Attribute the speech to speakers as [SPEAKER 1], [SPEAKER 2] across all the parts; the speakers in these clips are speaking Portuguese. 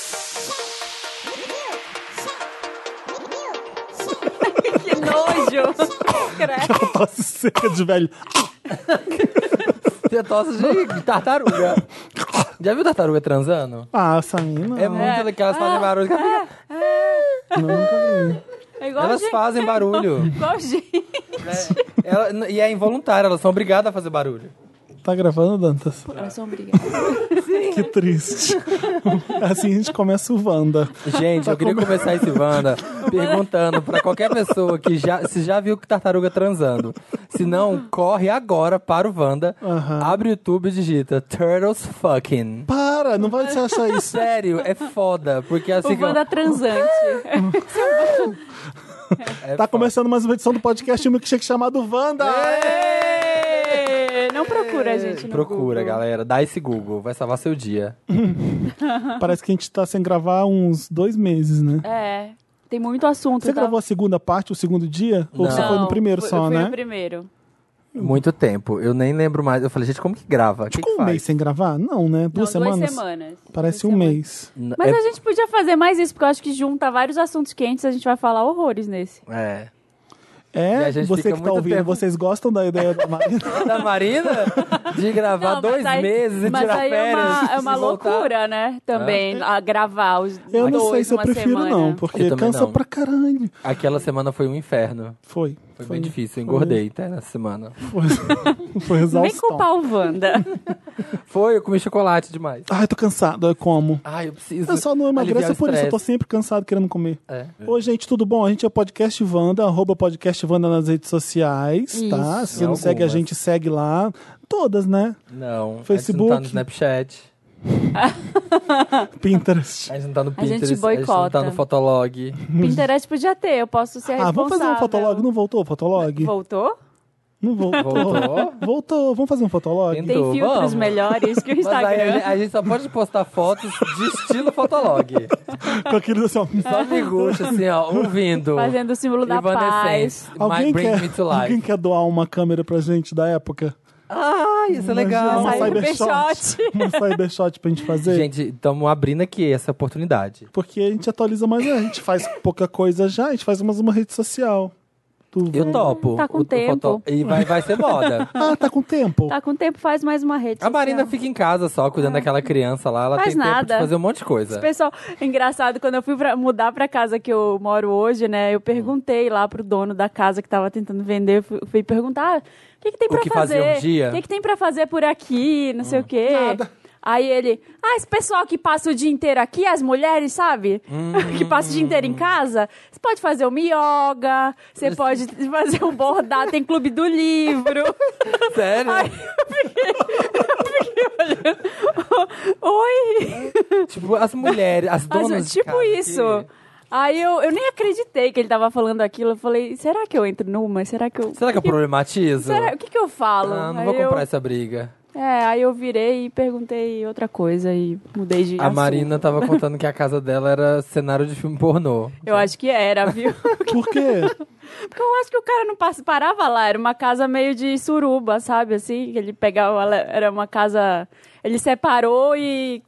[SPEAKER 1] nojo. Credo.
[SPEAKER 2] Tosse seca de velho.
[SPEAKER 3] Tem tosse de tartaruga. Já viu tartaruga transando?
[SPEAKER 2] Ah, essa mina.
[SPEAKER 3] É muito daquelas
[SPEAKER 1] Ah.
[SPEAKER 3] que fazem barulho.
[SPEAKER 1] É igual
[SPEAKER 3] Elas
[SPEAKER 1] gente.
[SPEAKER 3] fazem barulho.
[SPEAKER 1] Igual gente.
[SPEAKER 3] Ela- e é involuntário, elas são obrigadas a fazer barulho.
[SPEAKER 2] Tá gravando, Dantas?
[SPEAKER 1] Elas são brigadas.
[SPEAKER 2] Que triste. assim a gente começa o Wanda.
[SPEAKER 3] Gente, eu queria começar esse Wanda perguntando pra qualquer pessoa que já, se já viu que tartaruga transando. Se não, corre agora para o Wanda, abre o YouTube e digita Turtles Fucking.
[SPEAKER 2] Para, não vai te achar isso.
[SPEAKER 3] Sério, é foda, porque assim...
[SPEAKER 1] O Wanda transante.
[SPEAKER 3] é
[SPEAKER 2] Tá
[SPEAKER 3] foda.
[SPEAKER 2] começando mais uma edição do podcast um milkshake chamado Wanda.
[SPEAKER 1] Ei,
[SPEAKER 2] É.
[SPEAKER 1] Não procura, gente. No
[SPEAKER 3] Procura,
[SPEAKER 1] Google.
[SPEAKER 3] galera. Dá esse Google, vai salvar seu dia.
[SPEAKER 2] Parece que a gente tá sem gravar há uns dois meses, né?
[SPEAKER 1] É. Tem muito assunto.
[SPEAKER 2] Você
[SPEAKER 1] tá?
[SPEAKER 2] gravou a segunda parte, o segundo dia? Ou
[SPEAKER 3] Não.
[SPEAKER 2] você foi no primeiro
[SPEAKER 1] eu
[SPEAKER 2] só,
[SPEAKER 1] fui
[SPEAKER 2] né?
[SPEAKER 1] no primeiro.
[SPEAKER 3] Muito tempo. Eu nem lembro mais. Eu falei, gente, como que grava?
[SPEAKER 1] Tipo
[SPEAKER 3] O que
[SPEAKER 2] Ficou
[SPEAKER 3] que
[SPEAKER 2] um mês
[SPEAKER 3] faz?
[SPEAKER 2] sem gravar? Não, né? Duas
[SPEAKER 1] Não,
[SPEAKER 2] semanas?
[SPEAKER 1] Duas semanas.
[SPEAKER 2] Parece
[SPEAKER 1] Duas
[SPEAKER 2] um
[SPEAKER 1] semanas.
[SPEAKER 2] mês.
[SPEAKER 3] N- é
[SPEAKER 1] Mas a gente podia fazer mais isso, porque eu acho que junta vários assuntos quentes, a gente vai falar horrores nesse.
[SPEAKER 3] é... é.
[SPEAKER 2] É,
[SPEAKER 3] E a gente
[SPEAKER 2] você
[SPEAKER 3] fica
[SPEAKER 2] que tá
[SPEAKER 3] muito
[SPEAKER 2] ouvindo,
[SPEAKER 3] tempo-
[SPEAKER 2] vocês gostam da ideia da Marina?
[SPEAKER 3] da Marina de gravar
[SPEAKER 1] Não, mas
[SPEAKER 3] dois
[SPEAKER 1] aí-
[SPEAKER 3] meses e
[SPEAKER 1] mas
[SPEAKER 3] tirar
[SPEAKER 1] aí
[SPEAKER 3] férias.
[SPEAKER 1] É uma, é
[SPEAKER 3] e
[SPEAKER 1] uma
[SPEAKER 3] voltar.
[SPEAKER 1] loucura, né? Também, a gravar os
[SPEAKER 2] É. Eu
[SPEAKER 1] dois
[SPEAKER 2] não sei se eu
[SPEAKER 1] numa
[SPEAKER 2] prefiro,
[SPEAKER 1] semana.
[SPEAKER 2] não, porque
[SPEAKER 3] Eu também
[SPEAKER 2] cansa
[SPEAKER 3] não.
[SPEAKER 2] pra caralho.
[SPEAKER 3] Aquela semana foi um inferno.
[SPEAKER 2] Foi.
[SPEAKER 3] Foi, bem difícil. Eu engordei até nessa semana.
[SPEAKER 2] Foi, foi
[SPEAKER 1] Não vem
[SPEAKER 2] exaustão.
[SPEAKER 1] culpar o Wanda.
[SPEAKER 3] Foi, eu comi chocolate demais.
[SPEAKER 2] Ai, tô cansado, eu como.
[SPEAKER 3] Ai, eu preciso.
[SPEAKER 2] Eu só não
[SPEAKER 3] aliviar
[SPEAKER 2] emagreço,
[SPEAKER 3] o
[SPEAKER 2] por isso eu tô
[SPEAKER 3] estresse.
[SPEAKER 2] sempre cansado querendo comer.
[SPEAKER 3] É.
[SPEAKER 2] Oi, gente, tudo bom? A gente é o Podcast Wanda, arroba Podcast Wanda nas redes
[SPEAKER 1] Isso.
[SPEAKER 2] sociais, tá? Se você não
[SPEAKER 3] Algumas.
[SPEAKER 2] segue a gente, segue lá. Todas, né?
[SPEAKER 3] Não. a gente
[SPEAKER 2] Facebook.
[SPEAKER 3] não tá no Snapchat.
[SPEAKER 2] Pinterest.
[SPEAKER 3] A gente não tá no
[SPEAKER 1] A gente
[SPEAKER 3] Pinterest. A gente não
[SPEAKER 1] boicota.
[SPEAKER 3] tá no Fotolog.
[SPEAKER 1] Pinterest podia ter, eu posso ser
[SPEAKER 2] Ah,
[SPEAKER 1] É responsável.
[SPEAKER 2] vamos fazer um fotolog? Não voltou o fotolog?
[SPEAKER 1] Voltou?
[SPEAKER 2] Não voltou.
[SPEAKER 3] Voltou?
[SPEAKER 2] Voltou. Vamos fazer um fotolog?
[SPEAKER 3] Tem-
[SPEAKER 1] Tem
[SPEAKER 3] Então,
[SPEAKER 1] filtros
[SPEAKER 3] vamos.
[SPEAKER 1] melhores que o
[SPEAKER 3] Mas aí é- a
[SPEAKER 1] Instagram.
[SPEAKER 3] gente, a gente só pode postar fotos de estilo Fotolog.
[SPEAKER 2] Com aqueles assim, ó.
[SPEAKER 3] Só miguxo, assim, ó, ouvindo.
[SPEAKER 1] Fazendo o símbolo da
[SPEAKER 3] é
[SPEAKER 1] paz.
[SPEAKER 3] Evanescence, My
[SPEAKER 2] Alguém
[SPEAKER 3] Bring
[SPEAKER 2] quer,
[SPEAKER 3] Me to Life.
[SPEAKER 2] alguém quer doar uma câmera pra gente da época?
[SPEAKER 3] Ah, isso é legal.
[SPEAKER 2] Uma
[SPEAKER 1] Sai do
[SPEAKER 2] cybershot.
[SPEAKER 1] Bershot.
[SPEAKER 2] Uma cybershot pra gente fazer?
[SPEAKER 3] Gente, estamos abrindo aqui essa oportunidade.
[SPEAKER 2] Porque a gente atualiza mais, né? a gente faz pouca coisa já, a gente faz mais uma rede social. Tu-
[SPEAKER 3] Eu topo.
[SPEAKER 1] tá com
[SPEAKER 3] O- o
[SPEAKER 1] tempo.
[SPEAKER 3] foto- E vai, vai ser moda.
[SPEAKER 2] Ah, tá com tempo.
[SPEAKER 1] Tá com tempo, faz mais uma rede.
[SPEAKER 3] A Marina
[SPEAKER 1] social.
[SPEAKER 3] fica em casa só, cuidando daquela criança lá. Ela
[SPEAKER 1] é. Faz
[SPEAKER 3] tem tempo de
[SPEAKER 1] nada.
[SPEAKER 3] fazer um monte de coisa.
[SPEAKER 1] Esse Pessoal, é engraçado, quando eu fui pra mudar pra casa que eu moro hoje, né? Eu perguntei lá pro dono da casa que tava tentando vender, eu fui, fui perguntar "Ah, o que, que tem pra
[SPEAKER 3] que fazer um dia?" Hum.
[SPEAKER 1] O que, que tem pra fazer por aqui, não sei o quê. Aí ele, ah, esse pessoal que passa o dia inteiro aqui, as mulheres, sabe? que passa o dia inteiro
[SPEAKER 3] Hum.
[SPEAKER 1] em casa, você pode fazer um yoga, você pode fazer um bordado, tem clube do livro.
[SPEAKER 3] Sério?
[SPEAKER 1] Ai, Oi!
[SPEAKER 3] Tipo, as mulheres, as
[SPEAKER 1] Mas,
[SPEAKER 3] donas de
[SPEAKER 1] tipo
[SPEAKER 3] casa
[SPEAKER 1] isso.
[SPEAKER 3] que-
[SPEAKER 1] Aí eu, eu nem acreditei que ele tava falando aquilo. Eu falei, será que eu entro numa? Será que eu.
[SPEAKER 3] Será que eu problematizo?
[SPEAKER 1] Será, o que, que eu falo?
[SPEAKER 3] Ah, não
[SPEAKER 1] Aí
[SPEAKER 3] vou
[SPEAKER 1] eu-
[SPEAKER 3] comprar essa briga.
[SPEAKER 1] É, aí eu virei e perguntei outra coisa e mudei de.
[SPEAKER 3] A
[SPEAKER 1] assunto.
[SPEAKER 3] Marina tava contando que a casa dela era cenário de filme pornô.
[SPEAKER 1] Eu acho que era, viu?
[SPEAKER 2] Por quê?
[SPEAKER 1] Porque eu acho que o cara não passa- parava lá. Era uma casa meio de suruba, sabe? Assim, que ele pegava. ela- Era uma casa. Ele separou e.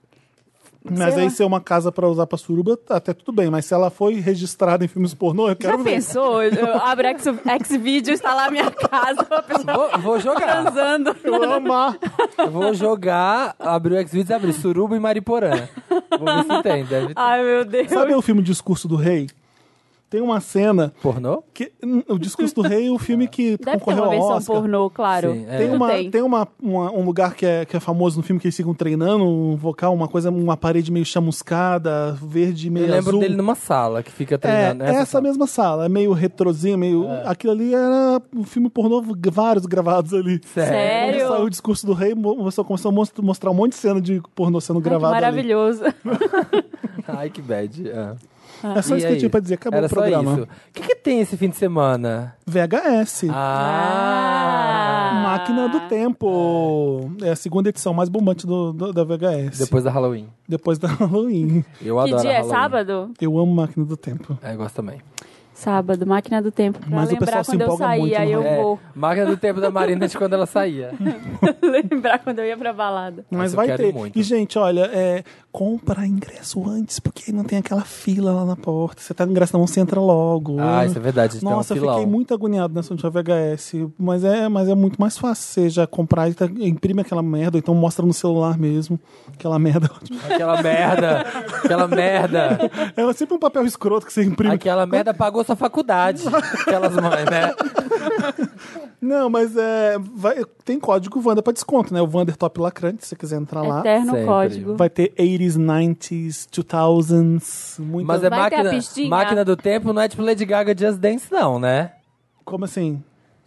[SPEAKER 2] Mas
[SPEAKER 1] Sei
[SPEAKER 2] aí
[SPEAKER 1] lá.
[SPEAKER 2] se é uma casa pra usar pra suruba, tá até tudo bem. Mas se ela foi registrada em filmes pornô, eu
[SPEAKER 1] Já
[SPEAKER 2] quero ver.
[SPEAKER 1] pensou? Eu, eu abro X- Xvideos, tá lá a minha casa, uma pessoa
[SPEAKER 3] Vou, vou jogar.
[SPEAKER 1] transando.
[SPEAKER 2] Eu amo. a-
[SPEAKER 3] Eu vou jogar, abrir o Xvideos e abrir Suruba e Mariporã. Vou ver se tem. Deve ter.
[SPEAKER 1] Ai, meu Deus.
[SPEAKER 2] Sabe o filme Discurso do Rei? Tem uma cena
[SPEAKER 3] Pornô?
[SPEAKER 2] que hum, o Discurso do Rei é o filme que
[SPEAKER 1] Deve ter
[SPEAKER 2] concorreu
[SPEAKER 1] uma
[SPEAKER 2] ao
[SPEAKER 1] versão
[SPEAKER 2] Oscar.
[SPEAKER 1] pornô, claro.
[SPEAKER 3] Sim, é.
[SPEAKER 2] Tem,
[SPEAKER 1] Tudo
[SPEAKER 2] uma,
[SPEAKER 1] tem.
[SPEAKER 2] tem uma- uma- um lugar que é, que é famoso no filme que eles ficam treinando, um vocal, uma coisa, uma parede meio chamuscada, verde, meio
[SPEAKER 3] Eu lembro
[SPEAKER 2] azul.
[SPEAKER 3] dele numa sala que fica
[SPEAKER 2] É,
[SPEAKER 3] treinando.
[SPEAKER 2] essa,
[SPEAKER 3] sala.
[SPEAKER 2] mesma sala, é meio retrozinho, meio.
[SPEAKER 3] É.
[SPEAKER 2] Aquilo ali era um filme pornô, g- vários gravados ali.
[SPEAKER 3] Sério?
[SPEAKER 2] Quando
[SPEAKER 1] Sério?
[SPEAKER 2] saiu o discurso do rei, mo- começou, começou a mos- mostrar um monte de cena de pornô sendo
[SPEAKER 1] Ai, que
[SPEAKER 2] gravado. ali.
[SPEAKER 1] maravilhoso.
[SPEAKER 3] Ai, que bad. Ah.
[SPEAKER 2] É só
[SPEAKER 3] E
[SPEAKER 2] isso que eu
[SPEAKER 3] aí?
[SPEAKER 2] tinha pra dizer, acabou
[SPEAKER 3] Era
[SPEAKER 2] o programa.
[SPEAKER 3] Só isso. O que, que tem esse fim de semana?
[SPEAKER 2] VHS.
[SPEAKER 3] Ah!
[SPEAKER 2] Máquina do Tempo. É a segunda edição mais bombante do, do- da VHS. Depois,
[SPEAKER 3] Depois da Halloween.
[SPEAKER 2] da Halloween.
[SPEAKER 3] Eu
[SPEAKER 1] que
[SPEAKER 3] adoro.
[SPEAKER 1] dia? É
[SPEAKER 3] Halloween.
[SPEAKER 1] sábado?
[SPEAKER 2] Eu amo Máquina do Tempo.
[SPEAKER 3] É, eu gosto também.
[SPEAKER 1] Sábado, máquina do tempo. Pra
[SPEAKER 2] Mas o
[SPEAKER 1] lembrar
[SPEAKER 2] pessoal se
[SPEAKER 1] quando eu
[SPEAKER 2] empolga
[SPEAKER 1] saía,
[SPEAKER 2] muito, né?
[SPEAKER 1] aí eu
[SPEAKER 3] É,
[SPEAKER 1] vou.
[SPEAKER 3] Máquina do tempo da Marina de
[SPEAKER 2] Uhum.
[SPEAKER 3] quando ela saía.
[SPEAKER 1] lembrar quando eu ia pra balada.
[SPEAKER 2] Mas
[SPEAKER 3] Nossa, eu
[SPEAKER 2] vai
[SPEAKER 3] quero
[SPEAKER 2] ter.
[SPEAKER 3] muito.
[SPEAKER 2] E, gente, olha, é, compra ingresso antes, porque aí não tem aquela fila lá na porta. Você tá no ingresso na mão, você entra logo.
[SPEAKER 3] Ah, isso é verdade, tem um
[SPEAKER 2] Nossa, eu
[SPEAKER 3] filão.
[SPEAKER 2] fiquei muito agoniado nessa última VHS. Mas é, mas é muito mais fácil você já comprar e tá- imprime aquela merda, ou então mostra no celular mesmo. Aquela merda.
[SPEAKER 3] Aquela merda. Aquela merda.
[SPEAKER 2] É sempre um papel escroto que você imprime.
[SPEAKER 3] Aquela merda pagou sua faculdade. Aquelas mães, né?
[SPEAKER 2] Não, mas é. vai- tem código Wanda pra desconto, né? O Wander Top Lacrante, se você quiser entrar lá.
[SPEAKER 1] Eterno
[SPEAKER 3] Sempre.
[SPEAKER 1] código.
[SPEAKER 2] Vai ter 80s, 90s, 2000s. Muita...
[SPEAKER 3] Mas é
[SPEAKER 1] Vai ter a
[SPEAKER 3] máquina,
[SPEAKER 1] pistinha?
[SPEAKER 3] máquina do tempo, não é tipo Lady Gaga Just Dance, não, né?
[SPEAKER 2] Como assim?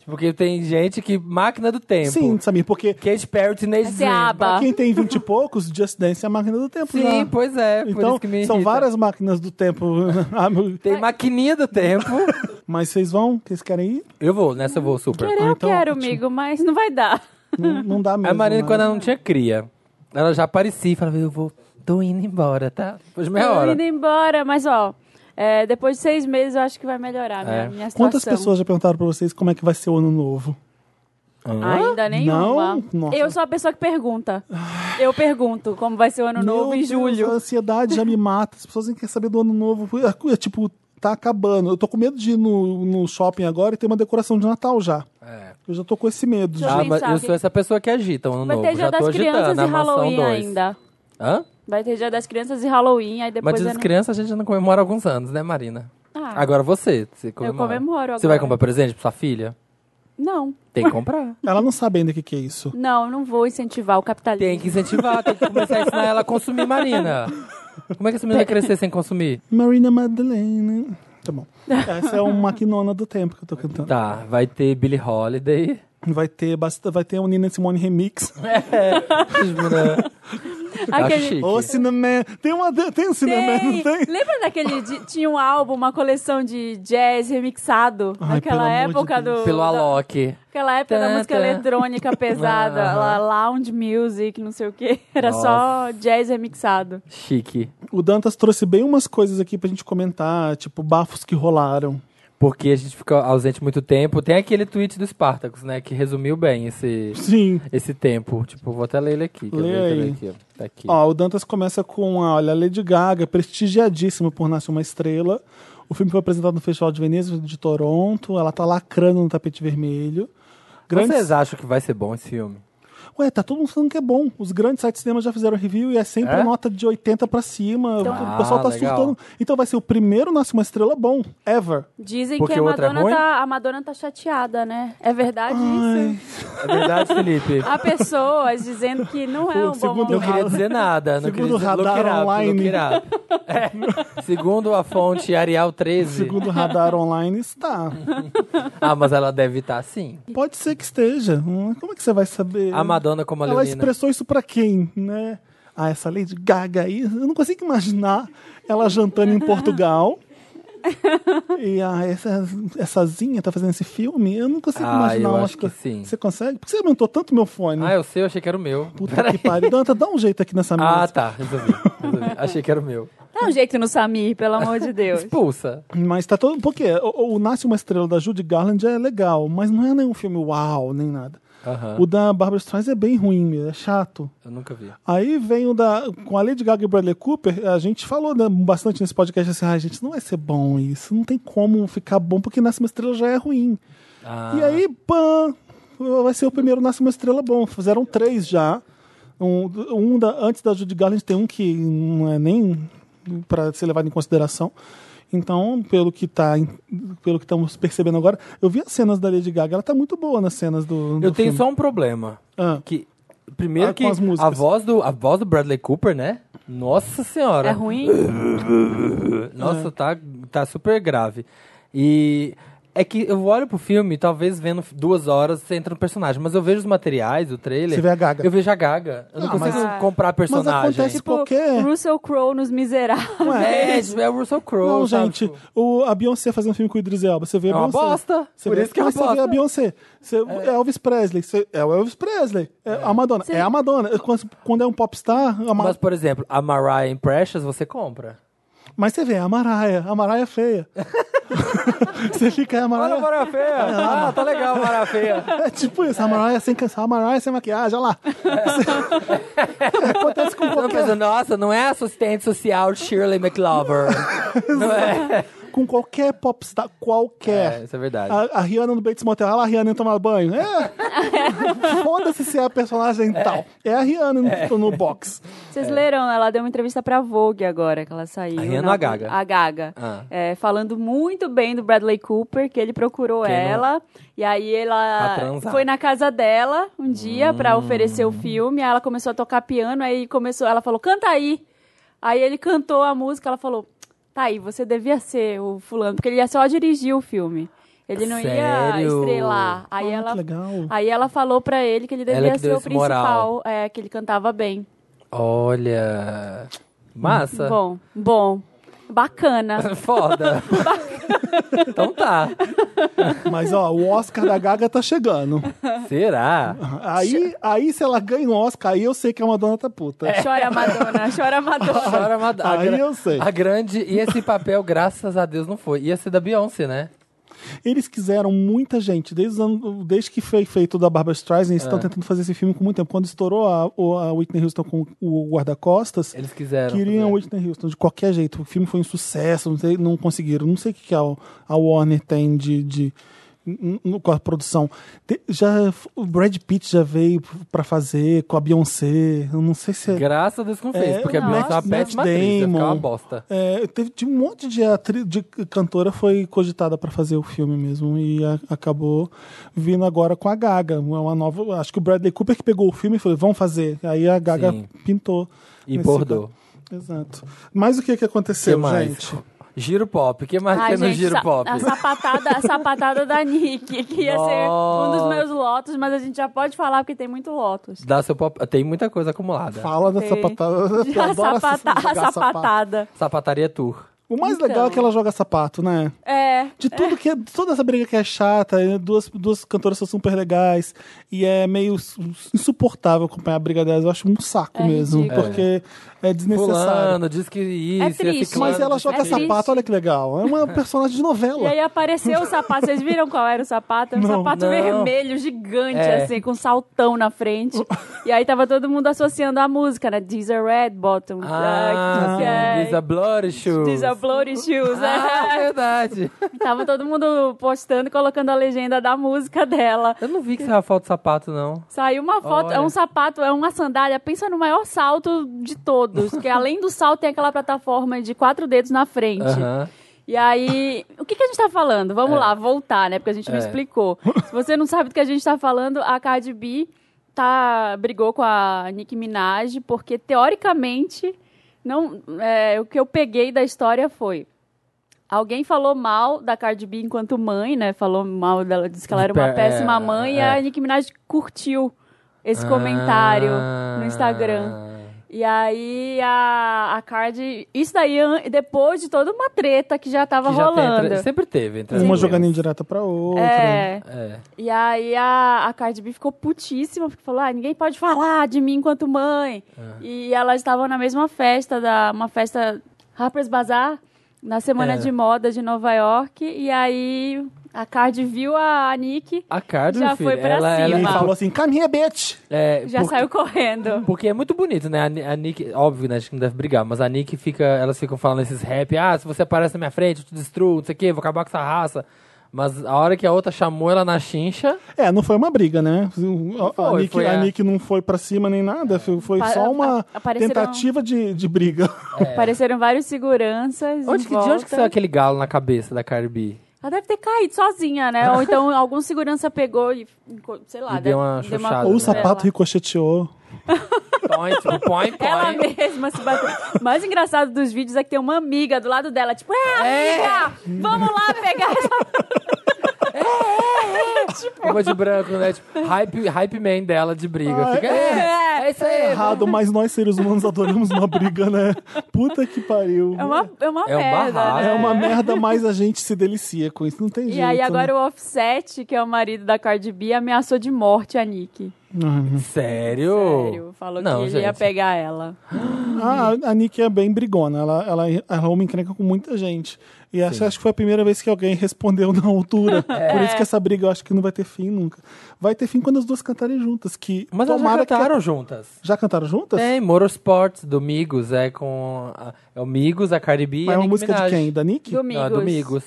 [SPEAKER 3] Porque tem gente que. Máquina do tempo.
[SPEAKER 2] Sim, Samir, porque
[SPEAKER 3] Katy Perry Teenage
[SPEAKER 1] Essa é a
[SPEAKER 3] Dream.
[SPEAKER 1] aba.
[SPEAKER 2] pra quem tem 20 e poucos, Just Dance é a máquina do tempo.
[SPEAKER 3] Sim,
[SPEAKER 2] já.
[SPEAKER 3] pois é. por
[SPEAKER 2] Então,
[SPEAKER 3] isso que me
[SPEAKER 2] são
[SPEAKER 3] irrita.
[SPEAKER 2] várias máquinas do tempo. Ah, meu-
[SPEAKER 3] Tem maquininha do tempo.
[SPEAKER 2] Mas vocês vão? Vocês querem ir?
[SPEAKER 3] eu vou, nessa eu vou super.
[SPEAKER 1] Querer
[SPEAKER 2] Ah,
[SPEAKER 1] eu
[SPEAKER 2] então,
[SPEAKER 1] quero,
[SPEAKER 2] ótimo.
[SPEAKER 1] amigo, mas não vai dar.
[SPEAKER 2] Não, não dá mesmo.
[SPEAKER 3] A Marina,
[SPEAKER 2] né?
[SPEAKER 3] quando ela não tinha cria, ela já aparecia e falava: Eu vou, tô indo embora, tá? Depois de meia
[SPEAKER 1] Tô
[SPEAKER 3] hora.
[SPEAKER 1] indo embora, mas ó, é, depois de seis meses eu acho que vai melhorar a minha,
[SPEAKER 3] É.
[SPEAKER 1] minha situação.
[SPEAKER 2] Quantas pessoas já perguntaram pra vocês como é que vai ser o ano novo?
[SPEAKER 1] Ainda nenhuma.
[SPEAKER 2] Não? Nossa.
[SPEAKER 1] Eu sou a pessoa que pergunta. Eu pergunto como vai ser o ano novo
[SPEAKER 2] Meu
[SPEAKER 1] em
[SPEAKER 2] Deus, A
[SPEAKER 1] julho.
[SPEAKER 2] ansiedade já me mata. As pessoas nem querem saber do ano novo. É tipo, tá acabando. Eu tô com medo de ir no, no shopping agora e ter uma decoração de Natal já.
[SPEAKER 3] É.
[SPEAKER 2] Eu já tô com esse medo.
[SPEAKER 1] Deixa
[SPEAKER 2] Já.
[SPEAKER 3] Ah, mas
[SPEAKER 1] pensar
[SPEAKER 3] eu
[SPEAKER 1] aqui.
[SPEAKER 3] sou essa pessoa que agita o ano
[SPEAKER 1] Vai
[SPEAKER 3] novo.
[SPEAKER 1] ter
[SPEAKER 3] já
[SPEAKER 1] dia
[SPEAKER 3] tô
[SPEAKER 1] das
[SPEAKER 3] agitando
[SPEAKER 1] crianças
[SPEAKER 3] a
[SPEAKER 1] e
[SPEAKER 3] mansão
[SPEAKER 1] Halloween
[SPEAKER 3] 2.
[SPEAKER 1] ainda.
[SPEAKER 3] Hã?
[SPEAKER 1] Vai ter dia das crianças e Halloween, aí
[SPEAKER 3] Mas
[SPEAKER 1] depois
[SPEAKER 3] dia
[SPEAKER 1] eu
[SPEAKER 3] das
[SPEAKER 1] não-
[SPEAKER 3] crianças a gente não comemora há alguns anos, né, Marina?
[SPEAKER 1] Ah,
[SPEAKER 3] Agora você, você comemora.
[SPEAKER 1] comemoro
[SPEAKER 3] Você vai
[SPEAKER 1] agora.
[SPEAKER 3] comprar presente pra sua filha?
[SPEAKER 1] Não,
[SPEAKER 3] Tem que comprar.
[SPEAKER 2] Ela não sabe ainda o que, que é isso.
[SPEAKER 1] não, não vou incentivar o capitalismo.
[SPEAKER 3] Tem que incentivar, tem que começar a ensinar ela a consumir, Marina. Como é que essa menina vai crescer sem consumir?
[SPEAKER 2] Marina Madeleine. Tá bom. Essa é uma maquinona do tempo que eu tô cantando.
[SPEAKER 3] Tá, vai ter Billie Holiday. né?
[SPEAKER 2] Vai ter, basta- vai ter um Nina Simone remix.
[SPEAKER 3] Acho
[SPEAKER 1] Aquele-
[SPEAKER 3] chique.
[SPEAKER 2] Ô, Cineman. Tem, uma, tem um Cineman, não tem?
[SPEAKER 1] Lembra daquele. de- tinha um álbum, uma coleção de jazz remixado
[SPEAKER 2] Ai, pelo
[SPEAKER 1] naquela
[SPEAKER 2] amor de
[SPEAKER 1] época
[SPEAKER 2] Deus.
[SPEAKER 1] do.
[SPEAKER 3] Pelo
[SPEAKER 1] da-
[SPEAKER 3] Alok.
[SPEAKER 1] Aquela época da
[SPEAKER 3] Tã,
[SPEAKER 1] música
[SPEAKER 3] tã.
[SPEAKER 1] eletrônica pesada,
[SPEAKER 3] Aham.
[SPEAKER 1] lá, lounge music, não sei o que. Era só jazz remixado.
[SPEAKER 3] Chique.
[SPEAKER 2] O Dantas trouxe bem umas coisas aqui pra gente comentar, tipo, bafos que rolaram.
[SPEAKER 3] Porque a gente fica ausente muito tempo. Tem aquele tweet do Spartacus, né? Que resumiu bem esse,
[SPEAKER 2] Sim.
[SPEAKER 3] esse tempo. Tipo, vou até ler ele aqui. quer
[SPEAKER 2] Lê
[SPEAKER 3] ver? Cadê
[SPEAKER 2] aí.
[SPEAKER 3] aqui, ó? Tá aqui.
[SPEAKER 2] Ó, o Dantas começa com a, olha, a Lady Gaga, prestigiadíssima por Nasce Uma Estrela. O filme foi apresentado no Festival de Veneza de Toronto. Ela tá lacrando no tapete vermelho. Grandes...
[SPEAKER 3] Vocês acham que vai ser bom esse filme?
[SPEAKER 2] Ué, tá todo mundo falando que é bom. Os grandes sites de cinema já fizeram review e é sempre
[SPEAKER 3] É?
[SPEAKER 2] nota de 80 pra cima.
[SPEAKER 3] Ah,
[SPEAKER 2] o pessoal tá
[SPEAKER 3] legal.
[SPEAKER 2] surtando. Então vai ser o primeiro Nasce Uma Estrela bom, ever.
[SPEAKER 1] Dizem
[SPEAKER 3] Porque
[SPEAKER 1] que a
[SPEAKER 3] o outro é
[SPEAKER 1] Madonna,
[SPEAKER 3] ruim?
[SPEAKER 1] tá, a Madonna tá chateada, né? É verdade
[SPEAKER 2] Ai,
[SPEAKER 1] isso?
[SPEAKER 3] É verdade, Felipe?
[SPEAKER 1] Há pessoas dizendo que não é
[SPEAKER 2] Pô,
[SPEAKER 1] um bom
[SPEAKER 2] segundo
[SPEAKER 3] Não
[SPEAKER 1] momento.
[SPEAKER 3] queria dizer nada. Não
[SPEAKER 2] Segundo
[SPEAKER 3] queria dizer,
[SPEAKER 2] o radar
[SPEAKER 3] look it up,
[SPEAKER 2] online.
[SPEAKER 3] look it up. É. Segundo a fonte Arial 13.
[SPEAKER 2] segundo o radar online, está.
[SPEAKER 3] Ah, mas ela deve estar sim.
[SPEAKER 2] Pode ser que esteja. Hum, Como é que você vai saber?
[SPEAKER 3] A Madonna como a
[SPEAKER 2] Ela
[SPEAKER 3] Leonina.
[SPEAKER 2] expressou isso pra quem, né? Ah, essa Lady Gaga aí, eu não consigo imaginar ela jantando em Portugal. E ah, essa, essa Zinha tá fazendo esse filme, eu não consigo
[SPEAKER 3] Ah,
[SPEAKER 2] imaginar.
[SPEAKER 3] eu
[SPEAKER 2] uma
[SPEAKER 3] acho que
[SPEAKER 2] coisa-
[SPEAKER 3] sim.
[SPEAKER 2] Você consegue? Por que você aumentou tanto meu fone?
[SPEAKER 3] Ah, eu sei, eu achei que era o meu.
[SPEAKER 2] Puta que pariu. Danta, dá um jeito aqui nessa mesa.
[SPEAKER 3] Ah, tá. Resolvi. resolvi. Achei que era o meu.
[SPEAKER 1] Dá um jeito no Samir, pelo amor de Deus.
[SPEAKER 3] Expulsa.
[SPEAKER 2] Mas tá todo. Porque o, o Nasce uma Estrela da Judy Garland é legal, mas não é nenhum filme uau, nem nada.
[SPEAKER 3] Aham.
[SPEAKER 2] O da Barbara Streisand é bem ruim, mesmo, é chato.
[SPEAKER 3] Eu nunca vi.
[SPEAKER 2] Aí vem o da. Com a Lady Gaga e Bradley Cooper, a gente falou né, bastante nesse podcast assim: ah, gente, não vai ser bom isso, não tem como ficar bom, porque Nasce uma Estrela já é ruim.
[SPEAKER 3] Ah,
[SPEAKER 2] E aí, pã! Vai ser o primeiro Nasce uma Estrela bom. Fizeram três já. Um, um da, antes da Judy Garland tem um que não é nem para ser levado em consideração. Então, pelo que tá, em- pelo que estamos percebendo agora, eu vi as cenas da Lady Gaga, ela tá muito boa nas cenas do, do
[SPEAKER 3] eu tenho
[SPEAKER 2] filme.
[SPEAKER 3] só um problema.
[SPEAKER 2] Ah.
[SPEAKER 3] Que, primeiro
[SPEAKER 2] Ah, com
[SPEAKER 3] que
[SPEAKER 2] as músicas.
[SPEAKER 3] a voz, do, a voz do Bradley Cooper, né? Nossa senhora.
[SPEAKER 1] É ruim?
[SPEAKER 2] É.
[SPEAKER 3] Nossa, tá, tá super grave. E é que eu olho pro filme, talvez vendo duas horas, você entra no personagem. Mas eu vejo os materiais, o trailer.
[SPEAKER 2] Você vê a Gaga.
[SPEAKER 3] Eu vejo a Gaga. Eu não
[SPEAKER 2] Ah,
[SPEAKER 3] consigo
[SPEAKER 1] mas-
[SPEAKER 3] comprar personagem.
[SPEAKER 2] acontece-
[SPEAKER 1] Tipo,
[SPEAKER 2] Qualquer-
[SPEAKER 1] Russell Crowe nos Miseráveis.
[SPEAKER 3] É, tipo, é o Russell Crowe.
[SPEAKER 2] Não,
[SPEAKER 3] sabe?
[SPEAKER 2] gente,
[SPEAKER 3] Tipo,
[SPEAKER 2] o, a Beyoncé fazendo filme com o Idris Elba, você vê a
[SPEAKER 3] É uma
[SPEAKER 2] Beyoncé.
[SPEAKER 3] bosta.
[SPEAKER 2] Você
[SPEAKER 3] Por
[SPEAKER 2] vê,
[SPEAKER 3] isso que é uma
[SPEAKER 2] mas você vê a
[SPEAKER 3] bosta.
[SPEAKER 2] Beyoncé. Você, é. Elvis Presley. você- é o Elvis Presley. É, a Madonna. É a Madonna. Quando, quando é um popstar, a Ma-
[SPEAKER 3] Mas, por exemplo, a Mariah Precious você compra.
[SPEAKER 2] Mas você vê, a Maraia. A Maraia é feia. você fica, a
[SPEAKER 3] Olha
[SPEAKER 2] Maraia.
[SPEAKER 3] a Mara Feia! Ah, tá legal, Mara Feia.
[SPEAKER 2] É tipo isso, a Mariah sem canção, a Mariah sem maquiagem, olha lá. Acontece com
[SPEAKER 3] Não pensa,
[SPEAKER 2] qualquer,
[SPEAKER 3] nossa, não é assistente social Shirley McLover. não é?
[SPEAKER 2] com qualquer popstar,
[SPEAKER 3] É,
[SPEAKER 2] qualquer.
[SPEAKER 3] isso é verdade.
[SPEAKER 2] A, a Rihanna no Bates Motel, olha lá a Rihanna indo tomar banho. É. Foda-se se é a personagem tal. É a Rihanna no, no box.
[SPEAKER 1] Vocês leram, ela deu uma entrevista pra Vogue agora, que ela saiu.
[SPEAKER 3] É. A Rihanna
[SPEAKER 1] na-
[SPEAKER 3] ou a Gaga?
[SPEAKER 1] A Gaga.
[SPEAKER 3] Ah.
[SPEAKER 1] É, falando muito bem do Bradley Cooper, que ele procurou
[SPEAKER 3] Que não-
[SPEAKER 1] ela. E aí
[SPEAKER 3] Pra
[SPEAKER 1] ela
[SPEAKER 3] transar. Hum.
[SPEAKER 1] foi na casa dela um dia pra oferecer o filme. Aí ela começou a tocar piano, aí começou, ela falou, canta aí. Aí ele cantou a música, ela falou, tá aí, você devia ser o fulano, porque ele ia só dirigir o filme. Ele não ia
[SPEAKER 3] Sério?
[SPEAKER 1] estrelar. Aí
[SPEAKER 2] Ah,
[SPEAKER 1] ela,
[SPEAKER 2] que legal.
[SPEAKER 1] aí ela falou pra ele que ele
[SPEAKER 3] Ela
[SPEAKER 1] devia
[SPEAKER 3] que
[SPEAKER 1] ser
[SPEAKER 3] deu
[SPEAKER 1] o
[SPEAKER 3] esse moral.
[SPEAKER 1] principal, é, que ele cantava bem.
[SPEAKER 3] Olha. Massa.
[SPEAKER 1] Bom, bom. Bacana.
[SPEAKER 3] Foda. então tá.
[SPEAKER 2] Mas ó, o Oscar da Gaga tá chegando.
[SPEAKER 3] Será?
[SPEAKER 2] Aí, aí se ela ganha o Oscar, aí eu sei que a Madonna tá puta.
[SPEAKER 1] Chora, Madonna. Chora, Madonna.
[SPEAKER 3] Chora, Mad- é a
[SPEAKER 2] Aí
[SPEAKER 3] gra-
[SPEAKER 2] eu sei.
[SPEAKER 3] A grande. E esse papel, graças a Deus, não foi. Ia ser da Beyoncé, né?
[SPEAKER 2] Eles quiseram muita gente, desde, os anos- desde que foi feito o da Barbara Streisand, eles estão tentando fazer esse filme com muito tempo. Quando estourou a, o- a Whitney Houston com o guarda-costas,
[SPEAKER 3] Eles quiseram.
[SPEAKER 2] queriam a
[SPEAKER 3] fazer.
[SPEAKER 2] Whitney Houston de qualquer jeito. O filme foi um sucesso, não, sei- não conseguiram. Não sei o que que a, a Warner tem de, de- n- n- com a produção. Te- já, o Brad Pitt já veio pra fazer com a Beyoncé. Eu não sei se é.
[SPEAKER 3] Graças a Deus que não fez,
[SPEAKER 2] É,
[SPEAKER 3] porque a
[SPEAKER 1] nossa.
[SPEAKER 3] Beyoncé é uma
[SPEAKER 2] Matt
[SPEAKER 3] péssima atriz, ia ficar uma
[SPEAKER 2] Damon.
[SPEAKER 3] bosta.
[SPEAKER 2] É, teve tinha um monte de, atri- de cantora foi cogitada pra fazer o filme mesmo e a- acabou vindo agora com a Gaga. É uma nova. Acho que o Bradley Cooper que pegou o filme e falou: vamos fazer. Aí a Gaga
[SPEAKER 3] Sim.
[SPEAKER 2] pintou.
[SPEAKER 3] E
[SPEAKER 2] nesse
[SPEAKER 3] bordou.
[SPEAKER 2] ca- Exato. Mas o que, que aconteceu,
[SPEAKER 3] Que mais?
[SPEAKER 2] gente?
[SPEAKER 3] Giro pop. O que mais
[SPEAKER 1] Ai,
[SPEAKER 3] tem no
[SPEAKER 1] gente,
[SPEAKER 3] giro
[SPEAKER 1] sa-
[SPEAKER 3] pop?
[SPEAKER 1] A sapatada, a sapatada da Nick, que ia ser um dos
[SPEAKER 3] Nossa.
[SPEAKER 1] meus lotos, mas a gente já pode falar porque tem muito lotos.
[SPEAKER 3] Dá seu pop... Tem muita coisa acumulada.
[SPEAKER 2] Fala da
[SPEAKER 1] Tem.
[SPEAKER 2] sapatada. Eu
[SPEAKER 1] A,
[SPEAKER 2] adoro
[SPEAKER 1] sapata,
[SPEAKER 2] jogar
[SPEAKER 1] a
[SPEAKER 2] sapato.
[SPEAKER 1] sapatada.
[SPEAKER 3] Sapataria Tour.
[SPEAKER 2] O mais
[SPEAKER 1] Então.
[SPEAKER 2] legal é que ela joga sapato, né?
[SPEAKER 1] É.
[SPEAKER 2] De tudo que é, toda essa briga que é chata, e duas, duas cantoras são super legais, e é meio su- insuportável acompanhar a briga delas. Eu acho um saco
[SPEAKER 1] É
[SPEAKER 2] mesmo,
[SPEAKER 1] ridículo.
[SPEAKER 2] porque é desnecessário.
[SPEAKER 3] Fulano, diz que isso,
[SPEAKER 1] É
[SPEAKER 3] esse
[SPEAKER 1] triste.
[SPEAKER 3] ciclano,
[SPEAKER 2] Mas ela
[SPEAKER 3] diz
[SPEAKER 2] joga
[SPEAKER 1] É
[SPEAKER 2] sapato,
[SPEAKER 1] triste.
[SPEAKER 2] olha que legal. É uma personagem de
[SPEAKER 1] E
[SPEAKER 2] novela.
[SPEAKER 1] aí apareceu o sapato. Vocês viram qual era o sapato? Era um
[SPEAKER 2] Não.
[SPEAKER 1] sapato
[SPEAKER 3] Não.
[SPEAKER 1] vermelho, gigante,
[SPEAKER 3] É.
[SPEAKER 1] assim, com saltão na frente. E aí tava todo mundo associando a música, né? These are red bottom.
[SPEAKER 3] Ah,
[SPEAKER 1] que é-
[SPEAKER 3] diz a Bloody Shoes.
[SPEAKER 1] These are bloody shoes.
[SPEAKER 3] Ah,
[SPEAKER 1] é.
[SPEAKER 3] verdade.
[SPEAKER 1] Tava todo mundo postando e colocando a legenda da música dela.
[SPEAKER 3] Eu não vi que saiu a foto do sapato, não.
[SPEAKER 1] Saiu uma foto,
[SPEAKER 3] Olha.
[SPEAKER 1] é um sapato, é uma sandália. Pensa no maior salto de todos. que além do salto tem aquela plataforma de quatro dedos na frente.
[SPEAKER 3] Aham.
[SPEAKER 1] E aí, o que, que a gente tá falando? Vamos
[SPEAKER 3] É.
[SPEAKER 1] lá, voltar, né? Porque a gente não
[SPEAKER 3] É.
[SPEAKER 1] explicou. Se você não sabe do que a gente tá falando, a Cardi B tá, brigou com a Nicki Minaj, porque teoricamente, não, é, o que eu peguei da história foi. Alguém falou mal da Cardi B enquanto mãe, né? Falou mal dela, disse que ela era uma
[SPEAKER 3] É,
[SPEAKER 1] péssima mãe e
[SPEAKER 3] é.
[SPEAKER 1] a Nicki Minaj curtiu esse comentário
[SPEAKER 3] Ah.
[SPEAKER 1] no Instagram. E aí a, a Cardi. Isso daí an- depois de toda uma treta que já tava
[SPEAKER 3] Que já tem
[SPEAKER 1] rolando.
[SPEAKER 3] entre- Sempre teve. Entre
[SPEAKER 2] Uma
[SPEAKER 3] as
[SPEAKER 2] jogando
[SPEAKER 3] duas.
[SPEAKER 2] em direta pra outra.
[SPEAKER 1] assim, É.
[SPEAKER 3] É.
[SPEAKER 1] E aí a, a Cardi B ficou putíssima, porque falou: ah, ninguém pode falar de mim enquanto mãe.
[SPEAKER 3] É.
[SPEAKER 1] E elas estavam na mesma festa, da, uma festa Harper's Bazaar, na semana
[SPEAKER 3] É.
[SPEAKER 1] de moda de Nova York. E aí a Cardi viu a Nick,
[SPEAKER 3] A Cardi,
[SPEAKER 1] Já
[SPEAKER 3] meu filho,
[SPEAKER 1] foi pra
[SPEAKER 3] ela,
[SPEAKER 2] E
[SPEAKER 1] cima.
[SPEAKER 3] ela
[SPEAKER 2] ele
[SPEAKER 1] Mal.
[SPEAKER 2] falou assim: caminha, bitch!
[SPEAKER 3] é,
[SPEAKER 1] já
[SPEAKER 3] porque-
[SPEAKER 1] saiu correndo.
[SPEAKER 3] Porque é muito bonito, né? A, Ni- a Nick, óbvio, né? Acho que não deve brigar, mas a Nick fica. Elas ficam falando esses rap, ah, se você aparece na minha frente, eu te destruo, não sei o quê, vou acabar com essa raça. Mas a hora que a outra chamou ela na chincha,
[SPEAKER 2] É, não foi uma briga, né? A, a
[SPEAKER 3] foi,
[SPEAKER 2] Nick,
[SPEAKER 3] foi é.
[SPEAKER 2] a
[SPEAKER 3] a-
[SPEAKER 2] Nick não foi pra cima nem nada, foi foi
[SPEAKER 1] Pa-
[SPEAKER 2] só uma
[SPEAKER 1] a- apareceram-
[SPEAKER 2] tentativa de, de briga.
[SPEAKER 1] Apareceram vários seguranças.
[SPEAKER 3] É. onde
[SPEAKER 1] em
[SPEAKER 3] que, de onde que
[SPEAKER 1] volta.
[SPEAKER 3] saiu aquele galo na cabeça da Cardi B?
[SPEAKER 1] Ela deve ter caído sozinha, né? Ou então algum segurança pegou e, enco- sei lá,
[SPEAKER 3] E deu uma
[SPEAKER 1] deve-
[SPEAKER 3] chuchada,
[SPEAKER 2] Ou o
[SPEAKER 3] né?
[SPEAKER 2] sapato
[SPEAKER 1] Ela-
[SPEAKER 2] ricocheteou.
[SPEAKER 3] Põe, tipo, põe, põe.
[SPEAKER 1] Ela mesma se bateu. O mais engraçado dos vídeos é que tem uma amiga do lado dela, tipo, é,
[SPEAKER 3] É.
[SPEAKER 1] amiga! Vamos lá pegar essa...
[SPEAKER 3] Uma de branco, né? Tipo, hype, hype man dela de briga.
[SPEAKER 2] Ah,
[SPEAKER 3] Fica, é, é isso aí.
[SPEAKER 2] errado, mas nós seres humanos adoramos uma briga, né? Puta que pariu.
[SPEAKER 1] É uma, é uma
[SPEAKER 3] É um
[SPEAKER 1] merda,
[SPEAKER 3] barraco.
[SPEAKER 1] né?
[SPEAKER 2] É uma merda, mas a gente se delicia com isso. Não tem
[SPEAKER 1] E
[SPEAKER 2] jeito.
[SPEAKER 1] aí
[SPEAKER 2] né?
[SPEAKER 1] agora o Offset, que é o marido da Cardi B, ameaçou de morte a Nick.
[SPEAKER 3] Sério?
[SPEAKER 1] Sério, falou
[SPEAKER 3] Oh. Não,
[SPEAKER 1] que ele
[SPEAKER 3] gente.
[SPEAKER 1] ia pegar ela.
[SPEAKER 2] A, a Nick é bem brigona, ela, ela arruma encrenca com muita gente. E acho, acho que foi a primeira vez que alguém respondeu na altura.
[SPEAKER 1] É.
[SPEAKER 2] Por isso que essa briga eu acho que não vai ter fim nunca. Vai ter fim quando as duas cantarem juntas. Que
[SPEAKER 3] Mas elas já
[SPEAKER 2] tomara que a-
[SPEAKER 3] cantaram juntas.
[SPEAKER 2] Já cantaram juntas?
[SPEAKER 1] É.
[SPEAKER 3] Tem, Motorsports, do Migos, é com... A, é o Migos, a Cardi B e
[SPEAKER 2] Mas é
[SPEAKER 3] a
[SPEAKER 2] uma
[SPEAKER 3] Nicki
[SPEAKER 2] música
[SPEAKER 3] Minaj.
[SPEAKER 2] de quem? Da Nick?
[SPEAKER 1] Domingos.
[SPEAKER 3] Não, é do Migos.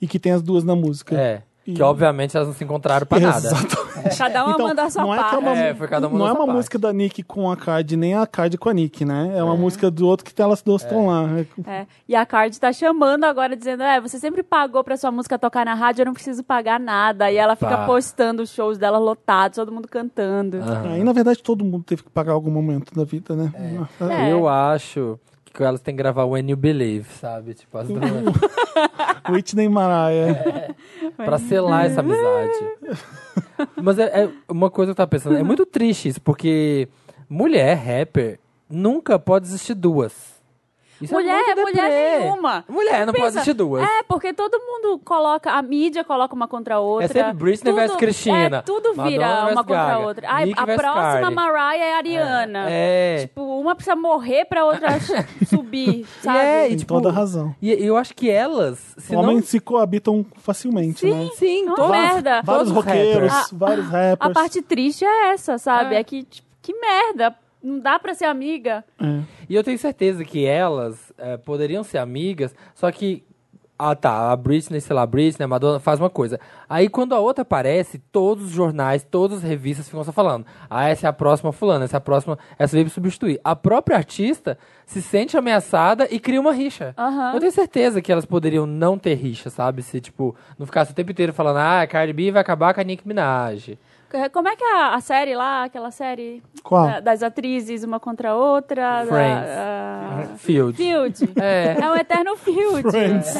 [SPEAKER 2] E que tem as duas na música.
[SPEAKER 3] É.
[SPEAKER 2] E-
[SPEAKER 3] Que obviamente elas não se encontraram pra nada.
[SPEAKER 2] Exatamente.
[SPEAKER 1] Cada uma manda a sua
[SPEAKER 2] não é, que
[SPEAKER 1] parte.
[SPEAKER 2] é uma,
[SPEAKER 3] É, foi cada uma
[SPEAKER 2] não é
[SPEAKER 3] da sua
[SPEAKER 2] uma
[SPEAKER 3] parte.
[SPEAKER 2] música da Nick com a Card, nem a Card com a Nick, né? É uma música do outro que elas duas estão lá.
[SPEAKER 1] É, E a Card tá chamando agora, dizendo: É, você sempre pagou pra sua música tocar na rádio, eu não preciso pagar nada. E ela fica
[SPEAKER 3] Pá. Ah,
[SPEAKER 1] postando os shows dela lotados, todo mundo cantando.
[SPEAKER 3] Aham.
[SPEAKER 2] Aí, na verdade, todo mundo teve que pagar algum momento da vida, né? Ah,
[SPEAKER 1] É.
[SPEAKER 3] Eu acho que elas têm que gravar When You Believe, sabe? Tipo, as duas. É.
[SPEAKER 2] Whitney Mariah.
[SPEAKER 3] pra selar essa amizade. Mas é, é uma coisa que eu tava pensando. É muito triste isso, porque mulher, rapper, nunca pode existir duas. Isso é
[SPEAKER 1] Mulher, é
[SPEAKER 3] muito
[SPEAKER 1] mulher
[SPEAKER 3] deprê.
[SPEAKER 1] nenhuma.
[SPEAKER 3] Mulher não pode
[SPEAKER 1] Pensa,
[SPEAKER 3] existir duas.
[SPEAKER 1] É, porque todo mundo coloca, a mídia coloca uma contra a outra.
[SPEAKER 3] É sempre Britney versus Christina.
[SPEAKER 1] É, tudo vira
[SPEAKER 3] Madonna versus
[SPEAKER 1] uma contra a
[SPEAKER 3] Gaga.
[SPEAKER 1] outra. Ai,
[SPEAKER 3] Nicki
[SPEAKER 1] a
[SPEAKER 3] versus
[SPEAKER 1] próxima
[SPEAKER 3] Cardi.
[SPEAKER 1] Mariah é a Ariana.
[SPEAKER 3] É.
[SPEAKER 1] Tipo, uma precisa morrer pra outra subir, sabe?
[SPEAKER 3] é,
[SPEAKER 2] Tem toda a razão.
[SPEAKER 3] E eu acho que elas, se não...
[SPEAKER 2] Homens se coabitam facilmente, né?
[SPEAKER 3] Sim,
[SPEAKER 1] Uma
[SPEAKER 3] todas-
[SPEAKER 1] merda.
[SPEAKER 3] todos
[SPEAKER 2] Vários
[SPEAKER 3] os
[SPEAKER 2] roqueiros,
[SPEAKER 3] rappers.
[SPEAKER 2] vários rappers.
[SPEAKER 1] A parte triste é essa, sabe?
[SPEAKER 3] É.
[SPEAKER 1] É, que, tipo, que merda. Não dá pra ser amiga.
[SPEAKER 2] É.
[SPEAKER 3] E eu tenho certeza que elas eh, poderiam ser amigas, só que. Ah, tá. A Britney, sei lá, a Britney, a Madonna faz uma coisa. Aí quando a outra aparece, todos os jornais, todas as revistas ficam só falando. Ah, essa é a próxima fulana, essa é a próxima. Essa veio pra substituir. A própria artista se sente ameaçada e cria uma rixa.
[SPEAKER 1] Aham.
[SPEAKER 3] Eu tenho certeza que elas poderiam não ter rixa, sabe? Se, tipo, não ficasse o tempo inteiro falando, ah, a Cardi B vai acabar com a Nicki Minaj.
[SPEAKER 1] Como é que é a, a série lá, aquela série
[SPEAKER 2] Qual?
[SPEAKER 1] da- das atrizes uma contra a outra? da-
[SPEAKER 3] Friends.
[SPEAKER 1] a-
[SPEAKER 3] Field.
[SPEAKER 1] Field.
[SPEAKER 3] É.
[SPEAKER 1] É um eterno Field.
[SPEAKER 2] Friends.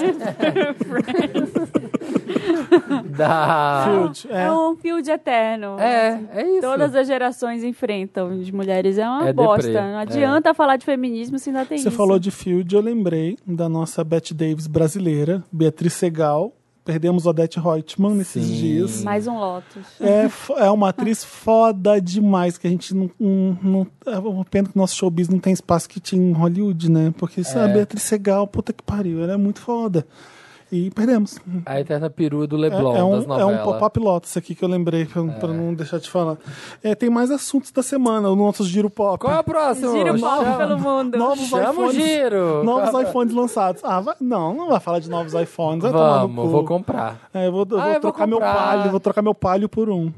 [SPEAKER 3] Da.
[SPEAKER 2] Field,
[SPEAKER 1] É.
[SPEAKER 2] é.
[SPEAKER 1] um Field eterno.
[SPEAKER 3] É, é isso.
[SPEAKER 1] Todas as gerações enfrentam de mulheres. É uma
[SPEAKER 3] É deprê.
[SPEAKER 1] bosta. Não adianta falar de feminismo se ainda tem
[SPEAKER 2] Você
[SPEAKER 1] isso.
[SPEAKER 2] falou de Field, eu lembrei da nossa Bette Davis brasileira, Beatriz Segal. Perdemos Odette Reutemann nesses
[SPEAKER 3] Sim.
[SPEAKER 2] dias.
[SPEAKER 1] Mais um Lotus.
[SPEAKER 2] É, fo- é uma atriz foda demais, que a gente não, não, não- É uma pena que o nosso showbiz não tem espaço que tinha em Hollywood, né?
[SPEAKER 3] É.
[SPEAKER 2] Porque isso, a Beatriz Segal, puta que pariu, ela é muito foda. E perdemos.
[SPEAKER 3] A eterna perua do
[SPEAKER 2] É,
[SPEAKER 3] Leblon
[SPEAKER 2] é
[SPEAKER 3] das
[SPEAKER 2] um, é
[SPEAKER 3] novelas.
[SPEAKER 2] um pop-up Lotus aqui que eu lembrei, pra, pra não deixar de falar. É, tem mais assuntos da semana, o nosso giro pop.
[SPEAKER 3] Qual é o próximo?
[SPEAKER 1] Giro
[SPEAKER 3] Chama-
[SPEAKER 1] pop pelo mundo.
[SPEAKER 2] Novos
[SPEAKER 3] Chama o
[SPEAKER 2] iPhones.
[SPEAKER 3] giro.
[SPEAKER 2] Novos
[SPEAKER 3] Qual-
[SPEAKER 2] iPhones lançados. Ah, vai- não, não vai falar de novos iPhones. Vai tomar no cu.
[SPEAKER 3] Vamos, vou comprar.
[SPEAKER 2] É, eu vou, eu vou
[SPEAKER 3] Ah, eu vou
[SPEAKER 2] trocar meu
[SPEAKER 3] comprar.
[SPEAKER 2] palho, vou trocar meu palho por um.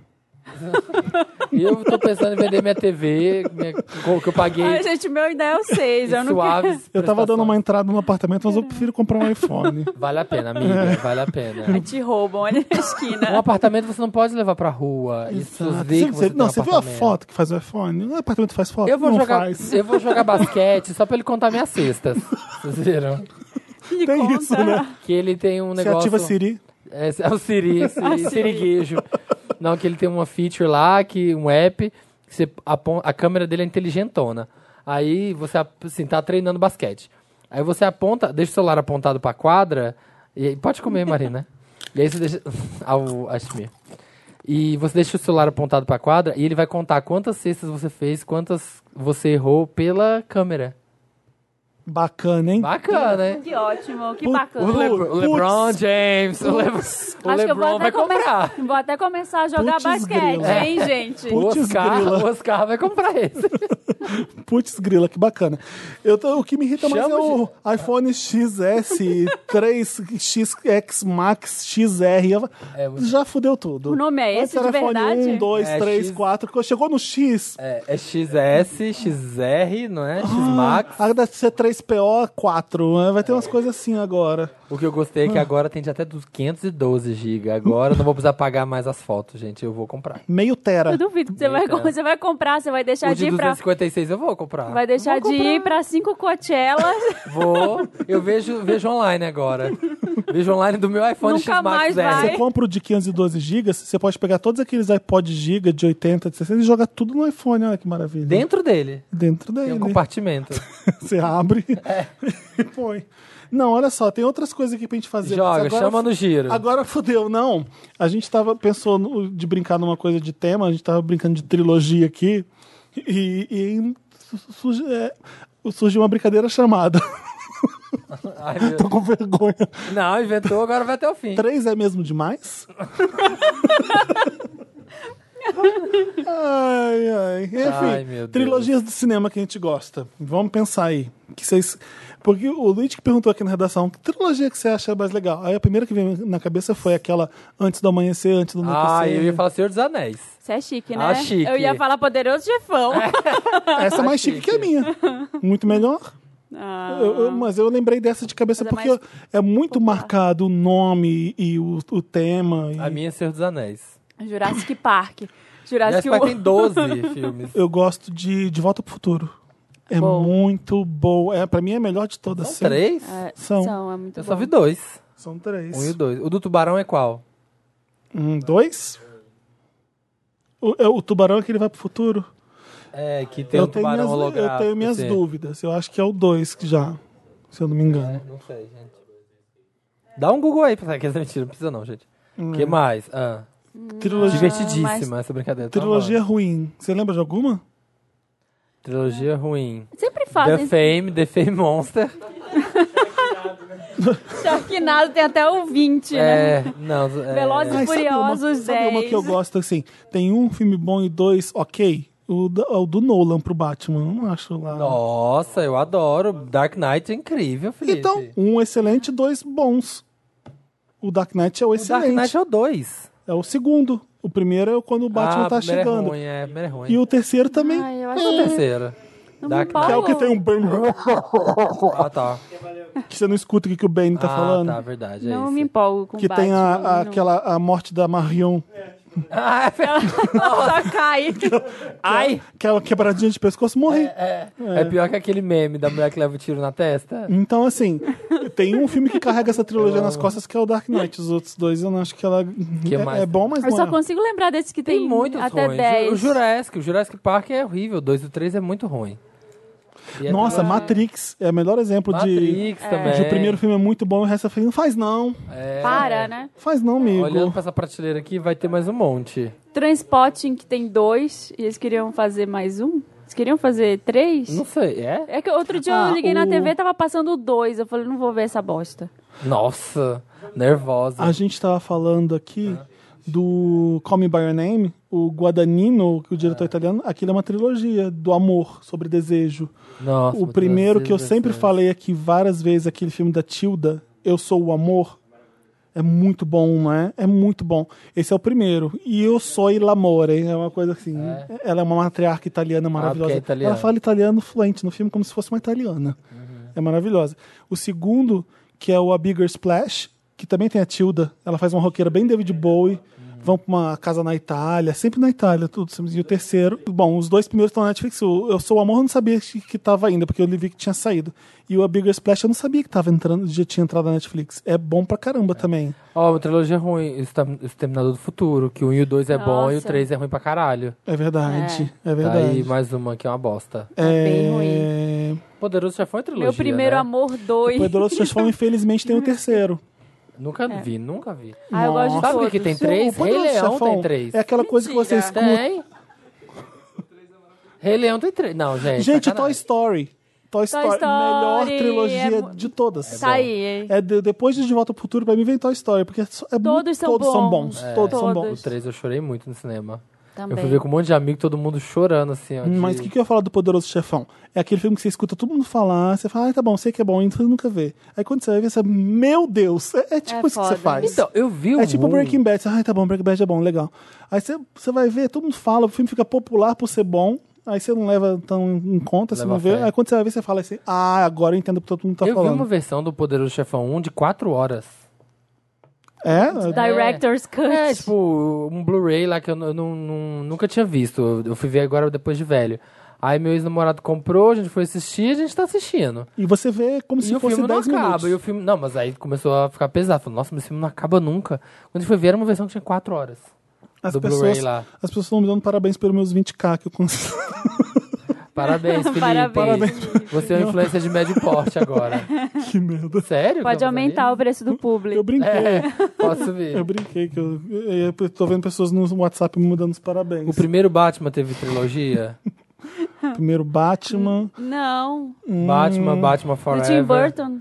[SPEAKER 3] E eu tô pensando em vender minha TV, minha, co- que eu paguei
[SPEAKER 1] Ai, gente, meu ainda é o 6. Eu
[SPEAKER 3] em
[SPEAKER 1] não quero.
[SPEAKER 3] suaves.
[SPEAKER 2] Eu tava
[SPEAKER 3] prestações.
[SPEAKER 2] dando uma entrada no apartamento, mas eu prefiro comprar um iPhone.
[SPEAKER 3] Vale a pena, amiga. Vale a pena.
[SPEAKER 1] Ai, Te roubam ali na esquina.
[SPEAKER 3] Um apartamento você não pode levar pra rua. Isso
[SPEAKER 2] Exato.
[SPEAKER 3] vê que
[SPEAKER 2] Você-
[SPEAKER 3] você
[SPEAKER 2] não, você
[SPEAKER 3] tem um
[SPEAKER 2] viu a
[SPEAKER 3] apartamento.
[SPEAKER 2] foto que faz o iPhone? O apartamento faz foto?
[SPEAKER 3] Eu vou,
[SPEAKER 2] não
[SPEAKER 3] jogar,
[SPEAKER 2] faz.
[SPEAKER 3] eu vou jogar basquete só pra ele contar minhas cestas. Vocês viram?
[SPEAKER 1] Me
[SPEAKER 2] Tem
[SPEAKER 1] conta.
[SPEAKER 2] isso, né?
[SPEAKER 3] Que ele tem um
[SPEAKER 2] Você
[SPEAKER 3] negócio...
[SPEAKER 2] ativa Siri.
[SPEAKER 3] É, é o
[SPEAKER 1] Ah,
[SPEAKER 3] Siri, Siri Siriguejo. Não, que ele tem uma feature lá, que um app, que você apon- a câmera dele é inteligentona. Aí você, ap- assim, tá treinando basquete. Aí você aponta, deixa o celular apontado pra quadra, e aí- pode comer, Marina. E aí você deixa... Ao, Ashmir. E você deixa o celular apontado pra quadra e ele vai contar quantas cestas você fez, quantas você errou pela câmera.
[SPEAKER 2] Bacana, hein?
[SPEAKER 3] Bacana, hein?
[SPEAKER 1] Que ótimo, que
[SPEAKER 2] Put-
[SPEAKER 3] O,
[SPEAKER 1] bacana.
[SPEAKER 2] Putz.
[SPEAKER 3] Lebr- o LeBron James, o, Lebr- o
[SPEAKER 1] Acho que eu vou
[SPEAKER 3] LeBron
[SPEAKER 1] até,
[SPEAKER 3] vai comprar. É.
[SPEAKER 1] come- vou até começar a jogar
[SPEAKER 2] Putz
[SPEAKER 1] basquete,
[SPEAKER 2] grila.
[SPEAKER 1] hein, gente?
[SPEAKER 3] O
[SPEAKER 2] Putz,
[SPEAKER 3] Oscar,
[SPEAKER 2] grila.
[SPEAKER 3] o Oscar vai comprar esse.
[SPEAKER 2] Putz, grila, que bacana. Eu tô- o que me irrita mais é
[SPEAKER 3] Chama
[SPEAKER 2] o iPhone XS, 3, XX Max, XR. Eu-
[SPEAKER 3] É, você-
[SPEAKER 2] Já fudeu tudo. um,
[SPEAKER 1] O nome é
[SPEAKER 2] Antes
[SPEAKER 1] esse, de
[SPEAKER 2] era
[SPEAKER 1] verdade?
[SPEAKER 2] iPhone 1, 2,
[SPEAKER 3] É,
[SPEAKER 2] 3,
[SPEAKER 3] X.
[SPEAKER 2] 4. quando Chegou no X.
[SPEAKER 3] É, é XS, XR, não é? Xmax.
[SPEAKER 2] Ah, deve ser 3PO, 4. né? Vai ter umas coisas assim agora.
[SPEAKER 3] O que eu gostei é que agora tem de até dos 512 GB. Agora eu não vou precisar pagar mais as fotos, gente. Eu vou comprar.
[SPEAKER 2] Meio tera.
[SPEAKER 1] Eu duvido que você vai,
[SPEAKER 3] Eita.
[SPEAKER 1] você vai comprar, você vai deixar
[SPEAKER 3] O
[SPEAKER 1] de
[SPEAKER 3] de
[SPEAKER 1] ir pra...
[SPEAKER 3] 256 eu vou comprar.
[SPEAKER 1] Vai deixar de ir pra cinco Coachellas.
[SPEAKER 3] Vou. Eu vejo, vejo online agora. Vejo online do meu iPhone
[SPEAKER 1] Nunca
[SPEAKER 3] X Max
[SPEAKER 1] mais vai.
[SPEAKER 2] Você compra o de 512 GB, você pode pegar todos aqueles iPod Giga de 80, de 60 e jogar tudo no iPhone. Olha que maravilha.
[SPEAKER 3] Dentro dele.
[SPEAKER 2] Dentro
[SPEAKER 3] Tem
[SPEAKER 2] dele.
[SPEAKER 3] um É. compartimento.
[SPEAKER 2] Você abre e põe. Não, olha só, tem outras coisas aqui pra gente fazer.
[SPEAKER 3] Joga,
[SPEAKER 2] Mas agora-
[SPEAKER 3] chama no giro.
[SPEAKER 2] Agora fodeu, não. A gente tava, pensou no- de brincar numa coisa de tema, a gente tava brincando de trilogia aqui. E, e su- surge- é, surgiu uma brincadeira chamada.
[SPEAKER 3] Ai, meu-
[SPEAKER 2] Tô com vergonha.
[SPEAKER 3] Não, inventou, agora vai até o fim.
[SPEAKER 2] Três é mesmo demais? ai, ai. Enfim,
[SPEAKER 3] Ai, meu Deus.
[SPEAKER 2] trilogias do cinema que a gente gosta. Vamos pensar aí. Que vocês... Porque o Luiz que perguntou aqui na redação, que trilogia que você acha mais legal? Aí a primeira que veio na cabeça foi aquela Antes do Amanhecer, Antes do
[SPEAKER 3] Ah,
[SPEAKER 2] Anoitecer.
[SPEAKER 3] eu ia falar Senhor dos Anéis.
[SPEAKER 1] Você é chique, né?
[SPEAKER 3] Ah, chique.
[SPEAKER 1] Eu ia falar poderoso chefão.
[SPEAKER 2] Essa é mais chique que a minha. Muito melhor.
[SPEAKER 1] Ah,
[SPEAKER 2] Eu- eu- mas eu lembrei dessa de cabeça
[SPEAKER 1] Mas é
[SPEAKER 2] porque
[SPEAKER 1] mais
[SPEAKER 2] é muito marcado o nome e o, o tema. e-
[SPEAKER 3] A minha é Senhor dos Anéis.
[SPEAKER 1] Jurassic Park.
[SPEAKER 3] Aliás,
[SPEAKER 1] Jurassic
[SPEAKER 3] pai tem
[SPEAKER 1] World.
[SPEAKER 3] 12 filmes.
[SPEAKER 2] Eu gosto de De Volta pro Futuro. É
[SPEAKER 1] Bom.
[SPEAKER 2] muito boa. É, pra mim é a melhor de todas.
[SPEAKER 3] São
[SPEAKER 2] sim.
[SPEAKER 3] três?
[SPEAKER 1] É,
[SPEAKER 2] São.
[SPEAKER 1] são, é muito
[SPEAKER 3] Eu
[SPEAKER 1] bom.
[SPEAKER 3] só vi dois.
[SPEAKER 2] São três.
[SPEAKER 3] Um e o dois. O do tubarão é qual?
[SPEAKER 2] Um, dois? O, é, o tubarão é que ele vai pro futuro?
[SPEAKER 3] É, que tem
[SPEAKER 2] eu,
[SPEAKER 3] um
[SPEAKER 2] tenho
[SPEAKER 3] tubarão
[SPEAKER 2] minhas,
[SPEAKER 3] holográfico.
[SPEAKER 2] eu tenho minhas
[SPEAKER 3] assim.
[SPEAKER 2] dúvidas. Eu acho que é o dois que já, se eu não me engano.
[SPEAKER 3] Não sei, gente. Dá um Google aí pra saber que essa mentira. Não precisa não, gente. O que mais? Ah,
[SPEAKER 2] Trilogia,
[SPEAKER 3] divertidíssima
[SPEAKER 1] mas-
[SPEAKER 3] essa brincadeira. tá
[SPEAKER 2] trilogia ruim. Você lembra de alguma?
[SPEAKER 3] bom. Trilogia ruim.
[SPEAKER 1] Sempre
[SPEAKER 3] The
[SPEAKER 1] fazem.
[SPEAKER 3] Fame, The Fame Monster.
[SPEAKER 1] Sharknado tem até o 20, né?
[SPEAKER 3] É, não. É,
[SPEAKER 1] Velozes-
[SPEAKER 2] Ai,
[SPEAKER 1] Furiosos
[SPEAKER 2] sabe uma, sabe uma que eu
[SPEAKER 1] 10.
[SPEAKER 2] gosto assim? Tem um filme bom e dois ok. O, da- o do Nolan pro Batman. Eu não acho lá.
[SPEAKER 3] Nossa, eu adoro. Dark Knight é incrível, Felipe.
[SPEAKER 2] Então, um excelente, dois bons. O Dark Knight é o
[SPEAKER 3] o Dark
[SPEAKER 2] excelente.
[SPEAKER 3] Knight é o 2.
[SPEAKER 2] É o segundo. O primeiro é quando o Batman
[SPEAKER 3] ah,
[SPEAKER 2] tá
[SPEAKER 3] primeiro
[SPEAKER 2] chegando.
[SPEAKER 3] É ruim, é, primeiro é ruim.
[SPEAKER 2] E o terceiro também.
[SPEAKER 1] Ai, eu
[SPEAKER 3] E o
[SPEAKER 1] acho
[SPEAKER 3] terceiro?
[SPEAKER 1] Não me
[SPEAKER 3] Dark
[SPEAKER 2] que é
[SPEAKER 1] importa.
[SPEAKER 2] o que tem um Ben.
[SPEAKER 3] Ah, tá.
[SPEAKER 2] que você não escuta o que, que o Ben tá
[SPEAKER 3] ah,
[SPEAKER 2] falando.
[SPEAKER 3] tá, verdade. é
[SPEAKER 1] Não
[SPEAKER 3] esse.
[SPEAKER 1] me empolgo com
[SPEAKER 2] Que
[SPEAKER 1] Batman.
[SPEAKER 2] tem a- a-
[SPEAKER 1] não.
[SPEAKER 2] aquela a morte da Marion.
[SPEAKER 3] Ah, é verdade.
[SPEAKER 1] Ela só cai.
[SPEAKER 3] Ai!
[SPEAKER 2] Aquela quebradinha de pescoço, morri.
[SPEAKER 3] É pior que aquele meme da mulher que leva o tiro na testa.
[SPEAKER 2] Então, assim, tem um filme que carrega essa trilogia nas costas que é o Dark Knight. Os outros dois eu não acho que ela.
[SPEAKER 3] Que
[SPEAKER 2] é,
[SPEAKER 3] mais?
[SPEAKER 2] é bom, mas
[SPEAKER 1] Eu
[SPEAKER 2] não
[SPEAKER 1] só
[SPEAKER 2] é.
[SPEAKER 1] consigo lembrar desses que tem,
[SPEAKER 3] Tem muitos
[SPEAKER 1] até
[SPEAKER 3] ruins.
[SPEAKER 1] 10.
[SPEAKER 3] O Jurassic, o Jurassic Park é horrível. O 2 e o 3 é muito ruim. E é
[SPEAKER 2] Nossa, Matrix é o melhor exemplo de.
[SPEAKER 3] Matrix também.
[SPEAKER 2] de o primeiro filme é muito bom e o resto é feio. Não faz não.
[SPEAKER 3] É.
[SPEAKER 1] Para, né?
[SPEAKER 2] Faz não, amigo.
[SPEAKER 3] Olhando pra essa prateleira aqui, vai ter mais um monte.
[SPEAKER 1] Transpotting, que tem dois, e eles queriam fazer mais um? Eles queriam fazer três?
[SPEAKER 3] Não sei, é?
[SPEAKER 1] É que outro dia
[SPEAKER 2] Ah,
[SPEAKER 1] eu liguei na
[SPEAKER 2] o-
[SPEAKER 1] TV e tava passando o dois. Eu falei, não vou ver essa bosta.
[SPEAKER 3] Nossa, nervosa.
[SPEAKER 2] A gente tava falando aqui
[SPEAKER 3] É.
[SPEAKER 2] do Call Me By Your Name, o Guadagnino, que o diretor italiano, aquilo é uma trilogia do amor, sobre desejo.
[SPEAKER 3] Nossa,
[SPEAKER 2] o
[SPEAKER 3] meu
[SPEAKER 2] primeiro
[SPEAKER 3] Deus, é.
[SPEAKER 2] que eu
[SPEAKER 3] Deus,
[SPEAKER 2] sempre
[SPEAKER 3] Deus.
[SPEAKER 2] falei aqui várias vezes, aquele filme da Tilda, Eu Sou o Amor, é muito bom, não é? É muito bom. Esse é o primeiro. E Eu Sou l'Amore, é uma coisa assim. Ela é uma matriarca italiana maravilhosa.
[SPEAKER 3] porque é italiana.
[SPEAKER 2] Ela fala italiano fluente no filme como se fosse uma italiana. É maravilhosa. O segundo, que é o A Bigger Splash, que também tem a Tilda. Ela faz uma roqueira bem David Bowie. Vão pra uma casa na Itália, sempre na Itália, tudo. E o terceiro. Bom, os dois primeiros estão na Netflix. O Eu Sou o Amor eu não sabia que, que tava ainda, porque eu vi que tinha saído. E o A Bigger Splash eu não sabia que tava entrando, já tinha entrado na Netflix. É bom pra caramba também.
[SPEAKER 3] Ó, uma trilogia ruim, Extermin- Exterminador do Futuro, que o 1 e o 2 é bom e o
[SPEAKER 1] Nossa.
[SPEAKER 3] 3 é ruim pra caralho.
[SPEAKER 2] É verdade. É,
[SPEAKER 3] Tá aí
[SPEAKER 2] verdade.
[SPEAKER 3] mais uma que é uma bosta.
[SPEAKER 1] Tá bem
[SPEAKER 2] é...
[SPEAKER 3] Poderoso já foi uma trilogia,
[SPEAKER 1] Meu primeiro
[SPEAKER 3] né?
[SPEAKER 1] amor, dois.
[SPEAKER 2] Poderoso Transforma, infelizmente, tem o terceiro.
[SPEAKER 3] Nunca
[SPEAKER 1] É.
[SPEAKER 3] vi, nunca vi.
[SPEAKER 1] Ah, eu gosto de
[SPEAKER 3] Sabe o
[SPEAKER 1] todos.
[SPEAKER 3] que que tem três?
[SPEAKER 2] O Poderoso
[SPEAKER 3] Rei Leão
[SPEAKER 2] Chefão
[SPEAKER 3] tem três.
[SPEAKER 2] É aquela coisa que você escuta.
[SPEAKER 3] Tem? Rei Leão tem três. Não, gente.
[SPEAKER 2] Gente, Toy
[SPEAKER 3] É, sacanagem.
[SPEAKER 2] Story. Toy Story, melhor
[SPEAKER 1] Story,
[SPEAKER 2] trilogia
[SPEAKER 1] é mu-
[SPEAKER 2] de todas.
[SPEAKER 1] Tá aí, hein?
[SPEAKER 2] É de- depois de De Volta pro Futuro, pra mim vem Toy Story, porque so- é
[SPEAKER 1] Todos
[SPEAKER 2] muito-
[SPEAKER 1] são
[SPEAKER 2] todos são
[SPEAKER 1] bons.
[SPEAKER 2] bons.
[SPEAKER 1] É.
[SPEAKER 2] Todos são
[SPEAKER 1] Todos.
[SPEAKER 2] bons.
[SPEAKER 3] O três eu chorei muito no cinema.
[SPEAKER 1] Também.
[SPEAKER 3] Eu fui ver com um monte de amigo, todo mundo chorando, assim, ó. de-
[SPEAKER 2] Mas o que, que eu ia falar do Poderoso Chefão? É aquele filme que você escuta todo mundo falar, você fala, ah, tá bom, sei que é bom, então você nunca vê. Aí quando você vai ver, você, meu Deus, é, é tipo
[SPEAKER 1] É
[SPEAKER 2] isso que você
[SPEAKER 1] foda.
[SPEAKER 2] faz.
[SPEAKER 3] Então, eu vi o
[SPEAKER 2] É tipo
[SPEAKER 3] um.
[SPEAKER 2] Breaking Bad. Você, Ai, tá bom, Breaking Bad é bom, legal. Aí você, você vai ver, todo mundo fala, o filme fica popular por ser bom. Aí você não leva tão em conta, você
[SPEAKER 3] Leva
[SPEAKER 2] não vê.
[SPEAKER 3] fé.
[SPEAKER 2] Aí quando você vai ver, você fala assim, ah, agora eu entendo o que todo mundo tá
[SPEAKER 3] eu vi
[SPEAKER 2] falando.
[SPEAKER 3] uma versão do Poderoso Chefão 1 de 4 horas.
[SPEAKER 2] É? tipo,
[SPEAKER 1] Director's Cut.
[SPEAKER 3] É, tipo, um Blu-ray lá que eu, nu- eu nu- nu- nunca tinha visto. Eu fui ver agora depois de velho. Aí meu ex-namorado comprou, a gente foi assistir, a gente tá assistindo.
[SPEAKER 2] E você vê como se
[SPEAKER 3] e o
[SPEAKER 2] fosse
[SPEAKER 3] filme não
[SPEAKER 2] 10
[SPEAKER 3] acaba.
[SPEAKER 2] minutos.
[SPEAKER 3] E o filme... Não, mas aí começou a ficar pesado. Falei, nossa, mas esse filme não acaba nunca. Quando a gente foi ver, era uma versão que tinha 4 horas.
[SPEAKER 2] As
[SPEAKER 3] do Blu-ray
[SPEAKER 2] pessoas,
[SPEAKER 3] lá.
[SPEAKER 2] as pessoas estão me dando parabéns pelos meus 20k que eu consegui. é
[SPEAKER 3] Parabéns, Felipe.
[SPEAKER 2] né?
[SPEAKER 1] Parabéns.
[SPEAKER 3] Você é uma influência de médio porte agora.
[SPEAKER 2] que merda.
[SPEAKER 3] Sério?
[SPEAKER 1] Pode aumentar um o preço do
[SPEAKER 2] "Hum, Eu
[SPEAKER 1] público.
[SPEAKER 2] brinquei.
[SPEAKER 3] É, posso ver.
[SPEAKER 2] Eu brinquei que eu, eu- eu tô vendo pessoas no WhatsApp me dando os parabéns.
[SPEAKER 3] O primeiro Batman teve trilogia?
[SPEAKER 2] Primeiro
[SPEAKER 1] Hum.
[SPEAKER 2] Batman.
[SPEAKER 1] Não.
[SPEAKER 2] Hum.
[SPEAKER 3] Batman, Batman
[SPEAKER 1] Do
[SPEAKER 3] Forever.
[SPEAKER 1] Tim Burton.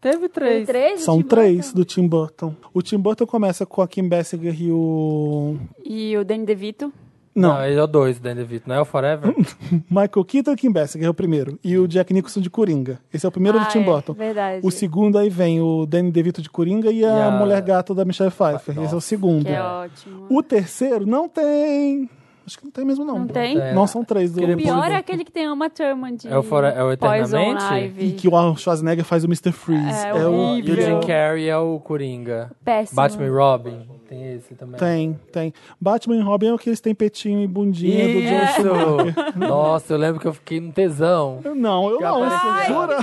[SPEAKER 3] Teve
[SPEAKER 1] Tem
[SPEAKER 3] três.
[SPEAKER 1] três? do
[SPEAKER 2] São
[SPEAKER 1] Tim
[SPEAKER 2] é, três
[SPEAKER 1] Burton?
[SPEAKER 2] do Tim Burton. O Tim Burton começa com a Kim Bessinger e o.
[SPEAKER 1] E o Danny DeVito.
[SPEAKER 2] Não,
[SPEAKER 3] ele é o dois, Dan DeVito. Não é o Forever?
[SPEAKER 2] Michael Keaton e Kim Bessinger é o primeiro. E o Jack Nicholson de Coringa. Esse é o primeiro
[SPEAKER 1] Ah,
[SPEAKER 2] do Tim
[SPEAKER 1] é,
[SPEAKER 2] Burton.
[SPEAKER 1] verdade.
[SPEAKER 2] O segundo aí vem o Danny DeVito de Coringa e a,
[SPEAKER 3] E a-
[SPEAKER 2] Mulher Gata da Michelle Pfeiffer. Esse é o
[SPEAKER 3] Nossa,
[SPEAKER 2] segundo.
[SPEAKER 1] Que é ótimo.
[SPEAKER 2] O terceiro não tem. Acho que não tem mesmo, não.
[SPEAKER 1] Não tem?
[SPEAKER 3] É.
[SPEAKER 2] Não, são três do.
[SPEAKER 3] Aquele
[SPEAKER 1] O
[SPEAKER 2] do
[SPEAKER 1] pior
[SPEAKER 2] Tim
[SPEAKER 1] é
[SPEAKER 2] Burton.
[SPEAKER 1] aquele que tem uma Thurman de
[SPEAKER 3] É o fora- é o
[SPEAKER 1] Poison
[SPEAKER 3] Eternamente?
[SPEAKER 1] Ivy.
[SPEAKER 2] E que o Arnold Schwarzenegger faz o Mr. Freeze.
[SPEAKER 1] É
[SPEAKER 2] É, o.
[SPEAKER 1] horrível.
[SPEAKER 3] E o Jim
[SPEAKER 1] Incrível.
[SPEAKER 3] Carrey é o Coringa.
[SPEAKER 1] Péssimo.
[SPEAKER 3] Batman
[SPEAKER 2] é
[SPEAKER 3] e Robin. Tem esse também.
[SPEAKER 2] Tem, tem. Batman e Robin é aqueles tempetinho e bundinha do John
[SPEAKER 3] Isso! é. Nossa, eu lembro que eu fiquei num tesão.
[SPEAKER 2] Não, eu não,
[SPEAKER 3] Ai,
[SPEAKER 2] você jura?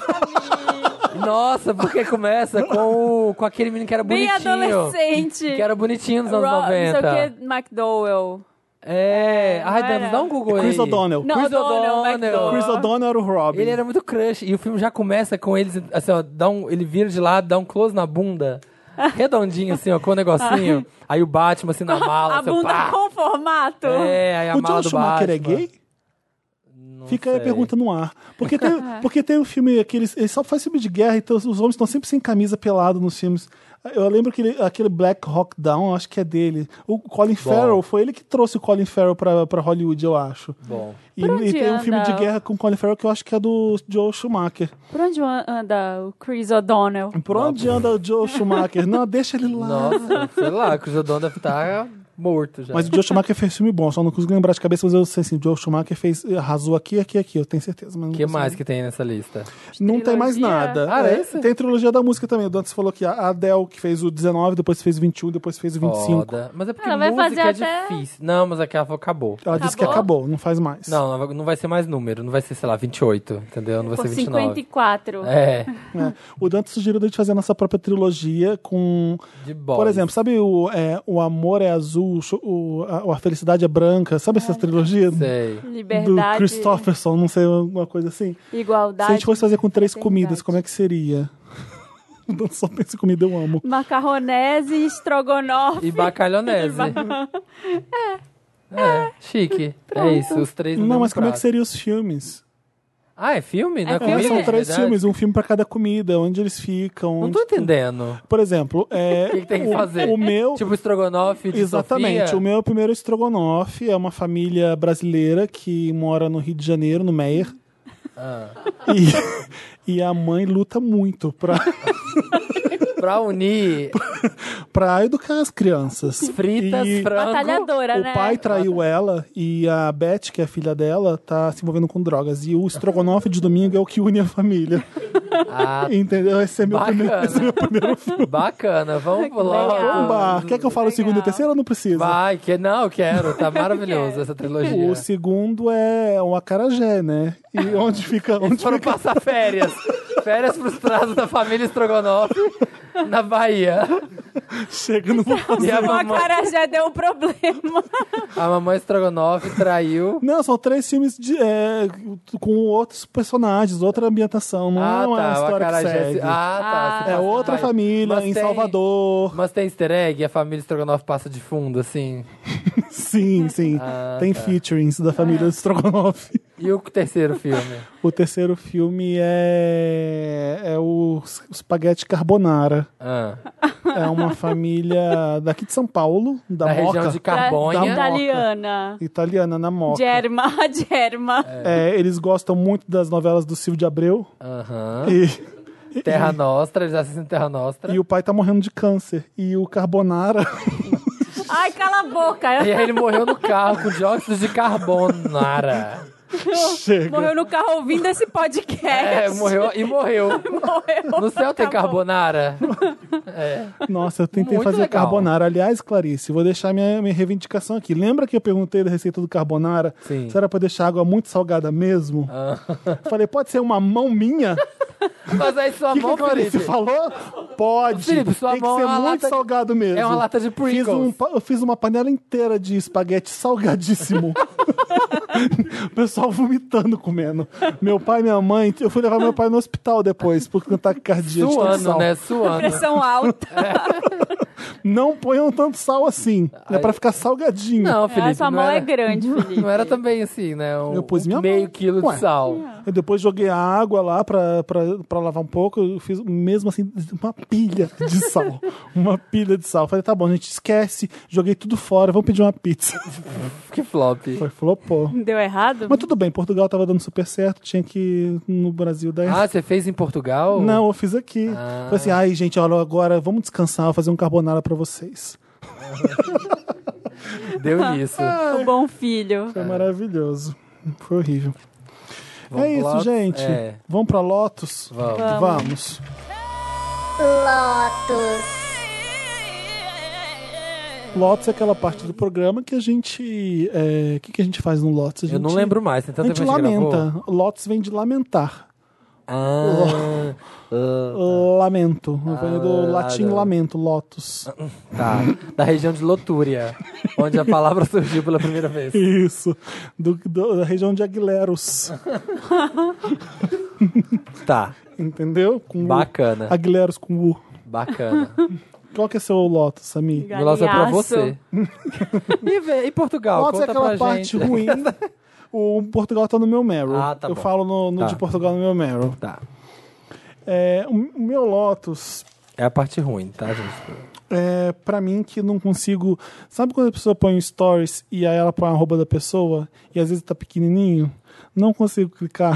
[SPEAKER 3] Nossa, porque começa com, o- com aquele menino que era
[SPEAKER 1] Bem
[SPEAKER 3] bonitinho.
[SPEAKER 1] adolescente.
[SPEAKER 3] Que era bonitinho nos anos
[SPEAKER 1] Ro- Não sei
[SPEAKER 3] 90.
[SPEAKER 1] o que, McDowell.
[SPEAKER 3] É. Ai,
[SPEAKER 1] não
[SPEAKER 3] Dan,
[SPEAKER 1] era.
[SPEAKER 3] dá um Google aí.
[SPEAKER 2] Chris O'Donnell.
[SPEAKER 1] Não,
[SPEAKER 3] Chris
[SPEAKER 1] O'Donnell,
[SPEAKER 3] O'Donnell.
[SPEAKER 1] McDowell.
[SPEAKER 2] Chris O'Donnell era o Robin.
[SPEAKER 3] Ele era muito crush. E o filme já começa com eles, assim, ó, dá um, ele vira de lado, dá um close na bunda. Redondinho, assim, ó, com o negocinho. Aí o Batman, assim, na mala.
[SPEAKER 1] Ah. a
[SPEAKER 3] assim,
[SPEAKER 1] bunda
[SPEAKER 3] pá.
[SPEAKER 1] com formato.
[SPEAKER 3] É, aí a
[SPEAKER 2] O
[SPEAKER 3] mala
[SPEAKER 2] John
[SPEAKER 3] do
[SPEAKER 2] Schumacher
[SPEAKER 3] Batman.
[SPEAKER 2] é gay?
[SPEAKER 3] Não
[SPEAKER 2] Fica aí a
[SPEAKER 3] sei.
[SPEAKER 2] pergunta no ar. Porque tem, porque tem um filme que eles, eles só faz filme de guerra, então os homens estão sempre sem camisa pelado nos filmes. Eu lembro que ele- aquele Black Hawk Down, acho que é dele. O Colin Farrell, foi ele que trouxe o Colin Farrell pra, pra Hollywood, eu acho.
[SPEAKER 3] Bom.
[SPEAKER 2] E,
[SPEAKER 1] Por onde
[SPEAKER 2] e tem um
[SPEAKER 1] anda?
[SPEAKER 2] filme de guerra com o Colin Farrell que eu acho que é do Joe Schumacher.
[SPEAKER 1] Por onde an- anda o Chris O'Donnell?
[SPEAKER 2] Por onde anda o Joe Schumacher? Não, deixa ele lá.
[SPEAKER 3] Nossa, sei lá, que o Jodon deve estar morto já.
[SPEAKER 2] Mas o Joe Schumacher fez filme bom, só não consigo lembrar de cabeça, mas eu sei assim, o Joe Schumacher fez, arrasou aqui, aqui, aqui, eu tenho certeza. Mas
[SPEAKER 3] O
[SPEAKER 2] não
[SPEAKER 3] que
[SPEAKER 2] consigo
[SPEAKER 3] mais que tem nessa lista?
[SPEAKER 2] Não tem mais
[SPEAKER 1] Trilogia.
[SPEAKER 2] nada.
[SPEAKER 3] Ah, é
[SPEAKER 2] É,
[SPEAKER 3] isso?
[SPEAKER 2] tem trilogia da música também. O Dantes falou que a Adele, que fez o 19, depois fez o 21, depois fez o 25.
[SPEAKER 3] Foda. Mas é porque
[SPEAKER 1] Ela vai
[SPEAKER 3] música
[SPEAKER 1] fazer
[SPEAKER 3] é
[SPEAKER 1] até-
[SPEAKER 3] difícil. Não, mas é aquela falou, acabou.
[SPEAKER 2] Ela disse que
[SPEAKER 1] Acabou?
[SPEAKER 2] acabou, não faz mais.
[SPEAKER 3] Não, não vai- não vai ser mais número. Não vai ser, sei lá, 28, entendeu? Não vai
[SPEAKER 1] Por
[SPEAKER 3] ser 29.
[SPEAKER 1] 54.
[SPEAKER 3] É,
[SPEAKER 2] É. O Dantes sugeriu a gente fazer a nossa própria trilogia com.
[SPEAKER 3] de bola.
[SPEAKER 2] Por exemplo, sabe o, é, o Amor é Azul, o cho- o, a, a Felicidade é Branca? Sabe essa trilogia?
[SPEAKER 3] Sei.
[SPEAKER 2] Do
[SPEAKER 1] Liberdade.
[SPEAKER 2] Christopherson, não sei, alguma coisa assim. Se
[SPEAKER 1] Igualdade.
[SPEAKER 2] a gente fosse fazer com três
[SPEAKER 1] Verdade.
[SPEAKER 2] comidas, como é que seria? O Dantes só pensa em comida, eu amo.
[SPEAKER 1] Macarronese e estrogonofe.
[SPEAKER 3] E bacalhonese. é. chique. É isso, os três no
[SPEAKER 2] Não,
[SPEAKER 3] mesmo
[SPEAKER 2] mas como é que
[SPEAKER 3] prato.
[SPEAKER 2] seriam os filmes?
[SPEAKER 3] Ah, é filme? Não é,
[SPEAKER 1] É
[SPEAKER 2] É,
[SPEAKER 3] comida?
[SPEAKER 1] filme?
[SPEAKER 2] são três
[SPEAKER 3] Verdade.
[SPEAKER 2] filmes, um filme pra cada comida, onde eles ficam.
[SPEAKER 3] Não
[SPEAKER 2] onde
[SPEAKER 3] tô entendendo.
[SPEAKER 2] Por exemplo, é,
[SPEAKER 3] que tem que
[SPEAKER 2] o,
[SPEAKER 3] fazer?
[SPEAKER 2] o meu.
[SPEAKER 3] Tipo estrogonofe de
[SPEAKER 2] Exatamente,
[SPEAKER 3] Sofia.
[SPEAKER 2] o meu primeiro estrogonofe é uma família brasileira que mora no Rio de Janeiro, no Meier.
[SPEAKER 3] Ah.
[SPEAKER 2] E, e a mãe luta muito pra,
[SPEAKER 3] Pra unir
[SPEAKER 2] pra educar as crianças.
[SPEAKER 3] fritas,
[SPEAKER 2] E
[SPEAKER 3] frango...
[SPEAKER 1] Batalhadora, né?
[SPEAKER 2] O pai tá traiu ela e a Beth, que é a filha dela, tá se envolvendo com drogas. E o estrogonofe de domingo é o que une a família.
[SPEAKER 3] Ah,
[SPEAKER 2] Entendeu? Esse é meu primeiro,
[SPEAKER 3] Bacana.
[SPEAKER 2] esse é meu primeiro filme.
[SPEAKER 3] bacana, vamos logo.
[SPEAKER 2] Bomba! Quer que eu fale o segundo e o terceiro ou não precisa?
[SPEAKER 3] Vai, que não, quero. Tá maravilhoso essa
[SPEAKER 2] O
[SPEAKER 3] trilogia.
[SPEAKER 2] segundo é o acarajé, né? E onde fica... Onde
[SPEAKER 3] Foram
[SPEAKER 2] fica...
[SPEAKER 3] passar férias. férias frustradas da família Estrogonofe na Bahia.
[SPEAKER 2] Chega no...
[SPEAKER 3] E a
[SPEAKER 1] O
[SPEAKER 3] mamãe,
[SPEAKER 1] acarajé deu um problema.
[SPEAKER 3] a mamãe Estrogonofe traiu.
[SPEAKER 2] Não, são três filmes de, é, com outros personagens, outra ambientação. Não
[SPEAKER 3] ah,
[SPEAKER 2] é uma
[SPEAKER 3] tá, o
[SPEAKER 2] história que
[SPEAKER 3] acarajé
[SPEAKER 2] segue.
[SPEAKER 3] se- Ah, tá.
[SPEAKER 1] Ah.
[SPEAKER 3] se
[SPEAKER 2] é
[SPEAKER 3] passa
[SPEAKER 2] outra
[SPEAKER 3] em Bahia.
[SPEAKER 2] família,
[SPEAKER 3] Mas
[SPEAKER 2] em
[SPEAKER 3] tem-
[SPEAKER 2] Salvador.
[SPEAKER 3] Mas tem easter egg e a família Estrogonofe passa de fundo, assim.
[SPEAKER 2] Sim, sim.
[SPEAKER 3] Ah,
[SPEAKER 2] tem
[SPEAKER 3] tá.
[SPEAKER 2] featurings da família Strogonoff.
[SPEAKER 3] E o terceiro filme?
[SPEAKER 2] O terceiro filme é, é o Spaghetti Carbonara.
[SPEAKER 3] Ah,
[SPEAKER 2] É uma família daqui de São Paulo, da,
[SPEAKER 3] da
[SPEAKER 2] Moca,
[SPEAKER 3] região de Carbonha.
[SPEAKER 2] Dá-
[SPEAKER 1] Italiana.
[SPEAKER 2] italiana, na Moca.
[SPEAKER 1] Germa, germa.
[SPEAKER 2] É, eles gostam muito das novelas do Silvio de Abreu.
[SPEAKER 3] Aham.
[SPEAKER 2] E,
[SPEAKER 3] Terra Nostra, eles assistem Terra Nostra.
[SPEAKER 2] e o pai tá morrendo de câncer. E o Carbonara.
[SPEAKER 1] Ai, cala a boca.
[SPEAKER 3] E aí ele morreu no carro com dióxido de carbonara.
[SPEAKER 2] chega.
[SPEAKER 1] Morreu no carro ouvindo esse podcast.
[SPEAKER 3] É, morreu e morreu.
[SPEAKER 1] Morreu. tá
[SPEAKER 3] No céu tem
[SPEAKER 1] Acabou.
[SPEAKER 3] carbonara? É.
[SPEAKER 2] Nossa, eu tentei
[SPEAKER 3] Muito
[SPEAKER 2] fazer
[SPEAKER 3] legal.
[SPEAKER 2] carbonara. Aliás, Clarice, vou deixar minha, minha reivindicação aqui. Lembra que eu perguntei da receita do carbonara?
[SPEAKER 3] Sim. Ah.
[SPEAKER 2] Se era pra deixar a água muito salgada mesmo? Falei, pode ser uma mão minha?
[SPEAKER 3] Mas aí sua
[SPEAKER 2] O que, que
[SPEAKER 3] mão,
[SPEAKER 2] a Clarice
[SPEAKER 3] Tá Felipe,
[SPEAKER 2] falou? Pode.
[SPEAKER 3] Felipe, sua
[SPEAKER 2] Tem que
[SPEAKER 3] mão
[SPEAKER 2] ser
[SPEAKER 3] é uma
[SPEAKER 2] muito
[SPEAKER 3] lata-
[SPEAKER 2] salgado mesmo.
[SPEAKER 3] é uma lata de Pringles.
[SPEAKER 2] Fiz um pa- eu fiz uma panela inteira de espaguete salgadíssimo. o pessoal vomitando comendo. Meu pai e minha mãe... Eu fui levar meu pai no hospital depois, por taquicardia de tanto
[SPEAKER 3] suando,
[SPEAKER 2] sal.
[SPEAKER 3] né? Suando.
[SPEAKER 1] Pressão alta.
[SPEAKER 3] É,
[SPEAKER 2] Não ponham tanto sal assim. É
[SPEAKER 3] Aí-
[SPEAKER 2] pra ficar salgadinho.
[SPEAKER 3] Não, Felipe,
[SPEAKER 1] Ah, sua
[SPEAKER 3] não
[SPEAKER 1] mão
[SPEAKER 3] era,
[SPEAKER 1] é grande, Felipe.
[SPEAKER 3] Não era também assim, né? Um,
[SPEAKER 2] Eu pus minha
[SPEAKER 3] um meio
[SPEAKER 2] mão.
[SPEAKER 3] quilo de
[SPEAKER 2] Ué.
[SPEAKER 3] sal.
[SPEAKER 1] é.
[SPEAKER 2] Eu depois joguei a água lá pra, pra, pra lavar um pouco. Eu fiz mesmo assim, uma pilha de sal. uma pilha de sal. Falei, tá bom, a gente esquece. Joguei tudo fora, vamos pedir uma pizza.
[SPEAKER 3] Que flop.
[SPEAKER 2] Foi, flopou.
[SPEAKER 1] Deu errado?
[SPEAKER 2] Mas tudo bem, Portugal tava dando super certo, tinha que no Brasil dar
[SPEAKER 3] Ah, você fez em Portugal?
[SPEAKER 2] Não, eu fiz aqui. Falei assim, ai gente, olha, agora vamos descansar, vou fazer um carbonara pra vocês.
[SPEAKER 3] Deu nisso.
[SPEAKER 2] Ah,
[SPEAKER 1] O bom filho.
[SPEAKER 3] É.
[SPEAKER 2] Foi maravilhoso. Foi horrível.
[SPEAKER 3] Vamos
[SPEAKER 2] é
[SPEAKER 3] pro
[SPEAKER 2] isso,
[SPEAKER 3] Lotus?
[SPEAKER 2] gente.
[SPEAKER 3] É.
[SPEAKER 2] Vamos pra Lotus?
[SPEAKER 3] Vamos.
[SPEAKER 2] Vamos. Lotus é aquela parte do programa que a gente. é, O que, que a gente faz no Lotus? A gente,
[SPEAKER 3] Eu não lembro mais, tem
[SPEAKER 2] A
[SPEAKER 3] tanto
[SPEAKER 2] gente
[SPEAKER 3] tempo que gravou.
[SPEAKER 2] lamenta. Lotus vem de lamentar.
[SPEAKER 3] Ah, ah,
[SPEAKER 2] Lamento. Vem do
[SPEAKER 3] Ah,
[SPEAKER 2] latim
[SPEAKER 3] não.
[SPEAKER 2] lamento, Lotus.
[SPEAKER 3] tá. Da região de Lotúria, onde a palavra surgiu pela primeira vez.
[SPEAKER 2] Isso. Do, do- da região de Aguileros.
[SPEAKER 3] Tá,
[SPEAKER 2] Entendeu? Com U.
[SPEAKER 3] bacana,
[SPEAKER 2] Aguileros com U.
[SPEAKER 3] bacana.
[SPEAKER 2] Qual que é seu Lotus, Sami?
[SPEAKER 3] Meu laço é pra
[SPEAKER 1] Galhaço.
[SPEAKER 3] você. E, vê- e Portugal,
[SPEAKER 2] Lotus é
[SPEAKER 3] conta pra
[SPEAKER 2] aquela parte
[SPEAKER 3] gente.
[SPEAKER 2] ruim. O Portugal tá no meu Meryl.
[SPEAKER 3] Ah, tá
[SPEAKER 2] Eu
[SPEAKER 3] bom.
[SPEAKER 2] falo no, no
[SPEAKER 3] Tá.
[SPEAKER 2] de Portugal no meu Meryl.
[SPEAKER 3] Tá,
[SPEAKER 2] É, o, o meu Lotus,
[SPEAKER 3] é a parte ruim, tá, gente?
[SPEAKER 2] é, pra mim que não consigo. Sabe quando a pessoa põe um stories e aí ela põe a arroba da pessoa e às vezes tá pequenininho? Não consigo clicar.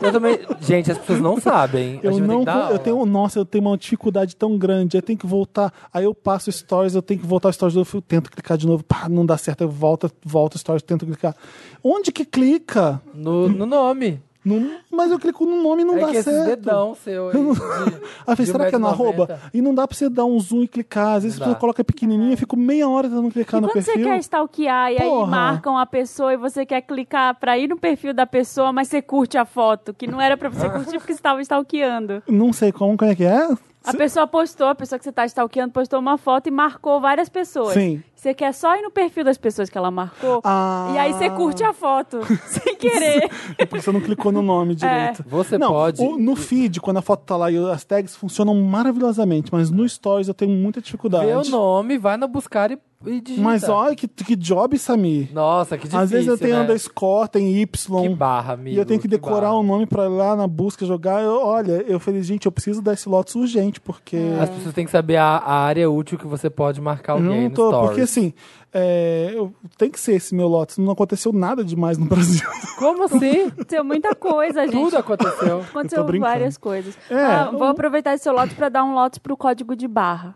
[SPEAKER 3] Eu também... Gente, as pessoas não sabem. a
[SPEAKER 2] Eu
[SPEAKER 3] gente vai ter
[SPEAKER 2] não,
[SPEAKER 3] que dar
[SPEAKER 2] con- eu
[SPEAKER 3] aula.
[SPEAKER 2] tenho, nossa, eu tenho uma dificuldade tão grande. Eu tenho que voltar, aí eu passo stories, eu tenho que voltar stories, de novo, eu tento clicar de novo, pá, não dá certo, eu volto, volto stories, tento clicar. Onde que clica?
[SPEAKER 3] No, no nome.
[SPEAKER 2] No- mas eu clico no nome e não
[SPEAKER 3] é
[SPEAKER 2] dá
[SPEAKER 3] que esses
[SPEAKER 2] certo.
[SPEAKER 3] dedão seu aí...
[SPEAKER 2] Ah, falei,
[SPEAKER 3] de
[SPEAKER 2] será que é no
[SPEAKER 3] 1,90?
[SPEAKER 2] arroba? E não dá pra você dar um zoom e clicar. Às vezes
[SPEAKER 3] Não
[SPEAKER 2] você
[SPEAKER 3] dá.
[SPEAKER 2] coloca pequenininho, eu fico meia hora tentando clicar
[SPEAKER 1] E
[SPEAKER 2] Tá no
[SPEAKER 1] quando
[SPEAKER 2] perfil.
[SPEAKER 1] você quer stalkear e aí
[SPEAKER 2] Porra.
[SPEAKER 1] marcam a pessoa e você quer clicar pra ir no perfil da pessoa, mas você curte a foto, que não era pra você curtir porque você tava stalkeando.
[SPEAKER 2] Não sei como, como é que é.
[SPEAKER 1] A pessoa postou, a pessoa que você tá stalkeando postou uma foto e marcou várias pessoas.
[SPEAKER 2] Sim.
[SPEAKER 1] Você quer só ir no perfil das pessoas que ela marcou
[SPEAKER 2] Ah.
[SPEAKER 1] e aí você curte a foto, sem querer.
[SPEAKER 2] É porque você não clicou no
[SPEAKER 1] É.
[SPEAKER 2] nome direito.
[SPEAKER 3] Você
[SPEAKER 2] não,
[SPEAKER 3] pode-
[SPEAKER 2] o- no feed, quando a foto tá lá e as tags funcionam maravilhosamente, mas no Stories eu tenho muita dificuldade.
[SPEAKER 3] Vê o nome, vai na buscar e, e digita.
[SPEAKER 2] Mas olha que, que job, Samir.
[SPEAKER 3] Nossa, que difícil,
[SPEAKER 2] Às vezes eu tenho
[SPEAKER 3] né?
[SPEAKER 2] underscore, tem
[SPEAKER 3] Que
[SPEAKER 2] Y.
[SPEAKER 3] barra, amigo.
[SPEAKER 2] e eu tenho que decorar o
[SPEAKER 3] barra.
[SPEAKER 2] nome pra ir lá na busca jogar. Eu- olha, eu falei, gente, eu preciso dar esse Lotus urgente, porque.
[SPEAKER 3] As pessoas têm que saber a, a área útil que você pode marcar
[SPEAKER 2] Eu
[SPEAKER 3] É. alguém
[SPEAKER 2] não tô,
[SPEAKER 3] no stories.
[SPEAKER 2] porque assim, é, eu- tem que ser esse meu Lotus. Não aconteceu nada demais no Brasil.
[SPEAKER 3] Como assim?
[SPEAKER 1] Aconteceu muita coisa, gente.
[SPEAKER 3] Tudo aconteceu.
[SPEAKER 2] Eu
[SPEAKER 1] Aconteceu
[SPEAKER 2] tô brincando.
[SPEAKER 1] várias coisas.
[SPEAKER 2] É,
[SPEAKER 1] Ah, vou
[SPEAKER 2] eu-
[SPEAKER 1] aproveitar esse seu lote para dar um lote pro código de barra.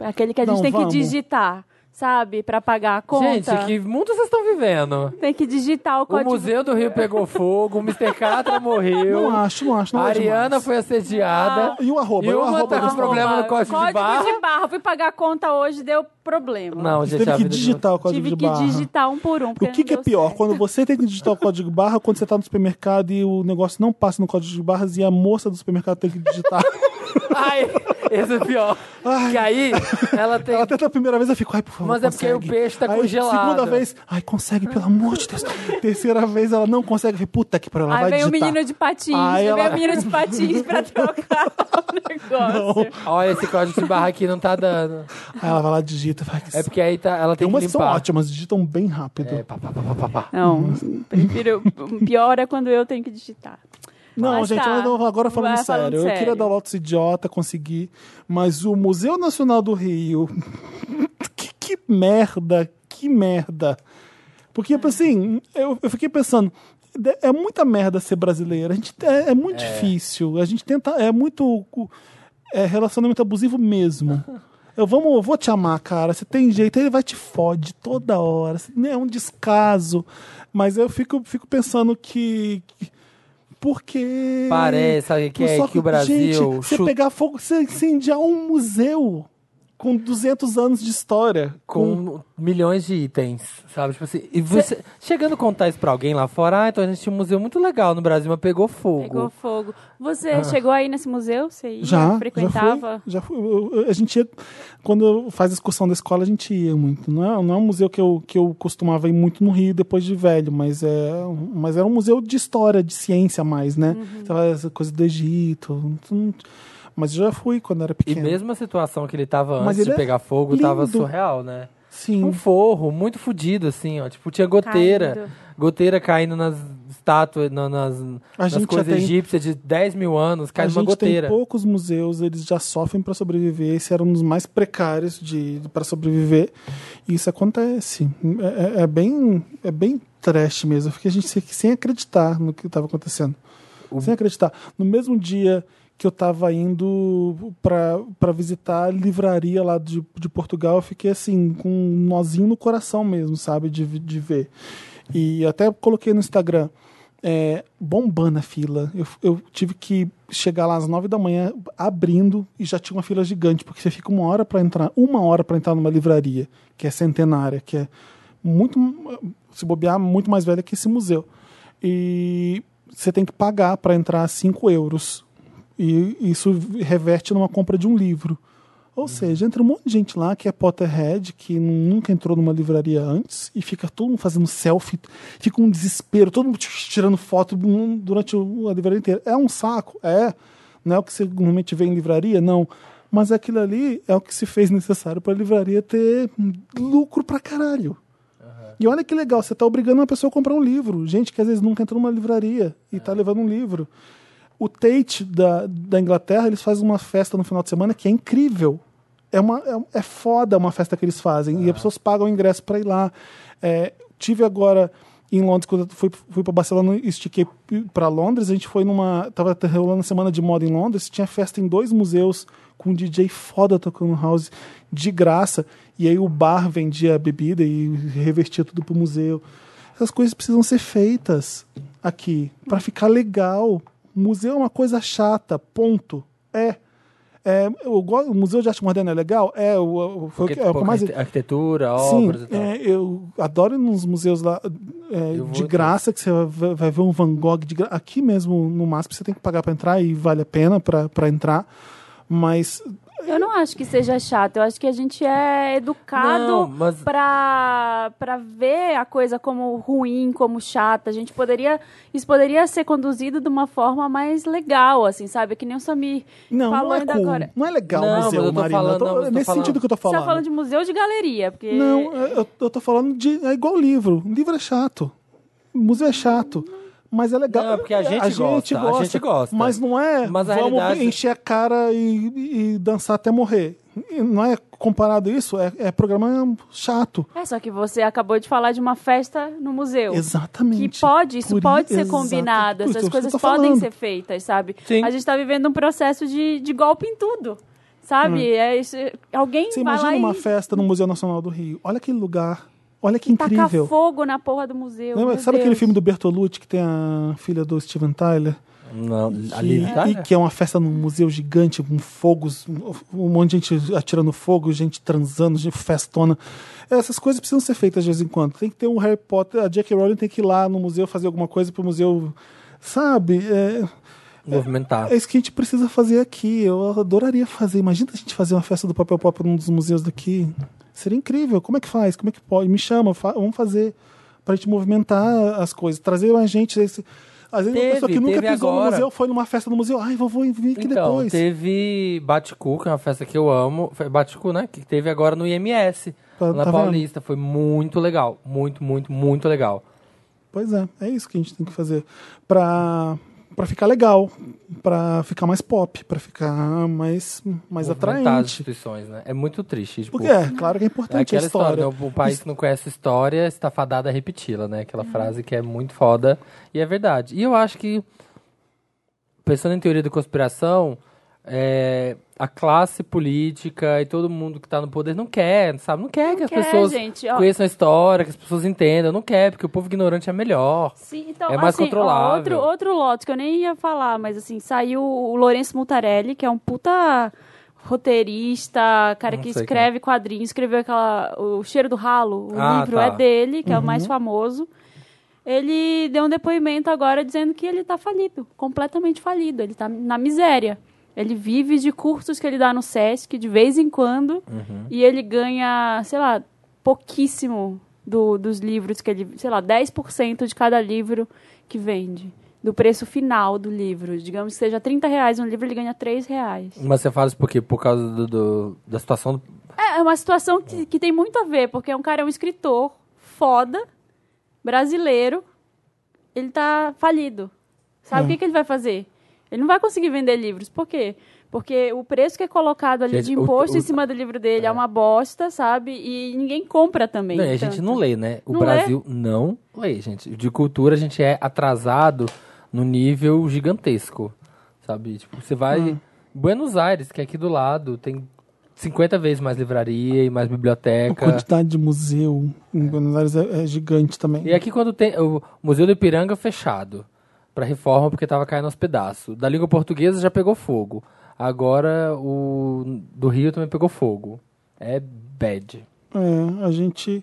[SPEAKER 1] Aquele que a gente
[SPEAKER 2] Não,
[SPEAKER 1] tem
[SPEAKER 2] vamos.
[SPEAKER 1] que digitar, sabe? Para pagar a conta.
[SPEAKER 3] Gente, que mundo vocês estão vivendo?
[SPEAKER 1] Tem que digitar o
[SPEAKER 3] O
[SPEAKER 1] código.
[SPEAKER 3] Museu do Rio pegou fogo, o Mr. Catra morreu,
[SPEAKER 2] Não acho, não acho. Não
[SPEAKER 3] a
[SPEAKER 2] é demais. Ah,
[SPEAKER 3] Ariana foi assediada.
[SPEAKER 2] E o arroba?
[SPEAKER 3] E
[SPEAKER 2] o
[SPEAKER 3] uma
[SPEAKER 2] arroba
[SPEAKER 3] tá com
[SPEAKER 2] do-
[SPEAKER 3] problema no código de barra.
[SPEAKER 1] Fui pagar a conta hoje, deu problema.
[SPEAKER 3] Não,
[SPEAKER 2] Você
[SPEAKER 3] gente, é a
[SPEAKER 2] teve que
[SPEAKER 3] vida de-
[SPEAKER 2] digitar o código
[SPEAKER 1] Tive
[SPEAKER 2] de
[SPEAKER 1] que
[SPEAKER 2] barra.
[SPEAKER 1] digitar um por um. porque
[SPEAKER 2] O que,
[SPEAKER 1] não
[SPEAKER 2] que é
[SPEAKER 1] deu
[SPEAKER 2] pior?
[SPEAKER 1] certo.
[SPEAKER 2] Quando você tem que digitar o código barra, quando você tá no supermercado e o negócio não passa no código de barras e a moça do supermercado tem que digitar.
[SPEAKER 3] Ai, esse é pior. Que aí ela tem
[SPEAKER 2] Ela tenta a primeira vez, eu fico, ai, por favor.
[SPEAKER 3] Mas é porque
[SPEAKER 2] consegue.
[SPEAKER 3] o peixe tá
[SPEAKER 2] Aí,
[SPEAKER 3] congelado.
[SPEAKER 2] Segunda vez, ai, consegue, pelo amor de Deus. Terceira vez, ela não consegue. Eu falei, Puta que pariu, ela
[SPEAKER 1] Aí
[SPEAKER 2] vai
[SPEAKER 1] vem o
[SPEAKER 2] digitar.
[SPEAKER 1] menino de patins.
[SPEAKER 2] Aí
[SPEAKER 1] Aí
[SPEAKER 2] ela-
[SPEAKER 1] vem o menino de patins pra trocar o negócio.
[SPEAKER 3] Olha, esse código de barra aqui não tá dando.
[SPEAKER 2] Aí ela vai lá, digita. Fala, que
[SPEAKER 3] É porque aí tá, ela
[SPEAKER 2] Tem
[SPEAKER 3] tem que
[SPEAKER 2] umas que são
[SPEAKER 3] limpar.
[SPEAKER 2] ótimas, digitam bem rápido.
[SPEAKER 3] É, pá, pá, pá, pá, pá, pá.
[SPEAKER 1] Não, prefiro. Pior é quando eu tenho que digitar.
[SPEAKER 2] Não,
[SPEAKER 1] Mas
[SPEAKER 2] gente,
[SPEAKER 1] tá.
[SPEAKER 2] mas não- agora falando
[SPEAKER 1] Vai falando
[SPEAKER 2] sério, eu
[SPEAKER 1] sério.
[SPEAKER 2] queria dar Lotus Idiota, consegui, mas o Museu Nacional do Rio. que, que merda, que merda.
[SPEAKER 1] É.
[SPEAKER 2] Porque, assim, eu, eu fiquei pensando. de- É muita merda ser brasileira. A gente, é, é muito difícil. A gente tenta. É muito. É relacionamento abusivo mesmo. Eu vamos, eu vou te amar, cara. Você tem jeito, ele vai te fode toda né, hora. É um descaso. Mas eu fico, fico pensando que Porque.
[SPEAKER 3] Parece, sabe o que é?
[SPEAKER 2] Só
[SPEAKER 3] Que o Brasil
[SPEAKER 2] Gente, você
[SPEAKER 3] chu-
[SPEAKER 2] pegar fogo, você incendiar um museu com 200 anos de história. Hum.
[SPEAKER 3] com milhões de itens, sabe? Tipo assim, e você chegando a contar isso pra alguém lá fora, ah, então a gente tinha um museu muito legal no Brasil, mas pegou fogo.
[SPEAKER 1] Pegou fogo. Você chegou aí nesse museu? Você ia,
[SPEAKER 2] Ah. Já,
[SPEAKER 1] frequentava?
[SPEAKER 2] já fui. Já fui. Eu- eu- A gente ia, quando eu faz excursão da escola, a gente ia muito. Não é, não é um museu que eu, que eu costumava ir muito no Rio depois de velho, mas é, um- mas era um museu de história, de ciência mais, né? Sabe, Essa coisa do Egito. tudo. Mas eu já fui quando era
[SPEAKER 3] E
[SPEAKER 2] pequeno.
[SPEAKER 3] mesmo a situação que ele tava
[SPEAKER 2] Mas
[SPEAKER 3] antes
[SPEAKER 2] ele
[SPEAKER 3] de
[SPEAKER 2] é
[SPEAKER 3] pegar fogo tava
[SPEAKER 2] lindo.
[SPEAKER 3] surreal, né?
[SPEAKER 2] Sim.
[SPEAKER 3] Um forro muito fudido, assim, ó. Tipo, tinha goteira.
[SPEAKER 1] Caindo.
[SPEAKER 3] Goteira caindo nas estátuas, na- nas, nas
[SPEAKER 2] gente
[SPEAKER 3] coisas
[SPEAKER 2] já tem-
[SPEAKER 3] egípcias de 10 mil anos, cai
[SPEAKER 2] a
[SPEAKER 3] uma
[SPEAKER 2] gente
[SPEAKER 3] goteira.
[SPEAKER 2] tem poucos museus, eles já sofrem para sobreviver. Esse era um dos mais precários de para sobreviver. E isso acontece. É, é- é bem é bem trash mesmo. Eu fiquei a gente sem- sem acreditar no que estava acontecendo. Sem acreditar. No mesmo dia que eu estava indo para visitar a livraria lá de, de Portugal, eu fiquei assim, com um nozinho no coração mesmo, sabe? De, de ver. E até coloquei no Instagram é, bombando a fila. Eu, eu tive que chegar lá às nove da manhã, abrindo, e já tinha uma fila gigante, porque você fica uma hora para entrar, uma hora para entrar numa livraria, que é centenária, que é muito, se bobear, muito mais velha que esse museu. E você tem que pagar para entrar 5 euros. E isso reverte numa compra de um livro. Ou seja, entra um monte de gente lá que é Potterhead, que nunca entrou numa livraria antes, e fica todo mundo fazendo selfie, fica um desespero, todo mundo tirando foto durante o- a livraria inteira. É um saco? É. Não é o que você normalmente vê em livraria? Não. Mas aquilo ali é o que se fez necessário para a livraria ter lucro pra caralho. E olha que legal, você está obrigando uma pessoa a comprar um livro. Gente que às vezes nunca entrou numa livraria e está levando um livro. O Tate da, da Inglaterra, eles fazem uma festa no final de semana que é incrível. É, uma, é, é foda uma festa que eles fazem. E as pessoas pagam o ingresso para ir lá. É, tive agora em Londres, quando eu fui, fui para Barcelona e estiquei para Londres, a gente foi numa. Tava rolando a semana de moda em Londres, tinha festa em dois museus com um DJ foda tocando house de graça. E aí o bar vendia bebida e revestia tudo pro museu. Essas coisas precisam ser feitas aqui para ficar legal. Museu é uma coisa chata, ponto. É. É, eu go- o Museu de Arte Moderna é legal? É, o, o- foi o que-
[SPEAKER 3] Porque,
[SPEAKER 2] é o que
[SPEAKER 3] pouca
[SPEAKER 2] mais.
[SPEAKER 3] arqu- arquitetura,
[SPEAKER 2] Sim,
[SPEAKER 3] obras e tal.
[SPEAKER 2] é, eu adoro ir nos museus lá é,
[SPEAKER 3] Eu vou
[SPEAKER 2] de
[SPEAKER 3] atrás.
[SPEAKER 2] graça, que você vai, vai ver um Van Gogh de gra... aqui mesmo no MASP, você tem que pagar para entrar e vale a pena para entrar, mas
[SPEAKER 1] Eu não acho que seja chato. Eu acho que a gente é
[SPEAKER 3] Não,
[SPEAKER 1] educado
[SPEAKER 3] mas-
[SPEAKER 1] pra, pra ver a coisa como ruim, como chata. A gente poderia... Isso poderia ser conduzido de uma forma mais legal, assim, sabe? Que nem o Samir
[SPEAKER 2] não,
[SPEAKER 1] falou
[SPEAKER 2] não é
[SPEAKER 1] ainda
[SPEAKER 2] cool,
[SPEAKER 1] agora.
[SPEAKER 2] não é legal
[SPEAKER 3] Não,
[SPEAKER 2] o
[SPEAKER 3] mas eu
[SPEAKER 2] museu,
[SPEAKER 3] tô
[SPEAKER 2] Marina,
[SPEAKER 3] falando-
[SPEAKER 2] eu tô-
[SPEAKER 3] não, mas eu tô
[SPEAKER 2] nesse
[SPEAKER 3] falando-
[SPEAKER 2] sentido que eu tô
[SPEAKER 1] Você
[SPEAKER 2] falando.
[SPEAKER 1] tá falando de museu de galeria, porque...
[SPEAKER 2] né? Não, é- eu, eu tô falando de. É igual livro. Livro é chato. Museu é chato. Mas é legal.
[SPEAKER 3] Não, é porque a gente gosta, a gente gosta.
[SPEAKER 2] Mas não é.
[SPEAKER 3] Mas a
[SPEAKER 2] vamos
[SPEAKER 3] realidade-
[SPEAKER 2] encher a cara e, e dançar até morrer. E não é comparado isso. É, é programa chato.
[SPEAKER 1] É, só que você acabou de falar de uma festa no museu. Que
[SPEAKER 2] Exatamente.
[SPEAKER 1] pode, isso
[SPEAKER 2] Por
[SPEAKER 1] pode
[SPEAKER 2] i-
[SPEAKER 1] ser
[SPEAKER 2] exata-
[SPEAKER 1] combinado,
[SPEAKER 2] Por
[SPEAKER 1] essas
[SPEAKER 2] isso que eu
[SPEAKER 1] coisas
[SPEAKER 2] tô
[SPEAKER 1] podem
[SPEAKER 2] falando.
[SPEAKER 1] ser feitas, sabe?
[SPEAKER 3] Sim.
[SPEAKER 1] A gente tá vivendo um processo de, de golpe em tudo, sabe? É isso, alguém
[SPEAKER 2] Hum. Você
[SPEAKER 1] vai lá
[SPEAKER 2] imagina uma
[SPEAKER 1] e
[SPEAKER 2] festa no Museu Nacional do Rio. Olha aquele lugar. Olha que
[SPEAKER 1] taca
[SPEAKER 2] incrível.
[SPEAKER 1] fogo na porra do museu.
[SPEAKER 2] Lembra-
[SPEAKER 1] meu
[SPEAKER 2] sabe aquele
[SPEAKER 1] Deus.
[SPEAKER 2] filme do Bertolucci que tem a filha do Steven Tyler?
[SPEAKER 3] Não,
[SPEAKER 2] E-
[SPEAKER 3] ali tá?
[SPEAKER 2] E que é uma festa num museu gigante, com fogos, um- um monte de gente atirando fogo, gente transando, gente festona. Essas coisas precisam ser feitas de vez em quando. Tem que ter um Harry Potter, a J.K. Rowling tem que ir lá no museu fazer alguma coisa pro museu, sabe? É,
[SPEAKER 3] Movimentar.
[SPEAKER 2] é isso que a gente precisa fazer aqui. Eu adoraria fazer. Imagina a gente fazer uma festa do papel pop num dos museus daqui. Seria incrível. Como é que faz? Como é que pode? Me chama, fa- vamos fazer pra gente movimentar as coisas, trazer mais gente. Esse- Às vezes
[SPEAKER 3] Teve,
[SPEAKER 2] uma pessoa que nunca
[SPEAKER 3] teve
[SPEAKER 2] pisou no
[SPEAKER 3] agora.
[SPEAKER 2] museu foi numa festa no museu. Ai, vovô, vem aqui
[SPEAKER 3] então,
[SPEAKER 2] depois.
[SPEAKER 3] teve Baticu, que é uma festa que eu amo. Foi Baticu, né? Que teve agora no IMS,
[SPEAKER 2] Tá-
[SPEAKER 3] na
[SPEAKER 2] tá vendo?
[SPEAKER 3] Paulista. Foi muito legal. Muito, muito, muito legal.
[SPEAKER 2] Pois é, é isso que a gente tem que fazer pra, pra ficar legal, pra ficar mais pop, pra ficar mais, mais
[SPEAKER 3] Movimentar as
[SPEAKER 2] atraente.
[SPEAKER 3] instituições, né? É muito triste. Tipo,
[SPEAKER 2] Porque é, claro que é
[SPEAKER 3] É
[SPEAKER 2] importante
[SPEAKER 3] aquela
[SPEAKER 2] a história.
[SPEAKER 3] história, né? o país que não conhece história está fadado a repeti-la, né? Aquela frase que é muito foda e é verdade. E eu acho que, pensando em teoria da conspiração, é, a classe política e todo mundo que está no poder não quer, sabe? Não quer que as
[SPEAKER 1] quer,
[SPEAKER 3] pessoas
[SPEAKER 1] é, gente, ó.
[SPEAKER 3] conheçam a história, que as pessoas entendam. Não quer, porque o povo ignorante é melhor.
[SPEAKER 1] Sim, então,
[SPEAKER 3] É mais
[SPEAKER 1] assim, ó,
[SPEAKER 3] controlável.
[SPEAKER 1] Outro, outro lote que eu nem ia falar, mas assim, saiu o Lourenço Mutarelli, que é um puta roteirista, cara
[SPEAKER 3] Não
[SPEAKER 1] que
[SPEAKER 2] é.
[SPEAKER 3] sei
[SPEAKER 1] escreve quadrinhos, escreveu aquela, o Cheiro do Ralo, o
[SPEAKER 3] Ah,
[SPEAKER 1] livro
[SPEAKER 3] tá.
[SPEAKER 1] é dele, que é o
[SPEAKER 2] Uhum.
[SPEAKER 1] mais famoso. Ele deu um depoimento agora dizendo que ele tá falido, completamente falido, ele tá na miséria. Ele vive de cursos que ele dá no SESC de vez em quando e ele ganha, sei lá, pouquíssimo do, dos livros que ele, sei lá, 10% de cada livro que vende, do preço final do livro. Digamos que seja 30 reais um livro, ele ganha 3 reais.
[SPEAKER 3] Mas você fala isso por quê? Por causa do, do- da situação do...
[SPEAKER 1] É, é uma situação que, que tem muito a ver, porque um cara é um escritor foda, brasileiro, ele tá falido. Sabe o que, que ele vai fazer? Ele não vai conseguir vender livros. Por quê? Porque o preço que é colocado ali
[SPEAKER 3] Gente,
[SPEAKER 1] de
[SPEAKER 3] o-
[SPEAKER 1] imposto
[SPEAKER 3] o-
[SPEAKER 1] em cima do livro dele é. uma bosta, sabe? E ninguém compra também. então.
[SPEAKER 3] Não, e a gente
[SPEAKER 1] tanto.
[SPEAKER 3] não lê, né? O
[SPEAKER 1] Não é?
[SPEAKER 3] Brasil não lê, gente. De cultura a gente é atrasado no nível gigantesco, sabe? Tipo, você vai...
[SPEAKER 1] Hum.
[SPEAKER 3] Buenos Aires, que é aqui do lado, tem 50 vezes mais livraria e mais
[SPEAKER 2] A
[SPEAKER 3] biblioteca.
[SPEAKER 2] quantidade de museu em Buenos Aires é, é gigante também.
[SPEAKER 3] E aqui quando tem o Museu do Ipiranga fechado para reforma porque tava caindo aos pedaços. Da língua portuguesa já pegou fogo. Agora o do Rio também pegou fogo. É bad.
[SPEAKER 2] É, a gente.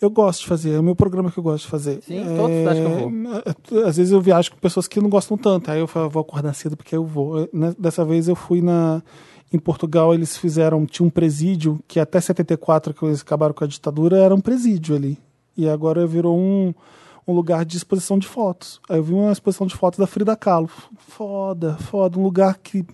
[SPEAKER 2] Eu gosto de fazer, é o meu programa que eu gosto de fazer.
[SPEAKER 3] Sim,
[SPEAKER 2] é...
[SPEAKER 3] todos os lugares que eu vou.
[SPEAKER 2] vou. Às vezes eu viajo com pessoas que não gostam tanto, aí eu falo, vou acordar cedo porque eu vou. Eu, né, Dessa vez eu fui na. Em Portugal eles fizeram, tinha um presídio que até 74, que eles acabaram com a ditadura, era um presídio ali. E agora virou um, um lugar de exposição de fotos. Aí eu vi uma exposição de fotos da Frida Kahlo. Foda, foda, um lugar que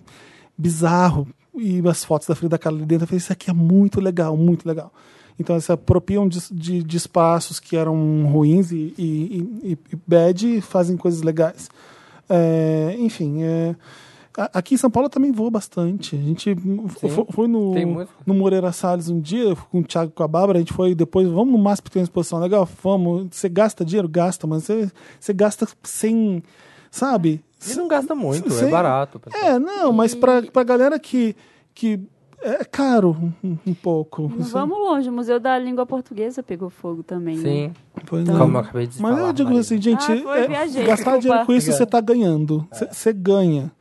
[SPEAKER 2] bizarro e as fotos da Frida Kahlo ali dentro. Eu falei, isso aqui é muito legal, muito legal. Então, eles se apropriam de, de- de espaços que eram ruins e, e, e- e bad e fazem coisas legais. É, enfim, é, a- aqui em São Paulo eu também vou bastante. A gente
[SPEAKER 3] Sim.
[SPEAKER 2] fo- foi no,
[SPEAKER 3] Tem muito.
[SPEAKER 2] no Moreira Salles um dia, eu fui com o Thiago e com a Bárbara, a gente foi depois, vamos no MASP que tem uma exposição legal? Vamos. Você gasta dinheiro? Gasta, mas você, você gasta sem, sabe?
[SPEAKER 3] E não gasta muito,
[SPEAKER 2] Sim.
[SPEAKER 3] é barato. pessoal.
[SPEAKER 2] É, não, mas pra, pra galera que, que é caro um, um pouco.
[SPEAKER 1] Não
[SPEAKER 2] assim.
[SPEAKER 1] vamos longe, o Museu da Língua Portuguesa pegou fogo
[SPEAKER 2] É.
[SPEAKER 1] também. né?
[SPEAKER 3] Sim,
[SPEAKER 2] Pois não.
[SPEAKER 3] como eu acabei de
[SPEAKER 2] Mas
[SPEAKER 3] falar.
[SPEAKER 2] eu digo
[SPEAKER 3] Maria.
[SPEAKER 2] assim, gente,
[SPEAKER 1] Ah, foi,
[SPEAKER 2] é,
[SPEAKER 1] viajei,
[SPEAKER 2] gastar
[SPEAKER 1] desculpa.
[SPEAKER 2] dinheiro com isso
[SPEAKER 3] Obrigado.
[SPEAKER 2] você
[SPEAKER 3] É.
[SPEAKER 2] tá ganhando. Você ganha.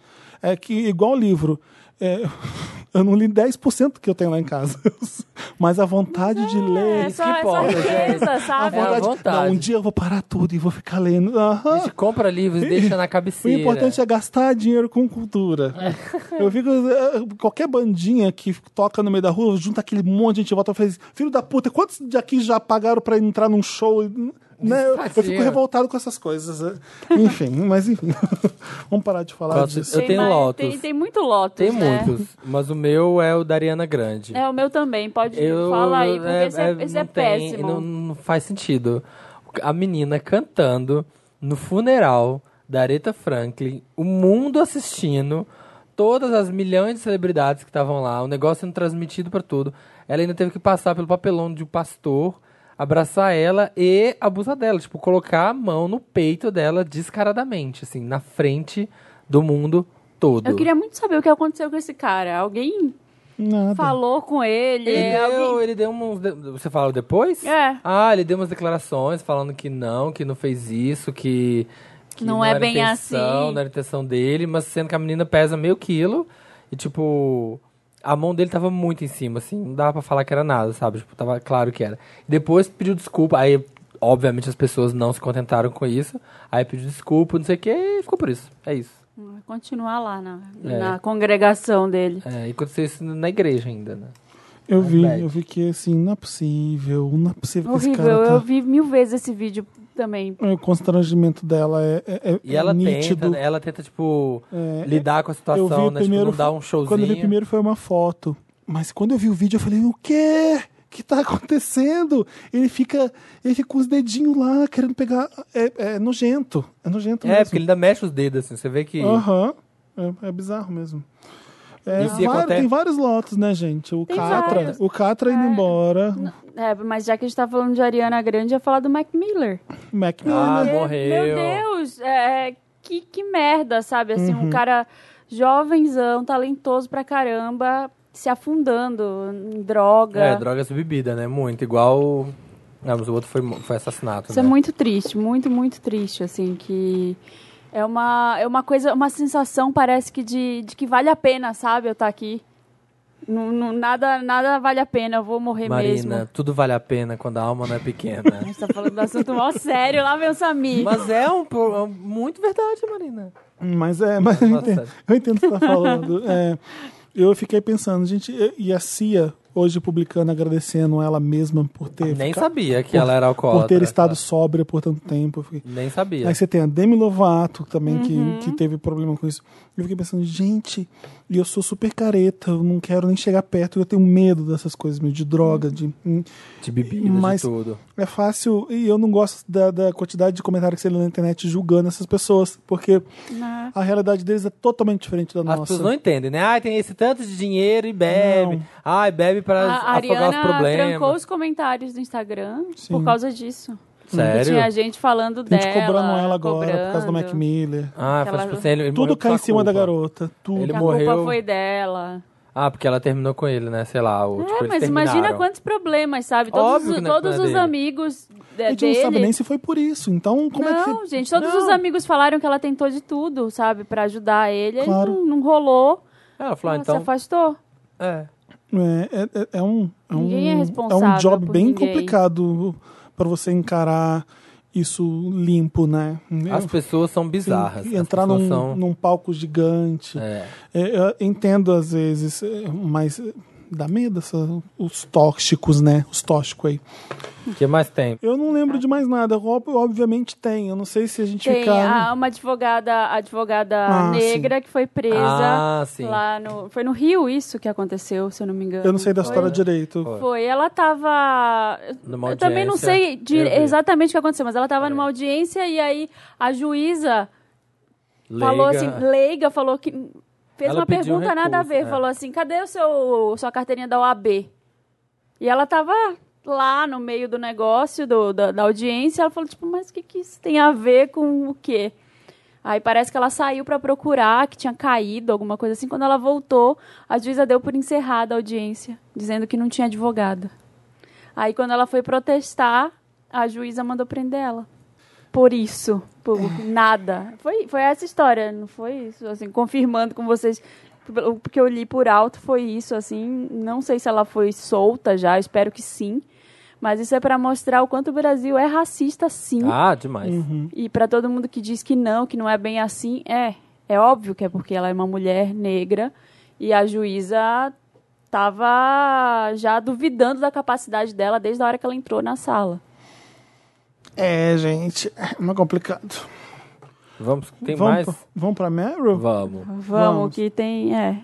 [SPEAKER 2] É que igual livro. é, eu não li 10% que eu tenho lá em casa. Mas a vontade de ler.
[SPEAKER 1] É
[SPEAKER 3] Isso
[SPEAKER 1] só,
[SPEAKER 3] que
[SPEAKER 1] é só
[SPEAKER 3] importa,
[SPEAKER 1] riqueza,
[SPEAKER 3] gente.
[SPEAKER 1] sabe?
[SPEAKER 3] É a
[SPEAKER 2] vontade-
[SPEAKER 3] vontade.
[SPEAKER 2] Não, um dia eu vou parar tudo e vou ficar lendo. Aham.
[SPEAKER 3] A gente compra livros e deixa na
[SPEAKER 2] O
[SPEAKER 3] cabeceira.
[SPEAKER 2] importante é gastar dinheiro com cultura.
[SPEAKER 3] É.
[SPEAKER 2] Eu fico. eh, Qualquer bandinha que toca no meio da rua, junta aquele monte de gente em volta e fala assim, filho da puta, quantos daqui já pagaram pra entrar num show? Né? Eu, eu fico
[SPEAKER 3] Desafio.
[SPEAKER 2] revoltado com essas coisas. eh. Enfim, mas enfim. Vamos parar de falar
[SPEAKER 3] Quantos-
[SPEAKER 2] disso.
[SPEAKER 3] Eu tenho
[SPEAKER 1] mais-
[SPEAKER 3] Lotus.
[SPEAKER 1] Tem, tem muito Lotus,
[SPEAKER 3] Tem
[SPEAKER 1] né?
[SPEAKER 3] muitos, mas o meu é o da Ariana Grande.
[SPEAKER 1] É, o meu também, pode
[SPEAKER 3] Eu,
[SPEAKER 1] falar aí, porque
[SPEAKER 3] é-
[SPEAKER 1] esse é,
[SPEAKER 3] é-
[SPEAKER 1] esse é
[SPEAKER 3] não tem-
[SPEAKER 1] péssimo.
[SPEAKER 3] Não, não faz sentido. A menina cantando no funeral da Aretha Franklin, o mundo assistindo, todas as milhões de celebridades que estavam lá, o negócio sendo transmitido para tudo. Ela ainda teve que passar pelo papelão de um pastor, abraçar ela e abusar dela, tipo, colocar a mão no peito dela descaradamente, assim, na frente do mundo todo.
[SPEAKER 1] Eu queria muito saber o que aconteceu com esse cara. Alguém
[SPEAKER 2] Nada.
[SPEAKER 1] falou com ele? é,
[SPEAKER 3] Ele,
[SPEAKER 1] alguém...
[SPEAKER 3] deu, ele deu uns. de- Você falou depois?
[SPEAKER 1] É.
[SPEAKER 3] Ah, ele deu umas declarações falando que não, que não fez isso, que. que
[SPEAKER 1] Não é
[SPEAKER 3] era
[SPEAKER 1] bem
[SPEAKER 3] intenção,
[SPEAKER 1] assim.
[SPEAKER 3] Não era intenção dele, mas sendo que a menina pesa meio quilo e, tipo. A mão dele tava muito em cima, assim. Não dava pra falar que era nada, sabe? Tipo, tava claro que era. Depois pediu desculpa, aí. Obviamente as pessoas não se contentaram com isso. Aí pediu desculpa, não sei o que, e ficou por isso. É isso.
[SPEAKER 1] Vai Continuar lá na,
[SPEAKER 3] É.
[SPEAKER 1] na congregação dele.
[SPEAKER 3] É, e aconteceu isso na igreja ainda, né?
[SPEAKER 2] Eu vi,
[SPEAKER 3] bad.
[SPEAKER 2] eu vi que assim, não é possível, não é possível que esse
[SPEAKER 1] Horrível,
[SPEAKER 2] cara tá.
[SPEAKER 1] eu vi mil vezes esse vídeo também.
[SPEAKER 2] O constrangimento dela é, é, é
[SPEAKER 3] E ela
[SPEAKER 2] nítido.
[SPEAKER 3] tenta, né? ela tenta, tipo,
[SPEAKER 2] É,
[SPEAKER 3] lidar com a
[SPEAKER 2] Eu vi
[SPEAKER 3] situação,
[SPEAKER 2] o
[SPEAKER 3] né?
[SPEAKER 2] primeiro.
[SPEAKER 3] tipo, não dar um showzinho.
[SPEAKER 2] Quando eu vi o primeiro foi uma foto. Mas quando eu vi o vídeo, eu falei, o quê? O que tá acontecendo? Ele fica, ele fica com os dedinhos lá, querendo pegar. É, é nojento. É nojento
[SPEAKER 3] É, porque
[SPEAKER 2] mesmo.
[SPEAKER 3] ele ainda mexe os dedos, assim, você vê que...
[SPEAKER 2] Aham. É, é bizarro mesmo. É,
[SPEAKER 3] E se
[SPEAKER 2] vários-
[SPEAKER 3] acontece-
[SPEAKER 2] Tem vários lotos, né, gente? O
[SPEAKER 1] Tem
[SPEAKER 2] Catra.
[SPEAKER 1] vários.
[SPEAKER 2] O Catra indo embora.
[SPEAKER 1] É, mas já que a gente tá falando de Ariana Grande, ia falar do Mac Miller.
[SPEAKER 2] Mac Miller.
[SPEAKER 3] Ah,
[SPEAKER 1] É,
[SPEAKER 3] morreu. Uhum.
[SPEAKER 1] Meu Deus, é, que, que merda, sabe? Assim, um cara jovenzão, talentoso pra caramba, se afundando em droga.
[SPEAKER 3] É, drogas e bebida, né? Muito. Igual. Ah, mas o outro foi, foi assassinato.
[SPEAKER 1] Isso é
[SPEAKER 3] né?
[SPEAKER 1] muito triste, muito, muito triste, assim, que é uma, é uma coisa, uma sensação parece que de, de que vale a pena, sabe, eu estar aqui. Não- não- nada, nada vale a pena, eu vou morrer
[SPEAKER 3] Marina,
[SPEAKER 1] mesmo.
[SPEAKER 3] tudo vale a pena quando a alma não é pequena.
[SPEAKER 1] A gente tá falando do assunto mó sério, lá vem o Samir.
[SPEAKER 3] Mas é um, pro- é um- muito verdade, Marina.
[SPEAKER 2] Mas é, mas eu
[SPEAKER 3] Nossa.
[SPEAKER 2] entendo, eu entendo o que você está falando. É, eu fiquei pensando, gente, e- e a Cia hoje publicando, agradecendo ela mesma por ter,
[SPEAKER 3] Nem
[SPEAKER 2] fica-
[SPEAKER 3] sabia que ela era alcoólatra. tá?
[SPEAKER 2] por ter estado sóbria por tanto tempo. Eu fiquei-
[SPEAKER 3] Nem sabia.
[SPEAKER 2] Aí você tem a Demi Lovato também,
[SPEAKER 1] Uhum.
[SPEAKER 2] que, que teve problema com isso. Eu fiquei pensando, gente, e eu sou super careta, eu não quero nem chegar perto, eu tenho medo dessas coisas, meio de droga, de. hum,
[SPEAKER 3] De bebida,
[SPEAKER 2] Mas-
[SPEAKER 3] de tudo.
[SPEAKER 2] é fácil, e eu não gosto da, da quantidade de comentário que você lê na internet julgando essas pessoas, porque
[SPEAKER 1] Né?
[SPEAKER 2] a realidade deles é totalmente diferente da
[SPEAKER 3] As
[SPEAKER 2] nossa.
[SPEAKER 3] pessoas não entendem, né? Ai, tem esse tanto de dinheiro e bebe. Ai, bebe pra
[SPEAKER 1] A
[SPEAKER 3] afogar os
[SPEAKER 1] Ariana
[SPEAKER 3] problemas.
[SPEAKER 1] trancou os comentários do Instagram
[SPEAKER 2] Sim.
[SPEAKER 1] por causa disso. Porque
[SPEAKER 3] Sério?
[SPEAKER 1] tinha gente falando
[SPEAKER 2] Gente
[SPEAKER 1] dela.
[SPEAKER 2] cobrando ela agora por causa do
[SPEAKER 1] cobrando.
[SPEAKER 2] Mac Miller.
[SPEAKER 3] Ah, foi
[SPEAKER 1] Aquela-
[SPEAKER 3] tipo assim, ele, ele morreu
[SPEAKER 2] tudo
[SPEAKER 3] por
[SPEAKER 2] cai em
[SPEAKER 3] sua
[SPEAKER 2] cima da
[SPEAKER 3] culpa.
[SPEAKER 2] garota. Tudo.
[SPEAKER 3] Ele
[SPEAKER 1] Que a
[SPEAKER 3] morreu-
[SPEAKER 1] culpa foi dela.
[SPEAKER 3] Ah, porque ela terminou com ele, né? Sei lá, o, tipo,
[SPEAKER 1] É,
[SPEAKER 3] eles
[SPEAKER 1] mas imagina
[SPEAKER 3] terminaram.
[SPEAKER 1] quantos problemas, sabe? Todos,
[SPEAKER 3] Óbvio
[SPEAKER 1] os-
[SPEAKER 3] que não é
[SPEAKER 1] todos
[SPEAKER 3] culpa
[SPEAKER 1] os
[SPEAKER 3] dele.
[SPEAKER 1] amigos de,
[SPEAKER 2] a gente não sabe
[SPEAKER 1] dele-
[SPEAKER 2] nem se foi por isso. Então, como é que.
[SPEAKER 1] não, gente, todos os amigos falaram que ela tentou de tudo, sabe? Pra ajudar ele.
[SPEAKER 2] Claro.
[SPEAKER 1] Ele não, não rolou.
[SPEAKER 3] Ela falou,
[SPEAKER 1] Ela
[SPEAKER 3] ah, então...
[SPEAKER 1] se afastou.
[SPEAKER 3] É.
[SPEAKER 2] É, é- é um, é um,
[SPEAKER 1] Ninguém é
[SPEAKER 2] um
[SPEAKER 1] responsável
[SPEAKER 2] job
[SPEAKER 1] por
[SPEAKER 2] bem
[SPEAKER 1] ninguém.
[SPEAKER 2] complicado pra você encarar isso limpo, né?
[SPEAKER 3] As pessoas são bizarras.
[SPEAKER 2] E
[SPEAKER 3] as
[SPEAKER 2] entrar
[SPEAKER 3] pessoas
[SPEAKER 2] num,
[SPEAKER 3] são...
[SPEAKER 2] num palco gigante.
[SPEAKER 3] É.
[SPEAKER 2] É, eu entendo às vezes, é, mas é, dá medo essa, os tóxicos, né? Os tóxicos aí.
[SPEAKER 3] O que mais tem?
[SPEAKER 2] Eu não lembro de mais nada. Ob- Obviamente tem. Eu não sei se a gente
[SPEAKER 1] Tem
[SPEAKER 2] ficar.
[SPEAKER 1] a- uma advogada, a advogada
[SPEAKER 2] Ah,
[SPEAKER 1] negra que foi presa
[SPEAKER 3] Ah, sim.
[SPEAKER 1] lá no. Foi no Rio isso que aconteceu, se eu não me engano.
[SPEAKER 2] Eu não sei da
[SPEAKER 1] Foi?
[SPEAKER 2] história direito.
[SPEAKER 1] Foi, ela tava.
[SPEAKER 3] Numa
[SPEAKER 1] eu também não
[SPEAKER 3] audiência.
[SPEAKER 1] sei de-
[SPEAKER 3] Eu vi.
[SPEAKER 1] exatamente o que aconteceu, mas ela tava numa audiência e aí a juíza falou
[SPEAKER 3] Leiga.
[SPEAKER 1] assim, leiga, falou que. Fez
[SPEAKER 3] Ela
[SPEAKER 1] uma
[SPEAKER 3] pediu um
[SPEAKER 1] pergunta nada a
[SPEAKER 3] recurso,
[SPEAKER 1] ver,
[SPEAKER 3] é.
[SPEAKER 1] falou assim: cadê o seu, sua carteirinha da OAB? E ela tava lá no meio do negócio, do, da, da audiência, ela falou: tipo, mas o que, que isso tem a ver com o quê? Aí parece que ela saiu pra procurar, que tinha caído, alguma coisa assim. Quando ela voltou, a juíza deu por encerrada a audiência, dizendo que não tinha advogada. Aí quando ela foi protestar, a juíza mandou prender ela. Por isso, por nada. Foi, foi essa história, não foi isso? Assim, confirmando com vocês. O que eu li por alto foi isso, assim. Não sei se ela foi solta já, espero que sim. Mas isso é pra mostrar o quanto o Brasil é racista, sim.
[SPEAKER 3] Ah, demais.
[SPEAKER 2] Uhum.
[SPEAKER 1] E pra todo mundo que diz que não, que não é bem assim, é. É óbvio que é porque ela é uma mulher negra e a juíza tava já duvidando da capacidade dela desde a hora que ela entrou na sala.
[SPEAKER 2] É, gente, é mais complicado.
[SPEAKER 3] Vamos, tem
[SPEAKER 2] vamos,
[SPEAKER 3] mais?
[SPEAKER 2] pra- vamos pra Meryl?
[SPEAKER 3] Vamos.
[SPEAKER 1] Vamos,
[SPEAKER 2] Vamos.
[SPEAKER 1] que tem. É.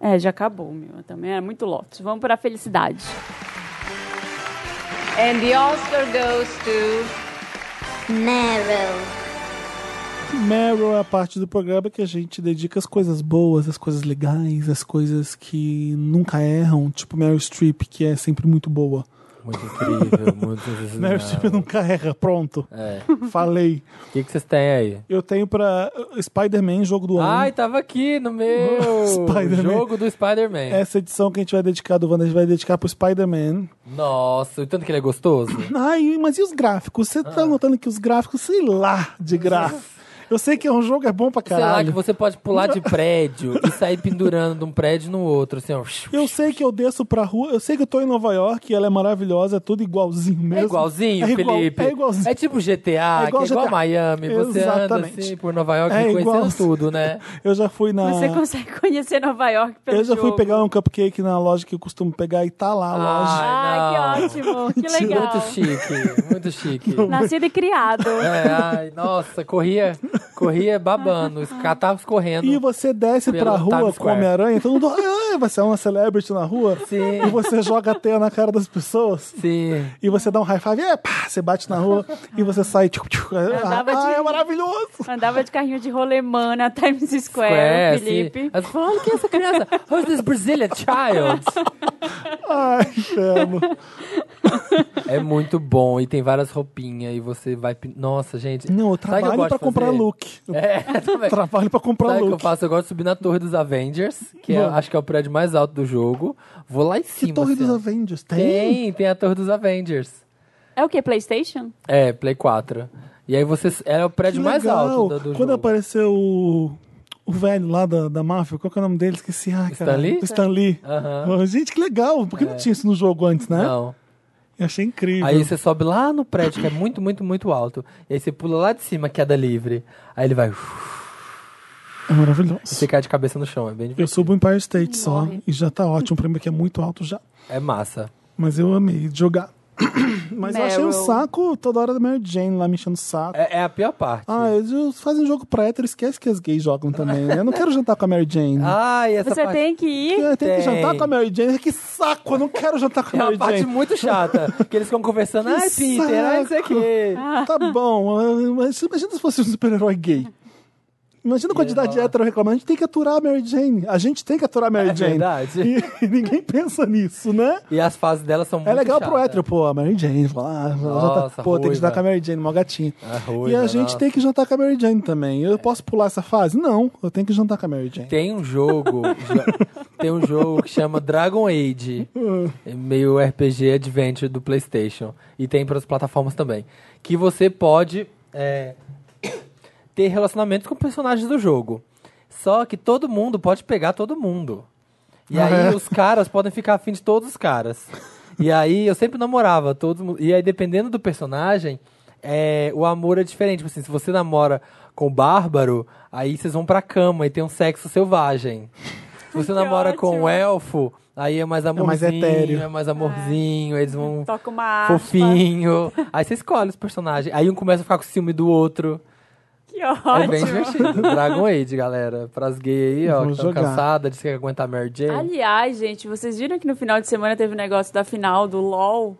[SPEAKER 1] É, já acabou, meu. Também é muito lotus. Vamos pra felicidade.
[SPEAKER 4] And the Oscar goes to.
[SPEAKER 5] Meryl.
[SPEAKER 2] Meryl é a parte do programa que a gente dedica as coisas boas, as coisas legais, as coisas que nunca erram, tipo Meryl Streep, que é sempre muito boa.
[SPEAKER 3] Muito incrível, muito sensacional.
[SPEAKER 2] Meryl Streep nunca erra, pronto.
[SPEAKER 3] É.
[SPEAKER 2] Falei.
[SPEAKER 3] O que, que vocês têm aí?
[SPEAKER 2] Eu tenho pra uh, Spider-Man, jogo do ano.
[SPEAKER 3] Ai, tava aqui no meu
[SPEAKER 2] Spider-Man. É.
[SPEAKER 3] jogo do Spider-Man.
[SPEAKER 2] Essa edição que a gente vai dedicar do Wanda, a gente vai dedicar pro Spider-Man.
[SPEAKER 3] Nossa, o tanto que ele é gostoso.
[SPEAKER 2] Ai, mas e os gráficos? Você
[SPEAKER 3] Ah.
[SPEAKER 2] tá notando que os gráficos, sei lá, de graça. Eu sei que é um jogo, é bom pra
[SPEAKER 3] é. Sei lá, que
[SPEAKER 2] caralho.
[SPEAKER 3] você pode pular de prédio e sair pendurando de um prédio no outro, assim, ó.
[SPEAKER 2] Eu sei que eu desço pra rua, eu sei que eu tô em Nova York e ela é maravilhosa, é tudo igualzinho mesmo.
[SPEAKER 3] É igualzinho,
[SPEAKER 2] É igual-
[SPEAKER 3] Felipe.
[SPEAKER 2] é igualzinho.
[SPEAKER 3] É tipo GTA,
[SPEAKER 2] É igual
[SPEAKER 3] que é igual
[SPEAKER 2] GTA.
[SPEAKER 3] Miami. Você anda
[SPEAKER 2] Exatamente.
[SPEAKER 3] assim por Nova York
[SPEAKER 2] É
[SPEAKER 3] reconhecendo
[SPEAKER 2] igual-
[SPEAKER 3] tudo, né?
[SPEAKER 2] Eu já fui na.
[SPEAKER 1] Você consegue conhecer Nova York pelo
[SPEAKER 2] Ah. Eu já fui
[SPEAKER 1] jogo.
[SPEAKER 2] pegar um cupcake na loja que eu costumo pegar e tá lá a
[SPEAKER 3] Ah,
[SPEAKER 2] loja.
[SPEAKER 1] Ai,
[SPEAKER 3] não.
[SPEAKER 1] que ótimo. Que legal.
[SPEAKER 3] Muito chique, muito chique.
[SPEAKER 1] Nascido e criado.
[SPEAKER 3] É, ai, nossa, corria, corria babando,
[SPEAKER 1] Ah.
[SPEAKER 3] catava correndo.
[SPEAKER 2] E você desce
[SPEAKER 3] Pelo
[SPEAKER 2] pra rua
[SPEAKER 3] Times
[SPEAKER 2] com
[SPEAKER 3] Square.
[SPEAKER 2] Homem-Aranha, todo mundo. "Ah, Você é uma celebrity na rua.
[SPEAKER 3] Sim.
[SPEAKER 2] E você joga a teia na cara das pessoas.
[SPEAKER 3] Sim.
[SPEAKER 2] E você dá um high five, é, pá, você bate na rua e você sai. Tchuc, tchuc, ah,
[SPEAKER 1] dava de-
[SPEAKER 2] é maravilhoso!
[SPEAKER 1] Andava de carrinho de rolemã na Times Square,
[SPEAKER 3] Square,
[SPEAKER 1] o Felipe.
[SPEAKER 3] Assim. Ela falou, olha quem é essa criança? Who's this Brazilian child?
[SPEAKER 2] Ai, inferno.
[SPEAKER 3] É muito bom e tem várias roupinhas e você vai. pin- Nossa, gente.
[SPEAKER 2] Não, eu
[SPEAKER 3] Sabe o que
[SPEAKER 2] trabalho
[SPEAKER 3] gosto
[SPEAKER 2] pra
[SPEAKER 3] de
[SPEAKER 2] comprar
[SPEAKER 3] fazer?
[SPEAKER 2] look. Eu
[SPEAKER 3] É, também.
[SPEAKER 2] trabalho pra comprar
[SPEAKER 3] Sabe o que eu
[SPEAKER 2] look.
[SPEAKER 3] faço? Eu gosto de subir na torre dos Avengers, que é-
[SPEAKER 2] Bom.
[SPEAKER 3] acho que é o prédio mais alto do jogo. Vou lá em cima.
[SPEAKER 2] Que torre
[SPEAKER 3] assim,
[SPEAKER 2] dos
[SPEAKER 3] ó.
[SPEAKER 2] Avengers? Tem?
[SPEAKER 3] Tem, tem a torre dos Avengers.
[SPEAKER 1] É o que? PlayStation?
[SPEAKER 3] É, Play 4. E aí você. É o
[SPEAKER 2] Que
[SPEAKER 3] prédio mais alto
[SPEAKER 2] legal.
[SPEAKER 3] do, do
[SPEAKER 2] Quando
[SPEAKER 3] jogo.
[SPEAKER 2] apareceu o, o velho lá da, da máfia, qual que é o nome dele? Esqueci. Ai, cara.
[SPEAKER 3] Stan Lee?
[SPEAKER 2] O Stan Lee.
[SPEAKER 3] Aham. É.
[SPEAKER 2] Oh, Gente, que legal. Por que não tinha isso no jogo antes, né?
[SPEAKER 3] Não.
[SPEAKER 2] Eu achei incrível.
[SPEAKER 3] Aí você sobe lá no prédio, que é muito, muito, muito alto. E aí você pula lá de cima, queda livre. Aí ele vai.
[SPEAKER 2] É maravilhoso.
[SPEAKER 3] Você cai de cabeça no chão. É bem
[SPEAKER 2] Eu
[SPEAKER 3] divertido.
[SPEAKER 2] subo o Empire State só
[SPEAKER 1] Morre.
[SPEAKER 2] e já tá ótimo. O prêmio que é muito alto já.
[SPEAKER 3] É massa.
[SPEAKER 2] Mas eu amei jogar. Mas eu achei um
[SPEAKER 1] Meryl.
[SPEAKER 2] saco toda hora da Mary Jane lá me enchendo o saco.
[SPEAKER 3] É, é a pior parte.
[SPEAKER 2] Ah, eles fazem jogo pra hétero, esquece que as gays jogam também. né? Eu não quero jantar com a Mary Jane.
[SPEAKER 3] Ai, essa
[SPEAKER 1] Você
[SPEAKER 3] parte.
[SPEAKER 1] tem que ir.
[SPEAKER 2] É, tem, que
[SPEAKER 3] tem.
[SPEAKER 2] jantar com a Mary Jane. Que saco, eu não quero jantar com
[SPEAKER 3] É
[SPEAKER 2] a
[SPEAKER 3] uma
[SPEAKER 2] Mary
[SPEAKER 3] parte
[SPEAKER 2] Jane.
[SPEAKER 3] muito chata. que eles ficam conversando, ai, Peter, ai, não sei o quê.
[SPEAKER 2] Tá bom, ah, mas imagina se fosse um super-herói gay. Imagina a quantidade de hétero reclamando. A gente tem que aturar a Mary Jane. A gente tem que aturar a Mary
[SPEAKER 3] É
[SPEAKER 2] Jane.
[SPEAKER 3] verdade.
[SPEAKER 2] E, e ninguém pensa nisso, né?
[SPEAKER 3] E as fases delas são muito
[SPEAKER 2] É legal pro
[SPEAKER 3] chatas.
[SPEAKER 2] hétero, pô, a Mary Jane. Fala, ah, ela
[SPEAKER 3] Nossa,
[SPEAKER 2] já tá, pô, tem que
[SPEAKER 3] ruiva.
[SPEAKER 2] jantar com a Mary Jane, mó gatinha.
[SPEAKER 3] A ruiva,
[SPEAKER 2] e a gente
[SPEAKER 3] nossa.
[SPEAKER 2] tem que jantar com a Mary Jane também. Eu posso pular essa fase? Não, eu tenho que jantar com a Mary Jane.
[SPEAKER 3] Tem um jogo. jo- tem um jogo que chama Dragon Age. é meio RPG Adventure do PlayStation. E tem para as plataformas também. Que você pode é, ter relacionamento com personagens do jogo. Só que todo mundo pode pegar todo mundo. E aí
[SPEAKER 2] É.
[SPEAKER 3] os caras podem ficar afim de todos os caras. E aí eu sempre namorava todos. mu- E aí, dependendo do personagem, é, o amor é diferente. Tipo assim, se você namora com o bárbaro, aí vocês vão pra cama e tem um sexo selvagem. Se você namora com
[SPEAKER 1] ótimo.
[SPEAKER 3] o elfo, aí é mais
[SPEAKER 2] mais
[SPEAKER 3] amorzinho.
[SPEAKER 2] etéreo.
[SPEAKER 3] é mais amorzinho, eles vão
[SPEAKER 1] Toca uma harpa.
[SPEAKER 3] fofinho. Aí você escolhe os personagens. Aí um começa a ficar com ciúme do outro.
[SPEAKER 1] Que ótimo.
[SPEAKER 3] É bem divertido. Dragon Age, galera. Pras gays aí, ó,
[SPEAKER 2] Vou
[SPEAKER 3] que estão
[SPEAKER 2] jogar.
[SPEAKER 3] cansadas, diz que quer aguentar Mary Jane.
[SPEAKER 1] Aliás, gente, vocês viram que no final de semana teve o negócio da final do LOL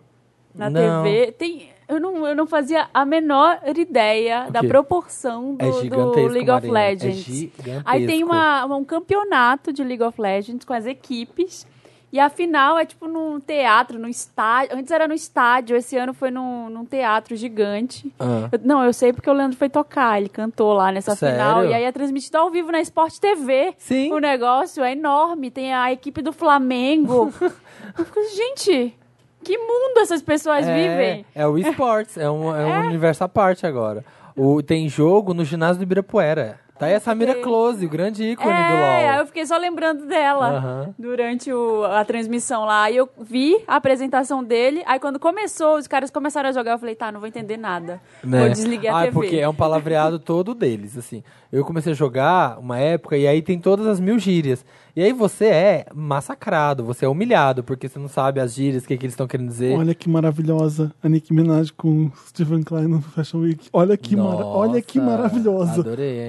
[SPEAKER 1] na
[SPEAKER 3] Não.
[SPEAKER 1] TV? Tem, eu, não, eu não fazia a menor ideia da
[SPEAKER 3] quê?
[SPEAKER 1] proporção do,
[SPEAKER 3] É
[SPEAKER 1] do
[SPEAKER 3] gigantesco,
[SPEAKER 1] League of
[SPEAKER 3] Marina. É
[SPEAKER 1] Legends.
[SPEAKER 3] gigantesco.
[SPEAKER 1] Aí tem uma, um campeonato de League of Legends com as equipes. E a final é tipo num teatro, num estádio. Antes era no estádio, esse ano foi num, num teatro gigante.
[SPEAKER 3] Ah.
[SPEAKER 1] Eu- não, eu sei porque o Leandro foi tocar, ele cantou lá nessa
[SPEAKER 3] Sério?
[SPEAKER 1] final. E aí é transmitido ao vivo na Sport TV.
[SPEAKER 3] Sim.
[SPEAKER 1] O negócio é enorme. Tem a equipe do Flamengo. Eu fico, gente, que mundo essas pessoas
[SPEAKER 3] é,
[SPEAKER 1] vivem.
[SPEAKER 3] é o esportes, é um, é um universo à parte agora. O, tem jogo no ginásio do Ibirapuera. Tá aí a Samira Close, o grande ícone do
[SPEAKER 1] aí
[SPEAKER 3] LOL.
[SPEAKER 1] É, eu fiquei só lembrando dela
[SPEAKER 3] Aham.
[SPEAKER 1] durante o- a transmissão lá. Aí eu vi a apresentação dele. Aí quando começou, os caras começaram a jogar. Eu falei, tá, não vou entender nada.
[SPEAKER 3] Né?
[SPEAKER 1] Vou desligar
[SPEAKER 3] ah,
[SPEAKER 1] a
[SPEAKER 3] é
[SPEAKER 1] TV.
[SPEAKER 3] porque é um palavreado todo deles, assim. Eu comecei a jogar uma época e aí tem todas as mil gírias. E aí você é massacrado, você é humilhado, porque você não sabe as gírias, o que, que eles estão querendo dizer.
[SPEAKER 2] Olha que maravilhosa a Nicki Minaj com o Steven Klein no Fashion Week. Olha que, mara- Olha que
[SPEAKER 3] Nossa,
[SPEAKER 2] maravilhosa.
[SPEAKER 3] Adorei, hein?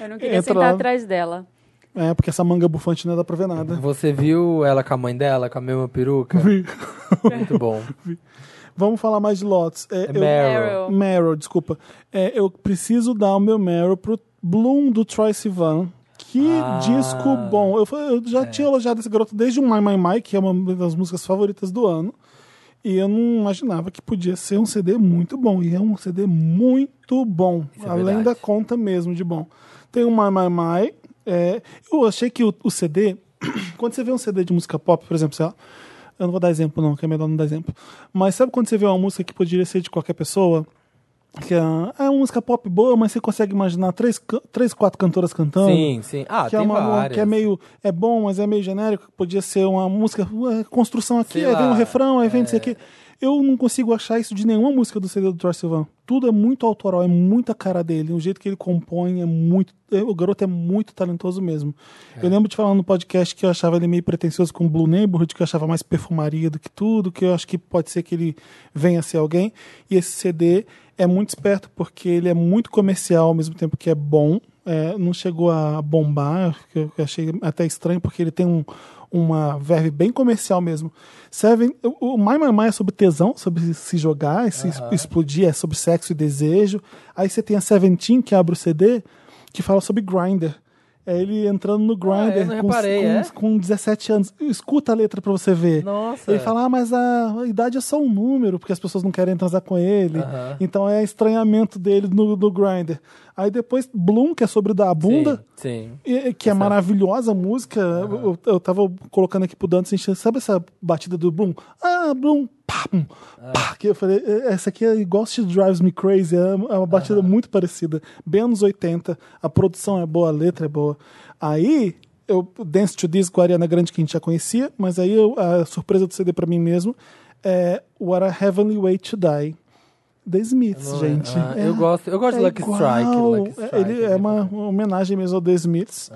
[SPEAKER 1] Eu não queria
[SPEAKER 2] Entra
[SPEAKER 1] sentar
[SPEAKER 2] lá.
[SPEAKER 1] atrás dela.
[SPEAKER 2] É, porque essa manga bufante não dá pra ver nada.
[SPEAKER 3] Você viu ela com a mãe dela, com a mesma peruca?
[SPEAKER 2] Vi.
[SPEAKER 3] Muito bom.
[SPEAKER 2] Vamos falar mais de Lotus. É,
[SPEAKER 3] É
[SPEAKER 2] eu-
[SPEAKER 3] Meryl.
[SPEAKER 1] Meryl.
[SPEAKER 2] Meryl, desculpa. É, eu preciso dar o meu Meryl pro Bloom do Troy Sivan. Que
[SPEAKER 3] Ah.
[SPEAKER 2] disco bom. Eu, fa- eu já tinha elogiado esse garoto desde o My My My, que é uma das músicas favoritas do ano. E eu não imaginava que podia ser um CD muito bom. E é um CD muito bom.
[SPEAKER 3] é
[SPEAKER 2] além
[SPEAKER 3] verdade.
[SPEAKER 2] da conta mesmo de bom. Tem o My My My. é, eu achei que o, o CD... quando você vê um CD de música pop, por exemplo, sei lá, eu não vou dar exemplo não, que é melhor não dar exemplo. Mas sabe quando você vê uma música que poderia ser de qualquer pessoa? Que é, é uma música pop boa, mas você consegue imaginar três, ca- três quatro cantoras cantando?
[SPEAKER 3] Sim, sim. Ah,
[SPEAKER 2] que é
[SPEAKER 3] tem
[SPEAKER 2] uma mu-
[SPEAKER 3] várias.
[SPEAKER 2] que é meio é bom, mas é meio genérico, podia ser uma música, ué, construção aqui,
[SPEAKER 3] Sei
[SPEAKER 2] aí vem um
[SPEAKER 3] lá,
[SPEAKER 2] refrão, aí vem não sei o quê. Eu não consigo achar isso de nenhuma música do CD do Troy Sivan. Tudo é muito autoral, é muita cara dele, o jeito que ele compõe é muito, é, o garoto é muito talentoso mesmo. Eu lembro de falar no podcast que eu achava ele meio pretensioso com Blue Neighborhood, que eu achava mais perfumaria do que tudo, que eu acho que pode ser que ele venha a ser alguém. E esse CD é muito esperto porque ele é muito comercial ao mesmo tempo que é bom. É, não chegou a bombar, que eu que eu achei até estranho, porque ele tem um- uma verve bem comercial mesmo. Seven, o o My My My é sobre tesão, sobre se jogar, e se es- explodir, é sobre sexo e desejo. Aí você tem a Seventeen, que abre o CD, que fala sobre grinder. É ele entrando no Grindr
[SPEAKER 3] Ah, não
[SPEAKER 2] com,
[SPEAKER 3] reparei,
[SPEAKER 2] com-
[SPEAKER 3] é?
[SPEAKER 2] com 17 anos. Escuta a letra pra você ver.
[SPEAKER 3] Nossa.
[SPEAKER 2] Ele fala, ah, mas a idade é só um número, porque as pessoas não querem transar com ele.
[SPEAKER 3] Aham.
[SPEAKER 2] Então é estranhamento dele no, no Grindr. Aí depois Bloom, que é sobre dar a bunda.
[SPEAKER 3] Sim.
[SPEAKER 2] E- Que é maravilhosa a música. né? Eu, eu tava colocando aqui pro Dante, assim, sabe essa batida do Bloom? Ah, Bloom, pá, pum, pá, que eu falei, "É, essa aqui é igual She Drives Me Crazy, é uma é uma batida muito parecida. Bem anos 80, a produção é boa, a letra é boa. Aí, eu Dance to This com a Ariana Grande, que a gente já conhecia, mas aí eu- a surpresa do CD pra mim mesmo é What a Heavenly Way to Die. The Smiths, gente.
[SPEAKER 3] Ah,
[SPEAKER 2] É.
[SPEAKER 3] eu gosto, eu gosto de Lucky
[SPEAKER 2] igual.
[SPEAKER 3] Strike. Lucky
[SPEAKER 2] É,
[SPEAKER 3] Strike
[SPEAKER 2] Ele é uma, uma homenagem mesmo ao The Smiths.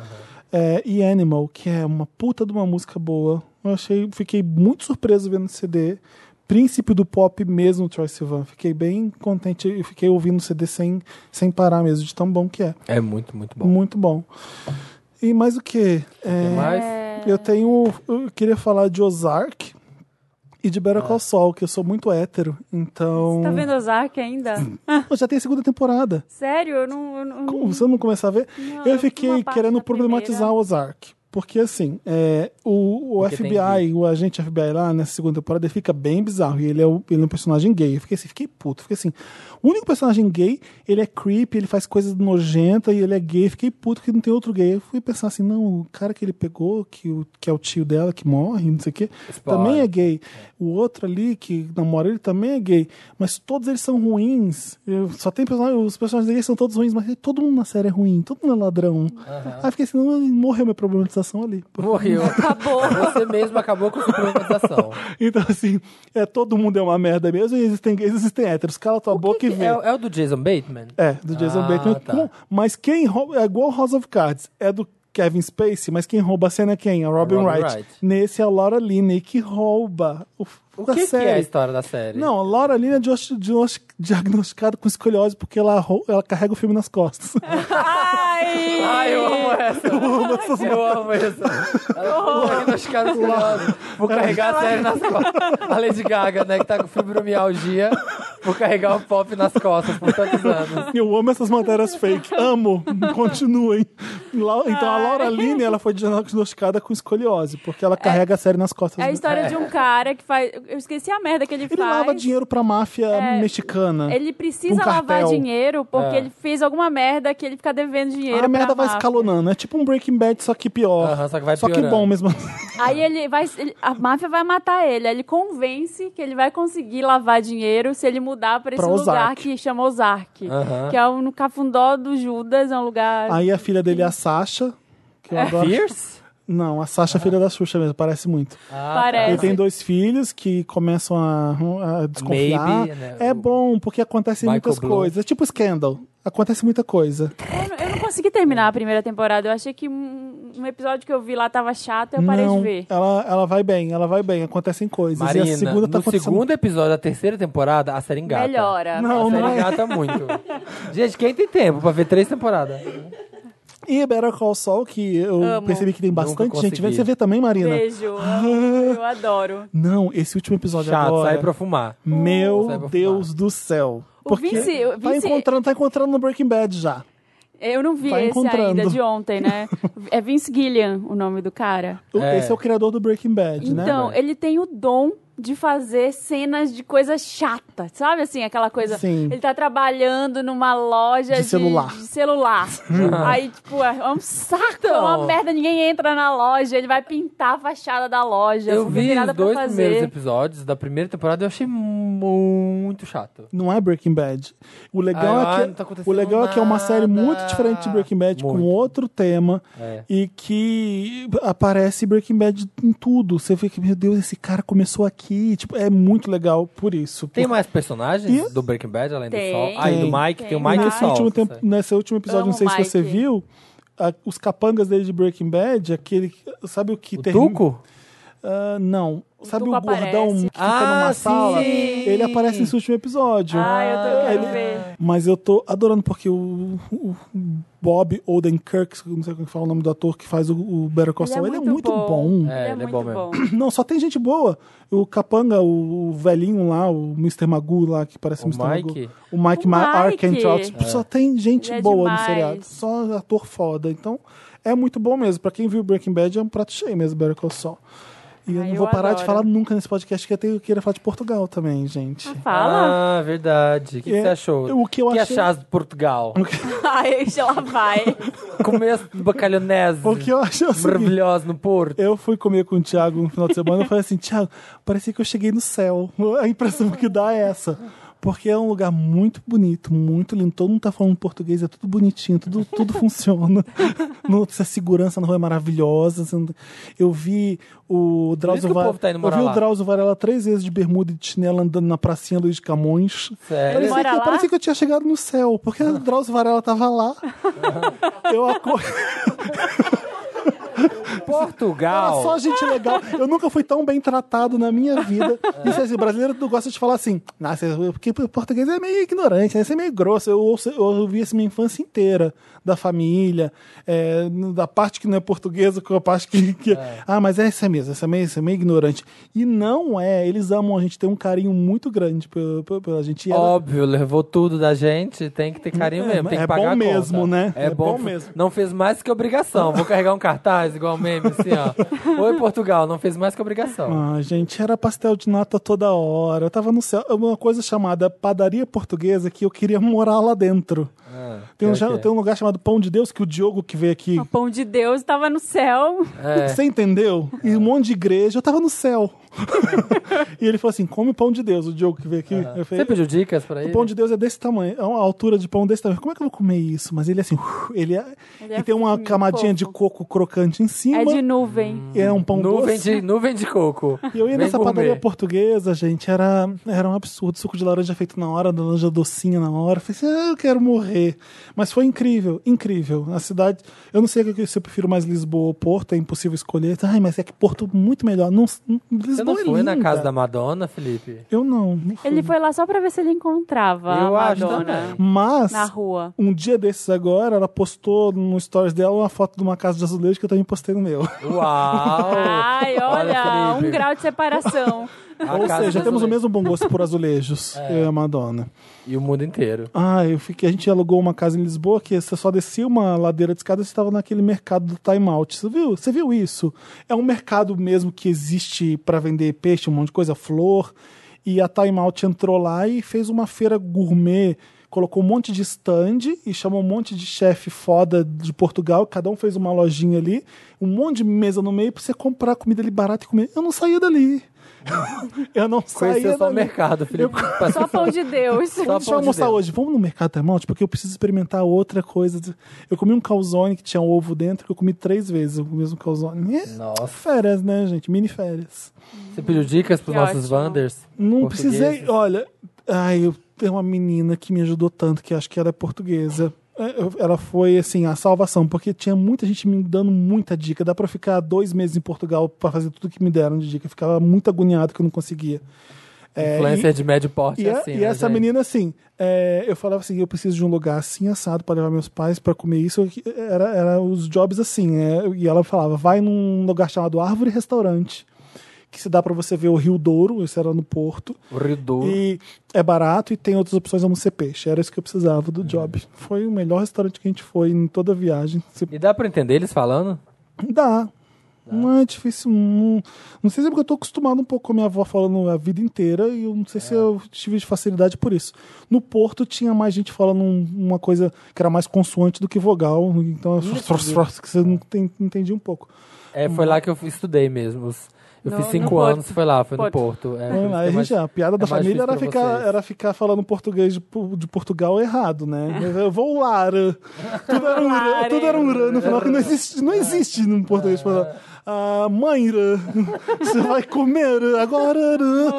[SPEAKER 2] É, e Animal, que é uma puta de uma música boa. Eu achei, fiquei muito surpreso vendo o CD. Príncipe do pop mesmo, Troy Sivan. Fiquei bem contente e fiquei ouvindo o CD sem, sem parar mesmo, de tão bom que é.
[SPEAKER 3] É muito, muito bom.
[SPEAKER 2] Muito bom. E mais o que?
[SPEAKER 3] Tem mais?
[SPEAKER 1] É.
[SPEAKER 2] Eu tenho. Eu queria falar de Ozark e de
[SPEAKER 3] Ah.
[SPEAKER 2] Better Call Saul, que eu sou muito hétero. Então.
[SPEAKER 1] Tá vendo Ozark ainda?
[SPEAKER 2] Eu já tem a segunda temporada.
[SPEAKER 1] Sério? Eu não. eu não-
[SPEAKER 2] Como você não começar a ver?
[SPEAKER 1] Não, eu
[SPEAKER 2] eu
[SPEAKER 1] vi uma
[SPEAKER 2] fiquei
[SPEAKER 1] parte
[SPEAKER 2] querendo
[SPEAKER 1] da
[SPEAKER 2] problematizar
[SPEAKER 1] primeira.
[SPEAKER 2] o Ozark. Porque assim, é, o, o
[SPEAKER 3] Porque tem
[SPEAKER 2] FBI, o agente FBI lá nessa segunda temporada, ele fica bem bizarro. E ele é, o- ele é um personagem gay. Eu fiquei assim, fiquei puto. Fiquei assim, o único personagem gay, ele é creepy, ele faz coisas nojentas e ele é gay. Fiquei puto que não tem outro gay. Eu fui pensar assim, não, o cara que ele pegou, que, o- que é o tio dela, que morre, não sei o quê,
[SPEAKER 3] Spoiler.
[SPEAKER 2] também é gay. O outro ali, que namora ele, também é gay. Mas todos eles são ruins. Eu- só tem personagem, os personagens gays são todos ruins, mas todo mundo na série é ruim, todo mundo é ladrão. Aí eu fiquei assim, não, morreu minha problematização ali.
[SPEAKER 3] Morreu.
[SPEAKER 1] Acabou.
[SPEAKER 3] Você mesmo acabou com a problematização.
[SPEAKER 2] Então, assim, é, todo mundo é uma merda mesmo, e existem gays, existem héteros. Cala tua boca e vê.
[SPEAKER 3] É, é o do Jason Bateman?
[SPEAKER 2] É, do Jason
[SPEAKER 3] Ah,
[SPEAKER 2] Bateman.
[SPEAKER 3] tá.
[SPEAKER 2] Com- mas quem rouba. É igual House of Cards. É do Kevin Spacey, mas quem rouba a cena é quem? A Robin,
[SPEAKER 3] Robin
[SPEAKER 2] Wright.
[SPEAKER 3] Wright.
[SPEAKER 2] Nesse é a Laura Linney que rouba o,
[SPEAKER 3] O
[SPEAKER 2] da
[SPEAKER 3] que, que
[SPEAKER 2] série.
[SPEAKER 3] é a história da série?
[SPEAKER 2] Não, a Laura Linney é dios- dios- diagnosticada com escoliose porque ela, rou- ela carrega o filme nas costas.
[SPEAKER 1] É. Ai!
[SPEAKER 3] Ai, eu amo essa. Eu amo essa. Eu amo essa. Ela fica diagnosticada com lado. Vou carregar a série nas costas. A Lady Gaga, né, que tá com fibromialgia. Vou carregar o pop nas costas por tantos anos.
[SPEAKER 2] Eu amo essas matérias fake. Amo. Continuem. Lau- Então, a Laura Linney ela foi diagnosticada com escoliose porque ela carrega a série nas costas.
[SPEAKER 1] É a
[SPEAKER 2] né?
[SPEAKER 1] história de um cara que faz. Eu esqueci a merda que ele,
[SPEAKER 2] Ele
[SPEAKER 1] faz.
[SPEAKER 2] lava dinheiro pra máfia
[SPEAKER 1] É,
[SPEAKER 2] mexicana.
[SPEAKER 1] Ele precisa
[SPEAKER 2] pra um
[SPEAKER 1] lavar
[SPEAKER 2] cartel.
[SPEAKER 1] dinheiro porque
[SPEAKER 3] É.
[SPEAKER 1] ele fez alguma merda que ele fica devendo dinheiro.
[SPEAKER 2] Ah,
[SPEAKER 1] pra
[SPEAKER 2] A merda vai
[SPEAKER 1] máfia.
[SPEAKER 2] escalonando. É tipo um Breaking Bad, só que pior.
[SPEAKER 3] Aham, só que vai
[SPEAKER 2] que
[SPEAKER 3] piorando.
[SPEAKER 2] bom mesmo.
[SPEAKER 1] Aí ele vai. ele- a máfia vai matar ele. Aí ele convence que ele vai conseguir lavar dinheiro se ele mudar pra esse
[SPEAKER 2] Pra
[SPEAKER 1] lugar
[SPEAKER 2] Ozark.
[SPEAKER 1] que chama Ozark.
[SPEAKER 3] Aham.
[SPEAKER 1] Que é um, no Cafundó do Judas, é um lugar.
[SPEAKER 2] Aí a filha dele é a Sasha. Que
[SPEAKER 1] É
[SPEAKER 2] eu adoro.
[SPEAKER 3] Fierce? Ah,
[SPEAKER 2] Não, a Sasha é filha da Xuxa mesmo, parece muito.
[SPEAKER 1] parece.
[SPEAKER 2] Ele tem dois filhos que começam a, a desconfiar.
[SPEAKER 3] Maybe, né,
[SPEAKER 2] É
[SPEAKER 3] o-
[SPEAKER 2] bom, porque acontecem
[SPEAKER 3] Michael
[SPEAKER 2] muitas
[SPEAKER 3] Bloom.
[SPEAKER 2] coisas. É tipo Scandal. Acontece muita coisa.
[SPEAKER 1] Eu, não- eu não consegui terminar a primeira temporada. Eu achei que um, um episódio que eu vi lá tava chato e eu parei
[SPEAKER 2] Não, Tá
[SPEAKER 1] de ver.
[SPEAKER 2] Ela, ela vai bem, ela vai bem, acontecem coisas. e a
[SPEAKER 3] Marina,
[SPEAKER 2] segunda tá
[SPEAKER 3] no
[SPEAKER 2] acontecendo.
[SPEAKER 3] segundo episódio da terceira temporada, a série engata.
[SPEAKER 1] Melhora.
[SPEAKER 2] Não,
[SPEAKER 3] a série
[SPEAKER 2] não é.
[SPEAKER 3] engata muito. Gente, quem tem tempo pra ver três temporadas?
[SPEAKER 2] E Better Call Saul, que eu
[SPEAKER 1] Amo.
[SPEAKER 2] percebi que tem
[SPEAKER 3] Nunca
[SPEAKER 2] bastante gente. vendo.
[SPEAKER 3] consegui.
[SPEAKER 2] Você vê também, Marina?
[SPEAKER 1] Beijo.
[SPEAKER 2] Ah.
[SPEAKER 1] amo, Eu adoro.
[SPEAKER 2] Não, esse último episódio
[SPEAKER 3] Chato,
[SPEAKER 2] agora.
[SPEAKER 3] sai pra fumar.
[SPEAKER 2] Meu
[SPEAKER 3] Sai pra
[SPEAKER 2] Deus do céu.
[SPEAKER 1] O
[SPEAKER 2] Porque
[SPEAKER 1] Vince- o
[SPEAKER 2] tá,
[SPEAKER 1] Vince-
[SPEAKER 2] encontrando, tá encontrando no Breaking Bad já.
[SPEAKER 1] Eu não vi
[SPEAKER 2] Vai
[SPEAKER 1] esse
[SPEAKER 2] encontrando.
[SPEAKER 1] ainda de ontem, né? É Vince Gillian o nome do cara.
[SPEAKER 2] O-
[SPEAKER 3] É.
[SPEAKER 2] Esse é o criador do Breaking Bad, né?
[SPEAKER 1] Então,
[SPEAKER 3] velho?
[SPEAKER 1] ele tem o dom de fazer cenas de coisa chata, sabe assim, aquela coisa.
[SPEAKER 2] Sim.
[SPEAKER 1] Ele tá trabalhando numa loja
[SPEAKER 2] De celular.
[SPEAKER 1] de celular. Aí, tipo, é um saco, é uma
[SPEAKER 3] Então.
[SPEAKER 1] merda, ninguém entra na loja, ele vai pintar a fachada da loja. assim,
[SPEAKER 3] Eu
[SPEAKER 1] não tem
[SPEAKER 3] vi
[SPEAKER 1] nada
[SPEAKER 3] os
[SPEAKER 1] pra
[SPEAKER 3] dois
[SPEAKER 1] fazer.
[SPEAKER 3] primeiros episódios da primeira temporada e eu achei muito chato.
[SPEAKER 2] Não é Breaking Bad. O legal,
[SPEAKER 3] Ah,
[SPEAKER 2] é,
[SPEAKER 3] não
[SPEAKER 2] que,
[SPEAKER 3] tá acontecendo
[SPEAKER 2] o legal é que é uma série muito
[SPEAKER 3] nada.
[SPEAKER 2] diferente de Breaking Bad, com
[SPEAKER 3] Muito.
[SPEAKER 2] outro tema,
[SPEAKER 3] É.
[SPEAKER 2] e que aparece Breaking Bad em tudo. Você fica, meu Deus, esse cara começou aqui. Tipo, é muito legal por isso.
[SPEAKER 3] Tem mais personagens
[SPEAKER 2] Isso.
[SPEAKER 3] do Breaking Bad além
[SPEAKER 1] Tem.
[SPEAKER 3] do Sol? Ah, e do
[SPEAKER 2] Tem.
[SPEAKER 3] Mike, tem, o
[SPEAKER 1] Tem.
[SPEAKER 3] Mike
[SPEAKER 2] nesse,
[SPEAKER 1] Sol,
[SPEAKER 2] último
[SPEAKER 3] Sol.
[SPEAKER 2] tempo, nesse último episódio,
[SPEAKER 1] Amo
[SPEAKER 2] não sei se
[SPEAKER 1] Mike.
[SPEAKER 2] você viu, a- os capangas dele de Breaking Bad, aquele. Sabe o que
[SPEAKER 3] O
[SPEAKER 2] tem?
[SPEAKER 3] Tuco?
[SPEAKER 2] Ah, não. Sabe
[SPEAKER 1] Tuco
[SPEAKER 2] o gordão
[SPEAKER 1] aparece.
[SPEAKER 2] que fica
[SPEAKER 3] Ah,
[SPEAKER 2] numa
[SPEAKER 3] sim!
[SPEAKER 2] sala? Ele aparece nesse último episódio.
[SPEAKER 1] Ah, eu tô- eu quero
[SPEAKER 2] Ele-
[SPEAKER 1] ver.
[SPEAKER 2] Mas eu tô adorando, porque o, o Bob Odenkirk, não sei como é que fala o nome do ator que faz o, o Better Call Saul, ele é muito bom.
[SPEAKER 3] É, ele é bom mesmo.
[SPEAKER 2] Não, só tem gente boa. O Capanga, o, o velhinho lá, o Mr. Magoo lá, que parece
[SPEAKER 3] O
[SPEAKER 2] o Mr. Magoo.
[SPEAKER 3] Mike?
[SPEAKER 2] O Mike,
[SPEAKER 1] O
[SPEAKER 2] Ma-
[SPEAKER 1] Mike!
[SPEAKER 2] Arkentrout. Tipo, Só tem gente
[SPEAKER 1] Ele é
[SPEAKER 2] boa
[SPEAKER 1] demais.
[SPEAKER 2] no seriado. Só ator foda. Então, é muito bom mesmo. Pra quem viu Breaking Bad, é um prato cheio mesmo, Better Call Saul. E eu
[SPEAKER 1] Ai,
[SPEAKER 2] não
[SPEAKER 1] eu
[SPEAKER 2] vou parar de
[SPEAKER 1] adoro.
[SPEAKER 2] falar nunca nesse podcast, que eu, tenho, eu queria falar de Portugal também, gente.
[SPEAKER 1] Fala.
[SPEAKER 3] Ah, verdade. O que, que
[SPEAKER 2] É,
[SPEAKER 3] você achou?
[SPEAKER 2] o que eu achei-
[SPEAKER 3] achas de Portugal?
[SPEAKER 1] Ai, ela vai.
[SPEAKER 3] Comer bacalhonese
[SPEAKER 2] O que eu acho é o seguinte,
[SPEAKER 3] maravilhoso no Porto.
[SPEAKER 2] Eu fui comer com o Thiago no final de semana e falei assim, Thiago, parecia que eu cheguei no céu. A impressão que dá é essa. Porque é um lugar muito bonito, muito lindo. Todo mundo tá falando português, é tudo bonitinho, tudo, tudo funciona. Não, a segurança na rua é maravilhosa. você não tem- Eu vi o Drauzio
[SPEAKER 3] que o
[SPEAKER 2] Varela.
[SPEAKER 3] povo tá indo
[SPEAKER 2] eu vi
[SPEAKER 3] morar
[SPEAKER 2] o
[SPEAKER 3] lá.
[SPEAKER 2] Drauzio Varela três vezes de bermuda e de chinelo andando na pracinha Luiz de Camões.
[SPEAKER 3] Sério?
[SPEAKER 1] Ele
[SPEAKER 2] Parecia
[SPEAKER 1] mora
[SPEAKER 2] que,
[SPEAKER 1] lá?
[SPEAKER 2] parecia que eu tinha chegado no céu, porque o Drauzio Varela tava lá. Eu acordei. Era
[SPEAKER 3] Portugal.
[SPEAKER 2] só gente legal. Eu nunca fui tão bem tratado na minha vida. E assim, assim, brasileiro tu gosta de falar assim, nossa, porque o português é meio ignorante, né? Isso é meio grosso. Eu, ouço, eu ouvi isso minha infância inteira, da família, é, no- da parte que não é portuguesa, com a parte que. que- Ah, mas é essa mesmo, essa é meio, essa é meio ignorante. E não é, eles amam a gente, tem um carinho muito grande pela, pela- pela gente. E ela-
[SPEAKER 3] Óbvio, levou tudo da gente, tem que ter carinho
[SPEAKER 2] É,
[SPEAKER 3] mesmo, tem que
[SPEAKER 2] é
[SPEAKER 3] pagar
[SPEAKER 2] bom
[SPEAKER 3] a conta.
[SPEAKER 2] mesmo, né?
[SPEAKER 3] É,
[SPEAKER 2] É
[SPEAKER 3] bom,
[SPEAKER 2] bom mesmo.
[SPEAKER 3] Não fez mais que obrigação. Vou carregar um cartaz igual meme, assim, ó. Oi, Portugal, não fez mais que obrigação.
[SPEAKER 2] Ah, gente, era pastel de nata toda hora. Eu tava no céu. é Uma coisa chamada padaria portuguesa que eu queria morar lá dentro. tem, um,
[SPEAKER 3] quer
[SPEAKER 2] ja-
[SPEAKER 3] o quê?
[SPEAKER 2] tem um lugar chamado Pão de Deus que o Diogo que veio aqui.
[SPEAKER 1] O pão de Deus tava no céu.
[SPEAKER 3] É.
[SPEAKER 2] Ah. Você entendeu? E um monte de igreja. Eu tava no céu. e ele falou assim: come pão de Deus, o Diogo que veio aqui. Eu falei,
[SPEAKER 3] Você pediu dicas pra ele?
[SPEAKER 2] o pão de Deus é desse tamanho, é uma altura de pão desse tamanho. Como é que eu vou comer isso? Mas ele é assim, ele é,
[SPEAKER 1] Ele é
[SPEAKER 2] e tem uma
[SPEAKER 1] fininho,
[SPEAKER 2] camadinha de coco crocante em cima.
[SPEAKER 1] É de nuvem.
[SPEAKER 2] e é um pão
[SPEAKER 3] Nuvem
[SPEAKER 2] doce.
[SPEAKER 3] de, nuvem de coco.
[SPEAKER 2] E eu ia
[SPEAKER 3] Bem
[SPEAKER 2] nessa
[SPEAKER 3] gourmet.
[SPEAKER 2] padaria portuguesa, gente, era, era um absurdo. Suco de laranja feito na hora, laranja docinha na hora. Eu falei assim, ah, eu quero morrer. Mas foi incrível, incrível. A cidade, eu não sei o que- se eu prefiro mais Lisboa ou Porto, é impossível escolher. Ai, mas é que Porto é muito melhor. Não, não-
[SPEAKER 3] Você não
[SPEAKER 2] Lisboa é
[SPEAKER 3] foi na
[SPEAKER 2] linda.
[SPEAKER 3] casa da Madonna, Felipe?
[SPEAKER 2] Eu não, não fui.
[SPEAKER 1] Ele foi lá só pra ver se ele encontrava a
[SPEAKER 3] Eu acho
[SPEAKER 1] Madonna
[SPEAKER 3] também.
[SPEAKER 2] Mas,
[SPEAKER 1] na rua.
[SPEAKER 2] um dia desses agora, ela postou no stories dela uma foto de uma casa de azulejo que eu também postei no meu.
[SPEAKER 3] Uau!
[SPEAKER 1] Ai, olha, um
[SPEAKER 3] Felipe.
[SPEAKER 1] grau de separação.
[SPEAKER 3] A
[SPEAKER 2] Ou
[SPEAKER 3] casa
[SPEAKER 2] seja,
[SPEAKER 3] dos
[SPEAKER 2] temos o
[SPEAKER 3] azulejos. É.
[SPEAKER 2] mesmo bom gosto por azulejos, eu e a Madonna.
[SPEAKER 3] E o mundo inteiro.
[SPEAKER 2] Ah, eu fiquei, a gente alugou uma casa em Lisboa que você só descia uma ladeira de escada e você estava naquele mercado do Time Out. Você viu? Você viu isso? É um mercado mesmo que existe para vender peixe, um monte de coisa, flor. E a Time Out entrou lá e fez uma feira gourmet, colocou um monte de stand e chamou um monte de chefe foda de Portugal. Cada um fez uma lojinha ali, um monte de mesa no meio para você comprar comida ali barata e comer. Eu não saía dali. eu não saía
[SPEAKER 3] Conheceu só o
[SPEAKER 2] dali.
[SPEAKER 3] mercado, Felipe. Passou
[SPEAKER 1] Só pão de Deus.
[SPEAKER 3] Só
[SPEAKER 2] Deixa eu
[SPEAKER 3] pão Tá de
[SPEAKER 2] almoçar
[SPEAKER 3] Deus.
[SPEAKER 2] hoje. Vamos no mercado termote, porque eu preciso experimentar outra coisa. Eu comi um calzone que tinha ovo dentro, que eu comi três vezes o mesmo calzone. É,
[SPEAKER 3] Nossa.
[SPEAKER 2] Férias, né, gente? Mini férias.
[SPEAKER 3] Você pediu dicas pros
[SPEAKER 1] Que
[SPEAKER 3] nossos
[SPEAKER 1] ótimo.
[SPEAKER 3] Wanders?
[SPEAKER 2] Não
[SPEAKER 3] portugueses?
[SPEAKER 2] precisei. Olha, ai, eu tenho uma menina que me ajudou tanto, que acho que ela é portuguesa. É, eu- Ela foi, assim, a salvação, porque tinha muita gente me dando muita dica. Dá pra eu ficar dois meses em Portugal pra fazer tudo que me deram de dica. Eu ficava muito agoniado que eu não conseguia. É,
[SPEAKER 3] Influencer de médio porte
[SPEAKER 2] E, a-
[SPEAKER 3] assim,
[SPEAKER 2] e
[SPEAKER 3] né,
[SPEAKER 2] essa
[SPEAKER 3] gente?
[SPEAKER 2] menina, assim, é, eu falava assim: eu preciso de um lugar assim assado para levar meus pais para comer isso. que Era, era os jobs assim. é, e ela falava: vai num lugar chamado Árvore Restaurante, que se dá para você ver o Rio Douro, isso era no Porto.
[SPEAKER 3] O Rio Douro.
[SPEAKER 2] E é barato e tem outras opções a não ser peixe. Era isso que eu precisava do job. Foi o melhor restaurante que a gente foi em toda a viagem. Se-
[SPEAKER 3] E dá pra entender eles falando?
[SPEAKER 2] Dá. Não é difícil. Não, não sei se é porque eu tô acostumado um pouco com a minha avó falando a vida inteira e eu não sei se eu tive facilidade por isso. No Porto tinha mais gente falando um- uma coisa que era mais consoante do que vogal, então que você não tem- entendi um pouco.
[SPEAKER 3] É, foi lá que eu estudei mesmo. Os- Eu
[SPEAKER 1] No-
[SPEAKER 3] fiz
[SPEAKER 1] no
[SPEAKER 3] cinco
[SPEAKER 1] Porto.
[SPEAKER 3] anos, foi lá, foi no
[SPEAKER 1] Porto.
[SPEAKER 3] Porto. É, por
[SPEAKER 2] Aí lá,
[SPEAKER 3] isso que
[SPEAKER 2] a,
[SPEAKER 3] é mais-
[SPEAKER 2] gente, a piada da
[SPEAKER 3] é mais
[SPEAKER 2] família era
[SPEAKER 3] difícil pra
[SPEAKER 2] ficar,
[SPEAKER 3] vocês.
[SPEAKER 2] era ficar falando português de, Pu- de Portugal errado, né? Eu vou lá. né? Tudo era um rã, tudo era um rã, no final que não existe,
[SPEAKER 3] É.
[SPEAKER 2] não existe no português. Portugal. Ah, mãe, rã, você vai comer rã, agora, rã,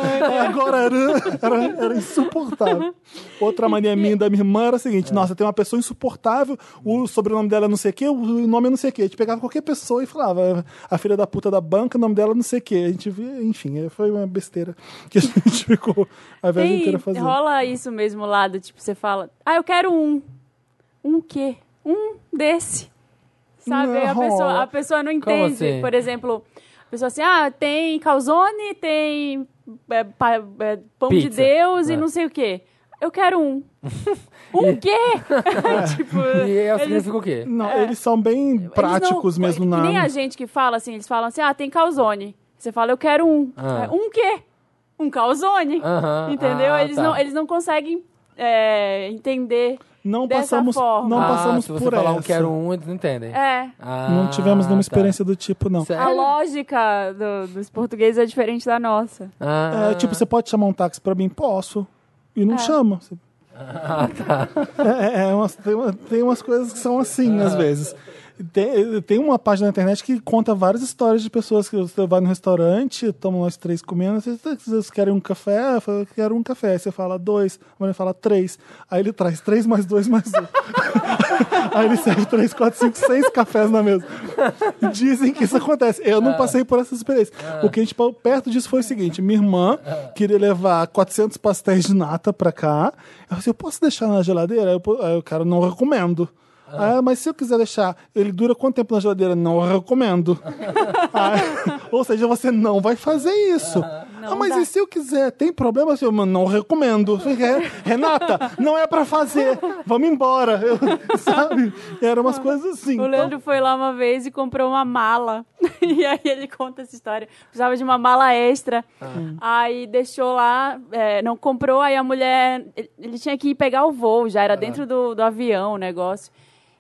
[SPEAKER 2] agora rã. Era, era insuportável. Outra mania minha da minha irmã era a
[SPEAKER 3] É.
[SPEAKER 2] seguinte: nossa, tem uma pessoa insuportável, o sobrenome dela é não sei o quê, o nome é não sei o quê. A gente pegava qualquer pessoa e falava, a filha da puta da banca, o nome dela é não sei o quê. A gente via, enfim, é, foi uma besteira que a gente ficou a viagem
[SPEAKER 1] Tem,
[SPEAKER 2] inteira fazendo.
[SPEAKER 1] rola isso mesmo lá, do tipo, você fala, ah, eu quero um. Um quê? Um desse. Sabe? Aí a,
[SPEAKER 2] Não.
[SPEAKER 1] pessoa, a pessoa não entende.
[SPEAKER 3] assim?
[SPEAKER 1] Por exemplo, a pessoa assim, ah, tem calzone, tem é, pa- é, pão de
[SPEAKER 3] Pizza.
[SPEAKER 1] Deus
[SPEAKER 3] É.
[SPEAKER 1] e não sei o quê. Eu quero um. um quê? tipo,
[SPEAKER 3] E é,
[SPEAKER 1] eles-
[SPEAKER 3] significa o quê?
[SPEAKER 2] Não, eles são bem práticos
[SPEAKER 1] Eles não- é
[SPEAKER 2] mesmo
[SPEAKER 1] que
[SPEAKER 2] na.
[SPEAKER 1] Nem a gente que fala assim, eles falam assim, ah, tem calzone. Você fala, eu quero um.
[SPEAKER 3] Ah.
[SPEAKER 1] É, Um quê? Um calzone.
[SPEAKER 3] Aham,
[SPEAKER 1] Entendeu?
[SPEAKER 3] ah,
[SPEAKER 1] eles,
[SPEAKER 3] tá.
[SPEAKER 1] não, eles não conseguem é, entender.
[SPEAKER 2] Não
[SPEAKER 1] dessa
[SPEAKER 2] passamos,
[SPEAKER 1] forma.
[SPEAKER 2] não
[SPEAKER 3] ah,
[SPEAKER 2] passamos
[SPEAKER 3] se você
[SPEAKER 2] por
[SPEAKER 3] falar
[SPEAKER 2] essa.
[SPEAKER 3] um quero um, eles não entendem.
[SPEAKER 1] É.
[SPEAKER 3] Ah,
[SPEAKER 2] Não tivemos nenhuma
[SPEAKER 3] tá.
[SPEAKER 2] experiência do tipo, não.
[SPEAKER 1] A
[SPEAKER 3] Sério?
[SPEAKER 1] lógica do- dos portugueses é diferente da nossa.
[SPEAKER 3] Ah,
[SPEAKER 2] É, tipo, você pode chamar um táxi pra mim? Posso. E não chama. Você- É, é, é umas- tem, uma- tem umas coisas que são assim, às vezes. Tem, tem uma página na internet que conta várias histórias de pessoas que você vai no restaurante, tomam nós três comendo, vocês, vocês querem um café? Eu falo, "Eu quero um café. Aí você fala dois, a mulher fala três. Aí ele traz três mais dois mais um. Aí ele serve três, quatro, cinco, seis cafés na mesa. Dizem que isso acontece. Eu não passei por essa experiência. O que a gente parou perto disso foi o seguinte: minha irmã queria levar 400 pastéis de nata pra cá. Eu falei assim: eu posso deixar na geladeira? Aí eu, po- aí o cara não recomendo. Ah, mas se eu quiser deixar, ele dura quanto tempo na geladeira? Não recomendo. Ah, ou seja, você não vai fazer isso. ah, mas
[SPEAKER 1] dá.
[SPEAKER 2] e se eu quiser? Tem problema? Eu falei, não recomendo. Eu falei, "É, Renata, não é pra fazer. Vamos embora. Eu- sabe? Eram umas coisas assim.
[SPEAKER 1] O Leandro foi lá uma vez e comprou uma mala. e aí ele conta essa história. Precisava de uma mala extra. Aí deixou lá, é, não comprou, aí a mulher. Ele, ele tinha que ir pegar o voo, já era dentro do, do avião o negócio.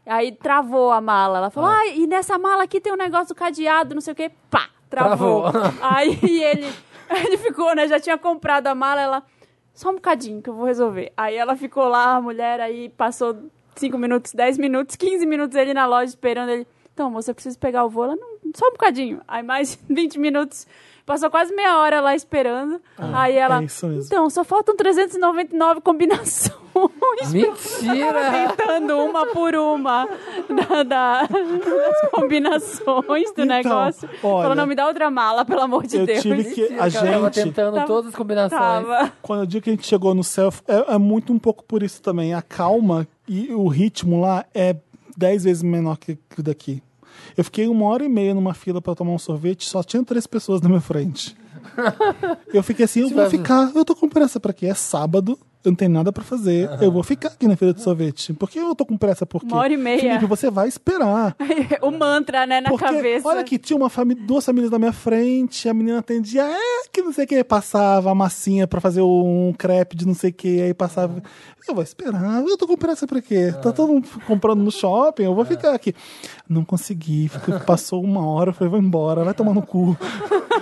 [SPEAKER 1] Aí travou a mala. Ela falou: ah. e nessa mala aqui tem um negócio do cadeado, não sei o quê. Pá! Travou.
[SPEAKER 3] Travou.
[SPEAKER 1] aí ele, ele ficou, né? Já tinha comprado a mala, ela. Só um bocadinho que eu vou resolver. Aí ela ficou lá, a mulher, aí passou 5 minutos, 10 minutos, 15 minutos ele na loja esperando ele. Então, moça, eu preciso pegar o voo. Ela, não, só um bocadinho. Aí mais 20 minutos. Passou quase meia hora lá esperando. aí ela.
[SPEAKER 2] é isso mesmo.
[SPEAKER 1] Então, só faltam 399 combinações.
[SPEAKER 2] É.
[SPEAKER 3] Mentira!
[SPEAKER 1] Tentando uma por uma da- da- das combinações do
[SPEAKER 2] Então,
[SPEAKER 1] negócio.
[SPEAKER 2] olha,
[SPEAKER 1] Falou, não, me dá outra mala, pelo amor de
[SPEAKER 2] eu
[SPEAKER 1] Deus.
[SPEAKER 2] tive que-
[SPEAKER 3] Mentira,
[SPEAKER 2] a
[SPEAKER 3] que ela Tava
[SPEAKER 2] gente- tá
[SPEAKER 3] tentando
[SPEAKER 1] Tava-
[SPEAKER 3] todas as combinações.
[SPEAKER 1] Tava.
[SPEAKER 2] Quando eu digo que a gente chegou no céu, é, é muito um pouco por isso também. A calma e o ritmo lá é 10 vezes menor que, que o daqui. Eu fiquei uma hora e meia numa fila pra tomar um sorvete, só tinha três pessoas na minha frente. Eu fiquei assim, eu vou
[SPEAKER 3] vai-
[SPEAKER 2] ficar, eu tô com pressa pra quê? É sábado, eu não tenho nada pra fazer, eu vou ficar aqui na fila de sorvete. Por que eu tô com pressa? Por quê?
[SPEAKER 1] Uma hora e meia.
[SPEAKER 2] Felipe, você vai esperar.
[SPEAKER 1] o mantra, né, na
[SPEAKER 2] Porque,
[SPEAKER 1] cabeça.
[SPEAKER 2] olha que tinha uma fami- duas famílias na minha frente, a menina atendia, é, que não sei o que, passava a massinha pra fazer um crepe de não sei o que, aí passava. Eu vou esperar, eu tô com pressa pra quê? Tá todo mundo comprando no shopping, eu vou ficar aqui. Não consegui, ficou- passou uma hora, eu falei, vou embora, vai tomar no cu.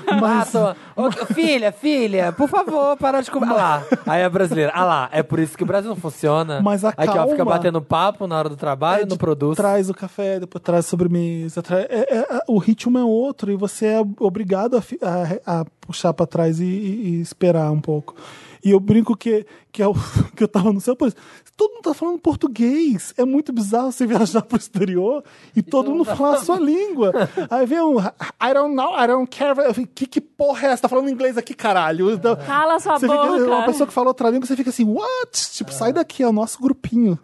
[SPEAKER 2] Mas,
[SPEAKER 3] Passa. Ô, filha, filha, por favor, para de comer. Ah lá. Aí a brasileira, ah lá, é por isso que o Brasil não funciona.
[SPEAKER 2] Mas a
[SPEAKER 3] Aqui, ó,
[SPEAKER 2] calma-
[SPEAKER 3] fica batendo papo na hora do trabalho,
[SPEAKER 2] É,
[SPEAKER 3] não
[SPEAKER 2] de-
[SPEAKER 3] produz.
[SPEAKER 2] Traz o café, depois traz a sobremesa. traz- é- é- é- o ritmo é outro e você é obrigado a, fi- a- a puxar pra trás e, e- e esperar um pouco. E eu brinco que, que, é o- que eu tava no céu, por isso, todo mundo tá falando português. É muito bizarro você viajar pro exterior e, todo mundo tá falar a sua língua. Aí vem um I don't know, I don't care. Eu falei, que, que porra é essa? Tá falando inglês aqui, caralho. Então,
[SPEAKER 1] Cala sua
[SPEAKER 2] você fica- uma
[SPEAKER 1] boca.
[SPEAKER 2] pessoa que fala outra língua, você fica assim, what? Tipo, sai daqui, é o nosso grupinho.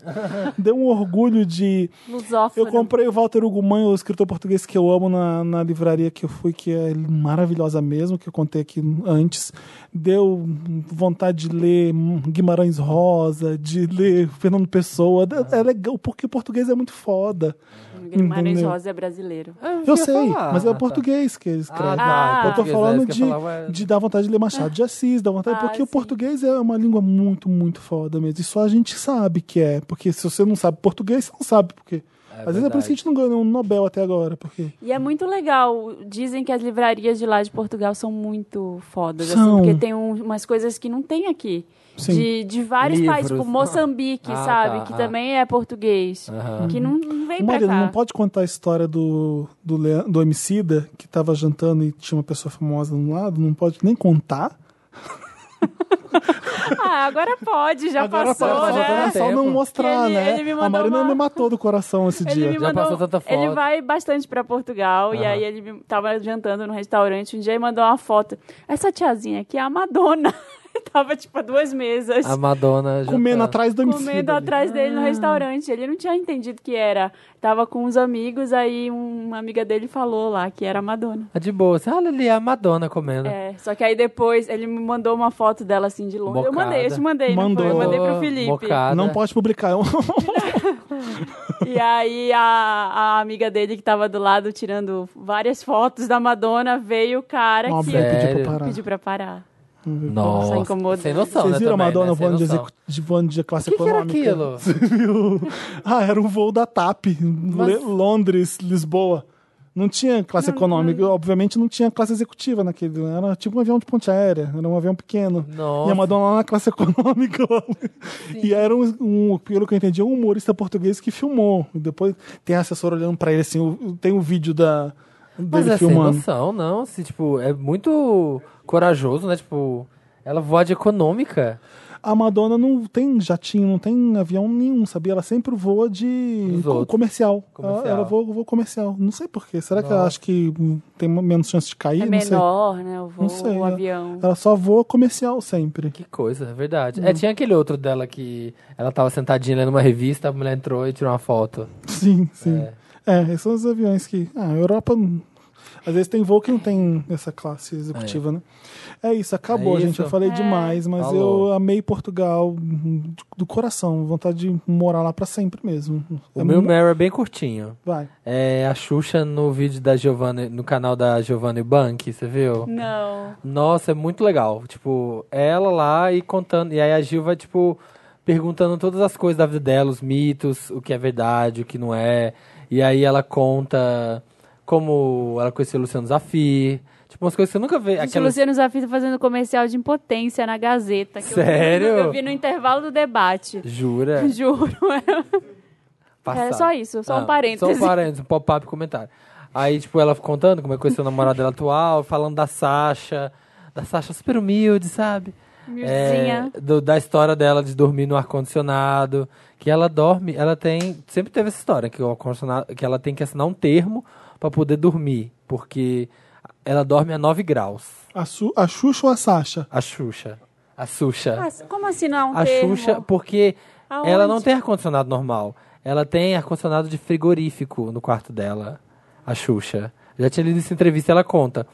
[SPEAKER 2] Deu um orgulho de. Eu
[SPEAKER 1] Lusófono.
[SPEAKER 2] comprei o Walter Ugumãe, o escritor português que eu amo, na, na livraria que eu fui, que é maravilhosa mesmo, que eu contei aqui antes. Deu vontade de ler hum, Guimarães Rosa, de ler Fernando Pessoa. É legal, porque o português é muito foda.
[SPEAKER 1] Guimarães
[SPEAKER 2] Entendeu?
[SPEAKER 1] Rosa é brasileiro.
[SPEAKER 2] Eu
[SPEAKER 3] ia
[SPEAKER 2] sei,
[SPEAKER 3] falar.
[SPEAKER 2] mas é
[SPEAKER 3] Ah,
[SPEAKER 2] o
[SPEAKER 3] tá.
[SPEAKER 2] português que eles escrevem.
[SPEAKER 1] tá,
[SPEAKER 2] Eu tô
[SPEAKER 3] português, é
[SPEAKER 2] falando
[SPEAKER 3] isso que
[SPEAKER 2] de,
[SPEAKER 3] eu falava, é.
[SPEAKER 2] de dar vontade de ler Machado de Assis, dar vontade,
[SPEAKER 1] Ah,
[SPEAKER 2] porque o
[SPEAKER 1] sim.
[SPEAKER 2] português é uma língua muito, muito foda mesmo. E só a gente sabe que é. Porque se você não sabe português, você não sabe porque. Às vezes é por
[SPEAKER 3] verdade.
[SPEAKER 2] isso que a gente não ganhou um Nobel até agora, porque.
[SPEAKER 1] E é muito legal. Dizem que as livrarias de lá de Portugal são muito fodas,
[SPEAKER 2] São.
[SPEAKER 1] assim, porque tem um- umas coisas que não tem aqui.
[SPEAKER 2] Sim.
[SPEAKER 1] De, de vários
[SPEAKER 3] Livros.
[SPEAKER 1] países, tipo Moçambique,
[SPEAKER 3] Ah,
[SPEAKER 1] sabe?
[SPEAKER 3] tá,
[SPEAKER 1] que
[SPEAKER 3] ah.
[SPEAKER 1] também é português.
[SPEAKER 3] Aham.
[SPEAKER 1] Que não, não vem
[SPEAKER 2] O
[SPEAKER 1] pra
[SPEAKER 2] marido
[SPEAKER 1] cá.
[SPEAKER 2] não pode contar a história do, do, Lean- do Emicida, que tava jantando e tinha uma pessoa famosa do lado, não pode nem contar.
[SPEAKER 1] Ah, agora pode, já passou,
[SPEAKER 3] pode,
[SPEAKER 1] né?
[SPEAKER 3] agora
[SPEAKER 2] é só não
[SPEAKER 3] Tempo.
[SPEAKER 2] mostrar,
[SPEAKER 1] Ele-
[SPEAKER 2] né?
[SPEAKER 1] ele me
[SPEAKER 2] a
[SPEAKER 1] mandou
[SPEAKER 2] Marina
[SPEAKER 1] uma-
[SPEAKER 2] me matou do coração esse dia.
[SPEAKER 1] Ele me
[SPEAKER 3] Já
[SPEAKER 1] mandou,
[SPEAKER 3] passou tanta foto.
[SPEAKER 1] Ele vai bastante pra Portugal e
[SPEAKER 3] Aham.
[SPEAKER 1] aí ele me, tava jantando no restaurante um dia e mandou uma foto. Essa tiazinha aqui é a Madonna. tava, tipo, há duas mesas.
[SPEAKER 3] A Madonna já
[SPEAKER 2] Comendo
[SPEAKER 3] tá-
[SPEAKER 2] atrás do MC.
[SPEAKER 1] comendo atrás dele no restaurante. Ele não tinha entendido que era. Tava com uns amigos, aí um, uma amiga dele falou lá que era a Madonna.
[SPEAKER 3] Ah, De boa. Assim, Olha ali, a Madonna
[SPEAKER 2] Ah.
[SPEAKER 3] comendo.
[SPEAKER 1] É, só que aí depois ele me mandou uma foto dela assim de longe. Eu
[SPEAKER 3] Bocada.
[SPEAKER 1] mandei, eu te mandei, não foi?
[SPEAKER 2] Mandou.
[SPEAKER 1] Eu mandei pro Felipe.
[SPEAKER 3] Mocada.
[SPEAKER 2] Não pode publicar. é um,
[SPEAKER 1] E aí a, a amiga dele que tava do lado tirando várias fotos da Madonna veio o cara
[SPEAKER 2] Uma
[SPEAKER 1] que
[SPEAKER 2] mulher pediu
[SPEAKER 3] Sério?
[SPEAKER 2] pra parar.
[SPEAKER 1] pediu pra parar.
[SPEAKER 3] Nossa,
[SPEAKER 1] Só incomoda.
[SPEAKER 3] sem noção,
[SPEAKER 2] Vocês
[SPEAKER 3] né,
[SPEAKER 2] viram a
[SPEAKER 3] também,
[SPEAKER 2] Madonna
[SPEAKER 3] né? Sem
[SPEAKER 2] voando, de
[SPEAKER 3] noção.
[SPEAKER 2] execu- de, voando de classe
[SPEAKER 3] O que, que era
[SPEAKER 2] econômica?
[SPEAKER 3] aquilo?
[SPEAKER 2] Viu? Ah, era um voo da TAP, Le- Londres, Lisboa. Não tinha classe econômica, obviamente não tinha classe executiva naquele. Era tipo um avião de ponte aérea, era um avião pequeno.
[SPEAKER 3] Nossa.
[SPEAKER 2] E a Madonna lá na classe econômica. E era um, um- pelo que eu entendi, um humorista português que filmou. E depois tem a assessora olhando pra ele assim, o- tem o vídeo da,
[SPEAKER 3] Mas
[SPEAKER 2] dele
[SPEAKER 3] é sem
[SPEAKER 2] filmando.
[SPEAKER 3] noção, não. Assim, tipo, é muito corajoso, né? Tipo, ela voa de econômica.
[SPEAKER 2] A Madonna não tem jatinho, não tem avião nenhum, sabia? Ela sempre voa de
[SPEAKER 3] Dos
[SPEAKER 2] co-
[SPEAKER 3] outros.
[SPEAKER 2] comercial.
[SPEAKER 3] Comercial.
[SPEAKER 2] Ela, ela voa, voa comercial. Não sei porquê. Será que ela acha que hum, tem menos chance de cair?
[SPEAKER 1] É
[SPEAKER 2] não sei.
[SPEAKER 1] menor, né? O
[SPEAKER 2] Não
[SPEAKER 1] voo,
[SPEAKER 2] sei.
[SPEAKER 1] o
[SPEAKER 2] ela-
[SPEAKER 1] avião.
[SPEAKER 2] Ela só voa comercial sempre.
[SPEAKER 3] Que coisa, é verdade. É, tinha aquele outro dela que ela tava sentadinha lendo uma revista, a mulher entrou e tirou uma foto.
[SPEAKER 2] Sim, sim. É, esses são os aviões que. Ah, a Europa. hum, Às vezes tem voo que não tem essa classe executiva, né? É isso, acabou,
[SPEAKER 3] É
[SPEAKER 2] gente.
[SPEAKER 3] isso.
[SPEAKER 2] Eu falei demais, mas
[SPEAKER 3] Falou.
[SPEAKER 2] eu amei Portugal hum, do, do coração. Vontade de morar lá pra sempre mesmo.
[SPEAKER 3] O
[SPEAKER 2] É
[SPEAKER 3] meu
[SPEAKER 2] mu-
[SPEAKER 3] Meryl é bem curtinho.
[SPEAKER 2] Vai.
[SPEAKER 3] É a Xuxa no vídeo da Giovanna, no canal da Giovanna Bank, você
[SPEAKER 2] Ah.
[SPEAKER 3] viu?
[SPEAKER 1] Não.
[SPEAKER 3] Nossa, é muito legal. Tipo, ela lá e contando. E aí a Gil vai, tipo, perguntando todas as coisas da vida dela, os mitos, o que é verdade, o que não é. E aí ela conta como ela conheceu o Luciano Zafir. Tipo, umas coisas que você nunca vê.
[SPEAKER 1] Gente, o
[SPEAKER 3] Aquelas...
[SPEAKER 1] Luciano Zafir tá fazendo comercial de impotência na Gazeta. que eu vi no-
[SPEAKER 3] Sério?
[SPEAKER 1] Eu vi no intervalo do debate.
[SPEAKER 3] Jura?
[SPEAKER 1] Juro. é
[SPEAKER 3] Passado.
[SPEAKER 1] Era só isso, só um
[SPEAKER 3] Ah,
[SPEAKER 1] parêntese.
[SPEAKER 3] Só um parênteses, um pop-up comentário. Aí, tipo, ela contando como é que conheceu o namorado dela atual, falando da Sasha, da Sasha super humilde, sabe?
[SPEAKER 1] Humildezinha.
[SPEAKER 3] É, do- da história dela de dormir no ar-condicionado, que ela dorme, ela tem, sempre teve essa história, que, o ar-condicionado, que ela tem que assinar um termo pra poder dormir, porque ela dorme a 9 graus,
[SPEAKER 2] A, Su, a Xuxa ou a Sasha?
[SPEAKER 3] a Xuxa, a Xuxa.
[SPEAKER 1] Ah, como assim não? é Um
[SPEAKER 3] A
[SPEAKER 1] termo?
[SPEAKER 3] Xuxa, porque
[SPEAKER 1] Aonde?
[SPEAKER 3] ela não tem ar-condicionado normal. Ela tem ar-condicionado de frigorífico no quarto dela. A Xuxa. Já tinha lido essa entrevista, ela conta.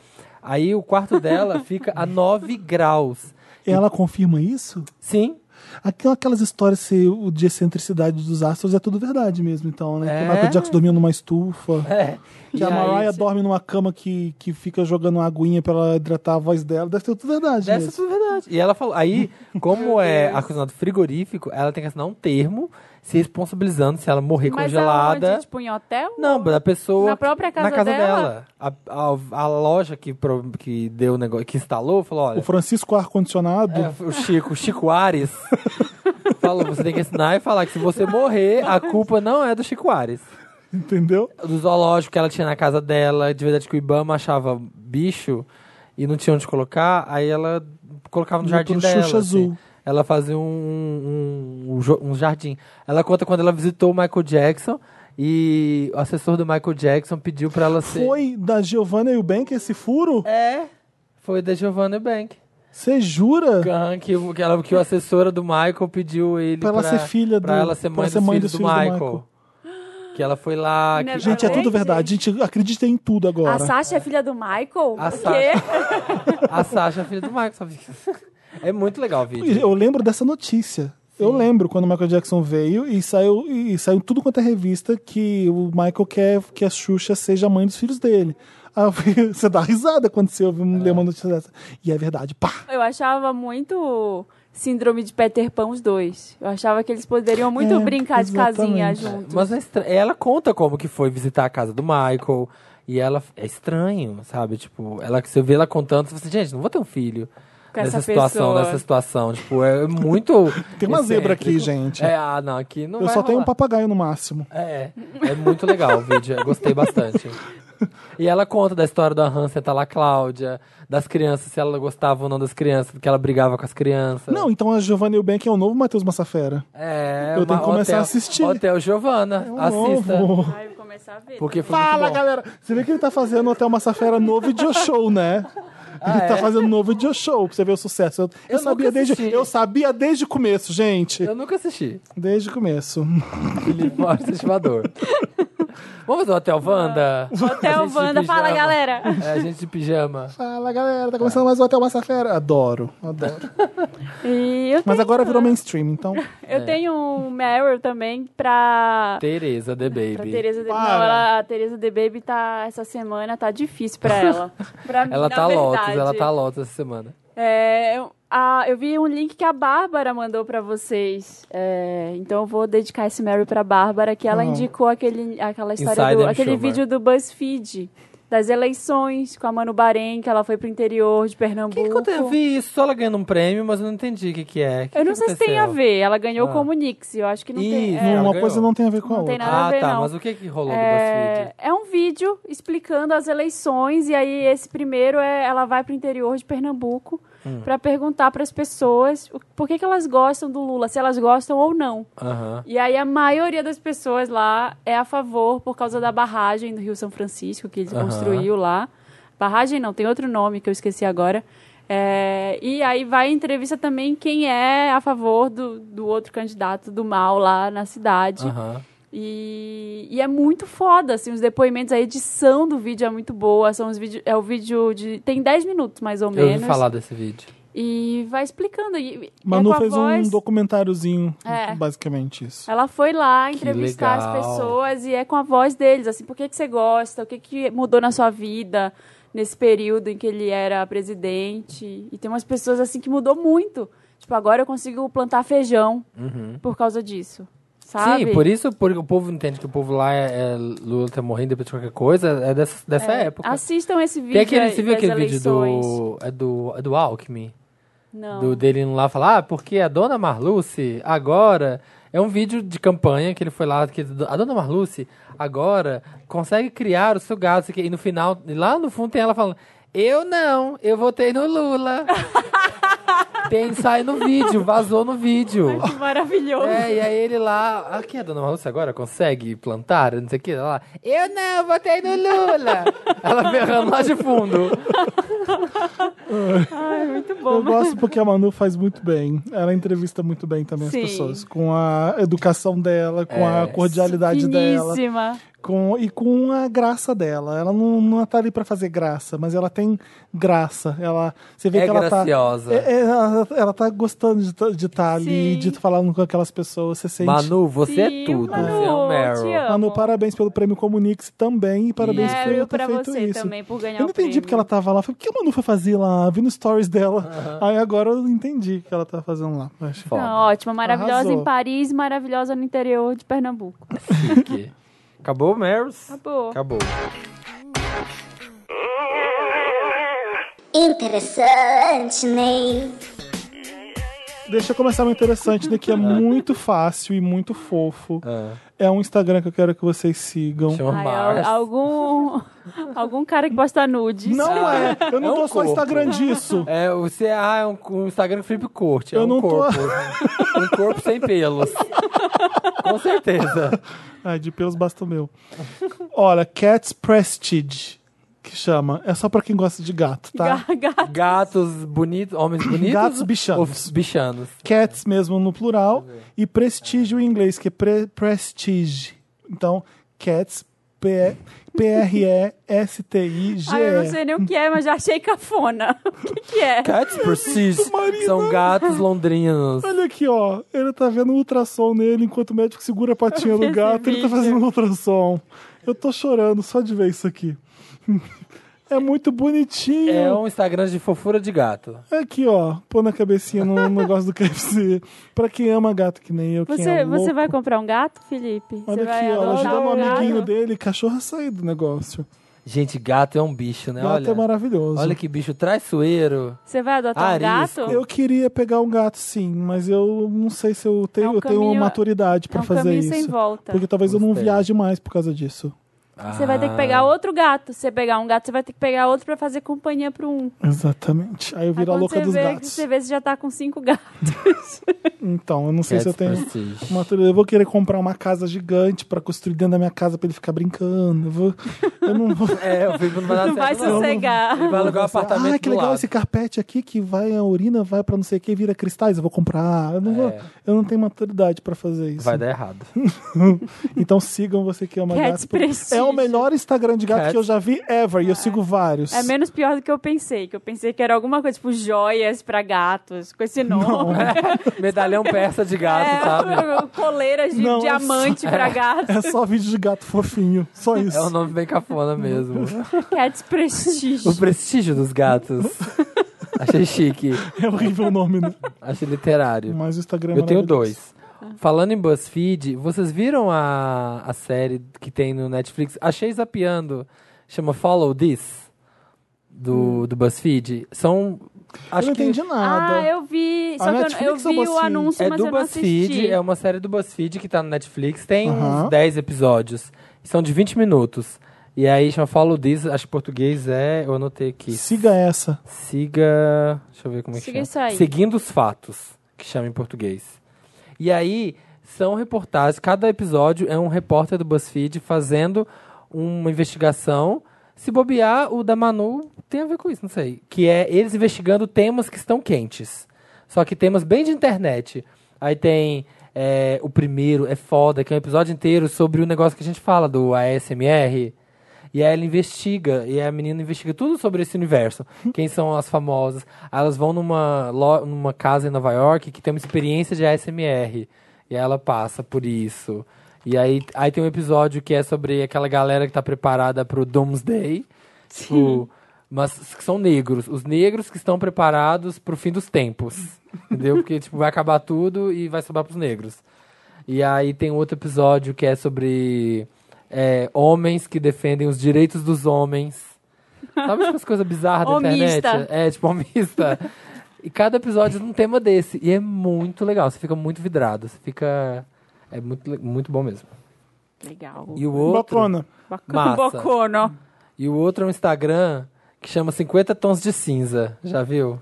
[SPEAKER 3] Aí o quarto dela fica a 9 graus.
[SPEAKER 2] Ela confirma isso?
[SPEAKER 3] Sim,
[SPEAKER 2] Aquela- Aquelas histórias se, o de excentricidade dos astros é tudo verdade mesmo, então, né? Que
[SPEAKER 3] É.
[SPEAKER 2] o Michael Jackson dormiu numa estufa.
[SPEAKER 3] é.
[SPEAKER 2] Que a
[SPEAKER 3] E aí,
[SPEAKER 2] Mariah
[SPEAKER 3] se-
[SPEAKER 2] dorme numa cama que, que fica jogando uma aguinha pra ela hidratar a voz dela. Deve ser tudo verdade
[SPEAKER 3] Dessa
[SPEAKER 2] mesmo.
[SPEAKER 3] é verdade. E ela falou, aí, como é ar-condicionado frigorífico, ela tem que assinar um termo se responsabilizando se ela morrer
[SPEAKER 1] Mas
[SPEAKER 3] congelada.
[SPEAKER 1] aonde? Tipo, em hotel?
[SPEAKER 3] Não, da pessoa.
[SPEAKER 1] Na própria casa
[SPEAKER 3] na casa
[SPEAKER 1] dela?
[SPEAKER 3] dela. A, a, a loja que, pro- que deu o negócio, que instalou, falou: olha.
[SPEAKER 2] O Francisco Ar-Condicionado.
[SPEAKER 3] É, o Chico, o Chico Ares. Falou, você tem que assinar e falar que se você morrer, a culpa não é do Chico Ares.
[SPEAKER 2] Entendeu?
[SPEAKER 3] Do zoológico que ela tinha na casa dela, de verdade que o Ibama achava bicho e não tinha onde colocar, aí ela colocava no
[SPEAKER 2] Ia
[SPEAKER 3] É jardim
[SPEAKER 2] pro
[SPEAKER 3] dela.
[SPEAKER 2] Xuxa
[SPEAKER 3] assim.
[SPEAKER 2] Azul.
[SPEAKER 3] Ela fazia um, um, um jo- um jardim. Ela conta quando ela visitou o Michael Jackson e o assessor do Michael Jackson pediu pra ela ser.
[SPEAKER 2] Foi da Giovanna e o Ben que esse furo?
[SPEAKER 3] É, foi da Giovanna Bank.
[SPEAKER 2] Você jura?
[SPEAKER 3] Aham, que, o- que, ela, que a assessora do Michael pediu ele
[SPEAKER 2] Pra ela ser filha
[SPEAKER 3] pra
[SPEAKER 2] do-
[SPEAKER 3] ela ser
[SPEAKER 2] pra
[SPEAKER 3] mãe,
[SPEAKER 2] ser
[SPEAKER 3] dos,
[SPEAKER 2] mãe
[SPEAKER 3] filhos
[SPEAKER 2] dos
[SPEAKER 3] do,
[SPEAKER 2] filhos do
[SPEAKER 3] Michael.
[SPEAKER 2] Michael.
[SPEAKER 3] Que ela foi lá. Que,
[SPEAKER 1] Never
[SPEAKER 2] Gente, é tudo
[SPEAKER 1] Gente.
[SPEAKER 2] verdade. Gente, acredita em tudo agora.
[SPEAKER 1] A Sasha é filha do Michael?
[SPEAKER 3] A
[SPEAKER 1] O quê?
[SPEAKER 3] Sasha. a Sasha é filha do Michael. sabe? É muito legal o vídeo.
[SPEAKER 2] Eu lembro dessa notícia. Eu lembro quando o Michael Jackson veio e saiu, e saiu tudo quanto é revista que o Michael quer que a Xuxa seja a mãe dos filhos dele. Aí eu fui- Você dá risada quando você ouve ler uma notícia dessa. E é verdade, pá!
[SPEAKER 1] Eu achava muito Síndrome de Peter Pan os dois. Eu achava que eles poderiam muito
[SPEAKER 2] É,
[SPEAKER 1] brincar de casinha
[SPEAKER 2] exatamente.
[SPEAKER 1] juntos.
[SPEAKER 3] Mas é estra- ela conta como que foi visitar a casa do Michael. E ela é estranho, sabe? Tipo, ela que você vê ela contando, você fala assim, gente, não vou ter um filho.
[SPEAKER 1] Com
[SPEAKER 3] nessa
[SPEAKER 1] essa
[SPEAKER 3] situação,
[SPEAKER 1] pessoa.
[SPEAKER 3] nessa situação. Tipo, é muito.
[SPEAKER 2] Tem uma zebra aqui,
[SPEAKER 3] excêntrico.
[SPEAKER 2] gente.
[SPEAKER 3] É, ah, não, aqui não
[SPEAKER 2] eu
[SPEAKER 3] vai
[SPEAKER 2] só tenho um
[SPEAKER 3] rolar.
[SPEAKER 2] papagaio no máximo.
[SPEAKER 3] É, é muito legal o vídeo, eu gostei bastante. E ela conta da história da Hansen tá lá, Cláudia, das crianças, se ela gostava ou não das crianças, que ela brigava com as crianças.
[SPEAKER 2] Não, então a Giovanna Eubank é o novo Matheus Massafera.
[SPEAKER 3] é,
[SPEAKER 2] eu tenho
[SPEAKER 3] uma-
[SPEAKER 2] que começar
[SPEAKER 3] Hotel-
[SPEAKER 2] a assistir.
[SPEAKER 3] Hotel Giovanna, assista.
[SPEAKER 2] Novo.
[SPEAKER 1] Ai, vou começar a ver.
[SPEAKER 3] Porque foi
[SPEAKER 2] Fala,
[SPEAKER 3] muito bom.
[SPEAKER 2] tá galera! Você vê que ele tá fazendo até o Massafera no video show, né? ele tá fazendo um novo video show pra você ver o sucesso. Eu, eu
[SPEAKER 3] Ah, é? Eu
[SPEAKER 2] sabia
[SPEAKER 3] nunca
[SPEAKER 2] desde,
[SPEAKER 3] assisti.
[SPEAKER 2] eu sabia desde o começo, gente.
[SPEAKER 3] Eu nunca assisti.
[SPEAKER 2] Desde o começo.
[SPEAKER 3] Felipe Mauro Estimador. Vamos no Hotel Wanda?
[SPEAKER 1] Ah,
[SPEAKER 3] A
[SPEAKER 1] Hotel
[SPEAKER 3] gente de
[SPEAKER 1] Wanda, fala
[SPEAKER 3] pijama.
[SPEAKER 1] galera.
[SPEAKER 3] É, a gente de pijama.
[SPEAKER 2] Fala, galera, tá começando mais um Hotel Massa Fera. Adoro, adoro.
[SPEAKER 1] E eu
[SPEAKER 2] Mas
[SPEAKER 1] tenho,
[SPEAKER 2] agora virou mainstream, então...
[SPEAKER 3] É.
[SPEAKER 1] eu tenho um Meryl também pra.
[SPEAKER 3] Tereza, The
[SPEAKER 1] Pra
[SPEAKER 3] Baby.
[SPEAKER 1] Tereza de... Não,
[SPEAKER 2] Para.
[SPEAKER 1] ela, a Tereza de Baby tá. Essa semana tá difícil pra ela. Pra mim,
[SPEAKER 3] Ela
[SPEAKER 1] na
[SPEAKER 3] tá Lotus,
[SPEAKER 1] verdade.
[SPEAKER 3] ela tá Lotus essa semana.
[SPEAKER 1] É, eu- a- eu vi um link que a Bárbara mandou pra vocês. É, então eu vou dedicar esse Mary pra Bárbara, que ela
[SPEAKER 2] Uhum.
[SPEAKER 1] indicou aquele, aquela história
[SPEAKER 3] Inside
[SPEAKER 1] do,
[SPEAKER 3] and
[SPEAKER 1] aquele
[SPEAKER 3] Schumer.
[SPEAKER 1] vídeo do BuzzFeed das eleições com a Mano Bahrein, que ela foi pro interior de
[SPEAKER 3] Que que
[SPEAKER 1] Pernambuco.
[SPEAKER 3] aconteceu? eu vi isso, só ela ganhando um prêmio, mas eu não entendi o que, que é. Que
[SPEAKER 1] Eu não
[SPEAKER 3] que
[SPEAKER 1] sei se tem a
[SPEAKER 3] aconteceu?
[SPEAKER 1] ver. Ela ganhou
[SPEAKER 3] Ah.
[SPEAKER 1] como Nix, eu acho que não tem.
[SPEAKER 3] Isso,
[SPEAKER 1] é.
[SPEAKER 3] ela
[SPEAKER 2] uma
[SPEAKER 3] ganhou.
[SPEAKER 2] coisa não tem a ver com a
[SPEAKER 1] né? Não tem
[SPEAKER 2] outra.
[SPEAKER 1] nada a
[SPEAKER 3] Ah,
[SPEAKER 1] ver,
[SPEAKER 3] tá,
[SPEAKER 1] não.
[SPEAKER 3] mas o que, que rolou do BuzzFeed?
[SPEAKER 1] É, é um vídeo explicando as eleições e aí esse primeiro é ela vai pro interior de Pernambuco
[SPEAKER 3] Hum.
[SPEAKER 1] pra perguntar pras pessoas o- por que, que elas gostam do Lula, se elas gostam ou não.
[SPEAKER 3] Aham.
[SPEAKER 1] E aí a maioria das pessoas lá é a favor por causa da barragem do Rio São Francisco que ele
[SPEAKER 3] Aham.
[SPEAKER 1] construiu lá. Barragem não, tem outro nome que eu esqueci agora. É, e aí vai em entrevista também quem é a favor do, do outro candidato do mal lá na cidade.
[SPEAKER 3] Aham.
[SPEAKER 1] E, e é muito foda, assim, os depoimentos, a edição do vídeo é muito boa, são os vídeos, é o vídeo de, tem 10 minutos mais ou
[SPEAKER 3] Eu
[SPEAKER 1] menos,
[SPEAKER 3] ouvi falar desse vídeo.
[SPEAKER 1] e vai explicando, e, e é
[SPEAKER 2] Manu
[SPEAKER 1] com a
[SPEAKER 2] fez
[SPEAKER 1] voz,
[SPEAKER 2] um documentáriozinho,
[SPEAKER 1] É.
[SPEAKER 2] basicamente isso.
[SPEAKER 1] ela foi lá entrevistar as
[SPEAKER 3] legal.
[SPEAKER 1] pessoas e é com a voz deles, assim, por que, que você gosta, o que, que mudou na sua vida nesse período em que ele era presidente, e tem umas pessoas, assim, que mudou muito, tipo, agora eu consigo plantar feijão por causa disso, sabe?
[SPEAKER 3] Uhum. Sim, por isso é por, o povo entende que o povo lá é, é Lula tá morrendo depois de qualquer coisa, é dessa, dessa época.
[SPEAKER 1] Assistam esse vídeo
[SPEAKER 3] Tem aquele,
[SPEAKER 1] aí
[SPEAKER 3] você viu
[SPEAKER 1] das
[SPEAKER 3] aquele vídeo
[SPEAKER 1] eleições.
[SPEAKER 3] do, é do, é do Alckmin?
[SPEAKER 1] Não.
[SPEAKER 3] do dele indo lá falar, ah, porque a dona Marluce agora é um vídeo de campanha que ele foi lá, que a dona Marluce agora consegue criar o seu gado, sei o quê. e no final, e lá no fundo tem ela falando, eu não, eu votei no Lula. tem sai no vídeo, vazou no vídeo.
[SPEAKER 1] Que maravilhoso.
[SPEAKER 3] É, e aí ele lá, aqui a dona Marluce agora consegue plantar, não sei o que, ela lá, eu não, votei no Lula. ela berrando lá de fundo.
[SPEAKER 1] Muito
[SPEAKER 2] Eu
[SPEAKER 1] bom.
[SPEAKER 2] gosto porque a Manu faz muito bem. Ela entrevista muito bem também
[SPEAKER 1] Sim. É,
[SPEAKER 2] as pessoas. Com a educação dela, com a cordialidade dela.
[SPEAKER 1] Finíssima.
[SPEAKER 2] com, e com a graça dela. Ela não, não tá ali pra fazer graça, mas ela tem graça. Ela, você vê
[SPEAKER 3] É
[SPEAKER 2] que ela
[SPEAKER 3] graciosa.
[SPEAKER 2] tá. É, é, ela, ela tá gostando de estar ali,
[SPEAKER 1] Sim.
[SPEAKER 2] de falar com aquelas pessoas. Você sente.
[SPEAKER 3] Manu, você
[SPEAKER 1] Sim,
[SPEAKER 3] é tudo,
[SPEAKER 1] Manu,
[SPEAKER 3] você é o Meryl.
[SPEAKER 1] te amo.
[SPEAKER 2] Manu, parabéns pelo prêmio Comunix também. E parabéns por
[SPEAKER 1] Meryl
[SPEAKER 2] ela ter
[SPEAKER 1] pra
[SPEAKER 2] feito
[SPEAKER 1] você
[SPEAKER 2] isso.
[SPEAKER 1] também, por ganhar
[SPEAKER 2] Eu não
[SPEAKER 1] o
[SPEAKER 2] entendi
[SPEAKER 1] prêmio.
[SPEAKER 2] porque ela tava lá. Falei, o que a Manu foi fazer lá? Vi no stories dela. Aí agora eu entendi o que ela tá fazendo lá. Acho.
[SPEAKER 3] Foda.
[SPEAKER 1] Não, ótima, maravilhosa
[SPEAKER 2] Arrasou.
[SPEAKER 1] em Paris, maravilhosa no interior de Pernambuco.
[SPEAKER 3] Chique. Acabou, Meryls?
[SPEAKER 1] Acabou.
[SPEAKER 3] Acabou.
[SPEAKER 5] Interessante, Ney.
[SPEAKER 2] Deixa eu começar um interessante, né? Que é muito fácil e muito fofo. É um Instagram que eu quero que vocês sigam.
[SPEAKER 3] Chama
[SPEAKER 1] Ai,
[SPEAKER 3] Mars.
[SPEAKER 1] al- algum, algum cara que posta nudes.
[SPEAKER 2] Não é. Eu não
[SPEAKER 3] É um
[SPEAKER 2] tô só
[SPEAKER 3] corpo.
[SPEAKER 2] Instagram disso.
[SPEAKER 3] É, o CA é um, um Instagram que o Felipe curte. É
[SPEAKER 2] Eu
[SPEAKER 3] um
[SPEAKER 2] não tô-
[SPEAKER 3] corpo. um corpo sem pelos. Com certeza.
[SPEAKER 2] Ai, de pelos basta o meu. Olha, Cats Prestige, que chama. É só pra quem gosta de gato, tá?
[SPEAKER 1] Ga- ga-
[SPEAKER 3] Gatos bonitos, homens bonitos.
[SPEAKER 2] Gatos bichanos.
[SPEAKER 3] Ou bichanos.
[SPEAKER 2] Cats mesmo no plural. E Prestige em inglês, que é pre- Prestige. Então, Cats, P- P-R-E-S-T-I-G.
[SPEAKER 1] Ai, eu não sei nem o que é, mas já achei cafona. O que, que é?
[SPEAKER 3] Cats Prestige. São gatos londrinos.
[SPEAKER 2] Olha aqui, ó. Ele tá vendo um ultrassom nele enquanto o médico segura a patinha do
[SPEAKER 1] Esse
[SPEAKER 2] gato. Ele tá
[SPEAKER 1] vídeo.
[SPEAKER 2] fazendo um ultrassom. Eu tô chorando só de ver isso aqui. É muito bonitinho.
[SPEAKER 3] É um Instagram de fofura de gato.
[SPEAKER 2] Aqui, ó, pôr na cabecinha no no negócio do KFC. Pra quem ama gato que nem eu, quem
[SPEAKER 1] Você,
[SPEAKER 2] é louco.
[SPEAKER 1] você vai comprar um gato, Felipe? você
[SPEAKER 2] Olha
[SPEAKER 1] vai
[SPEAKER 2] aqui, ó, ela
[SPEAKER 1] adotar
[SPEAKER 2] ajudando
[SPEAKER 1] um
[SPEAKER 2] um amiguinho
[SPEAKER 1] gato?
[SPEAKER 2] dele, cachorro a sair do negócio.
[SPEAKER 3] Gente, gato é um bicho, né?
[SPEAKER 2] Gato
[SPEAKER 3] olha,
[SPEAKER 2] é maravilhoso.
[SPEAKER 3] olha que bicho traiçoeiro.
[SPEAKER 1] Você vai adotar um
[SPEAKER 3] Arisco.
[SPEAKER 1] gato?
[SPEAKER 2] Eu queria pegar um gato, sim, mas eu não sei se eu tenho,
[SPEAKER 1] É um
[SPEAKER 2] eu tenho
[SPEAKER 1] caminho-
[SPEAKER 2] maturidade pra
[SPEAKER 1] é um
[SPEAKER 2] fazer
[SPEAKER 1] caminho
[SPEAKER 2] isso.
[SPEAKER 1] sem volta.
[SPEAKER 2] Porque talvez eu não
[SPEAKER 3] Gostei.
[SPEAKER 2] viaje mais por causa disso.
[SPEAKER 1] Você vai ter que
[SPEAKER 3] Ah.
[SPEAKER 1] pegar outro gato. Se você pegar um gato, você vai ter que pegar outro pra fazer companhia pro um.
[SPEAKER 2] Exatamente. Aí eu viro a
[SPEAKER 1] Aí quando
[SPEAKER 2] louca
[SPEAKER 1] você
[SPEAKER 2] dos
[SPEAKER 1] vê,
[SPEAKER 2] gatos.
[SPEAKER 1] Você vê se já tá com cinco gatos.
[SPEAKER 2] Então, eu não sei
[SPEAKER 3] Cats
[SPEAKER 2] se eu tenho
[SPEAKER 3] Prestige.
[SPEAKER 2] maturidade. Eu vou querer comprar uma casa gigante pra construir dentro da minha casa pra ele ficar brincando. Eu vou- Eu não vou.
[SPEAKER 3] É, o Felipe não vai dar
[SPEAKER 1] Não vai
[SPEAKER 3] certo, não.
[SPEAKER 1] sossegar.
[SPEAKER 3] Ele vai alugar um apartamento
[SPEAKER 2] ah, que
[SPEAKER 3] do
[SPEAKER 2] legal
[SPEAKER 3] lado.
[SPEAKER 2] esse carpete aqui que vai, a urina vai pra não sei o que, vira cristais, eu vou comprar. Eu não, vou-
[SPEAKER 3] É.
[SPEAKER 2] eu não tenho maturidade pra fazer isso.
[SPEAKER 3] Vai dar errado.
[SPEAKER 2] Então sigam você que ama
[SPEAKER 1] Cats
[SPEAKER 2] gatos. porque
[SPEAKER 1] Prestígio.
[SPEAKER 2] É o melhor Instagram de gato
[SPEAKER 3] Cats.
[SPEAKER 2] que eu já vi ever. E eu sigo vários.
[SPEAKER 1] É menos pior do que eu pensei, que eu pensei que era alguma coisa tipo joias pra gatos, com esse nome.
[SPEAKER 3] Medalhão persa de gato,
[SPEAKER 1] É,
[SPEAKER 3] sabe?
[SPEAKER 1] coleiras de
[SPEAKER 2] Não, é
[SPEAKER 1] diamante pra gato.
[SPEAKER 2] É só vídeo de gato fofinho. Só isso.
[SPEAKER 3] É um nome bem cafona mesmo.
[SPEAKER 1] Cats
[SPEAKER 3] O
[SPEAKER 1] Prestígio.
[SPEAKER 3] prestígio dos gatos. Achei chique.
[SPEAKER 2] É horrível o nome, né?
[SPEAKER 3] Achei literário.
[SPEAKER 2] Mas o Instagram é
[SPEAKER 3] Eu tenho
[SPEAKER 2] maravilhoso.
[SPEAKER 3] dois. Falando em BuzzFeed, vocês viram a, a série que tem no Netflix? Achei zapeando. Chama Follow This, do, do BuzzFeed. São...
[SPEAKER 2] Eu
[SPEAKER 3] Acho
[SPEAKER 2] não
[SPEAKER 3] que
[SPEAKER 2] entendi nada.
[SPEAKER 1] Ah, eu vi. Só
[SPEAKER 2] A
[SPEAKER 1] que eu- eu,
[SPEAKER 2] Netflix ou
[SPEAKER 1] vi o
[SPEAKER 2] BuzzFeed?
[SPEAKER 1] anúncio,
[SPEAKER 3] é
[SPEAKER 1] mas
[SPEAKER 3] do
[SPEAKER 1] eu não
[SPEAKER 3] BuzzFeed,
[SPEAKER 1] assisti.
[SPEAKER 3] é uma série do BuzzFeed que tá no Netflix. Tem
[SPEAKER 2] Aham.
[SPEAKER 3] uns 10 episódios. São de 20 minutos. E aí chama Follow This, acho que português é... Eu anotei aqui.
[SPEAKER 2] Siga essa.
[SPEAKER 3] Siga. Deixa eu ver como é que
[SPEAKER 1] Siga
[SPEAKER 3] chama.
[SPEAKER 1] isso aí.
[SPEAKER 3] Seguindo os fatos, que chama em português. E aí, são reportagens. Cada episódio é um repórter do BuzzFeed fazendo uma investigação. Se bobear, o da Manu tem a ver com isso, não sei. Que é eles investigando temas que estão quentes. Só que temas bem de internet. Aí tem é, o primeiro, é foda, que é um episódio inteiro sobre o negócio que a gente fala do ASMR. E aí ela investiga, e a menina investiga tudo sobre esse universo. Quem são as famosas. Aí elas vão numa, lo- numa casa em Nova York que tem uma experiência de ASMR. E aí ela passa por isso. E aí, aí tem um episódio que é sobre aquela galera que tá preparada pro Doomsday. Tipo, mas que são negros. Os negros que estão preparados pro fim dos tempos. Entendeu? Porque, tipo, vai acabar tudo e vai sobrar pros negros. E aí tem outro episódio que é sobre é, homens que defendem os direitos dos homens. Sabe tipo, as coisas bizarras da internet?
[SPEAKER 1] Homista.
[SPEAKER 3] É, tipo, homista. E cada episódio é um tema desse. E é muito legal. Você fica muito vidrado. Você fica... É muito, le- muito bom mesmo.
[SPEAKER 1] Legal.
[SPEAKER 3] E o outro...
[SPEAKER 2] Bacana.
[SPEAKER 1] Bacana.
[SPEAKER 3] Massa.
[SPEAKER 1] Bocono.
[SPEAKER 3] E o outro é um Instagram que chama 50 Tons de Cinza. Já viu?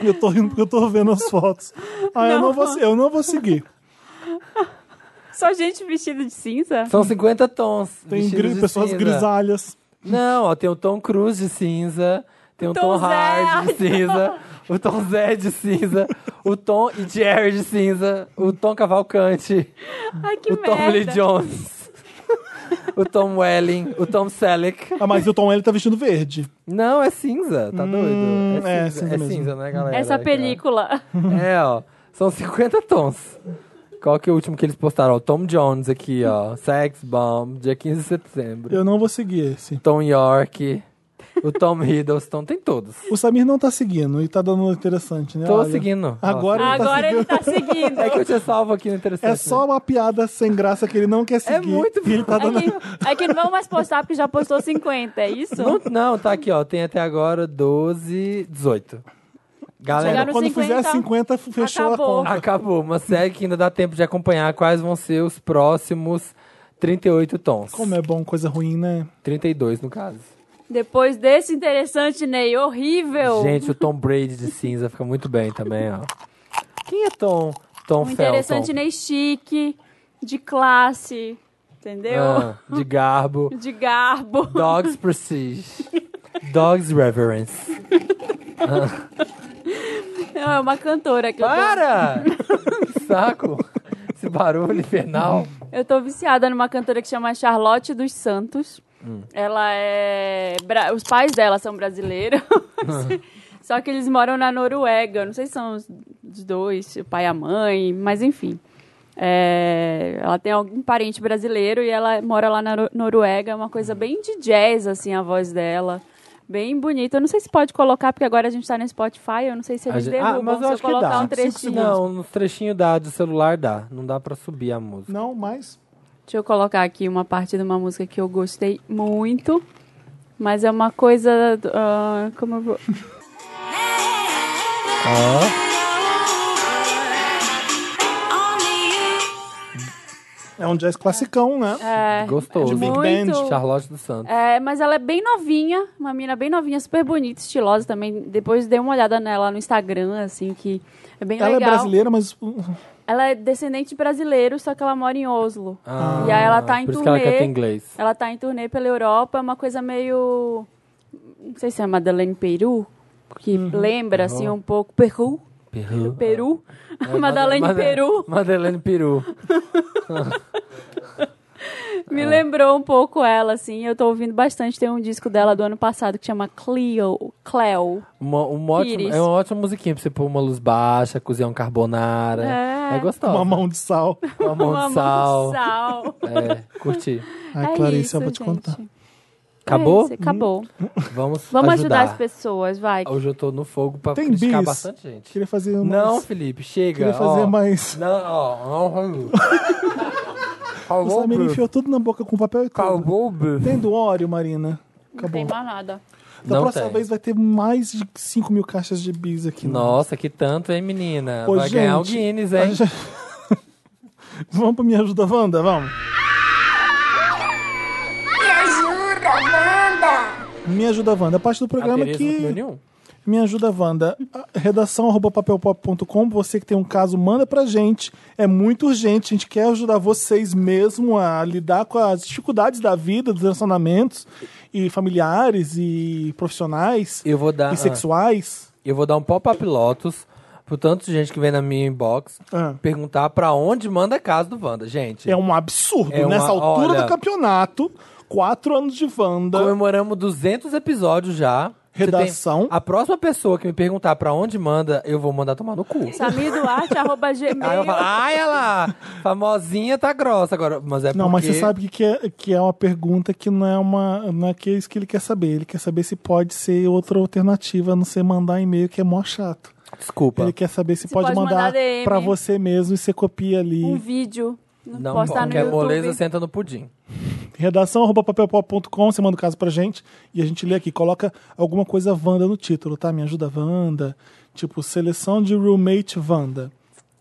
[SPEAKER 2] Eu tô rindo porque eu tô vendo as fotos. Ah, Eu, não vou, eu não vou seguir.
[SPEAKER 1] Só gente vestida de cinza?
[SPEAKER 3] São 50 tons.
[SPEAKER 2] Tem
[SPEAKER 3] vestidos
[SPEAKER 2] gri-
[SPEAKER 3] de
[SPEAKER 2] pessoas
[SPEAKER 3] cinza.
[SPEAKER 2] grisalhas.
[SPEAKER 3] Não, ó, tem o Tom Cruise de cinza. Tem o
[SPEAKER 1] Tom
[SPEAKER 3] Tom,
[SPEAKER 1] Zé.
[SPEAKER 3] Hardy de cinza. O Tom Zé de cinza. o Tom e Jerry de cinza. O Tom Cavalcante.
[SPEAKER 1] Ai, que
[SPEAKER 3] o
[SPEAKER 1] merda.
[SPEAKER 3] Tom Lee Jones. o Tom Welling. O Tom Selleck.
[SPEAKER 2] Ah, mas o Tom ele tá vestindo verde.
[SPEAKER 3] Não, é cinza. Tá doido?
[SPEAKER 2] é
[SPEAKER 3] É cinza,
[SPEAKER 2] cinza
[SPEAKER 3] é
[SPEAKER 2] mesmo.
[SPEAKER 3] cinza, né, galera?
[SPEAKER 1] Essa
[SPEAKER 3] Cara.
[SPEAKER 1] película.
[SPEAKER 3] É, ó. São 50 tons. Qual que é o último que eles postaram? Ó, Tom Jones aqui, ó. Sex Bomb, dia 15 de setembro.
[SPEAKER 2] Eu não vou seguir esse.
[SPEAKER 3] Tom York. O Tom Hiddleston. Tem todos.
[SPEAKER 2] O Samir não tá seguindo e tá dando interessante, né?
[SPEAKER 3] Tô
[SPEAKER 2] Olha,
[SPEAKER 3] seguindo.
[SPEAKER 2] Agora ele tá
[SPEAKER 1] Agora
[SPEAKER 2] seguindo.
[SPEAKER 1] ele tá seguindo.
[SPEAKER 3] É que eu tinha salvo aqui no interessante.
[SPEAKER 2] É só uma piada sem graça que ele não quer seguir.
[SPEAKER 3] muito
[SPEAKER 2] e ele tá
[SPEAKER 1] É
[SPEAKER 2] dando...
[SPEAKER 1] que, é que não vão mais postar porque já postou 50, é isso?
[SPEAKER 3] Não, não, tá aqui, ó. Tem até agora 12, 18. Galera,
[SPEAKER 1] Chegaram
[SPEAKER 2] Quando
[SPEAKER 1] 50,
[SPEAKER 2] fizer 50, fechou
[SPEAKER 1] acabou.
[SPEAKER 2] a conta.
[SPEAKER 3] acabou. Uma série que ainda dá tempo de acompanhar quais vão ser os próximos 38 tons.
[SPEAKER 2] Como é bom, coisa ruim, né?
[SPEAKER 3] 32, no caso.
[SPEAKER 1] Depois desse interessante, Ney, horrível.
[SPEAKER 3] Gente, o Tom Brady de cinza fica muito bem também, ó. Quem é Tom? Tom
[SPEAKER 1] um
[SPEAKER 3] Felton.
[SPEAKER 1] interessante, Ney chique, de classe, entendeu?
[SPEAKER 3] Ah, de garbo.
[SPEAKER 1] De garbo.
[SPEAKER 3] Dogs Prestige. Dogs Reverence.
[SPEAKER 1] Não, é uma cantora que eu
[SPEAKER 3] Ah,
[SPEAKER 1] tô,
[SPEAKER 3] Para! Saco! Esse barulho infernal.
[SPEAKER 1] eu tô viciada numa cantora que chama Charlotte dos Santos.
[SPEAKER 3] Hum.
[SPEAKER 1] Ela é. bra- Os pais dela são brasileiros. Só que eles moram na Noruega. Eu Não sei se são os os dois, o pai e a mãe, mas enfim. É, ela tem algum parente brasileiro e ela mora lá na Nor- Noruega. É uma coisa bem de jazz, assim, a voz dela. Bem bonita. Eu não sei se pode colocar, porque agora a gente tá no Spotify. Eu não sei se
[SPEAKER 3] A
[SPEAKER 1] eles
[SPEAKER 3] gente-
[SPEAKER 1] derrubam
[SPEAKER 3] Ah, mas eu
[SPEAKER 1] se eu
[SPEAKER 3] acho que
[SPEAKER 1] colocar
[SPEAKER 3] dá.
[SPEAKER 1] um
[SPEAKER 3] Cinco
[SPEAKER 1] trechinho.
[SPEAKER 3] Não, no trechinho dá, do celular dá. Não dá pra subir a música.
[SPEAKER 2] Não, mas...
[SPEAKER 1] Deixa eu colocar aqui uma parte de uma música que eu gostei muito. Mas é uma coisa. ah, como eu vou.
[SPEAKER 3] Ó.
[SPEAKER 2] É um jazz classicão, né?
[SPEAKER 1] É,
[SPEAKER 3] Gostoso.
[SPEAKER 2] De Big
[SPEAKER 1] muito.
[SPEAKER 2] Band.
[SPEAKER 3] Charlotte dos Santos.
[SPEAKER 1] É, mas ela é bem novinha, uma mina bem novinha, super bonita, estilosa também. Depois dei uma olhada nela no Instagram, assim, que é bem
[SPEAKER 2] Ela é
[SPEAKER 1] legal.
[SPEAKER 2] brasileira, mas.
[SPEAKER 1] Ela é descendente de brasileiro, só que ela mora em Oslo.
[SPEAKER 3] Ah,
[SPEAKER 1] e aí ela tá em
[SPEAKER 3] Por isso que ela
[SPEAKER 1] turnê.
[SPEAKER 3] canta em inglês.
[SPEAKER 1] Ela tá em turnê pela Europa, é uma coisa meio. Não sei se é Madeleine Peru, que
[SPEAKER 2] Uhum.
[SPEAKER 1] lembra, assim, um pouco. Peru?
[SPEAKER 3] Peru.
[SPEAKER 1] Peru?
[SPEAKER 3] É,
[SPEAKER 1] Madeleine
[SPEAKER 3] Made-
[SPEAKER 1] Peru.
[SPEAKER 3] Madeleine Peru. É.
[SPEAKER 1] Me lembrou um pouco ela, assim. Eu tô ouvindo bastante. Tem um disco dela do ano passado que chama Cleo. Cleo.
[SPEAKER 3] Uma, uma ótima,
[SPEAKER 1] Pires.
[SPEAKER 3] é uma ótima musiquinha pra você pôr uma luz baixa, cozinhar um carbonara.
[SPEAKER 1] É.
[SPEAKER 3] É, gostosa.
[SPEAKER 2] Uma mão de sal.
[SPEAKER 3] Uma mão
[SPEAKER 1] Uma
[SPEAKER 3] de sal.
[SPEAKER 1] sal.
[SPEAKER 3] É, curti.
[SPEAKER 2] Ai,
[SPEAKER 1] É
[SPEAKER 2] Clarice,
[SPEAKER 1] isso,
[SPEAKER 2] eu vou te
[SPEAKER 1] gente.
[SPEAKER 2] contar.
[SPEAKER 3] Acabou?
[SPEAKER 1] É isso, acabou.
[SPEAKER 3] Vamos,
[SPEAKER 1] Vamos
[SPEAKER 3] ajudar.
[SPEAKER 1] ajudar as pessoas, vai.
[SPEAKER 3] Hoje eu tô no fogo pra
[SPEAKER 2] Tem
[SPEAKER 3] criticar
[SPEAKER 2] bis.
[SPEAKER 3] bastante gente.
[SPEAKER 2] Queria fazer mais.
[SPEAKER 3] Não, Felipe, chega.
[SPEAKER 2] Queria fazer
[SPEAKER 3] ó.
[SPEAKER 2] mais.
[SPEAKER 3] Não, ó. ó, ó.
[SPEAKER 2] Você tá
[SPEAKER 3] Acabou,
[SPEAKER 2] me
[SPEAKER 3] Bruno.
[SPEAKER 2] enfiou tudo na boca com papel e tudo.
[SPEAKER 3] Acabou, Bruno.
[SPEAKER 2] Tem do Oreo, Marina.
[SPEAKER 1] Não
[SPEAKER 2] Acabou.
[SPEAKER 1] tem mais nada.
[SPEAKER 2] Da
[SPEAKER 3] Não
[SPEAKER 2] próxima
[SPEAKER 3] tem.
[SPEAKER 2] vez vai ter mais de 5 mil caixas de bis aqui. né?
[SPEAKER 3] Nossa, que tanto, hein, menina?
[SPEAKER 2] Ô,
[SPEAKER 3] Vai ganhar o
[SPEAKER 2] gente,
[SPEAKER 3] Guinness, hein?
[SPEAKER 2] a gente- Vamos pra Me Ajuda Wanda? Vamos.
[SPEAKER 5] Me ajuda, Wanda!
[SPEAKER 2] Me Ajuda Wanda. A parte do
[SPEAKER 3] A
[SPEAKER 2] programa é
[SPEAKER 3] Tereza não comeu
[SPEAKER 2] que...
[SPEAKER 3] nenhum.
[SPEAKER 2] Me Ajuda Wanda. A Redação arroba papelpop.com. Você que tem um caso, manda pra gente. É muito urgente. A gente quer ajudar vocês mesmo a lidar com as dificuldades da vida, dos relacionamentos e familiares e profissionais
[SPEAKER 3] Eu Ah, vou dar.
[SPEAKER 2] e sexuais.
[SPEAKER 3] eu vou dar um pop-up Lotus pro tanto de gente que vem na minha inbox
[SPEAKER 2] Ah.
[SPEAKER 3] perguntar pra onde manda a casa do Wanda. Gente,
[SPEAKER 2] É um absurdo.
[SPEAKER 3] É uma-
[SPEAKER 2] Nessa altura
[SPEAKER 3] olha-
[SPEAKER 2] do campeonato, quatro anos de Wanda.
[SPEAKER 3] comemoramos 200 episódios já. Você tem-
[SPEAKER 2] Redação.
[SPEAKER 3] a próxima pessoa que me perguntar pra onde manda, eu vou mandar tomar no cu.
[SPEAKER 1] Samir Duarte, arroba gmail.
[SPEAKER 3] Aí Ah, eu falo, ai, ela lá, famosinha tá grossa agora. Mas é
[SPEAKER 2] Não, mas
[SPEAKER 3] porque...
[SPEAKER 2] você sabe que, que, é, que é uma pergunta que não é uma. Não é que é isso que ele quer saber. Ele quer saber se pode ser outra alternativa, a não ser mandar e-mail, que é mó chato.
[SPEAKER 3] Desculpa.
[SPEAKER 2] Ele quer saber se
[SPEAKER 1] Se
[SPEAKER 2] pode,
[SPEAKER 1] pode
[SPEAKER 2] mandar,
[SPEAKER 1] mandar DM.
[SPEAKER 2] pra você mesmo e você copia ali.
[SPEAKER 1] Um vídeo.
[SPEAKER 3] Não
[SPEAKER 1] postar
[SPEAKER 3] pode.
[SPEAKER 1] no
[SPEAKER 3] Quer
[SPEAKER 1] YouTube.
[SPEAKER 3] moleza, senta no pudim.
[SPEAKER 2] Redação arroba papelpop.com, você manda o caso pra gente e a gente lê aqui. Coloca alguma coisa Wanda no título, tá? Me ajuda Wanda. Tipo, seleção de roommate Wanda.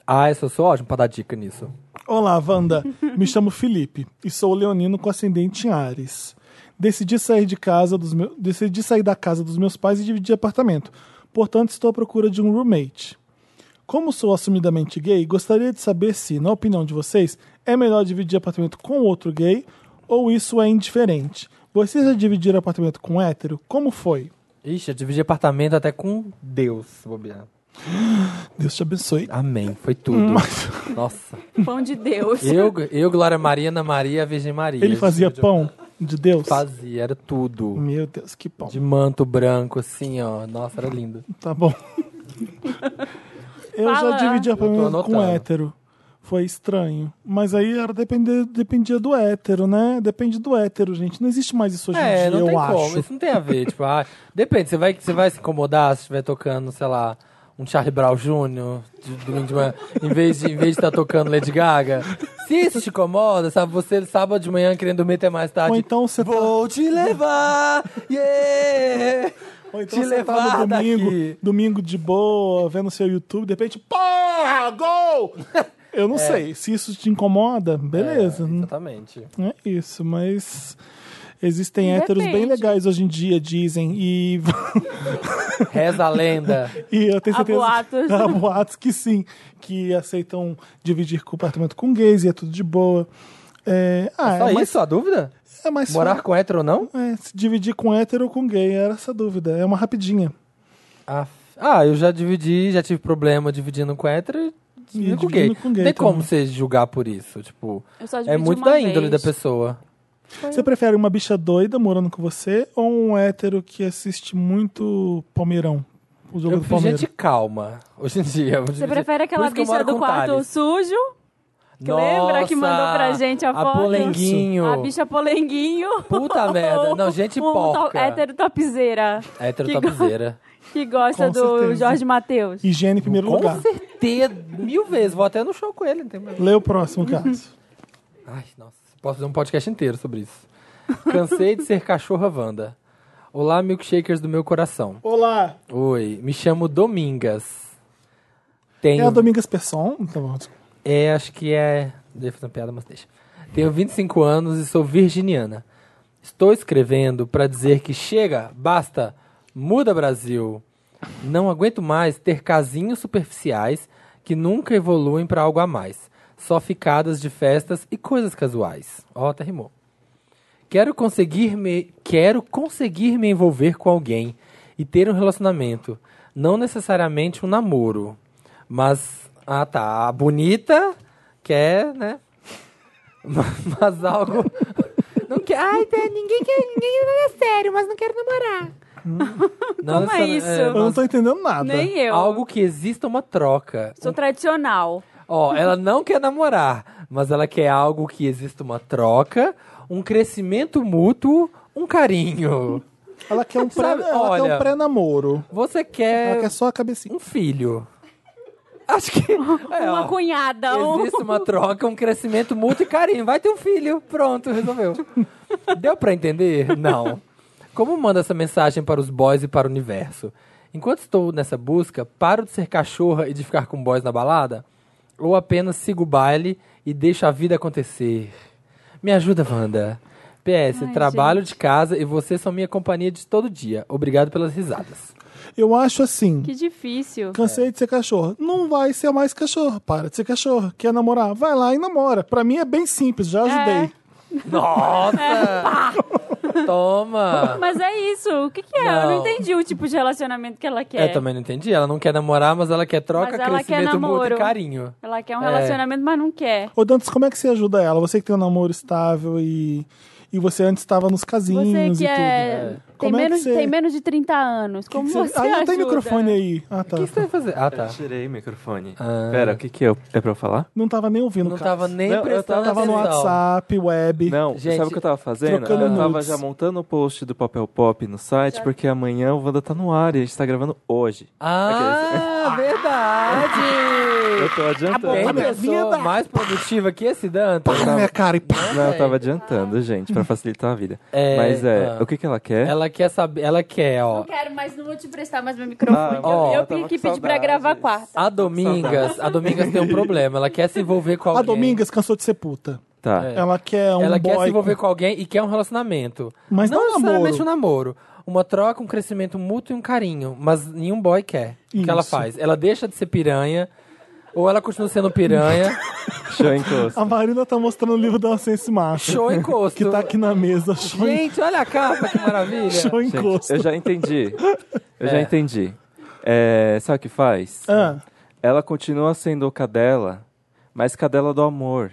[SPEAKER 3] Ah, eu sou- sou ótimo pra dar dica nisso.
[SPEAKER 2] Olá, Wanda. Me chamo Felipe e sou leonino com ascendente em Ares. Decidi sair de casa dos meus, decidi sair da casa dos meus pais e dividir apartamento. Portanto, estou à procura de um roommate. Como sou assumidamente gay, gostaria de saber se, na opinião de vocês, é melhor dividir apartamento com outro gay ou isso é indiferente. Vocês já dividiram apartamento com um hétero? Como foi?
[SPEAKER 3] Ixi, eu dividi apartamento até com Deus, se bobear.
[SPEAKER 2] Deus te abençoe.
[SPEAKER 3] Amém, foi
[SPEAKER 2] Hum.
[SPEAKER 3] tudo. Nossa.
[SPEAKER 1] Pão de Deus.
[SPEAKER 3] Eu, eu, Glória Maria, Ana Maria, Virgem Maria.
[SPEAKER 2] Ele fazia pão de Deus?
[SPEAKER 3] Fazia, era tudo.
[SPEAKER 2] Meu Deus, que pão.
[SPEAKER 3] De manto branco, assim, ó. Nossa, era lindo.
[SPEAKER 2] Tá bom. eu já
[SPEAKER 1] Fala.
[SPEAKER 2] dividi
[SPEAKER 3] Eu
[SPEAKER 2] apartamento
[SPEAKER 3] tô
[SPEAKER 2] com
[SPEAKER 3] anotando.
[SPEAKER 2] hétero. Foi estranho. Mas aí era depender, dependia do hétero, né? Depende do hétero, gente. Não existe mais isso hoje
[SPEAKER 3] É,
[SPEAKER 2] em dia,
[SPEAKER 3] não
[SPEAKER 2] eu
[SPEAKER 3] tem
[SPEAKER 2] acho.
[SPEAKER 3] como. Isso não tem a ver. tipo, ah, depende, você vai, você vai se incomodar se estiver tocando, sei lá, um Charlie Brown Jr. de domingo de manhã, em vez de em vez de estar tocando Lady Gaga. Se isso te incomoda, sabe, você sábado de manhã querendo dormir até mais tarde.
[SPEAKER 2] Ou então você tá-
[SPEAKER 3] Vou te levar! Yeah!
[SPEAKER 2] Ou então
[SPEAKER 3] te
[SPEAKER 2] você
[SPEAKER 3] levar
[SPEAKER 2] tá no domingo,
[SPEAKER 3] daqui.
[SPEAKER 2] domingo de boa, vendo seu YouTube, de repente, porra, gol! Eu não sei. Se isso te incomoda, beleza.
[SPEAKER 3] É, exatamente.
[SPEAKER 2] Não é isso, mas existem héteros bem
[SPEAKER 1] Depende.
[SPEAKER 2] legais hoje em dia, dizem. E
[SPEAKER 3] Reza a lenda.
[SPEAKER 2] E eu tenho
[SPEAKER 1] Há
[SPEAKER 2] certeza.
[SPEAKER 1] boatos.
[SPEAKER 2] Há boatos que sim, que aceitam dividir apartamento com gays e é tudo de boa. É, ah,
[SPEAKER 3] Só
[SPEAKER 2] é mais,
[SPEAKER 3] isso, a dúvida?
[SPEAKER 2] é mais
[SPEAKER 3] Morar
[SPEAKER 2] fácil.
[SPEAKER 3] com hétero ou não?
[SPEAKER 2] É, se dividir com hétero ou com gay, era essa a dúvida. É uma rapidinha.
[SPEAKER 3] Ah, f- ah, eu já dividi, já tive problema dividindo com hétero e dividindo
[SPEAKER 2] dividindo
[SPEAKER 3] com gay.
[SPEAKER 2] com gay
[SPEAKER 3] Não tem
[SPEAKER 2] também.
[SPEAKER 3] como você julgar por isso, tipo...
[SPEAKER 1] Eu só
[SPEAKER 3] É
[SPEAKER 1] dividi
[SPEAKER 3] muito
[SPEAKER 1] uma
[SPEAKER 3] da índole da
[SPEAKER 1] vez.
[SPEAKER 3] pessoa.
[SPEAKER 2] Você prefere uma bicha doida morando com você ou um hétero que assiste muito Palmeirão? O jogo
[SPEAKER 3] Eu
[SPEAKER 2] do
[SPEAKER 3] prefiro
[SPEAKER 2] Palmeiras.
[SPEAKER 3] gente calma, hoje em dia.
[SPEAKER 1] Você prefere aquela bicha do quarto sujo? Que lembra que mandou pra gente a,
[SPEAKER 3] A
[SPEAKER 1] foto?
[SPEAKER 3] polenguinho.
[SPEAKER 1] A bicha polenguinho.
[SPEAKER 3] Puta merda. Não, gente
[SPEAKER 1] um
[SPEAKER 3] porca.
[SPEAKER 1] To, hétero topzeira.
[SPEAKER 3] Hétero tá
[SPEAKER 1] que go-
[SPEAKER 3] topzeira.
[SPEAKER 1] Que gosta
[SPEAKER 2] Com
[SPEAKER 1] do
[SPEAKER 2] certeza.
[SPEAKER 1] Jorge Matheus.
[SPEAKER 2] Higiene em primeiro lugar.
[SPEAKER 3] Com certeza, mil vezes. Vou até no show com ele. não tem mais-
[SPEAKER 2] Lê o próximo
[SPEAKER 1] Uhum.
[SPEAKER 2] caso.
[SPEAKER 3] Ai, nossa. Posso fazer um podcast inteiro sobre isso. Cansei de ser cachorra Wanda. Olá, milkshakers do meu coração.
[SPEAKER 2] Olá!
[SPEAKER 3] Oi, me chamo Domingas. Tenho
[SPEAKER 2] É a Domingas Pesson? Tá bom.
[SPEAKER 3] É, acho que é. Deve fazer uma piada, mas deixa. Tenho 25 anos e sou virginiana. Estou escrevendo para dizer que chega, basta, muda Brasil. Não aguento mais ter casinhos superficiais que nunca evoluem para algo a mais. Só ficadas de festas e coisas casuais. Ó, até rimou. Quero conseguir me quero conseguir me envolver com alguém e ter um relacionamento, não necessariamente um namoro, mas ah tá, a bonita quer, né? Ma- Mas algo não quer, ai, tá, ninguém quer, ninguém é sério, mas não quero namorar. Não,
[SPEAKER 1] Como é
[SPEAKER 3] necessari-
[SPEAKER 1] isso?
[SPEAKER 2] Eu não tô entendendo nada.
[SPEAKER 1] Nem eu.
[SPEAKER 3] Algo que exista uma troca.
[SPEAKER 1] Sou tradicional.
[SPEAKER 3] Ó, ela não quer namorar, mas ela quer algo que exista uma troca, um crescimento mútuo, um carinho.
[SPEAKER 2] Ela quer um pré-
[SPEAKER 3] Sabe,
[SPEAKER 2] ela quer
[SPEAKER 3] olha.
[SPEAKER 2] um pré-namoro.
[SPEAKER 3] Você
[SPEAKER 2] Ela
[SPEAKER 1] É.
[SPEAKER 3] quer
[SPEAKER 2] quer só a cabecinha.
[SPEAKER 3] um filho. Acho que. É,
[SPEAKER 1] Uma
[SPEAKER 3] ó,
[SPEAKER 1] cunhada. um-
[SPEAKER 3] Existe uma troca, um crescimento mútuo e carinho. Vai ter um filho. Pronto, resolveu. Deu pra entender? Não. Como manda essa mensagem para os boys e para o universo? Enquanto estou nessa busca, paro de ser cachorra e de ficar com boys na balada? Ou apenas sigo o baile e deixo a vida acontecer? Me ajuda, Wanda. PS,
[SPEAKER 1] Ai,
[SPEAKER 3] trabalho de casa e vocês são minha companhia de todo dia. Obrigado pelas risadas.
[SPEAKER 2] Eu acho assim.
[SPEAKER 1] Que difícil.
[SPEAKER 2] Cansei de ser cachorro. Não vai ser mais cachorro. Para de ser cachorro. Quer namorar? Vai lá e namora. Pra mim é bem simples, já ajudei.
[SPEAKER 3] Nossa!
[SPEAKER 1] É.
[SPEAKER 3] Toma!
[SPEAKER 1] Mas é isso. O que, que é? Eu não
[SPEAKER 3] Não.
[SPEAKER 1] entendi o tipo de relacionamento que ela quer.
[SPEAKER 3] Eu também não entendi. Ela não quer namorar, mas ela quer troca,
[SPEAKER 1] Mas ela quer
[SPEAKER 3] crescimento mútuo
[SPEAKER 1] namoro.
[SPEAKER 3] e carinho.
[SPEAKER 1] Ela quer um
[SPEAKER 3] É.
[SPEAKER 1] relacionamento, mas não quer.
[SPEAKER 2] Ô, Dantas, como é que você ajuda ela? Você que tem um namoro estável e, e você antes estava nos
[SPEAKER 1] Você
[SPEAKER 2] casinhos
[SPEAKER 1] que
[SPEAKER 2] e tudo.
[SPEAKER 1] é. Tem,
[SPEAKER 2] Como é que
[SPEAKER 1] menos,
[SPEAKER 2] você-
[SPEAKER 1] tem menos de 30 anos. Como
[SPEAKER 2] Que que
[SPEAKER 1] você.
[SPEAKER 2] você- Ah, não tem
[SPEAKER 1] ajuda?
[SPEAKER 2] microfone aí. Ah,
[SPEAKER 3] O
[SPEAKER 2] tá.
[SPEAKER 3] que você vai fazer? Ah, tá.
[SPEAKER 6] Eu tirei o microfone.
[SPEAKER 3] Ah.
[SPEAKER 6] Pera, o que que é? É pra eu falar?
[SPEAKER 2] Não tava nem ouvindo,
[SPEAKER 3] Não
[SPEAKER 2] cara.
[SPEAKER 3] tava nem
[SPEAKER 6] Não, eu
[SPEAKER 3] prestando
[SPEAKER 2] Tava no
[SPEAKER 3] atenção.
[SPEAKER 2] WhatsApp, web.
[SPEAKER 6] Não,
[SPEAKER 3] Gente,
[SPEAKER 6] sabe o que eu tava fazendo?
[SPEAKER 2] trocando
[SPEAKER 6] Eu tava
[SPEAKER 2] nudes.
[SPEAKER 6] já montando o post do Papel Pop no site, porque amanhã o Wanda tá no ar e a gente tá gravando hoje. é
[SPEAKER 3] Ah, verdade!
[SPEAKER 6] Eu tô adiantando.
[SPEAKER 3] Tem
[SPEAKER 2] minha
[SPEAKER 3] pessoa
[SPEAKER 2] vida.
[SPEAKER 3] mais produtiva que esse Dantas.
[SPEAKER 2] Pá na minha cara e pá.
[SPEAKER 6] Não, eu tava adiantando, gente, pra facilitar a vida.
[SPEAKER 3] Ah. É,
[SPEAKER 6] Mas é,
[SPEAKER 3] ah.
[SPEAKER 6] o que que ela quer?
[SPEAKER 3] Ela quer saber, ela quer, ó.
[SPEAKER 1] Não quero, mas não vou te prestar mais meu microfone.
[SPEAKER 6] Ah,
[SPEAKER 1] Eu-
[SPEAKER 3] ó,
[SPEAKER 1] eu
[SPEAKER 6] eu
[SPEAKER 1] tenho
[SPEAKER 6] tava
[SPEAKER 1] que
[SPEAKER 6] com
[SPEAKER 1] pedir pra
[SPEAKER 6] saudades.
[SPEAKER 1] gravar quarta.
[SPEAKER 3] A Domingas, a Domingas tem um problema. Ela quer se envolver com
[SPEAKER 2] A
[SPEAKER 3] alguém.
[SPEAKER 2] Ah, Domingas cansou de ser puta.
[SPEAKER 6] Tá.
[SPEAKER 3] É.
[SPEAKER 2] Ela quer um
[SPEAKER 3] ela
[SPEAKER 2] boy.
[SPEAKER 3] quer se envolver com alguém e quer um relacionamento.
[SPEAKER 2] Mas não um
[SPEAKER 3] necessariamente
[SPEAKER 2] namoro.
[SPEAKER 3] um namoro. Uma troca, um crescimento mútuo e um carinho. Mas nenhum boy quer. O
[SPEAKER 2] Isso.
[SPEAKER 3] que ela faz? Ela deixa de ser piranha, ou ela continua sendo piranha.
[SPEAKER 6] Show encosto.
[SPEAKER 2] A Marina tá mostrando o livro da Sense Macho.
[SPEAKER 3] show encosto.
[SPEAKER 2] Que tá aqui na mesa. Show, en-
[SPEAKER 3] Gente, olha a capa, que maravilha.
[SPEAKER 2] show
[SPEAKER 6] Gente,
[SPEAKER 2] encosto.
[SPEAKER 6] eu já entendi. Eu já
[SPEAKER 3] É.
[SPEAKER 6] entendi. É, sabe o que faz?
[SPEAKER 2] Ah,
[SPEAKER 6] Ela continua sendo cadela, mas cadela do amor.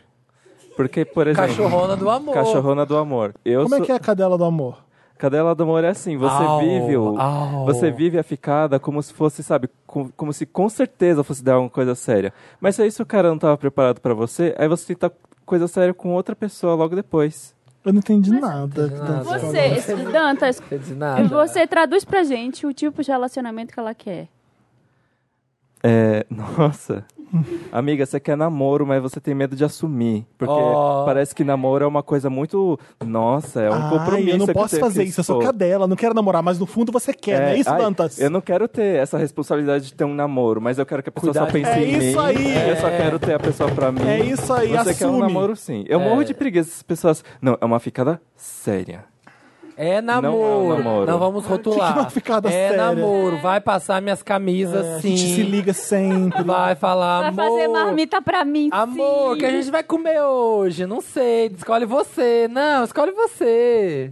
[SPEAKER 6] Porque, por exemplo...
[SPEAKER 3] Cachorrona do amor.
[SPEAKER 6] Cachorrona do amor. Eu
[SPEAKER 2] como é
[SPEAKER 6] sou-
[SPEAKER 2] que é a cadela do amor?
[SPEAKER 6] Cadela do amor é assim, você
[SPEAKER 3] Au,
[SPEAKER 6] vive o,
[SPEAKER 3] au.
[SPEAKER 6] você vive a ficada como se fosse, sabe, com- como se com certeza fosse dar uma coisa séria. Mas se aí se o cara não tava preparado pra você, aí você tenta coisa séria com outra pessoa logo depois.
[SPEAKER 2] Eu não entendi nada. que tá
[SPEAKER 3] nada.
[SPEAKER 2] Dantas falou.
[SPEAKER 1] Você, esse- Dantas,
[SPEAKER 3] Não diz nada.
[SPEAKER 1] você traduz pra gente o tipo de relacionamento que ela quer.
[SPEAKER 6] É, nossa. Amiga, você quer namoro, mas você tem medo de assumir. Porque
[SPEAKER 3] Oh.
[SPEAKER 6] parece que namoro é uma coisa muito. Nossa, é um
[SPEAKER 2] Ai,
[SPEAKER 6] compromisso.
[SPEAKER 2] eu não
[SPEAKER 6] que
[SPEAKER 2] posso
[SPEAKER 6] tenho que
[SPEAKER 2] fazer isso, eu sou
[SPEAKER 6] expor.
[SPEAKER 2] cadela, não quero namorar, mas no fundo você quer, não é isso,
[SPEAKER 6] ai,
[SPEAKER 2] Dantas?
[SPEAKER 6] Eu não quero ter essa responsabilidade de ter um namoro, mas eu quero que a pessoa
[SPEAKER 3] Cuidado.
[SPEAKER 6] só pense
[SPEAKER 2] É
[SPEAKER 6] em mim.
[SPEAKER 2] isso aí.
[SPEAKER 6] Eu só quero ter a pessoa pra mim.
[SPEAKER 2] É isso aí,
[SPEAKER 6] Você quer um
[SPEAKER 2] assume.
[SPEAKER 6] namoro, sim. Eu morro de preguiça essas pessoas. Não, é uma ficada séria.
[SPEAKER 3] É
[SPEAKER 6] Não é
[SPEAKER 3] namoro.
[SPEAKER 6] um namoro.
[SPEAKER 3] Não vamos rotular.
[SPEAKER 2] Que que é uma ficada
[SPEAKER 3] é
[SPEAKER 2] séria?
[SPEAKER 3] namoro. Vai passar minhas camisas,
[SPEAKER 2] É, a
[SPEAKER 3] sim.
[SPEAKER 2] gente se liga né? sempre.
[SPEAKER 3] Vai falar,
[SPEAKER 1] Vai fazer
[SPEAKER 3] amor.
[SPEAKER 1] marmita pra mim,
[SPEAKER 3] Amor,
[SPEAKER 1] sim.
[SPEAKER 3] o que a gente vai comer hoje? Não sei, escolhe você. Não, escolhe você.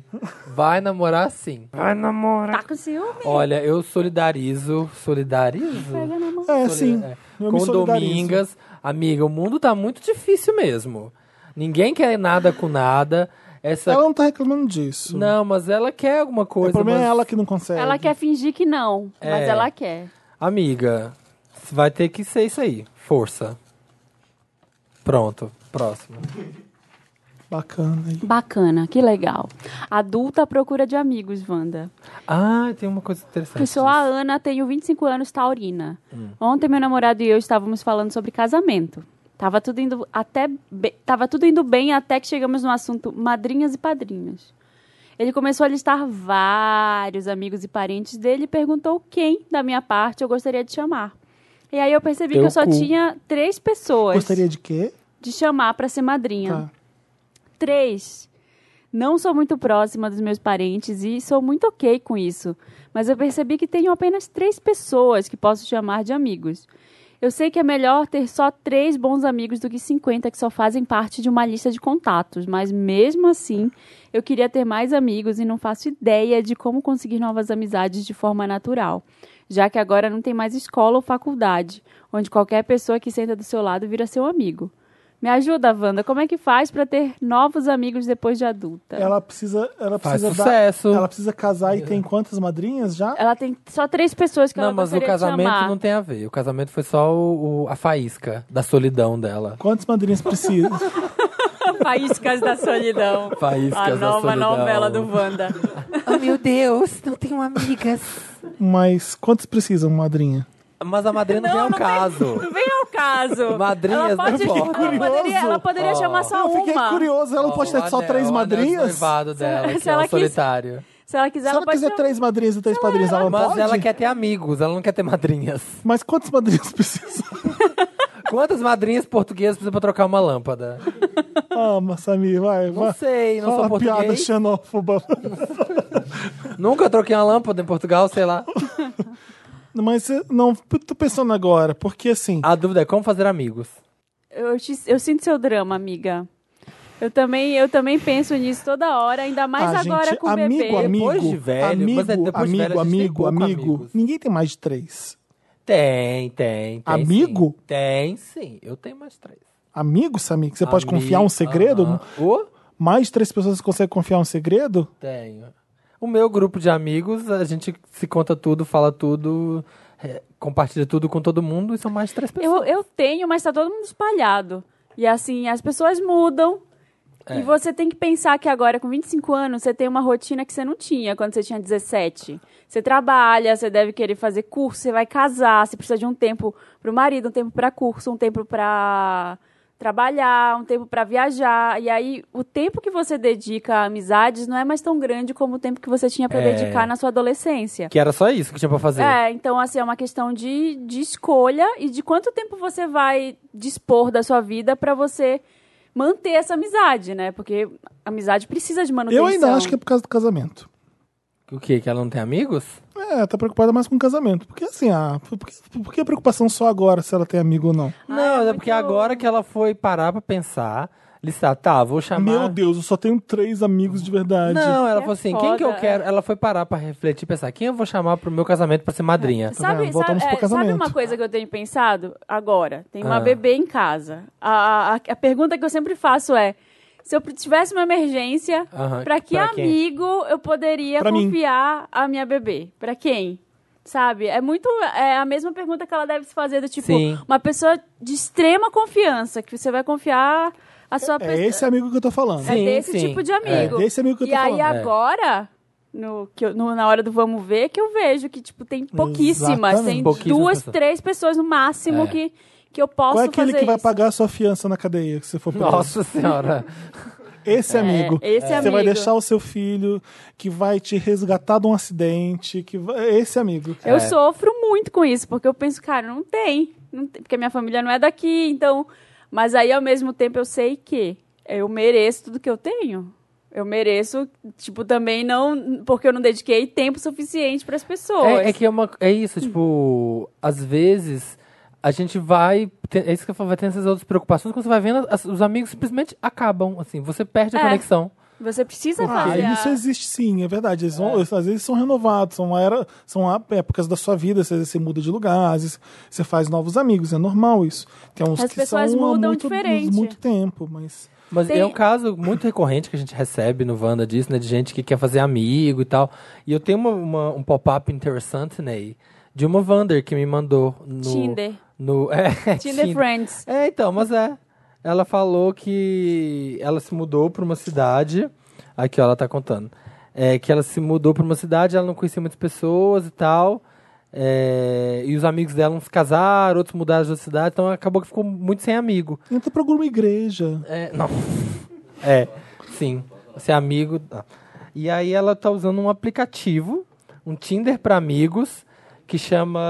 [SPEAKER 3] Vai namorar sim.
[SPEAKER 1] Tá com ciúme? né,
[SPEAKER 3] Olha, eu solidarizo. Solidarizo?
[SPEAKER 1] Pega na mão.
[SPEAKER 2] É, sim.
[SPEAKER 3] É,
[SPEAKER 2] Eu me
[SPEAKER 3] com
[SPEAKER 2] solidarizo.
[SPEAKER 3] Domingas. Amiga, o mundo tá muito difícil mesmo. Ninguém quer nada com nada. Essa.
[SPEAKER 2] Ela não tá reclamando disso.
[SPEAKER 3] Não, mas ela quer alguma
[SPEAKER 2] o
[SPEAKER 3] coisa.
[SPEAKER 2] problema é
[SPEAKER 3] mas-
[SPEAKER 2] ela que não consegue.
[SPEAKER 1] Ela quer fingir que não, mas
[SPEAKER 3] É.
[SPEAKER 1] ela quer.
[SPEAKER 3] Amiga, vai ter que ser isso aí. Força. Pronto, próximo.
[SPEAKER 2] Bacana. hein?
[SPEAKER 1] Bacana, que legal. Adulta à procura de amigos, Wanda.
[SPEAKER 3] Ah, tem uma coisa interessante.
[SPEAKER 1] Eu sou a "Ah, Ana, tenho 25 anos, taurina. Ontem meu namorado e eu estávamos falando sobre casamento. Tava tudo indo até be... tava tudo indo bem até que chegamos no assunto madrinhas e padrinhos. Ele começou a listar vários amigos e parentes dele e perguntou quem da minha parte eu gostaria de chamar. E aí eu percebi
[SPEAKER 3] Teu
[SPEAKER 1] que eu só
[SPEAKER 3] cu.
[SPEAKER 1] tinha três pessoas
[SPEAKER 2] Gostaria de quê?
[SPEAKER 1] de chamar para ser madrinha.
[SPEAKER 2] Tá.
[SPEAKER 1] Três, não sou muito próxima dos meus parentes e sou muito ok com isso, mas eu percebi que tenho apenas três pessoas que posso chamar de amigos. Eu sei que é melhor ter só três bons amigos do que 50 que só fazem parte de uma lista de contatos, mas mesmo assim, eu queria ter mais amigos e não faço ideia de como conseguir novas amizades de forma natural, já que agora não tem mais escola ou faculdade, onde qualquer pessoa que senta do seu lado vira seu amigo. Me ajuda, Wanda, como é que faz para ter novos amigos depois de adulta?
[SPEAKER 2] Ela precisa. Ela
[SPEAKER 3] Faz
[SPEAKER 2] precisa dar-
[SPEAKER 3] sucesso.
[SPEAKER 2] ela precisa casar e tem quantas madrinhas já?
[SPEAKER 1] Ela tem só três pessoas que
[SPEAKER 3] não,
[SPEAKER 1] ela tá
[SPEAKER 3] mas o
[SPEAKER 1] gostaria
[SPEAKER 3] casamento
[SPEAKER 1] de chamar.
[SPEAKER 3] não tem a ver. O casamento foi só o- o- a faísca da solidão dela.
[SPEAKER 2] Quantas madrinhas precisa?
[SPEAKER 1] Faíscas da solidão.
[SPEAKER 3] Faíscas
[SPEAKER 1] A
[SPEAKER 3] da
[SPEAKER 1] nova
[SPEAKER 3] solidão.
[SPEAKER 1] novela do Wanda.
[SPEAKER 3] Oh, meu Deus, não tenho amigas.
[SPEAKER 2] Mas quantas precisam, madrinha?
[SPEAKER 3] Mas a madrinha não, vem ao
[SPEAKER 1] não vem-
[SPEAKER 3] caso.
[SPEAKER 1] Não vem ao caso.
[SPEAKER 3] Madrinhas,
[SPEAKER 1] ela pode,
[SPEAKER 3] não importa.
[SPEAKER 1] ela poderia, ela
[SPEAKER 2] Curioso.
[SPEAKER 1] poderia
[SPEAKER 3] Ó.
[SPEAKER 1] chamar só
[SPEAKER 2] eu fiquei
[SPEAKER 1] uma.
[SPEAKER 2] curioso, ela não pode ter só
[SPEAKER 3] O anel-
[SPEAKER 2] três
[SPEAKER 3] o anel de
[SPEAKER 2] madrinhas? Se
[SPEAKER 3] noivado dela,
[SPEAKER 1] Se
[SPEAKER 3] que é
[SPEAKER 1] ela
[SPEAKER 3] o
[SPEAKER 1] quis-
[SPEAKER 3] solitário.
[SPEAKER 1] Se ela quiser,
[SPEAKER 2] ela
[SPEAKER 1] ela pode
[SPEAKER 2] quiser
[SPEAKER 1] chamar.
[SPEAKER 2] três madrinhas e três padrinhos, ela
[SPEAKER 3] um- é, Mas
[SPEAKER 2] pode?
[SPEAKER 3] ela quer ter amigos, ela não quer ter madrinhas.
[SPEAKER 2] Mas quantas madrinhas precisa?
[SPEAKER 3] Quantas madrinhas portuguesas precisa pra trocar uma lâmpada?
[SPEAKER 2] Ama, Ah, Samir, vai.
[SPEAKER 3] Não
[SPEAKER 2] vai.
[SPEAKER 3] sei, não
[SPEAKER 2] Fala
[SPEAKER 3] sou
[SPEAKER 2] uma piada
[SPEAKER 3] português.
[SPEAKER 2] xenófoba.
[SPEAKER 3] Nunca troquei uma lâmpada em Portugal, sei lá.
[SPEAKER 2] Mas eh, não, tô pensando agora, porque assim,
[SPEAKER 3] A dúvida é como fazer amigos.
[SPEAKER 1] Eu, te- eu sinto seu drama, amiga. Eu também, eu também penso nisso toda hora, ainda mais
[SPEAKER 2] ah,
[SPEAKER 1] agora
[SPEAKER 2] gente,
[SPEAKER 1] com o
[SPEAKER 2] amigo,
[SPEAKER 1] bebê.
[SPEAKER 2] amigo,
[SPEAKER 3] Depois de velho,
[SPEAKER 2] amigo,
[SPEAKER 3] mas é depois de
[SPEAKER 2] amigo,
[SPEAKER 3] velho, a gente tem
[SPEAKER 2] amigo,
[SPEAKER 3] pouco
[SPEAKER 2] amigo.
[SPEAKER 3] amigos.
[SPEAKER 2] Ninguém tem mais de três.
[SPEAKER 3] Tem, tem, tem.
[SPEAKER 2] Amigo?
[SPEAKER 3] sim. Tem, sim. Eu tenho mais três.
[SPEAKER 2] Amigo, Samir, que você pode
[SPEAKER 3] Amigo,
[SPEAKER 2] confiar um segredo?
[SPEAKER 3] aham. O?
[SPEAKER 2] Mais de três pessoas você consegue confiar um segredo?
[SPEAKER 3] Tenho. O meu grupo de amigos, a gente se conta tudo, fala tudo, é, compartilha tudo com todo mundo e são mais três pessoas.
[SPEAKER 1] Eu, eu tenho, mas tá todo mundo espalhado. E assim, as pessoas mudam.
[SPEAKER 3] É.
[SPEAKER 1] E você tem que pensar que agora, com 25 anos, você tem uma rotina que você não tinha quando você tinha 17. Você trabalha, você deve querer fazer curso, você vai casar, você precisa de um tempo pro marido, um tempo pra curso, um tempo pra trabalhar, um tempo pra viajar. E aí, o tempo que você dedica a amizades não é mais tão grande como o tempo que você tinha pra
[SPEAKER 3] É.
[SPEAKER 1] dedicar na sua adolescência.
[SPEAKER 3] Que era só isso que tinha pra fazer.
[SPEAKER 1] É, então, assim, é uma questão de, de escolha e de quanto tempo você vai dispor da sua vida pra você manter essa amizade, né? Porque a amizade precisa de manutenção.
[SPEAKER 2] Eu ainda acho que é por causa do casamento.
[SPEAKER 3] O quê? Que ela não tem amigos?
[SPEAKER 2] É, tá preocupada mais com o casamento. Porque assim, ah, por que, por que a preocupação só agora se ela tem amigo ou não?
[SPEAKER 3] Não, é
[SPEAKER 1] Ah, muito-
[SPEAKER 3] porque agora que ela foi parar pra pensar, listar, tá, vou chamar.
[SPEAKER 2] Meu Deus, eu só tenho três amigos de verdade.
[SPEAKER 3] Não, ela
[SPEAKER 1] É
[SPEAKER 3] falou assim, quem que eu
[SPEAKER 1] foda,
[SPEAKER 3] quero? Ela foi parar pra refletir, pensar, quem eu vou chamar pro meu casamento pra ser madrinha?
[SPEAKER 1] Sabe,
[SPEAKER 2] Tá vendo? Voltamos
[SPEAKER 1] sabe, é,
[SPEAKER 2] pro
[SPEAKER 1] sabe
[SPEAKER 2] casamento.
[SPEAKER 1] uma coisa que eu tenho pensado agora? Tem uma
[SPEAKER 3] Ah.
[SPEAKER 1] bebê em casa. A, a, a pergunta que eu sempre faço é: se eu tivesse uma emergência,
[SPEAKER 3] Aham,
[SPEAKER 1] pra que
[SPEAKER 3] pra quem?
[SPEAKER 1] amigo eu poderia
[SPEAKER 2] Pra mim.
[SPEAKER 1] confiar a minha bebê? Pra quem? Sabe? É muito é a mesma pergunta que ela deve se fazer do tipo
[SPEAKER 3] Sim.
[SPEAKER 1] uma pessoa de extrema confiança que você vai confiar a sua
[SPEAKER 2] É
[SPEAKER 1] pessoa
[SPEAKER 2] esse amigo que eu tô falando.
[SPEAKER 1] é
[SPEAKER 3] Sim,
[SPEAKER 1] desse
[SPEAKER 3] sim.
[SPEAKER 1] tipo de
[SPEAKER 3] É.
[SPEAKER 1] amigo.
[SPEAKER 2] Desse amigo que eu
[SPEAKER 1] e
[SPEAKER 2] tô
[SPEAKER 1] aí
[SPEAKER 2] falando.
[SPEAKER 3] É.
[SPEAKER 1] agora, no, que eu- no- na hora do vamos ver, que eu vejo que, tipo, tem pouquíssimas.
[SPEAKER 2] Exatamente.
[SPEAKER 1] Tem
[SPEAKER 3] Pouquíssimas
[SPEAKER 1] duas,
[SPEAKER 3] pessoas.
[SPEAKER 1] três pessoas no máximo
[SPEAKER 3] É.
[SPEAKER 1] que, que eu posso
[SPEAKER 2] Qual é aquele
[SPEAKER 1] fazer
[SPEAKER 2] que vai
[SPEAKER 1] isso.
[SPEAKER 2] pagar a sua fiança na cadeia que você for preso?
[SPEAKER 3] Nossa senhora.
[SPEAKER 2] Esse amigo.
[SPEAKER 1] É, esse
[SPEAKER 2] que Você
[SPEAKER 1] amigo.
[SPEAKER 2] vai deixar o seu filho, que vai te resgatar de um acidente. Que vai... Esse amigo.
[SPEAKER 1] Eu
[SPEAKER 3] É.
[SPEAKER 1] sofro muito com isso, porque eu penso, cara, não tem, não tem, porque minha família não é daqui, então... Mas aí, ao mesmo tempo, eu sei que eu mereço tudo que eu tenho. Eu mereço, tipo, também não... Porque eu não dediquei tempo suficiente para as pessoas.
[SPEAKER 3] É, é que é, uma, é isso, tipo, às vezes a gente vai. te- É isso que eu falo, vai ter essas outras preocupações. Quando você vai vendo, as- os amigos simplesmente acabam, assim, você perde a
[SPEAKER 1] É.
[SPEAKER 3] conexão.
[SPEAKER 1] Você precisa
[SPEAKER 2] Ah,
[SPEAKER 1] fazer... a-
[SPEAKER 2] isso existe sim, é verdade. Eles vão- às vezes são renovados, são, era, são a- épocas da sua vida, às vezes você muda de lugar, às vezes você faz novos amigos, é normal isso. Tem uns
[SPEAKER 1] As
[SPEAKER 2] que
[SPEAKER 1] pessoas
[SPEAKER 2] são há
[SPEAKER 1] mudam
[SPEAKER 2] muito,
[SPEAKER 1] diferente.
[SPEAKER 2] muito tempo, mas.
[SPEAKER 3] Mas
[SPEAKER 1] Tem-
[SPEAKER 3] é um caso muito recorrente que a gente recebe no Wanda disso, né? De gente que quer fazer amigo e tal. E eu tenho uma- uma- um pop-up interessante, Ney, de uma Wander que me mandou no.
[SPEAKER 1] Tinder.
[SPEAKER 3] No, é,
[SPEAKER 1] Tinder Friends.
[SPEAKER 3] É, então, mas é. Ela falou que ela se mudou pra uma cidade. Aqui, ó, ela tá contando. É, que ela se mudou pra uma cidade, ela não conhecia muitas pessoas e tal. É, e os amigos dela uns casaram, outros mudaram de outra cidade, então acabou que ficou muito sem amigo.
[SPEAKER 2] Entra pra alguma igreja.
[SPEAKER 3] É, não. É, sim. Você é amigo. tá. E aí ela tá usando um aplicativo, um Tinder para amigos, que chama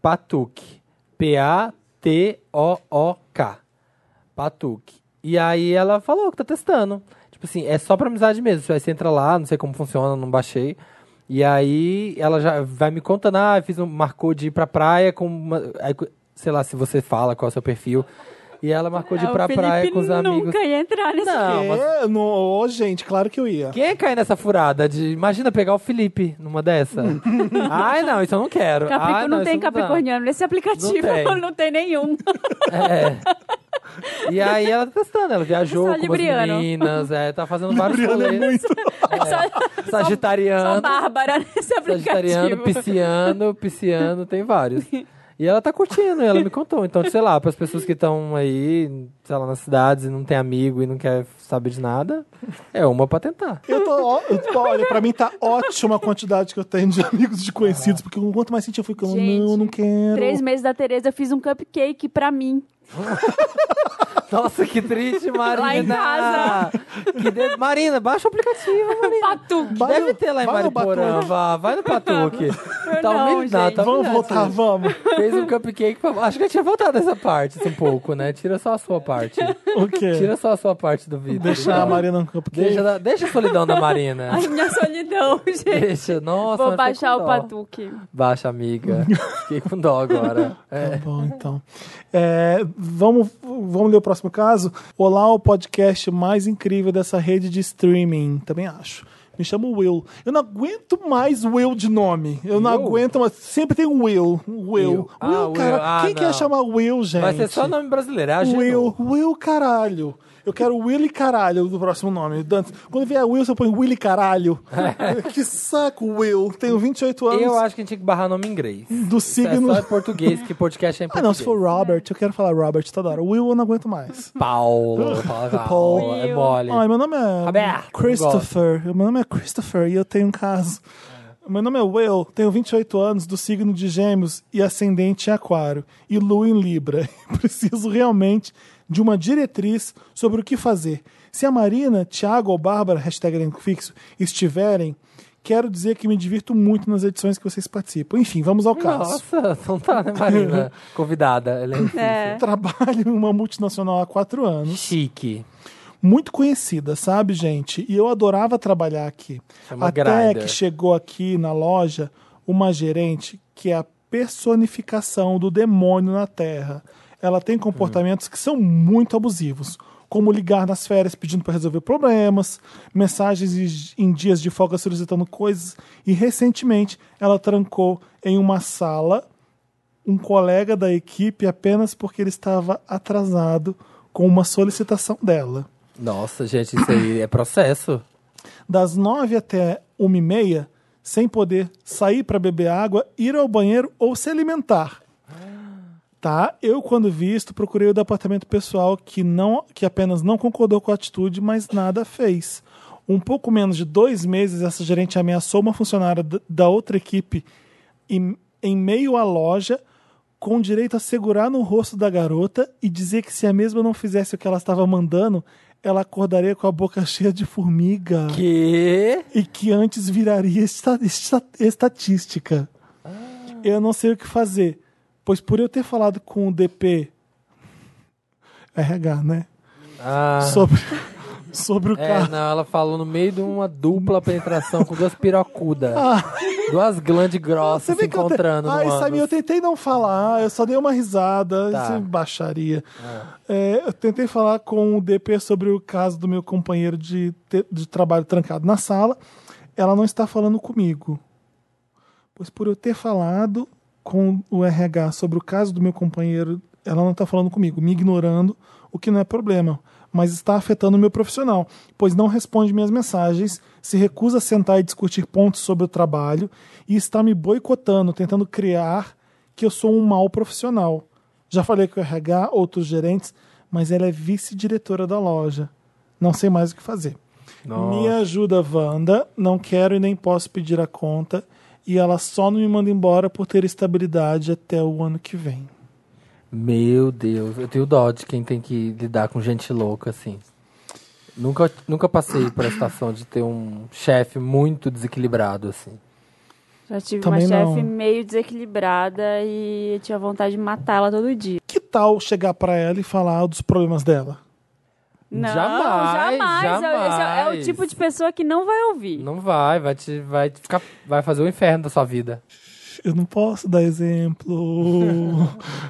[SPEAKER 3] Patuk. P-A-T-O-O-K. Patuk. E aí ela falou que tá testando. Tipo assim, é só pra amizade mesmo. Aí você entra lá, não sei como funciona, não baixei. E aí ela já vai me contando, ah, fiz um, marcou de ir pra praia com uma- aí, co- sei lá se você fala qual é o seu perfil. E ela marcou de ir
[SPEAKER 1] Ah, o
[SPEAKER 3] pra
[SPEAKER 1] Felipe
[SPEAKER 3] praia com os amigos.
[SPEAKER 1] nunca ia entrar nesse...
[SPEAKER 3] Não, Ah, mas
[SPEAKER 2] É, no, ô, gente, claro que eu ia.
[SPEAKER 3] quem é cai nessa furada de imagina pegar o Felipe numa dessa? Ai, não, isso eu Ah, não quero.
[SPEAKER 1] Capric-
[SPEAKER 3] Ai,
[SPEAKER 1] não
[SPEAKER 3] isso
[SPEAKER 1] tem
[SPEAKER 3] dá.
[SPEAKER 1] Capricorniano nesse aplicativo,
[SPEAKER 3] Não tem.
[SPEAKER 1] nenhum.
[SPEAKER 3] É. E aí ela tá testando, ela viajou
[SPEAKER 1] Só
[SPEAKER 3] com as
[SPEAKER 1] libriano.
[SPEAKER 3] meninas, é, tá fazendo vários
[SPEAKER 2] Libriano é
[SPEAKER 3] rolês.
[SPEAKER 2] muito.
[SPEAKER 1] Só- Só
[SPEAKER 3] Sagitariano,
[SPEAKER 1] Bárbara nesse
[SPEAKER 3] sagitariano,
[SPEAKER 1] aplicativo.
[SPEAKER 3] pisciano, pisciano, tem vários. E ela tá curtindo, e ela me contou. Então, sei lá, para as pessoas que estão aí, sei lá, nas cidades e não tem amigo e não quer saber de nada, é uma pra tentar.
[SPEAKER 2] Eu tô, ó- eu tô- olha, pra mim tá ótima a quantidade que eu tenho de amigos de
[SPEAKER 3] É.
[SPEAKER 2] conhecidos, porque quanto mais sentido eu fui ficando,
[SPEAKER 1] Gente,
[SPEAKER 2] não, eu não quero.
[SPEAKER 1] Três meses da Tereza, eu fiz um cupcake pra mim.
[SPEAKER 3] Nossa, que triste, Marina.
[SPEAKER 1] Lá em casa.
[SPEAKER 3] Que de- Marina, baixa o aplicativo, Marina.
[SPEAKER 1] Patuque.
[SPEAKER 2] Vai
[SPEAKER 3] Deve
[SPEAKER 2] no-
[SPEAKER 3] ter lá em
[SPEAKER 2] vai no né? Batuque.
[SPEAKER 3] Mariporã, vai no Patuque. tá
[SPEAKER 1] não,
[SPEAKER 3] humilhado,
[SPEAKER 1] gente.
[SPEAKER 3] tá
[SPEAKER 2] Vamos
[SPEAKER 3] humilhado.
[SPEAKER 2] voltar, vamos.
[SPEAKER 3] Fez um cupcake. pra- Acho que eu tinha voltado essa parte assim, um pouco, né? Tira só a sua parte.
[SPEAKER 2] O quê?
[SPEAKER 3] Tira só a sua parte do vídeo.
[SPEAKER 2] Deixar a Marina no campo.
[SPEAKER 3] Deixa, da- deixa a solidão da Marina.
[SPEAKER 1] Ai, minha solidão, gente.
[SPEAKER 3] Deixa, nossa.
[SPEAKER 1] Vou
[SPEAKER 3] mas fiquei
[SPEAKER 1] baixar
[SPEAKER 3] com
[SPEAKER 1] o
[SPEAKER 3] dó.
[SPEAKER 1] Patuque.
[SPEAKER 3] Baixa, amiga. Fiquei com dó agora. É.
[SPEAKER 2] Tá bom, então. É, vamos, vamos ler o próximo caso. Olá, o podcast mais incrível dessa rede de streaming. Também acho. Me chamo Will. Eu não aguento mais Will de nome. Eu não
[SPEAKER 3] Will?
[SPEAKER 2] aguento mais. Sempre tem um Will. Will. Will,
[SPEAKER 3] Ah, Will.
[SPEAKER 2] cara.
[SPEAKER 3] Ah,
[SPEAKER 2] quem
[SPEAKER 3] não.
[SPEAKER 2] quer chamar Will, gente?
[SPEAKER 3] Vai ser só nome brasileiro. É a Genu.
[SPEAKER 2] Will. Will, caralho. Eu quero Will e caralho do próximo nome. Dantes. Quando vier Will, você põe Will e caralho. que saco, Will. Tenho 28 anos.
[SPEAKER 3] Eu acho que a gente tinha que barrar nome em inglês.
[SPEAKER 2] Do signo.
[SPEAKER 3] É só em português, que podcast é em
[SPEAKER 2] Ah,
[SPEAKER 3] português.
[SPEAKER 2] não, se for Robert, eu quero falar Robert toda hora. Will, eu não aguento mais.
[SPEAKER 3] Paulo. Paulo.
[SPEAKER 2] Paul.
[SPEAKER 3] É mole.
[SPEAKER 2] Ai, meu nome é
[SPEAKER 3] Roberto,
[SPEAKER 2] Christopher. Meu nome é Christopher e eu tenho um caso. Meu nome é Will, tenho 28 anos, do signo de Gêmeos e ascendente em Aquário, e lua em Libra. Preciso realmente de uma diretriz sobre o que fazer. Se a Marina, Thiago ou Bárbara, hashtag elenco fixo, estiverem, quero dizer que me divirto muito nas edições que vocês participam. Enfim, vamos ao caso.
[SPEAKER 3] Nossa, então tá, né, Marina? Convidada. Ela é
[SPEAKER 1] É.
[SPEAKER 2] Trabalho em uma multinacional há quatro anos.
[SPEAKER 3] chique.
[SPEAKER 2] muito conhecida, sabe, gente? E eu adorava trabalhar aqui.
[SPEAKER 3] Chama
[SPEAKER 2] Até
[SPEAKER 3] Graider.
[SPEAKER 2] que chegou aqui na loja uma gerente que é a personificação do demônio na Terra. Ela tem comportamentos que são muito abusivos, como ligar nas férias pedindo para resolver problemas, mensagens em- em dias de folga solicitando coisas, e recentemente ela trancou em uma sala um colega da equipe apenas porque ele estava atrasado com uma solicitação dela.
[SPEAKER 3] Nossa, gente, isso aí é processo.
[SPEAKER 2] Das nove até uma e meia, sem poder sair para beber água, ir ao banheiro ou se alimentar. Tá? Eu, quando vi isto, procurei o departamento pessoal que, não, que apenas não concordou com a atitude, mas nada fez. Um pouco menos de dois meses, essa gerente ameaçou uma funcionária d- da outra equipe em, em meio à loja, com direito a segurar no rosto da garota e dizer que se a mesma não fizesse o que ela estava mandando, ela acordaria com a boca cheia de formiga
[SPEAKER 3] Que?
[SPEAKER 2] e que antes viraria esta- esta- estatística. Eu não sei o que fazer, pois por eu ter falado com o DP RH, né?
[SPEAKER 3] Ah,
[SPEAKER 2] Sobre, sobre o
[SPEAKER 3] é,
[SPEAKER 2] caso.
[SPEAKER 3] não, ela falou no meio de uma dupla penetração com duas pirocudas. Duas glandes
[SPEAKER 2] Ah, Você
[SPEAKER 3] grossas Tá se
[SPEAKER 2] vê que eu te-
[SPEAKER 3] encontrando.
[SPEAKER 2] Ai,
[SPEAKER 3] no
[SPEAKER 2] Samir, eu
[SPEAKER 3] ânus.
[SPEAKER 2] tentei não falar, eu só dei uma risada,
[SPEAKER 3] Tá. Ah.
[SPEAKER 2] isso baixaria. É, eu tentei falar com o DP sobre o caso do meu companheiro de, te- de trabalho trancado na sala. Ela não está falando comigo. Pois por eu ter falado com o RH sobre o caso do meu companheiro, ela não está falando comigo, me ignorando, o que não é problema, mas está afetando o meu profissional, pois não responde minhas mensagens, se recusa a sentar e discutir pontos sobre o trabalho e está me boicotando, tentando criar que eu sou um mau profissional. Já falei com o RH, outros gerentes, mas ela é vice-diretora da loja. Não sei mais o que fazer.
[SPEAKER 3] Nossa.
[SPEAKER 2] Me ajuda, Wanda. Não quero e nem posso pedir a conta. E ela só não me manda embora por ter estabilidade até o ano que vem.
[SPEAKER 3] Meu Deus, eu tenho dó de quem tem que lidar com gente louca, assim. Nunca, nunca passei por a situação de ter um chefe muito desequilibrado, assim.
[SPEAKER 1] Já tive
[SPEAKER 2] Também
[SPEAKER 1] uma
[SPEAKER 2] não.
[SPEAKER 1] chefe meio desequilibrada e eu tinha vontade de matá-la todo dia.
[SPEAKER 2] Que tal chegar pra ela e falar dos problemas dela?
[SPEAKER 1] Não,
[SPEAKER 3] Jamais,
[SPEAKER 1] jamais. É- esse é, é o
[SPEAKER 3] jamais.
[SPEAKER 1] tipo de pessoa que não vai ouvir.
[SPEAKER 3] Não vai, vai te, vai te ficar, vai fazer o inferno da sua vida.
[SPEAKER 2] Eu não posso dar exemplo,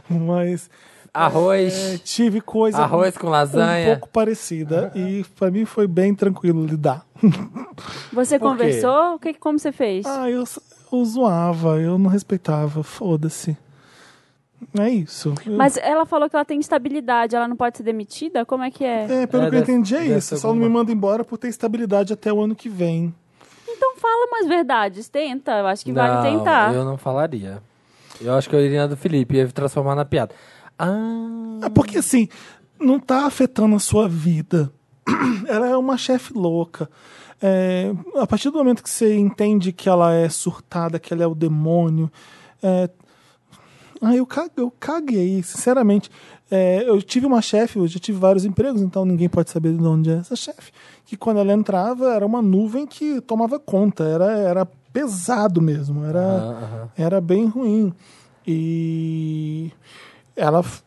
[SPEAKER 2] mas é,
[SPEAKER 3] Arroz,
[SPEAKER 2] tive coisa
[SPEAKER 3] arroz com
[SPEAKER 2] um
[SPEAKER 3] lasanha.
[SPEAKER 2] pouco parecida e pra mim foi bem tranquilo lidar.
[SPEAKER 1] Você
[SPEAKER 3] Por quê?
[SPEAKER 1] conversou? O que, como você fez?
[SPEAKER 2] Ah, eu, eu zoava, eu não respeitava, foda-se. É isso. Eu-
[SPEAKER 1] Mas ela falou que ela tem estabilidade, ela não pode ser demitida? Como é que é?
[SPEAKER 2] É, pelo
[SPEAKER 3] É,
[SPEAKER 2] que eu
[SPEAKER 3] deve-
[SPEAKER 2] entendi é
[SPEAKER 3] deve
[SPEAKER 2] isso.
[SPEAKER 3] ser
[SPEAKER 2] Só não me
[SPEAKER 3] alguma-
[SPEAKER 2] manda embora por ter estabilidade até o ano que vem.
[SPEAKER 1] Então fala umas verdades, tenta. Eu acho que
[SPEAKER 3] não,
[SPEAKER 1] vale tentar.
[SPEAKER 3] eu não falaria. Eu acho que eu iria na do Felipe, ia transformar na piada. Ah,
[SPEAKER 2] É porque assim, não tá afetando a sua vida. Ela é uma chefe louca. É, a partir do momento que você entende que ela é surtada, que ela é o demônio. É, ah, eu, ca- eu caguei, sinceramente. É, eu tive uma chefe, eu já tive vários empregos, então ninguém pode saber de onde é essa chefe. Que quando ela entrava, era uma nuvem que tomava conta, era, era pesado mesmo. Era,
[SPEAKER 3] Aham,
[SPEAKER 2] era bem ruim. E ela f-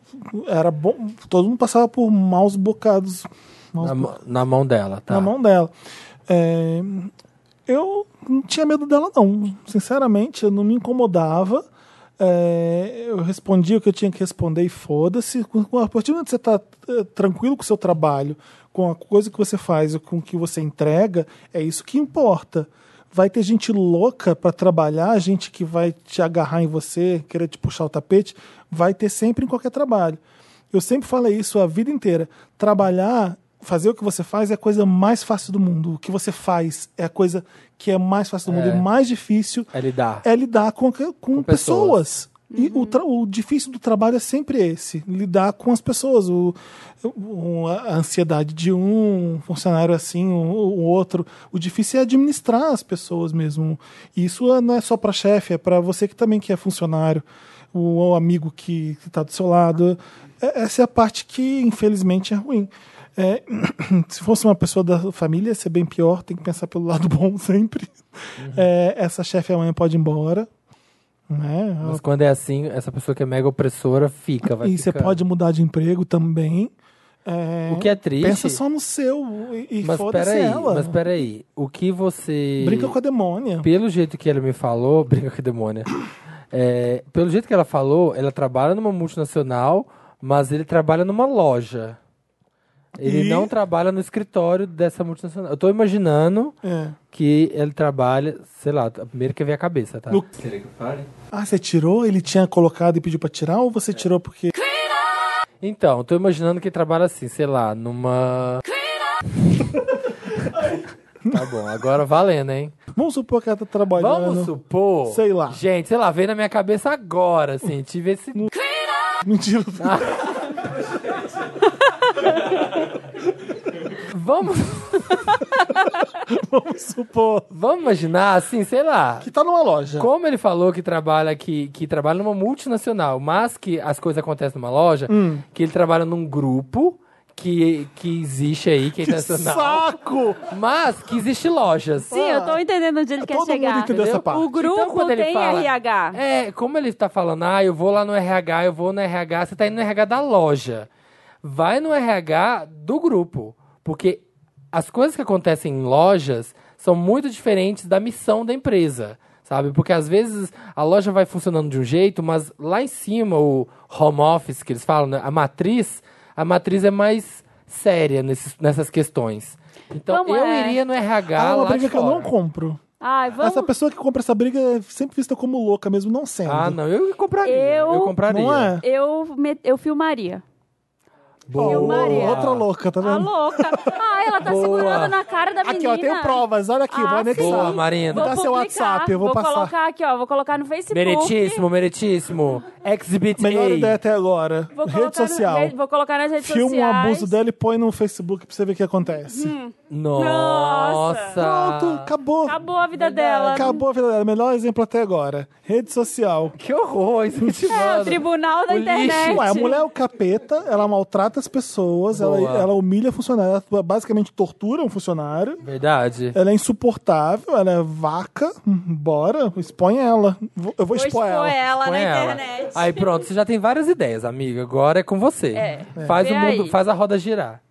[SPEAKER 2] era bom. Todo mundo passava por maus bocados maus
[SPEAKER 3] na,
[SPEAKER 2] bo-
[SPEAKER 3] mão- na mão dela, tá?
[SPEAKER 2] na mão dela. É, eu não tinha medo dela, não. Sinceramente, eu não me incomodava. É, eu respondia o que eu tinha que responder e foda-se. Com- com- A partir do momento que você está tranquilo com o seu trabalho, com a coisa que você faz, com o que você entrega, é isso que importa. Vai ter gente louca para trabalhar, gente que vai te agarrar em você, querer te puxar o tapete. Vai ter sempre em qualquer trabalho. Eu sempre falei isso a vida inteira. Trabalhar, fazer o que você faz é a coisa mais fácil do mundo. O que você faz é a coisa que é mais fácil do mundo.
[SPEAKER 3] É.
[SPEAKER 2] O mais difícil
[SPEAKER 3] É lidar.
[SPEAKER 2] é lidar com, com,
[SPEAKER 3] pessoas.
[SPEAKER 2] pessoas. E o, tra- o difícil do trabalho é sempre esse: lidar com as pessoas. O, o- a ansiedade de um funcionário assim, o, o outro. O difícil é administrar as pessoas mesmo. E isso não é só para chefe, é para você que também que é funcionário, o, o amigo que está do seu lado. É- essa é a parte que, infelizmente, é ruim. É, se fosse uma pessoa da família, ia ser bem pior, tem que pensar pelo lado bom sempre. É, essa chefe amanhã pode ir embora. Né? Ela-
[SPEAKER 3] Mas quando é assim, essa pessoa que é mega opressora fica, vai
[SPEAKER 2] e você
[SPEAKER 3] ficando.
[SPEAKER 2] pode mudar de emprego também. É,
[SPEAKER 3] O que é triste.
[SPEAKER 2] Pensa só no seu e, e
[SPEAKER 3] mas
[SPEAKER 2] foda-se
[SPEAKER 3] peraí,
[SPEAKER 2] ela.
[SPEAKER 3] mas peraí. O que você.
[SPEAKER 2] Brinca com a demônia.
[SPEAKER 3] Pelo jeito que ela me falou, brinca que demônia. É, pelo jeito que ela falou, ela trabalha numa multinacional, mas ele trabalha numa loja. Ele
[SPEAKER 2] E-
[SPEAKER 3] não trabalha no escritório dessa multinacional. Eu tô imaginando
[SPEAKER 2] É.
[SPEAKER 3] que ele trabalha, sei lá, a primeira que vem a cabeça, tá?
[SPEAKER 2] No-
[SPEAKER 3] Queria que eu fale?
[SPEAKER 2] Ah, você tirou? Ele tinha colocado e pediu pra tirar? Ou você tirou porque.
[SPEAKER 3] Então, tô imaginando que ele trabalha assim, sei lá, numa. tá bom, agora valendo, hein?
[SPEAKER 2] Vamos supor que ela tá trabalhando.
[SPEAKER 3] Vamos supor.
[SPEAKER 2] Sei lá.
[SPEAKER 3] Gente, sei lá, veio na minha cabeça agora, assim. Tive esse.
[SPEAKER 2] Mentira.
[SPEAKER 3] Ah. Vamos,
[SPEAKER 2] Vamos supor
[SPEAKER 3] vamos imaginar, assim, sei lá.
[SPEAKER 2] que tá numa loja.
[SPEAKER 3] Como ele falou que trabalha que, que trabalha numa multinacional, mas que as coisas acontecem numa loja,
[SPEAKER 2] Hum.
[SPEAKER 3] que ele trabalha num grupo que, que existe aí, que é
[SPEAKER 2] Que
[SPEAKER 3] internacional.
[SPEAKER 2] saco!
[SPEAKER 3] Mas que existe lojas.
[SPEAKER 1] Sim, eu tô entendendo onde ele quer
[SPEAKER 2] Ah, é Todo
[SPEAKER 1] chegar.
[SPEAKER 2] mundo entendeu essa
[SPEAKER 3] entendeu?
[SPEAKER 2] parte.
[SPEAKER 1] O grupo
[SPEAKER 3] Então, quando ele
[SPEAKER 1] tem
[SPEAKER 3] fala-
[SPEAKER 1] RH.
[SPEAKER 3] É, como ele tá falando, ah, eu vou lá no RH, eu vou no RH, você tá indo no RH da loja. Vai no RH do grupo. Porque as coisas que acontecem em lojas são muito diferentes da missão da empresa. Sabe? Porque às vezes a loja vai funcionando de um jeito, mas lá em cima, o home office que eles falam, né, a matriz, a matriz é mais séria nesses- nessas questões. Então
[SPEAKER 1] Vamos,
[SPEAKER 3] eu
[SPEAKER 1] é.
[SPEAKER 3] iria no RH
[SPEAKER 2] Ah, uma
[SPEAKER 3] lá
[SPEAKER 2] briga
[SPEAKER 3] de
[SPEAKER 2] que eu não
[SPEAKER 3] fora.
[SPEAKER 2] compro.
[SPEAKER 1] Ai, vamos.
[SPEAKER 2] Essa pessoa que compra essa briga é sempre vista como louca, mesmo não sendo.
[SPEAKER 3] Ah, não, eu compraria. Eu,
[SPEAKER 1] Eu-
[SPEAKER 3] compraria.
[SPEAKER 2] Não é?
[SPEAKER 1] Eu, me- eu filmaria.
[SPEAKER 3] Boa.
[SPEAKER 1] Eu, Maria.
[SPEAKER 2] Outra louca, tá
[SPEAKER 1] A
[SPEAKER 2] vendo?
[SPEAKER 1] louca. Ah, ela tá
[SPEAKER 3] Boa.
[SPEAKER 1] segurando na cara da menina.
[SPEAKER 2] Aqui, ó, tenho provas. Olha aqui,
[SPEAKER 1] Ah,
[SPEAKER 2] vou anexar.
[SPEAKER 1] sim.
[SPEAKER 3] Boa, Marina.
[SPEAKER 1] Vou
[SPEAKER 2] Dá seu
[SPEAKER 1] publicar,
[SPEAKER 2] WhatsApp, eu vou passar.
[SPEAKER 1] colocar aqui, ó. Vou colocar no Facebook.
[SPEAKER 3] Meritíssimo, meritíssimo. Exhibit
[SPEAKER 2] Melhor
[SPEAKER 3] A.
[SPEAKER 2] ideia até agora.
[SPEAKER 1] Vou colocar
[SPEAKER 2] Rede
[SPEAKER 1] no-
[SPEAKER 2] social.
[SPEAKER 1] vou colocar nas redes
[SPEAKER 2] Filma o
[SPEAKER 1] sociais. Hum.
[SPEAKER 2] abuso dela e põe no Facebook pra você ver o que acontece.
[SPEAKER 3] Nossa.
[SPEAKER 2] Pronto, acabou.
[SPEAKER 1] Acabou a vida dela.
[SPEAKER 2] Acabou a vida dela. Melhor exemplo até agora. Rede social.
[SPEAKER 3] Que horror,
[SPEAKER 1] É,
[SPEAKER 3] incentivando.
[SPEAKER 1] o tribunal da
[SPEAKER 3] O
[SPEAKER 1] internet.
[SPEAKER 3] lixo.
[SPEAKER 2] Ué, a mulher é o capeta, ela maltrata as pessoas, ela,
[SPEAKER 3] Boa.
[SPEAKER 2] ela humilha funcionário, ela basicamente tortura um funcionário.
[SPEAKER 3] Verdade.
[SPEAKER 2] Ela é insuportável, ela é vaca. Hum, Bora, expõe ela. Vou- Eu vou,
[SPEAKER 1] Vou
[SPEAKER 2] expor ela.
[SPEAKER 3] Põe
[SPEAKER 1] na
[SPEAKER 3] ela.
[SPEAKER 1] internet.
[SPEAKER 3] Aí pronto, você já tem várias ideias, amiga. Agora é com você.
[SPEAKER 1] É.
[SPEAKER 3] Faz
[SPEAKER 1] Vê
[SPEAKER 3] o mundo,
[SPEAKER 1] aí.
[SPEAKER 3] faz a roda girar.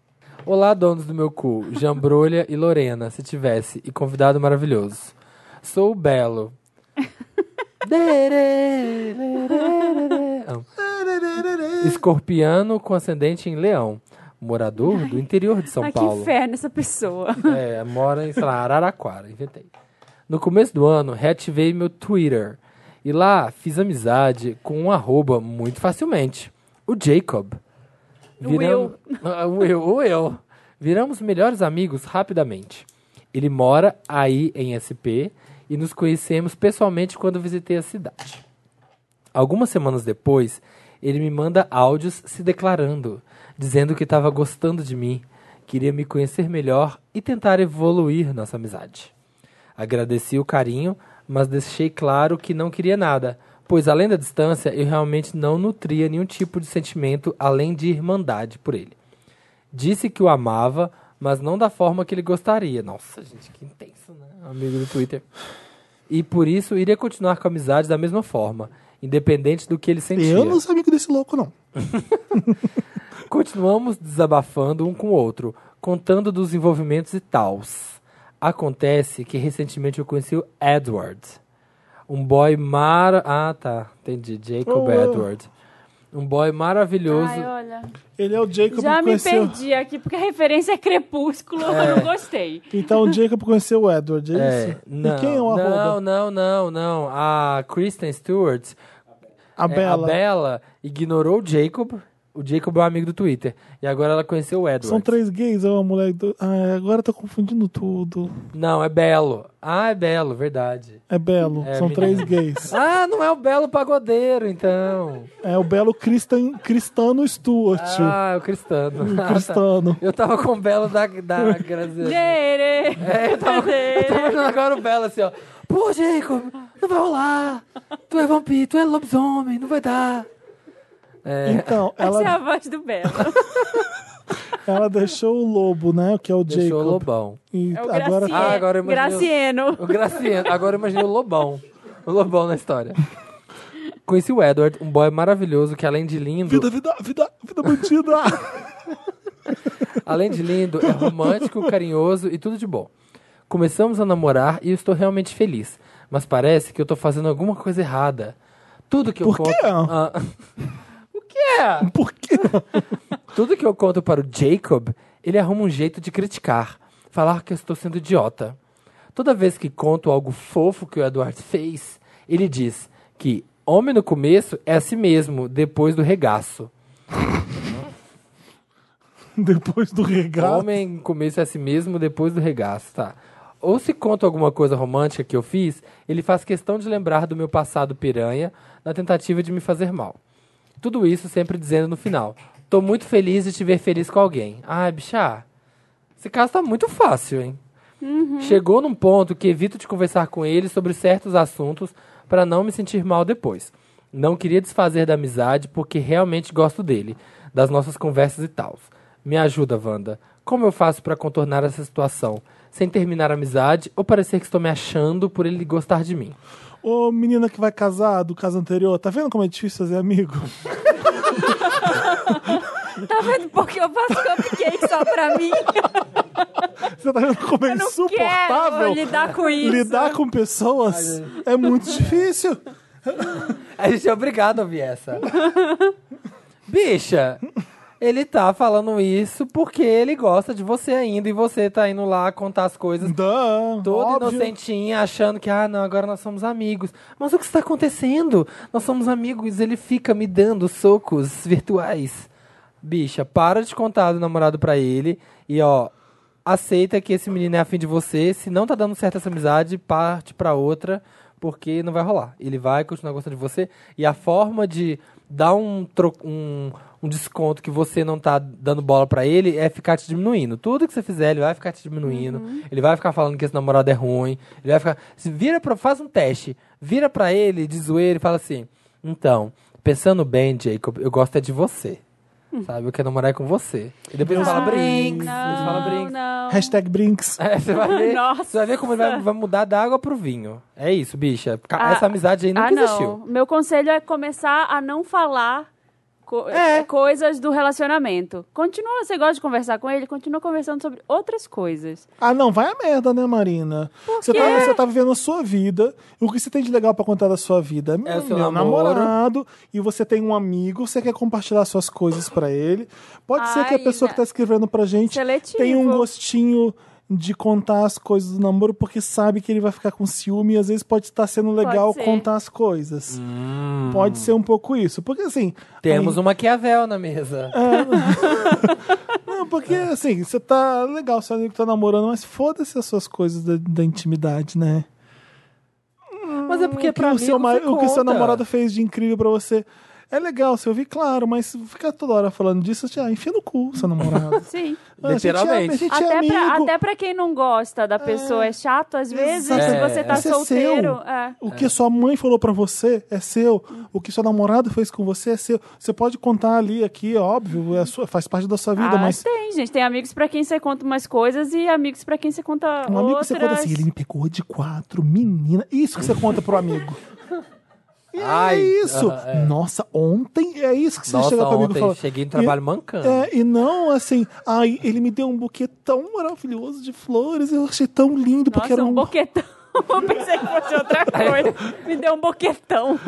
[SPEAKER 3] Olá, donos do meu cu, Jambrolha e Lorena, se tivesse, e convidado maravilhoso. Sou o Belo. Dererê, lererê. Amo. Escorpiano com ascendente em Leão, morador do interior de São
[SPEAKER 1] Ai, Ah, que
[SPEAKER 3] Paulo.
[SPEAKER 1] inferno essa pessoa.
[SPEAKER 3] É, mora em, sei lá, Araraquara, inventei. No começo do ano, reativei meu Twitter. E lá fiz amizade com um arroba muito facilmente. O Jacob. Viram- Ah, O eu. O eu. Viramos melhores amigos rapidamente. Ele mora aí em SP e nos conhecemos pessoalmente quando visitei a cidade. Algumas semanas depois, ele me manda áudios se declarando, dizendo que estava gostando de mim, queria me conhecer melhor e tentar evoluir nossa amizade. Agradeci o carinho, mas deixei claro que não queria nada, pois além da distância, eu realmente não nutria nenhum tipo de sentimento além de irmandade por ele. Disse que o amava, mas não da forma que ele gostaria. Nossa, gente, que intenso, né? Amigo do Twitter. E por isso iria continuar com a amizade da mesma forma, independente do que ele sentia.
[SPEAKER 2] Eu não sou amigo desse louco, não.
[SPEAKER 3] Continuamos desabafando um com o outro, contando dos envolvimentos e tals. Acontece que recentemente eu conheci o Edward. Um boy mara... Ah, tá. Entendi. Jacob
[SPEAKER 2] Oh, eu-
[SPEAKER 3] Edward. Um boy maravilhoso.
[SPEAKER 1] Ai, olha.
[SPEAKER 2] Ele é o Jacob
[SPEAKER 1] Já
[SPEAKER 2] que
[SPEAKER 1] me
[SPEAKER 2] conheceu.
[SPEAKER 1] perdi aqui, porque a referência é crepúsculo, eu não gostei.
[SPEAKER 2] Então o Jacob conheceu o Edward, é,
[SPEAKER 3] É,
[SPEAKER 2] isso?
[SPEAKER 3] não,
[SPEAKER 2] e quem é o
[SPEAKER 3] não,
[SPEAKER 2] arroba?
[SPEAKER 3] não, não, não. A Kristen Stewart,
[SPEAKER 2] A
[SPEAKER 3] é,
[SPEAKER 2] Bela.
[SPEAKER 3] a Bella, ignorou o Jacob. O Jacob é um amigo do Twitter. E agora ela conheceu o Edward.
[SPEAKER 2] São três gays, é uma mulher. e do- Ah, agora eu tô confundindo tudo.
[SPEAKER 3] Não, é Belo. Ah, é Belo, verdade.
[SPEAKER 2] É Belo.
[SPEAKER 3] É,
[SPEAKER 2] São
[SPEAKER 3] menina.
[SPEAKER 2] três gays.
[SPEAKER 3] Ah, não é o Belo Pagodeiro, então.
[SPEAKER 2] É o Belo Cristan, Cristano Stewart.
[SPEAKER 3] Ah, é o Cristano. Ah, tá.
[SPEAKER 2] Cristano.
[SPEAKER 3] Eu tava com o Belo da, da Graziela.
[SPEAKER 1] Tere.
[SPEAKER 3] É, eu tava, eu tava imaginando agora o Belo assim, ó. Pô, Jacob, não vai rolar. Tu é vampiro, tu é lobisomem, não vai dar. É,
[SPEAKER 2] Então,
[SPEAKER 1] Essa é a
[SPEAKER 2] ela,
[SPEAKER 1] voz do Belo.
[SPEAKER 2] ela deixou o lobo, né? Que é o
[SPEAKER 3] deixou o
[SPEAKER 2] Jacob.
[SPEAKER 3] Lobão.
[SPEAKER 2] E
[SPEAKER 1] É o
[SPEAKER 2] agora
[SPEAKER 1] Gracieno.
[SPEAKER 3] Ah, agora eu imaginei os-
[SPEAKER 1] Gracieno.
[SPEAKER 3] O Graciano. Agora eu imaginei o Lobão. O Lobão na história. Conheci o Edward, um boy maravilhoso que além de lindo...
[SPEAKER 2] Vida, vida, vida, vida bandida!
[SPEAKER 3] Além de lindo, é romântico, carinhoso e tudo de bom. Começamos a namorar e eu estou realmente feliz. Mas parece que eu estou fazendo alguma coisa errada. Tudo que eu
[SPEAKER 2] Por
[SPEAKER 3] conto.
[SPEAKER 2] quê?
[SPEAKER 3] Ah, o quê?
[SPEAKER 2] Por quê?
[SPEAKER 3] Tudo que eu conto para o Jacob, ele arruma um jeito de criticar, falar que eu estou sendo idiota. Toda vez que conto algo fofo que o Eduardo fez, ele diz que homem no começo é assim mesmo, depois do regaço.
[SPEAKER 2] Depois do regaço.
[SPEAKER 3] Homem começa a si mesmo depois do regaço, tá? Ou se conta alguma coisa romântica que eu fiz, ele faz questão de lembrar do meu passado piranha na tentativa de me fazer mal. Tudo isso sempre dizendo no final: Tô muito feliz de te ver feliz com alguém. Ai, bicha, esse caso tá muito fácil, hein? Uhum. Chegou num ponto que evito de conversar com ele sobre certos assuntos para não me sentir mal depois. Não queria desfazer da amizade porque realmente gosto dele, das nossas conversas e tal. Me ajuda, Wanda. Como eu faço para contornar essa situação? Sem terminar a amizade ou parecer que estou me achando por ele gostar de mim?
[SPEAKER 2] Ô, menina que vai casar do caso anterior, tá vendo como é difícil fazer amigo?
[SPEAKER 1] Tá vendo porque eu faço cupcake só pra mim?
[SPEAKER 2] Você tá vendo como é
[SPEAKER 1] Eu não quero
[SPEAKER 2] insuportável?
[SPEAKER 1] lidar com isso.
[SPEAKER 2] Lidar com pessoas é muito difícil.
[SPEAKER 3] A gente é obrigado a ouvir essa. Bicha, ele tá falando isso porque ele gosta de você ainda e você tá indo lá contar as coisas
[SPEAKER 2] Dã,
[SPEAKER 3] toda
[SPEAKER 2] óbvio.
[SPEAKER 3] inocentinha, achando que, ah, não, agora nós somos amigos. Mas o que está acontecendo? Nós somos amigos, ele fica me dando socos virtuais. Bicha, para de contar do namorado pra ele e, ó, aceita que esse menino é afim de você. Se não tá dando certo essa amizade, parte pra outra, porque não vai rolar. Ele vai continuar gostando de você e a forma de dar um, tro- um, um desconto que você não tá dando bola pra ele é ficar te diminuindo. Tudo que você fizer, ele vai ficar te diminuindo. Ele vai ficar falando que esse namorado é ruim. Ele vai ficar. Se vira pra, faz um teste. Vira pra ele de zoeira e fala assim: Então, pensando bem, Jacob, eu gosto é de você. Sabe? Eu quero namorar é com você. E depois ele fala brinks. Depois fala
[SPEAKER 1] Não,
[SPEAKER 3] brinks.
[SPEAKER 1] não.
[SPEAKER 2] Hashtag Brinks.
[SPEAKER 3] É, você vai ver.
[SPEAKER 1] Nossa.
[SPEAKER 3] Você vai ver como ele vai, vai mudar da água pro vinho. É isso, bicha. Ca-
[SPEAKER 1] Ah,
[SPEAKER 3] Essa amizade aí nunca
[SPEAKER 1] ah, não.
[SPEAKER 3] existiu.
[SPEAKER 1] Meu conselho é começar a não falar co-
[SPEAKER 3] É.
[SPEAKER 1] coisas do relacionamento. Continua, você gosta de conversar com ele, continua conversando sobre outras coisas.
[SPEAKER 2] Ah, não, vai a merda, né, Marina? Você
[SPEAKER 1] quê?
[SPEAKER 2] tá, você tá vivendo a sua vida. O que você tem de legal pra contar da sua vida?
[SPEAKER 3] É o seu
[SPEAKER 2] meu
[SPEAKER 3] namoro.
[SPEAKER 2] namorado. E você tem um amigo, você quer compartilhar suas coisas pra ele. Pode ser que a
[SPEAKER 1] Ai,
[SPEAKER 2] pessoa que tá escrevendo pra gente
[SPEAKER 1] Seletivo.
[SPEAKER 2] tenha um gostinho de contar as coisas do namoro, porque sabe que ele vai ficar com ciúme e às vezes pode estar sendo legal
[SPEAKER 1] ser.
[SPEAKER 2] contar as coisas. Pode ser um pouco isso. Porque assim.
[SPEAKER 3] Temos
[SPEAKER 2] aí- Ah,
[SPEAKER 3] um Maquiavel na mesa.
[SPEAKER 2] Não, porque assim, você tá legal, seu amigo tá namorando, mas foda-se as suas coisas da- da intimidade, né?
[SPEAKER 3] Mas é porque
[SPEAKER 2] o que
[SPEAKER 3] pra
[SPEAKER 2] o,
[SPEAKER 3] mim
[SPEAKER 2] seu,
[SPEAKER 3] não
[SPEAKER 2] mari-
[SPEAKER 3] se
[SPEAKER 2] o que
[SPEAKER 3] conta.
[SPEAKER 2] seu namorado fez de incrível pra você. É legal, se eu vi, claro, mas ficar toda hora falando disso, assim, ah, enfia no cu, seu namorado.
[SPEAKER 1] Sim.
[SPEAKER 2] Ah, a gente é-
[SPEAKER 3] Literalmente.
[SPEAKER 2] A gente é,
[SPEAKER 1] Até
[SPEAKER 2] amigo.
[SPEAKER 1] pra, até pra quem não gosta da pessoa, é chato às vezes, se
[SPEAKER 2] Exatamente.
[SPEAKER 1] você tá
[SPEAKER 2] Isso é
[SPEAKER 1] solteiro.
[SPEAKER 2] seu.
[SPEAKER 1] é.
[SPEAKER 2] O que sua mãe falou pra você é seu. O que seu namorado fez com você é seu. Você pode contar ali, aqui, é óbvio, é sua- faz parte da sua vida,
[SPEAKER 1] Ah,
[SPEAKER 2] mas
[SPEAKER 1] tem, gente. Tem amigos pra quem você conta umas coisas e amigos pra quem você conta
[SPEAKER 2] um amigo que
[SPEAKER 1] outras.
[SPEAKER 2] você conta assim, ele me pegou de quatro, menina. Isso que você conta pro amigo. E
[SPEAKER 3] Ai,
[SPEAKER 2] é isso.
[SPEAKER 3] aham, é.
[SPEAKER 2] Nossa, ontem é isso que você
[SPEAKER 3] Nossa,
[SPEAKER 2] chega pro amigo e
[SPEAKER 3] ontem
[SPEAKER 2] fala.
[SPEAKER 3] cheguei no
[SPEAKER 2] "E-
[SPEAKER 3] trabalho mancando.
[SPEAKER 2] É, e não assim, ai, ele me deu um buquê tão maravilhoso de flores, eu achei tão lindo, porque
[SPEAKER 1] Nossa,
[SPEAKER 2] era
[SPEAKER 1] um
[SPEAKER 2] um. É.
[SPEAKER 1] boquetão. Eu pensei que fosse outra coisa. Me deu um boquetão.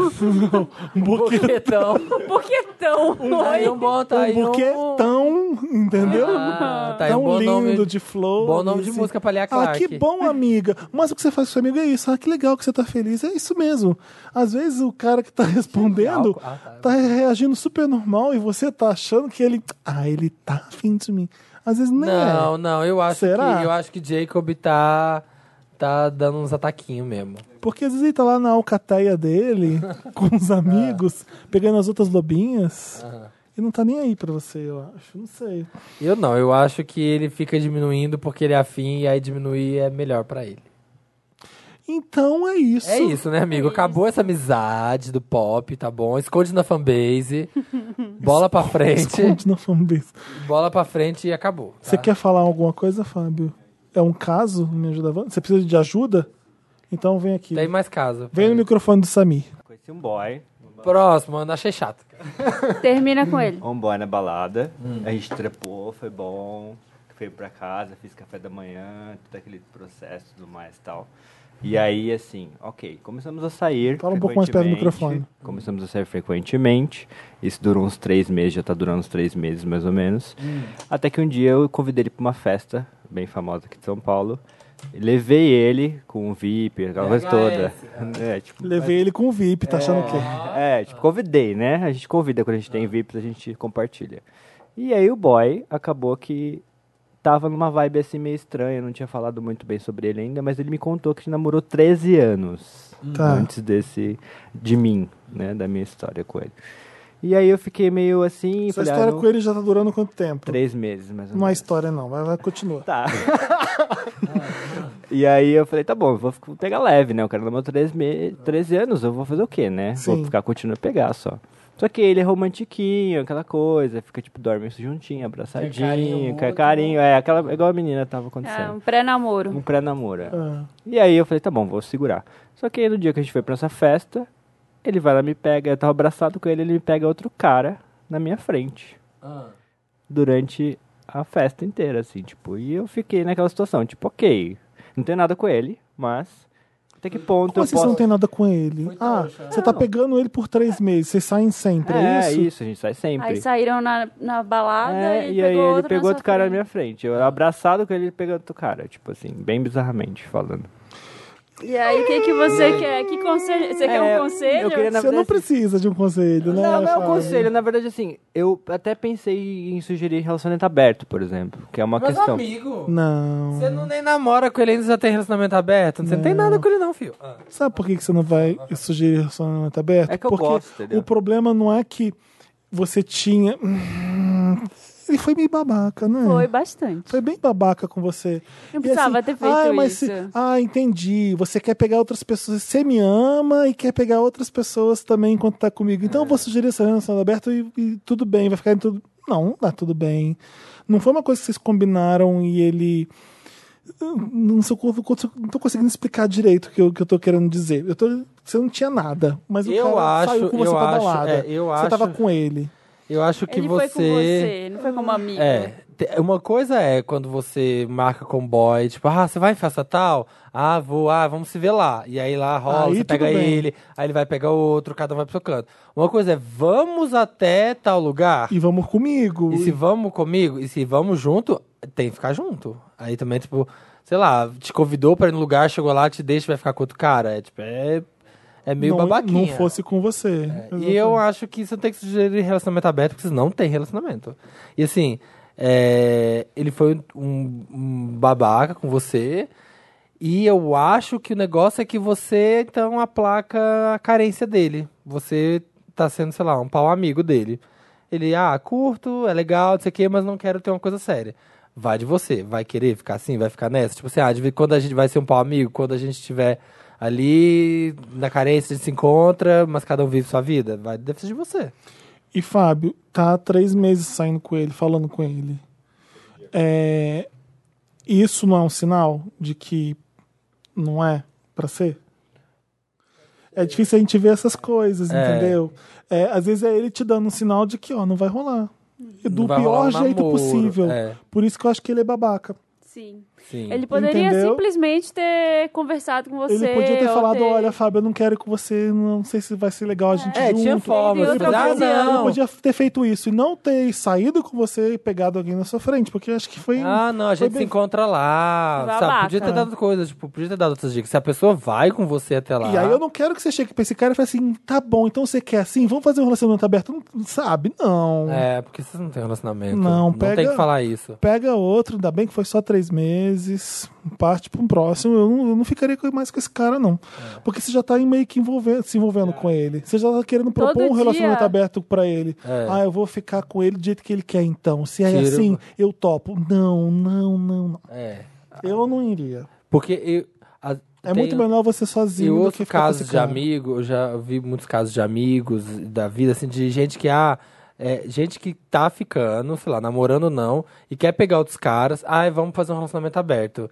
[SPEAKER 2] um buquê,
[SPEAKER 3] Boquetão.
[SPEAKER 1] Um boquetão.
[SPEAKER 3] então? Aí
[SPEAKER 1] Oi.
[SPEAKER 3] um bom, tá aí
[SPEAKER 2] um buquê
[SPEAKER 3] um...
[SPEAKER 2] tão, entendeu?
[SPEAKER 3] Ah, tá aí
[SPEAKER 2] tão
[SPEAKER 3] um bom
[SPEAKER 2] lindo
[SPEAKER 3] nome.
[SPEAKER 2] de flores.
[SPEAKER 3] bom nome de música pra Lia
[SPEAKER 2] Ah,
[SPEAKER 3] Clark.
[SPEAKER 2] que bom, amiga. Mas o que você faz com seu amigo é isso. Ah, que legal que você tá feliz. É isso mesmo. Às vezes o cara que tá respondendo
[SPEAKER 3] Ah, tá.
[SPEAKER 2] tá reagindo super normal e você tá achando que ele. Ah, ele tá afim de mim. Às vezes nem é.
[SPEAKER 3] Não, não, eu acho
[SPEAKER 2] Será?
[SPEAKER 3] que eu acho que Jacob tá tá dando uns ataquinhos mesmo.
[SPEAKER 2] é. Porque às vezes ele tá lá na alcateia dele, com
[SPEAKER 3] Ah.
[SPEAKER 2] os amigos, pegando as outras lobinhas. E não tá nem aí pra você, eu acho. Não sei.
[SPEAKER 3] Eu não, eu acho que ele fica diminuindo porque ele é afim e aí diminuir é melhor pra ele.
[SPEAKER 2] Então é isso.
[SPEAKER 3] É isso, né, amigo? Acabou essa amizade do pop, tá bom? Esconde na fanbase. bola pra frente.
[SPEAKER 2] Esconde na fanbase.
[SPEAKER 3] Bola pra frente e acabou. tá?
[SPEAKER 2] Você quer falar alguma coisa, Fábio? É um caso? Me ajuda, Wanda? Você precisa de ajuda? Então vem aqui.
[SPEAKER 3] Tem mais caso.
[SPEAKER 2] Vem no microfone do Samir.
[SPEAKER 7] Conheci um boy,
[SPEAKER 3] Próximo, mano, achei chato.
[SPEAKER 1] Termina com ele.
[SPEAKER 7] um boy na balada.
[SPEAKER 2] Hum.
[SPEAKER 7] A gente trepou, foi bom. Veio pra casa, fiz café da manhã, todo aquele processo e tudo mais e tal. E aí, assim, ok, começamos a sair.
[SPEAKER 2] Fala um pouco mais perto do
[SPEAKER 7] frequentemente.
[SPEAKER 2] microfone.
[SPEAKER 7] Começamos a sair frequentemente. Isso durou uns três meses, já tá durando uns três meses mais ou menos.
[SPEAKER 2] Hum.
[SPEAKER 7] Até que um dia eu convidei ele pra uma festa, bem famosa aqui de São Paulo. Levei ele com um VIP, aquela coisa toda. É, tipo,
[SPEAKER 2] Levei ele com o VIP, tá achando o quê?
[SPEAKER 7] É, tipo, convidei, né? A gente convida quando a gente tem VIPs, a gente compartilha. E aí o boy acabou que tava numa vibe assim meio estranha, eu não tinha falado muito bem sobre ele ainda, mas ele me contou que namorou 13 anos
[SPEAKER 2] Tá.
[SPEAKER 7] antes desse de mim, né, da minha história com ele. E aí eu fiquei meio assim,
[SPEAKER 2] Essa
[SPEAKER 7] falei, ah,
[SPEAKER 2] história
[SPEAKER 7] não-
[SPEAKER 2] com ele já tá durando quanto tempo?
[SPEAKER 7] três meses, mais ou
[SPEAKER 2] Não é
[SPEAKER 7] menos.
[SPEAKER 2] história, não. Vai, vai, continua.
[SPEAKER 7] Tá. e aí eu falei, tá bom, vou ficar- pegar leve, né? O cara namorou 13, me... 13 anos, eu vou fazer o quê, né?
[SPEAKER 2] Sim.
[SPEAKER 7] Vou ficar continuando a pegar só. Só que ele é romantiquinho, aquela coisa, fica tipo, dorme juntinho, abraçadinho,
[SPEAKER 3] carinho
[SPEAKER 7] carinho,
[SPEAKER 3] mútuo.
[SPEAKER 7] carinho é, aquela, igual a menina tava
[SPEAKER 1] É,
[SPEAKER 7] acontecendo.
[SPEAKER 1] um pré-namoro.
[SPEAKER 7] Um pré-namoro. é.
[SPEAKER 2] Ah,
[SPEAKER 7] E aí eu falei, tá bom, vou segurar. Só que aí no dia que a gente foi pra essa festa, ele vai lá me pega, eu tava abraçado com ele, ele me pega outro cara na minha frente durante a festa inteira, assim, tipo, e eu fiquei naquela situação, tipo, ok, não tem nada com ele, mas até que ponto
[SPEAKER 2] Como
[SPEAKER 7] eu
[SPEAKER 2] assim você não
[SPEAKER 7] Então posso...
[SPEAKER 2] tem nada com ele? Ah, você tá pegando ele por três meses, vocês saem sempre, é,
[SPEAKER 7] é,
[SPEAKER 2] isso?
[SPEAKER 7] a gente sai sempre.
[SPEAKER 1] Aí saíram na, na balada
[SPEAKER 7] É,
[SPEAKER 1] e,
[SPEAKER 7] e aí ele
[SPEAKER 1] outro
[SPEAKER 7] pegou
[SPEAKER 1] na
[SPEAKER 7] outro
[SPEAKER 1] sua
[SPEAKER 7] cara na
[SPEAKER 1] frente.
[SPEAKER 7] minha frente, eu abraçado com ele, ele pegou outro cara, tipo assim, bem bizarramente falando.
[SPEAKER 1] E aí, o que, que
[SPEAKER 2] É.
[SPEAKER 1] você quer? Que conselho? Você quer
[SPEAKER 7] É,
[SPEAKER 1] um conselho?
[SPEAKER 7] eu queria, na
[SPEAKER 2] Você não
[SPEAKER 7] verdade,
[SPEAKER 2] precisa de um conselho, né?
[SPEAKER 7] Não, não é um
[SPEAKER 2] Fábio?
[SPEAKER 7] conselho. Na verdade, assim, eu até pensei em sugerir relacionamento aberto, por exemplo, que é uma
[SPEAKER 3] Mas
[SPEAKER 7] questão.
[SPEAKER 3] amigo,
[SPEAKER 2] Não.
[SPEAKER 3] você não nem namora com ele, ainda já tem relacionamento aberto. Você não tem nada com ele não, filho. Ah.
[SPEAKER 2] Sabe por que que você não vai sugerir relacionamento aberto?
[SPEAKER 7] É que eu
[SPEAKER 2] Porque
[SPEAKER 7] gosto, entendeu?
[SPEAKER 2] o problema não é que você tinha. Hum, Ele foi meio babaca, né?
[SPEAKER 1] Foi bastante.
[SPEAKER 2] Foi bem babaca com você.
[SPEAKER 1] Não
[SPEAKER 2] E
[SPEAKER 1] precisava ter feito
[SPEAKER 2] ah, mas se-
[SPEAKER 1] isso."
[SPEAKER 2] ah, entendi. Você quer pegar outras pessoas. Você me ama e quer pegar outras pessoas também enquanto tá comigo. Então eu
[SPEAKER 1] É.
[SPEAKER 2] vou sugerir essa relação aberta e, e tudo bem, vai ficar em tudo. Não, não dá tudo bem. Não foi uma coisa que vocês combinaram e ele. Eu Não, sou, não tô conseguindo explicar direito o que eu, que eu tô querendo dizer. Eu tô, você não tinha nada, mas o
[SPEAKER 3] Eu
[SPEAKER 2] cara
[SPEAKER 3] acho-
[SPEAKER 2] saiu com você
[SPEAKER 3] eu
[SPEAKER 2] pra
[SPEAKER 3] acho-
[SPEAKER 2] balada.
[SPEAKER 3] é, eu
[SPEAKER 2] você
[SPEAKER 3] acho-
[SPEAKER 2] tava com ele.
[SPEAKER 3] Eu acho que
[SPEAKER 1] Ele foi
[SPEAKER 3] você.
[SPEAKER 1] com você, não foi como amigo.
[SPEAKER 3] É, te- uma coisa é quando você marca com boy, tipo, ah, você vai em festa tal? Ah, vou, ah, vamos se ver lá. E aí lá rola,
[SPEAKER 2] Aí
[SPEAKER 3] você
[SPEAKER 2] tudo
[SPEAKER 3] pega
[SPEAKER 2] bem.
[SPEAKER 3] ele, aí ele vai pegar outro, cada um vai pro seu canto. Uma coisa é, vamos até tal lugar?
[SPEAKER 2] E vamos comigo.
[SPEAKER 3] E se vamos comigo, e se vamos junto, tem que ficar junto. Aí também, tipo, sei lá, te convidou pra ir no lugar, chegou lá, te deixa, vai ficar com outro cara. É, tipo, é, é meio
[SPEAKER 2] não,
[SPEAKER 3] babaquinha.
[SPEAKER 2] Não fosse com você.
[SPEAKER 3] É, E eu acho que isso tem que sugerir relacionamento aberto, porque isso não tem relacionamento. E assim, é, ele foi um, um babaca com você. E eu acho que o negócio é que você, então, aplaca a carência dele. Você tá sendo, sei lá, um pau amigo dele. Ele, ah, curto, é legal, não sei o quê, mas não quero ter uma coisa séria. Vai de você, vai querer ficar assim, vai ficar nessa. Tipo assim, ah, de vez- quando a gente vai ser um pau amigo, quando a gente estiver ali na carência, a gente se encontra, mas cada um vive sua vida. Vai, deve ser de você.
[SPEAKER 2] E Fábio, tá há três meses saindo com ele, falando com ele. É, Isso não é um sinal de que não é pra ser? É difícil a gente ver essas coisas, entendeu? É, às vezes é ele te dando um sinal de que, ó, não vai rolar. E Do
[SPEAKER 3] Não vai
[SPEAKER 2] pior
[SPEAKER 3] rolar um
[SPEAKER 2] jeito
[SPEAKER 3] namoro,
[SPEAKER 2] possível.
[SPEAKER 3] é.
[SPEAKER 2] Por isso que eu acho que ele é babaca.
[SPEAKER 1] Sim.
[SPEAKER 3] Sim.
[SPEAKER 1] Ele poderia
[SPEAKER 2] Entendeu?
[SPEAKER 1] simplesmente ter conversado com você.
[SPEAKER 2] ele podia ter
[SPEAKER 1] ou
[SPEAKER 2] falado, olha, Fábio, eu não quero ir com você, não sei se vai ser legal a gente
[SPEAKER 3] É,
[SPEAKER 2] junto.
[SPEAKER 3] tinha formas.
[SPEAKER 1] Teve outra
[SPEAKER 3] tipo, ah,
[SPEAKER 1] ocasião.
[SPEAKER 2] né? Ele
[SPEAKER 3] não.
[SPEAKER 2] podia ter feito isso e não ter saído com você e pegado alguém na sua frente, porque acho que foi. um
[SPEAKER 3] Ah, não, a
[SPEAKER 2] foi
[SPEAKER 3] gente se
[SPEAKER 2] bem-
[SPEAKER 3] encontra lá.
[SPEAKER 1] Babaca.
[SPEAKER 3] Sabe? Podia ter dado coisas, tipo, podia ter dado outras dicas. Se a pessoa vai com você até
[SPEAKER 1] tá.
[SPEAKER 3] lá.
[SPEAKER 2] E aí eu não quero que você chegue pra esse cara e fale assim: tá bom, então você quer assim, vamos fazer um relacionamento aberto. Não- Não sabe, não.
[SPEAKER 3] É, porque vocês não têm relacionamento.
[SPEAKER 2] Não,
[SPEAKER 3] Não tem
[SPEAKER 2] pega-
[SPEAKER 3] que falar isso.
[SPEAKER 2] Pega outro, ainda bem que foi só três meses, parte pra um próximo. Eu não, eu não ficaria com- mais com esse cara, não.
[SPEAKER 3] É.
[SPEAKER 2] Porque você já tá em meio que envolvendo, se envolvendo com ele. Você já tá querendo propor
[SPEAKER 1] Todo
[SPEAKER 2] um relacionamento
[SPEAKER 1] dia.
[SPEAKER 2] aberto pra ele.
[SPEAKER 3] É.
[SPEAKER 2] Ah, eu vou ficar com ele do jeito que ele quer, então. Se é
[SPEAKER 3] Tira-
[SPEAKER 2] assim, eu topo. Não, não, não, não.
[SPEAKER 3] É.
[SPEAKER 2] Eu não iria.
[SPEAKER 3] Porque eu. a-
[SPEAKER 2] É
[SPEAKER 3] tem-
[SPEAKER 2] muito melhor você
[SPEAKER 3] Eu
[SPEAKER 2] sozinho do
[SPEAKER 3] ouço
[SPEAKER 2] que ficar com
[SPEAKER 3] casos
[SPEAKER 2] esse
[SPEAKER 3] de
[SPEAKER 2] cara.
[SPEAKER 3] amigo, eu já vi muitos casos de amigos da vida, assim, de gente que, ah, é, gente que tá ficando, sei lá, namorando ou não, e quer pegar outros caras, ah, vamos fazer um relacionamento aberto.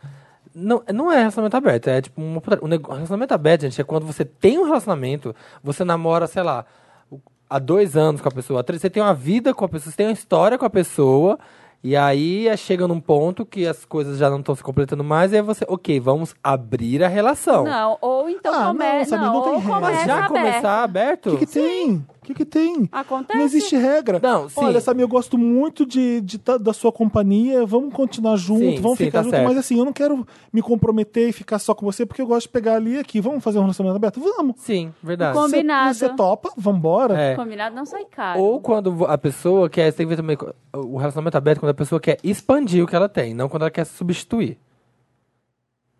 [SPEAKER 3] Não, não é relacionamento aberto, é tipo um, um nego- relacionamento aberto, gente, é quando você tem um relacionamento, você namora, sei lá, o- há dois anos com a pessoa, há três, você tem uma vida com a pessoa, você tem uma história com a pessoa, e aí é, chega num ponto que as coisas já não estão se completando mais, e aí você, ok, vamos abrir a relação.
[SPEAKER 1] Não, ou então
[SPEAKER 2] Ah, não,
[SPEAKER 1] começa.
[SPEAKER 2] sabe, não tem
[SPEAKER 1] ou
[SPEAKER 2] regra.
[SPEAKER 1] começa
[SPEAKER 3] Mas já
[SPEAKER 1] aberto.
[SPEAKER 3] começar aberto?
[SPEAKER 2] O que, que tem? O que, que tem?
[SPEAKER 1] Acontece.
[SPEAKER 2] Não existe regra.
[SPEAKER 3] Não, sim.
[SPEAKER 2] Olha, Samir, eu gosto muito de, de ta- da sua companhia, vamos continuar junto,
[SPEAKER 3] Sim,
[SPEAKER 2] vamos
[SPEAKER 3] sim,
[SPEAKER 2] ficar
[SPEAKER 3] tá
[SPEAKER 2] junto,
[SPEAKER 3] certo.
[SPEAKER 2] mas assim, eu não quero me comprometer e ficar só com você, porque eu gosto de pegar ali e aqui. Vamos fazer um relacionamento aberto? Vamos.
[SPEAKER 3] Sim, verdade.
[SPEAKER 1] Com- Combinado.
[SPEAKER 2] Você, você topa? Vambora?
[SPEAKER 3] É.
[SPEAKER 1] Combinado não sai caro.
[SPEAKER 3] Ou quando vo- a pessoa quer. Você tem que ver também co- o relacionamento aberto quando a pessoa quer expandir o que ela tem, não quando ela quer substituir.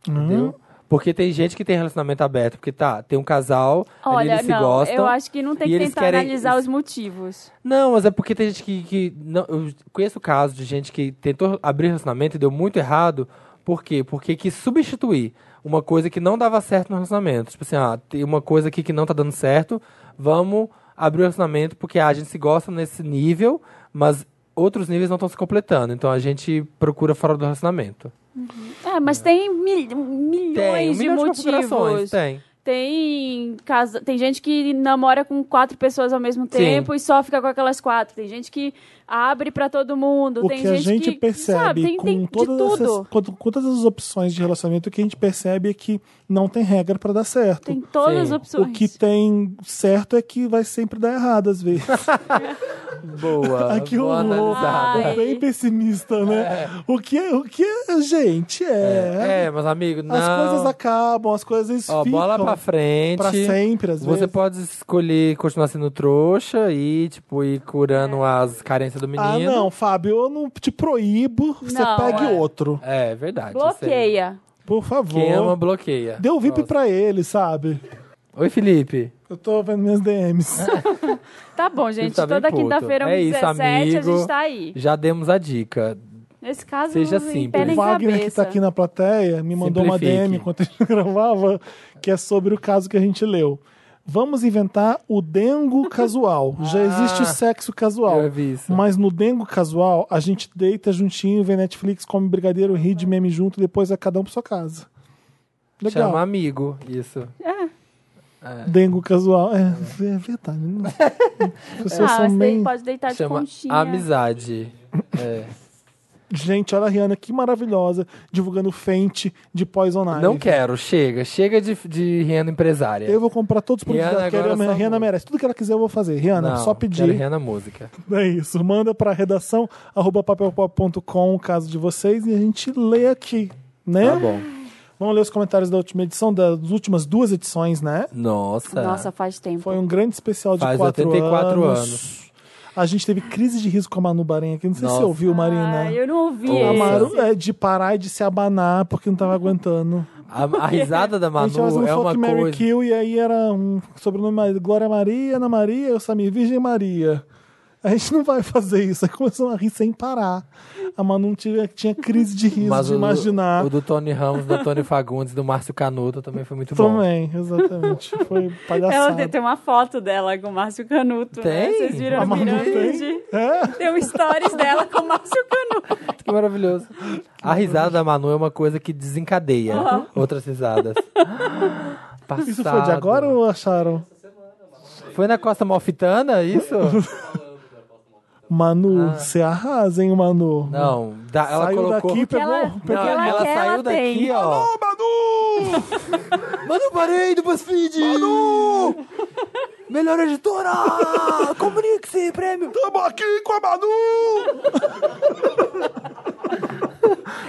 [SPEAKER 2] Hum?
[SPEAKER 1] Uhum.
[SPEAKER 3] Entendeu? Porque tem gente que tem relacionamento aberto, porque tá, tem um casal, ali
[SPEAKER 1] Olha,
[SPEAKER 3] eles se
[SPEAKER 1] não,
[SPEAKER 3] gostam.
[SPEAKER 1] eu acho que não tem
[SPEAKER 3] e
[SPEAKER 1] que
[SPEAKER 3] eles
[SPEAKER 1] tentar
[SPEAKER 3] querem-
[SPEAKER 1] analisar os motivos.
[SPEAKER 3] Não, mas é porque tem gente que. que não, eu conheço casos de gente que tentou abrir relacionamento e deu muito errado. Por quê? Porque quis substituir uma coisa que não dava certo no relacionamento. Tipo assim, ah, tem uma coisa aqui que não tá dando certo, vamos abrir o relacionamento porque ah, a gente se gosta nesse nível, mas outros níveis não estão se completando. Então a gente procura fora do relacionamento.
[SPEAKER 1] É, mas tem mil- milhões
[SPEAKER 3] tem, um
[SPEAKER 1] de
[SPEAKER 3] milhão de
[SPEAKER 1] motivos.
[SPEAKER 3] configurações. Tem.
[SPEAKER 1] Tem casa, tem gente que namora com quatro pessoas ao mesmo tempo e só fica com aquelas quatro. Tem gente que abre pra todo mundo.
[SPEAKER 2] O
[SPEAKER 1] tem
[SPEAKER 2] que a
[SPEAKER 1] gente
[SPEAKER 2] gente
[SPEAKER 1] que,
[SPEAKER 2] percebe
[SPEAKER 1] sabe, tem,
[SPEAKER 2] com,
[SPEAKER 1] tem de
[SPEAKER 2] todas
[SPEAKER 1] tudo.
[SPEAKER 2] essas, com, com todas as opções de relacionamento, o que a gente percebe é que não tem regra pra dar certo.
[SPEAKER 1] Tem todas as
[SPEAKER 3] Sim.
[SPEAKER 1] opções.
[SPEAKER 2] O que tá tem certo é que vai sempre dar errado, às vezes.
[SPEAKER 3] Boa.
[SPEAKER 2] Ai, que
[SPEAKER 3] Ah, boa
[SPEAKER 2] horror.
[SPEAKER 3] analisada.
[SPEAKER 1] Ai.
[SPEAKER 2] Bem pessimista, né? O, que, o que a gente é.
[SPEAKER 3] É, mas amigo, não.
[SPEAKER 2] As coisas acabam, as coisas
[SPEAKER 3] Ó,
[SPEAKER 2] ficam.
[SPEAKER 3] bola pra frente.
[SPEAKER 2] pra sempre, às
[SPEAKER 3] Você
[SPEAKER 2] vezes.
[SPEAKER 3] pode escolher continuar sendo trouxa e, tipo, ir curando
[SPEAKER 1] É.
[SPEAKER 3] as carências do menino.
[SPEAKER 2] Ah, não, Fábio, eu não te proíbo. Você
[SPEAKER 1] Não,
[SPEAKER 2] pegue
[SPEAKER 1] é.
[SPEAKER 2] outro.
[SPEAKER 3] É, verdade. isso aí.
[SPEAKER 1] Bloqueia.
[SPEAKER 2] Por favor.
[SPEAKER 3] Quem ama, bloqueia.
[SPEAKER 2] Dê o VIP pra ele, sabe?
[SPEAKER 3] Oi, Felipe.
[SPEAKER 2] Eu tô vendo minhas DMs.
[SPEAKER 1] Tá bom, gente.
[SPEAKER 3] tá bem
[SPEAKER 1] Toda
[SPEAKER 3] puto.
[SPEAKER 1] quinta-feira, às
[SPEAKER 3] É isso,
[SPEAKER 1] 17, a
[SPEAKER 3] amigo.
[SPEAKER 1] gente tá aí.
[SPEAKER 3] Já demos a dica.
[SPEAKER 1] Nesse caso,
[SPEAKER 3] Seja
[SPEAKER 1] não tem
[SPEAKER 3] simples.
[SPEAKER 1] pé
[SPEAKER 2] O
[SPEAKER 1] nem
[SPEAKER 2] Wagner, que
[SPEAKER 1] cabeça.
[SPEAKER 2] tá aqui na plateia, me mandou
[SPEAKER 3] Simplifique.
[SPEAKER 2] uma DM enquanto a gente gravava, que é sobre o caso que a gente leu. Vamos inventar o dengo casual. Já existe o
[SPEAKER 1] Ah,
[SPEAKER 2] sexo casual.
[SPEAKER 3] eu vi isso.
[SPEAKER 2] Mas no dengo casual, a gente deita juntinho, vê Netflix, come brigadeiro, ri de meme junto, depois é cada um pra sua casa. Legal.
[SPEAKER 3] Chama amigo. Isso.
[SPEAKER 2] Dengo casual. É, é verdade. não- As pessoas
[SPEAKER 1] Ah,
[SPEAKER 2] são
[SPEAKER 1] mas
[SPEAKER 2] bem...
[SPEAKER 1] daí pode deitar de
[SPEAKER 3] Chama
[SPEAKER 1] conchinha.
[SPEAKER 3] amizade. É.
[SPEAKER 2] Gente, olha a Rihanna, que maravilhosa, divulgando Fenty de Poison Ivy.
[SPEAKER 3] Não quero, chega. Chega de, de Rihanna empresária.
[SPEAKER 2] Eu vou comprar todos os produtos
[SPEAKER 3] Rihanna
[SPEAKER 2] dela. Quero,
[SPEAKER 3] agora só
[SPEAKER 2] Rihanna
[SPEAKER 3] música.
[SPEAKER 2] merece. Tudo que ela quiser eu vou fazer. Rihanna,
[SPEAKER 3] não,
[SPEAKER 2] só
[SPEAKER 3] Quero
[SPEAKER 2] pedir.
[SPEAKER 3] Rihanna música.
[SPEAKER 2] É isso. Manda para redação arroba papelpop.com o caso de vocês e a gente lê aqui, né?
[SPEAKER 3] Tá bom.
[SPEAKER 2] Vamos ler os comentários da última edição, das últimas duas edições, né?
[SPEAKER 3] Nossa.
[SPEAKER 1] Nossa, faz tempo.
[SPEAKER 2] Foi um grande especial de
[SPEAKER 3] Faz
[SPEAKER 2] quatro
[SPEAKER 3] 84
[SPEAKER 2] anos.
[SPEAKER 3] anos.
[SPEAKER 2] A gente teve crise de risco com a Manu Bahrein aqui. Não sei se
[SPEAKER 3] Nossa.
[SPEAKER 2] você ouviu, Marina.
[SPEAKER 1] Ah, eu não ouvi
[SPEAKER 3] Ô,
[SPEAKER 2] A
[SPEAKER 1] esse.
[SPEAKER 2] Maru é de parar e de se abanar porque não tava aguentando.
[SPEAKER 3] A, a risada da
[SPEAKER 2] a gente tava
[SPEAKER 3] Manu
[SPEAKER 2] fazendo
[SPEAKER 3] é uma
[SPEAKER 2] Fuck, um Mary
[SPEAKER 3] coisa.
[SPEAKER 2] Kill e aí era um sobrenome Maria- Glória Maria, Ana Maria, eu Samir, Virgem Maria. A gente não vai fazer isso. Aí começou a rir sem parar. A Manu tinha, tinha crise de riso
[SPEAKER 3] Mas
[SPEAKER 2] de
[SPEAKER 3] o,
[SPEAKER 2] imaginar.
[SPEAKER 3] o do Tony Ramos, do Tony Fagundes, do Márcio Canuto também foi muito bom.
[SPEAKER 2] Também, exatamente. Foi
[SPEAKER 1] Ela tem,
[SPEAKER 2] palhaçada.
[SPEAKER 1] tem uma foto dela com o Márcio Canuto. Né?
[SPEAKER 3] Tem?
[SPEAKER 1] Vocês viram
[SPEAKER 2] A
[SPEAKER 1] no
[SPEAKER 2] Manu
[SPEAKER 1] Pirâmide?
[SPEAKER 2] tem? É?
[SPEAKER 1] Tem um stories dela com o Márcio Canuto.
[SPEAKER 3] Que maravilhoso. A risada da Manu é uma coisa que desencadeia outras risadas. Passado.
[SPEAKER 2] Isso foi de agora ou acharam?
[SPEAKER 3] Foi na Costa Malfitana, isso?
[SPEAKER 2] Manu, você arrasa, hein, Manu?
[SPEAKER 3] Ah. Não, da- ela
[SPEAKER 2] Saiu
[SPEAKER 3] colocou.
[SPEAKER 2] daqui, pegou...
[SPEAKER 1] Ela-
[SPEAKER 3] Não,
[SPEAKER 2] pegou...
[SPEAKER 1] Ela
[SPEAKER 3] ela,
[SPEAKER 1] quer, ela
[SPEAKER 3] saiu daqui,
[SPEAKER 1] tem.
[SPEAKER 3] ó.
[SPEAKER 2] Manu!
[SPEAKER 3] Manu Parei do BuzzFeed! Manu! Melhor editora! Comunique-se, prêmio!
[SPEAKER 2] Tamo aqui com a Manu!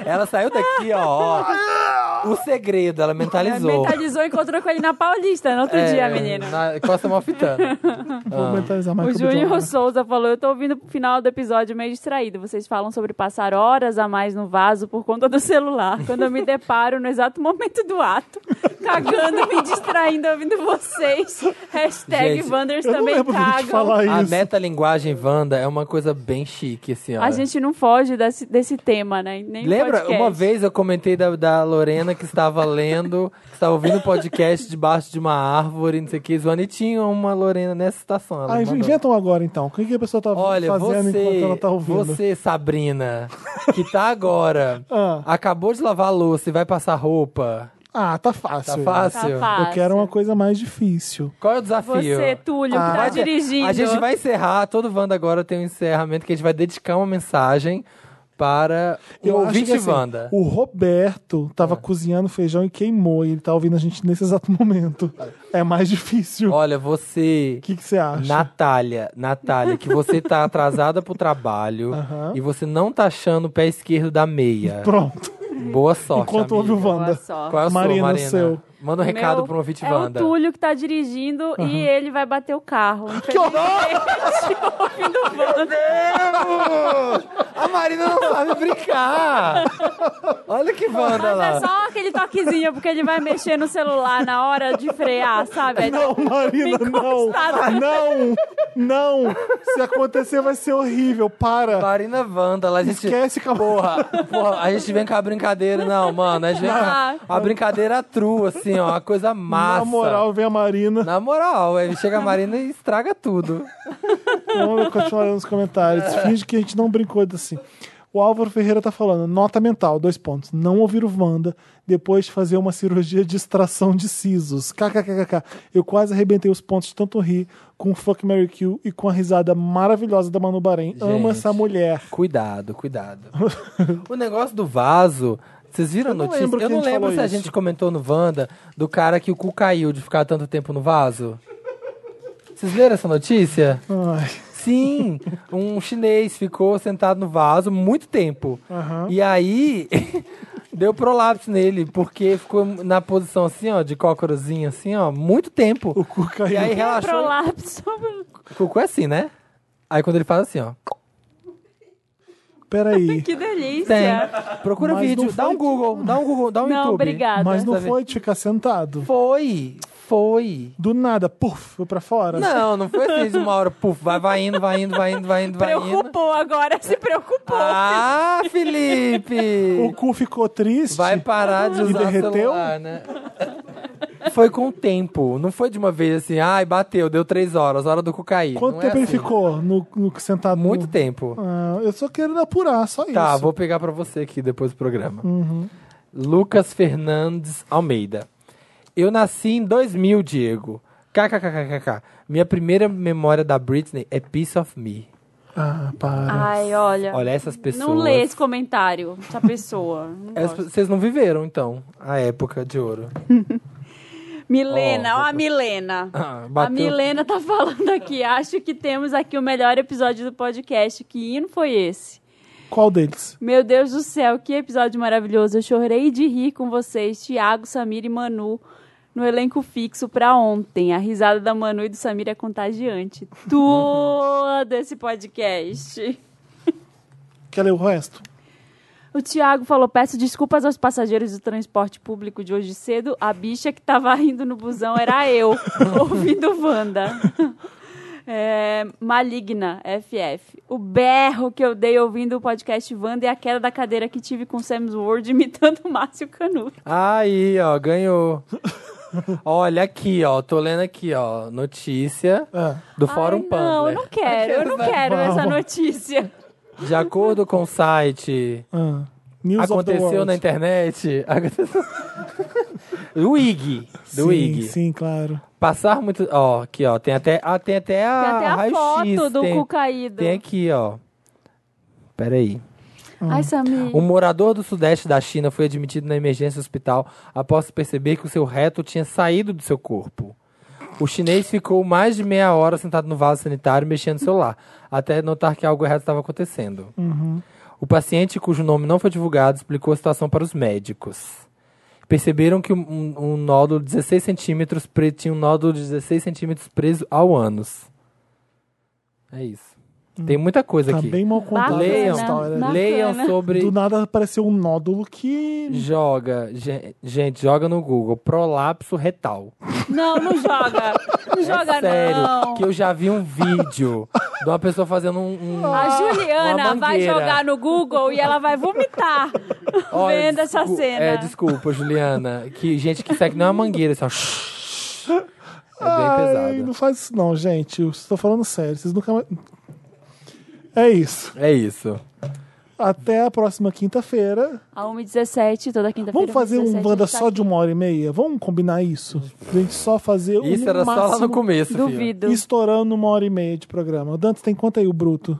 [SPEAKER 3] Ela saiu daqui, ó. ó. O segredo, ela mentalizou.
[SPEAKER 1] Mentalizou e encontrou com ele na Paulista no outro
[SPEAKER 3] É,
[SPEAKER 1] dia, menino.
[SPEAKER 3] Na Costa Malfitana.
[SPEAKER 2] Vou mentalizar mais
[SPEAKER 1] O
[SPEAKER 2] que eu pedi
[SPEAKER 1] Júnior
[SPEAKER 2] agora.
[SPEAKER 1] Souza falou: Eu tô ouvindo o final do episódio meio distraído. Vocês falam sobre passar horas a mais no vaso por conta do celular. Quando eu me deparo no exato momento do ato, cagando, me distraindo, ouvindo vocês. Hashtag
[SPEAKER 3] Gente,
[SPEAKER 1] Wanders
[SPEAKER 2] Eu não
[SPEAKER 1] também
[SPEAKER 2] lembro de
[SPEAKER 1] cagam.
[SPEAKER 2] falar
[SPEAKER 3] A
[SPEAKER 2] É isso.
[SPEAKER 3] metalinguagem Wanda é uma coisa bem chique, assim, ó.
[SPEAKER 1] A gente não foge desse, desse tema, né? Nem
[SPEAKER 3] Lembra?
[SPEAKER 1] podcast.
[SPEAKER 3] Uma vez eu comentei da, da Lorena que estava lendo, que estava ouvindo um podcast debaixo de uma árvore, não sei o que, zoando, e tinha uma Lorena nessa situação. ela
[SPEAKER 2] Ah,
[SPEAKER 3] me mandou.
[SPEAKER 2] inventam agora então. O que, que a pessoa tá
[SPEAKER 3] Olha,
[SPEAKER 2] fazendo enquanto
[SPEAKER 3] você,
[SPEAKER 2] ela tá ouvindo?
[SPEAKER 3] você, Sabrina, que tá agora,
[SPEAKER 2] Ah.
[SPEAKER 3] acabou de lavar a louça e vai passar roupa.
[SPEAKER 2] Ah, tá fácil.
[SPEAKER 3] Tá
[SPEAKER 1] Tá
[SPEAKER 3] fácil?
[SPEAKER 1] fácil.
[SPEAKER 2] Eu quero uma coisa mais difícil.
[SPEAKER 3] Qual é o desafio?
[SPEAKER 1] Você, Túlio, que tá
[SPEAKER 3] Vai ter-
[SPEAKER 1] dirigindo.
[SPEAKER 3] Ah, A gente vai encerrar, todo Wanda agora tem um encerramento que a gente vai dedicar uma mensagem para o
[SPEAKER 2] Eu acho
[SPEAKER 3] ouvinte
[SPEAKER 2] que, assim,
[SPEAKER 3] Wanda. É.
[SPEAKER 2] O Roberto tava cozinhando feijão e queimou. E ele tá ouvindo a gente nesse exato momento. É mais difícil. O
[SPEAKER 3] Olha, você,
[SPEAKER 2] que que você acha?
[SPEAKER 3] Natália, Natália, que você tá atrasada pro trabalho
[SPEAKER 2] Aham.
[SPEAKER 3] e você não tá achando o pé esquerdo da meia.
[SPEAKER 2] Pronto.
[SPEAKER 3] Boa sorte,
[SPEAKER 2] Enquanto ouve
[SPEAKER 3] amiga.
[SPEAKER 2] o Wanda.
[SPEAKER 1] Boa sorte.
[SPEAKER 3] Qual é o
[SPEAKER 2] Marina,
[SPEAKER 3] seu, Marina?
[SPEAKER 2] seu.
[SPEAKER 3] Manda um recado
[SPEAKER 1] Meu
[SPEAKER 3] pro ouvinte
[SPEAKER 1] é
[SPEAKER 3] Wanda. Uhum.
[SPEAKER 1] o Túlio que tá dirigindo e ele vai bater o carro.
[SPEAKER 2] Que horror!
[SPEAKER 3] A Marina não sabe brincar. Olha que Wanda
[SPEAKER 1] Mas é
[SPEAKER 3] lá.
[SPEAKER 1] só aquele toquezinho, porque ele vai mexer no celular na hora de frear, sabe? É
[SPEAKER 2] Não, Marina,
[SPEAKER 1] Me
[SPEAKER 2] não. Ah,
[SPEAKER 1] encostaram.
[SPEAKER 2] Não, não. Se acontecer vai ser horrível. Para.
[SPEAKER 3] Marina Wanda, lá a gente...
[SPEAKER 2] Esquece, acabou.
[SPEAKER 3] Porra, porra, a gente vem com a brincadeira, não, mano. A gente vem com a, a brincadeira true, assim, ó. A coisa massa.
[SPEAKER 2] Na moral, vem a Marina.
[SPEAKER 3] Na moral, aí chega a Marina e estraga tudo.
[SPEAKER 2] Vamos continuar nos comentários.
[SPEAKER 3] É.
[SPEAKER 2] Finge que a gente não brincou assim. O Álvaro Ferreira tá falando, nota mental, dois pontos. Não ouvir o Wanda depois de fazer uma cirurgia de extração de sisos. KKKKK. Eu quase arrebentei os pontos de tanto rir com o Fuck Mary Kill e com a risada maravilhosa da Manu Bahrein. Amo
[SPEAKER 3] Gente.
[SPEAKER 2] essa mulher.
[SPEAKER 3] Cuidado, cuidado. o negócio do vaso. Vocês viram
[SPEAKER 2] Eu
[SPEAKER 3] a
[SPEAKER 2] não
[SPEAKER 3] notícia?
[SPEAKER 2] lembro que
[SPEAKER 3] Eu
[SPEAKER 2] a
[SPEAKER 3] não
[SPEAKER 2] gente
[SPEAKER 3] lembro se
[SPEAKER 2] falou
[SPEAKER 3] a
[SPEAKER 2] isso.
[SPEAKER 3] gente comentou no Wanda do cara que o cu caiu de ficar tanto tempo no vaso. Vocês leram essa notícia?
[SPEAKER 2] Ai,
[SPEAKER 3] Sim, um chinês ficou sentado no vaso muito tempo. E aí deu prolapso nele, porque ficou na posição assim, ó, de cócorozinho assim, ó, muito tempo.
[SPEAKER 2] o cu
[SPEAKER 3] E
[SPEAKER 2] caiu.
[SPEAKER 3] aí relaxou.
[SPEAKER 1] um prolapso.
[SPEAKER 3] O cu é assim, né? Aí quando ele faz assim, ó.
[SPEAKER 2] Peraí.
[SPEAKER 1] Que delícia.
[SPEAKER 3] Tem. Procura
[SPEAKER 2] Mas não
[SPEAKER 3] vídeo.
[SPEAKER 2] foi tipo-
[SPEAKER 3] Dá um
[SPEAKER 2] de-
[SPEAKER 3] Google, dá um Google, dá um
[SPEAKER 1] Não,
[SPEAKER 3] YouTube.
[SPEAKER 1] obrigada.
[SPEAKER 2] Mas não
[SPEAKER 3] Sabe?
[SPEAKER 2] foi de ficar sentado.
[SPEAKER 3] Foi, foi.
[SPEAKER 2] Do nada, puf, foi pra fora.
[SPEAKER 3] Não, não foi assim de uma hora, puf, vai, vai indo, vai indo, vai indo, vai indo, vai indo.
[SPEAKER 1] Preocupou agora, se preocupou.
[SPEAKER 3] Ah, Felipe!
[SPEAKER 2] O cu ficou triste.
[SPEAKER 3] Vai parar de usar
[SPEAKER 2] Tipo, derreteu?
[SPEAKER 3] o celular, né? Foi com o tempo, não foi de uma vez assim, ai, bateu, deu três horas, hora do cocaína.
[SPEAKER 2] Quanto
[SPEAKER 3] não é
[SPEAKER 2] tempo ele
[SPEAKER 3] assim.
[SPEAKER 2] ficou no, no sentado? no-
[SPEAKER 3] Muito tempo.
[SPEAKER 2] Ah, eu só querendo apurar, só é isso. Uhum.
[SPEAKER 3] Tá, vou pegar pra você aqui depois do programa. Lucas Fernandes Almeida. Eu nasci em 2000, Diego. KKKKK. Minha primeira memória da Britney é Piece of Me.
[SPEAKER 2] Ah, para.
[SPEAKER 1] Ai, olha.
[SPEAKER 3] Olha essas pessoas.
[SPEAKER 1] Não lê esse comentário, essa pessoa. Não
[SPEAKER 3] Essas
[SPEAKER 1] gosto.
[SPEAKER 3] pe- É, Vocês não viveram, então, a época de ouro.
[SPEAKER 1] Milena,
[SPEAKER 3] Ó,
[SPEAKER 1] ó a Milena.
[SPEAKER 3] Ah,
[SPEAKER 1] A
[SPEAKER 3] bateu.
[SPEAKER 1] Milena tá falando aqui. Acho que temos aqui o melhor episódio do podcast. Que hino foi esse?
[SPEAKER 2] Qual deles?
[SPEAKER 1] Meu Deus do céu, que episódio maravilhoso. Eu chorei de rir com vocês, Tiago, Samir e Manu, no elenco fixo pra ontem. A risada da Manu e do Samir é contagiante. Todo esse podcast.
[SPEAKER 2] Quer ler o resto?
[SPEAKER 1] O Tiago falou: peço desculpas aos passageiros do transporte público de hoje cedo. A bicha que tava rindo no busão era eu, ouvindo Wanda. É, maligna, FF. O berro que eu dei ouvindo o podcast Wanda e a queda da cadeira que tive com Sam Word imitando o Márcio Canuto.
[SPEAKER 3] Aí, ó, ganhou. Olha aqui, ó, tô lendo aqui, ó, notícia
[SPEAKER 2] Ah.
[SPEAKER 3] do Fórum
[SPEAKER 1] Ai, Não,
[SPEAKER 3] Panda.
[SPEAKER 1] eu não quero, eu não quero essa notícia.
[SPEAKER 3] De acordo com o site
[SPEAKER 2] ah. News of the
[SPEAKER 3] aconteceu
[SPEAKER 2] world.
[SPEAKER 3] na internet. do IG. Do
[SPEAKER 2] sim,
[SPEAKER 3] IG.
[SPEAKER 2] Sim, claro.
[SPEAKER 3] Passar muito. Ó, aqui, ó. Tem até, ah, tem até a.
[SPEAKER 1] Tem até a
[SPEAKER 3] raio-x,
[SPEAKER 1] foto do
[SPEAKER 3] tem,
[SPEAKER 1] cu caído.
[SPEAKER 3] Tem aqui, ó. Peraí.
[SPEAKER 1] Ai, Samir.
[SPEAKER 3] Um morador do sudeste da China foi admitido na emergência hospital após perceber que o seu reto tinha saído do seu corpo. O chinês ficou mais de meia hora sentado no vaso sanitário mexendo no celular, até notar que algo errado estava acontecendo.
[SPEAKER 2] Uhum.
[SPEAKER 3] O paciente, cujo nome não foi divulgado, explicou a situação para os médicos. Perceberam que um, um- um nódulo de 16 centímetros pre- tinha um nódulo de 16 centímetros preso ao ânus. É isso. Tem muita coisa
[SPEAKER 2] Tá
[SPEAKER 3] aqui.
[SPEAKER 2] bem mal contada
[SPEAKER 3] Leiam,
[SPEAKER 2] essa história.
[SPEAKER 1] Bacana.
[SPEAKER 3] leiam sobre
[SPEAKER 2] Do nada apareceu um nódulo que.
[SPEAKER 3] Joga, gen- gente, joga no Google, prolapso retal.
[SPEAKER 1] Não, não joga. Não joga,
[SPEAKER 3] é sério,
[SPEAKER 1] não.
[SPEAKER 3] que eu já vi um vídeo de uma pessoa fazendo um... um-
[SPEAKER 1] A Juliana
[SPEAKER 3] Uma
[SPEAKER 1] vai
[SPEAKER 3] mangueira.
[SPEAKER 1] jogar no Google e ela vai vomitar
[SPEAKER 3] Olha,
[SPEAKER 1] vendo essa
[SPEAKER 3] descul-
[SPEAKER 1] cena.
[SPEAKER 3] É, desculpa, Juliana. Que gente que segue não é uma mangueira, assim, ó. shhh. É
[SPEAKER 2] Ai,
[SPEAKER 3] bem
[SPEAKER 2] não
[SPEAKER 3] pesado.
[SPEAKER 2] faz isso, não, gente. Eu estou falando sério. Vocês nunca mais. É isso.
[SPEAKER 3] É isso.
[SPEAKER 2] Até a próxima quinta-feira.
[SPEAKER 1] A 1h17, toda quinta-feira.
[SPEAKER 2] Vamos fazer um
[SPEAKER 1] 1h17,
[SPEAKER 2] Wanda
[SPEAKER 1] a gente tá
[SPEAKER 2] só
[SPEAKER 1] aqui.
[SPEAKER 2] de uma hora e meia? Vamos combinar isso? Pra gente só fazer o
[SPEAKER 3] Isso era só lá no
[SPEAKER 2] máximo,
[SPEAKER 3] começo, filho.
[SPEAKER 1] Duvido.
[SPEAKER 2] Estourando uma hora e meia de programa. Dantes, tem quanto aí o bruto?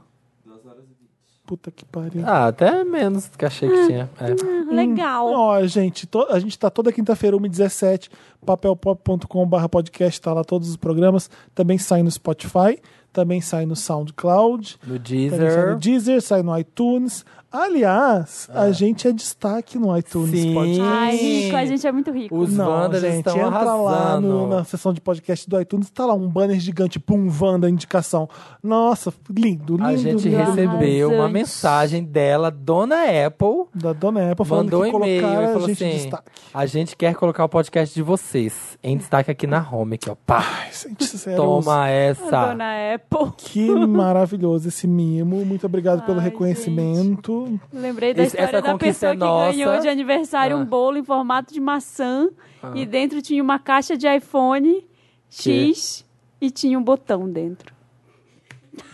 [SPEAKER 2] Puta que pariu.
[SPEAKER 3] Ah, até menos do que achei que tinha. É.
[SPEAKER 1] Legal.
[SPEAKER 2] Ó, gente, to- a gente tá toda quinta-feira, 1h17, papelpop.com.br podcast, tá lá todos os programas. Também sai no Spotify, também sai no SoundCloud,
[SPEAKER 3] No
[SPEAKER 2] também sai no
[SPEAKER 3] Deezer.
[SPEAKER 2] Deezer, sai no iTunes. Aliás, a gente é destaque no iTunes
[SPEAKER 3] Sim.
[SPEAKER 2] Podcast.
[SPEAKER 1] Ai,
[SPEAKER 3] Sim.
[SPEAKER 1] Rico, a gente é muito rico.
[SPEAKER 3] Os Wandas
[SPEAKER 2] gente,
[SPEAKER 3] estão
[SPEAKER 2] entra lá no-
[SPEAKER 3] arrasando.
[SPEAKER 2] na seção de podcast do iTunes, tá lá um banner gigante, pum, Wanda, indicação. Nossa, lindo, lindo.
[SPEAKER 3] A gente
[SPEAKER 2] lindo.
[SPEAKER 3] recebeu uma
[SPEAKER 1] Arrasante.
[SPEAKER 3] mensagem dela, Dona Apple,
[SPEAKER 2] Da Dona Apple falando
[SPEAKER 3] Mandou
[SPEAKER 2] que
[SPEAKER 3] um e-mail
[SPEAKER 2] colocaram
[SPEAKER 3] e
[SPEAKER 2] a
[SPEAKER 3] falou
[SPEAKER 2] gente em
[SPEAKER 3] assim:
[SPEAKER 2] destaque.
[SPEAKER 3] a gente quer colocar o podcast de vocês em destaque aqui na home, aqui, ó. Pá,
[SPEAKER 2] Ai, gente, sério,
[SPEAKER 3] toma essa.
[SPEAKER 1] Dona Apple.
[SPEAKER 2] um Que maravilhoso esse mimo. Muito obrigado pelo
[SPEAKER 1] Ai,
[SPEAKER 2] reconhecimento.
[SPEAKER 1] Lembrei da
[SPEAKER 3] Esse-
[SPEAKER 1] história
[SPEAKER 3] essa
[SPEAKER 1] da
[SPEAKER 3] conquista
[SPEAKER 1] pessoa
[SPEAKER 3] é
[SPEAKER 1] que
[SPEAKER 3] nossa.
[SPEAKER 1] ganhou de aniversário
[SPEAKER 3] Ah.
[SPEAKER 1] um bolo em formato de maçã e dentro tinha uma caixa de iPhone X e tinha um botão dentro.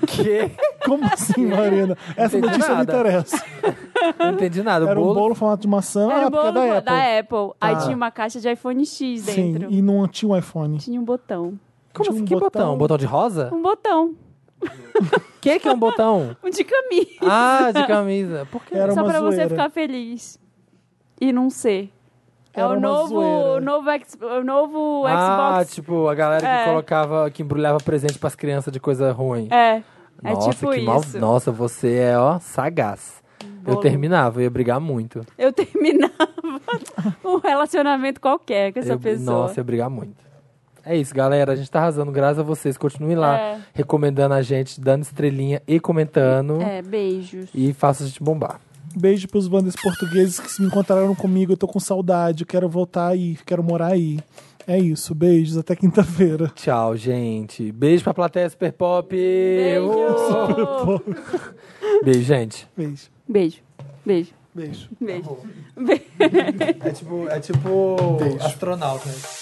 [SPEAKER 3] Que?
[SPEAKER 2] Como assim, Marina? Essa
[SPEAKER 3] Entendi
[SPEAKER 2] notícia não
[SPEAKER 3] nada.
[SPEAKER 2] interessa.
[SPEAKER 3] Não entendi nada. O
[SPEAKER 2] Era um
[SPEAKER 3] bolo,
[SPEAKER 2] bolo formato de maçã,
[SPEAKER 1] Era
[SPEAKER 2] ah,
[SPEAKER 1] um bolo
[SPEAKER 2] porque é da Apple.
[SPEAKER 1] da Apple. Aí
[SPEAKER 3] Ah.
[SPEAKER 2] Tá.
[SPEAKER 1] tinha uma caixa de iPhone X
[SPEAKER 2] Sim,
[SPEAKER 1] dentro.
[SPEAKER 2] e não tinha um iPhone.
[SPEAKER 1] Tinha um botão.
[SPEAKER 3] Como
[SPEAKER 2] tinha
[SPEAKER 3] assim?
[SPEAKER 2] um
[SPEAKER 3] Que botão?
[SPEAKER 2] botão.
[SPEAKER 3] Botão de rosa?
[SPEAKER 1] Um botão.
[SPEAKER 3] O que, que é um botão?
[SPEAKER 1] Um de caminho.
[SPEAKER 3] Ah, de camisa. Por quê?
[SPEAKER 2] Era
[SPEAKER 1] Só
[SPEAKER 2] uma
[SPEAKER 1] pra
[SPEAKER 2] zoeira.
[SPEAKER 1] você ficar feliz. E não ser.
[SPEAKER 2] Era
[SPEAKER 1] é o
[SPEAKER 2] uma
[SPEAKER 1] novo,
[SPEAKER 2] zoeira.
[SPEAKER 1] o novo, ex- o novo
[SPEAKER 3] Ah,
[SPEAKER 1] Xbox.
[SPEAKER 3] tipo, a galera que
[SPEAKER 1] É.
[SPEAKER 3] colocava, que embrulhava presente pras crianças de coisa ruim.
[SPEAKER 1] É. É
[SPEAKER 3] Nossa,
[SPEAKER 1] tipo
[SPEAKER 3] que
[SPEAKER 1] isso.
[SPEAKER 3] mal. Nossa, você é, ó, sagaz. Eu
[SPEAKER 1] Bolo.
[SPEAKER 3] terminava, eu ia brigar muito.
[SPEAKER 1] Eu terminava um relacionamento qualquer com essa
[SPEAKER 3] Eu-
[SPEAKER 1] pessoa.
[SPEAKER 3] Nossa, eu ia brigar muito. É isso, galera. A gente tá arrasando, graças a vocês. Continuem lá
[SPEAKER 1] É.
[SPEAKER 3] recomendando a gente, dando estrelinha e comentando.
[SPEAKER 1] É, beijos.
[SPEAKER 3] E faça a gente bombar.
[SPEAKER 2] Beijo pros bandas portugueses que se encontraram comigo. Eu tô com saudade, eu quero voltar aí, quero morar aí. É isso, beijos, até quinta-feira.
[SPEAKER 3] Tchau, gente. Beijo pra plateia Super Pop. Uh!
[SPEAKER 1] Beijo.
[SPEAKER 3] Beijo, gente.
[SPEAKER 2] Beijo,
[SPEAKER 1] Beijo. Beijo.
[SPEAKER 2] beijo.
[SPEAKER 1] Beijo.
[SPEAKER 3] É tipo, é tipo astronauta.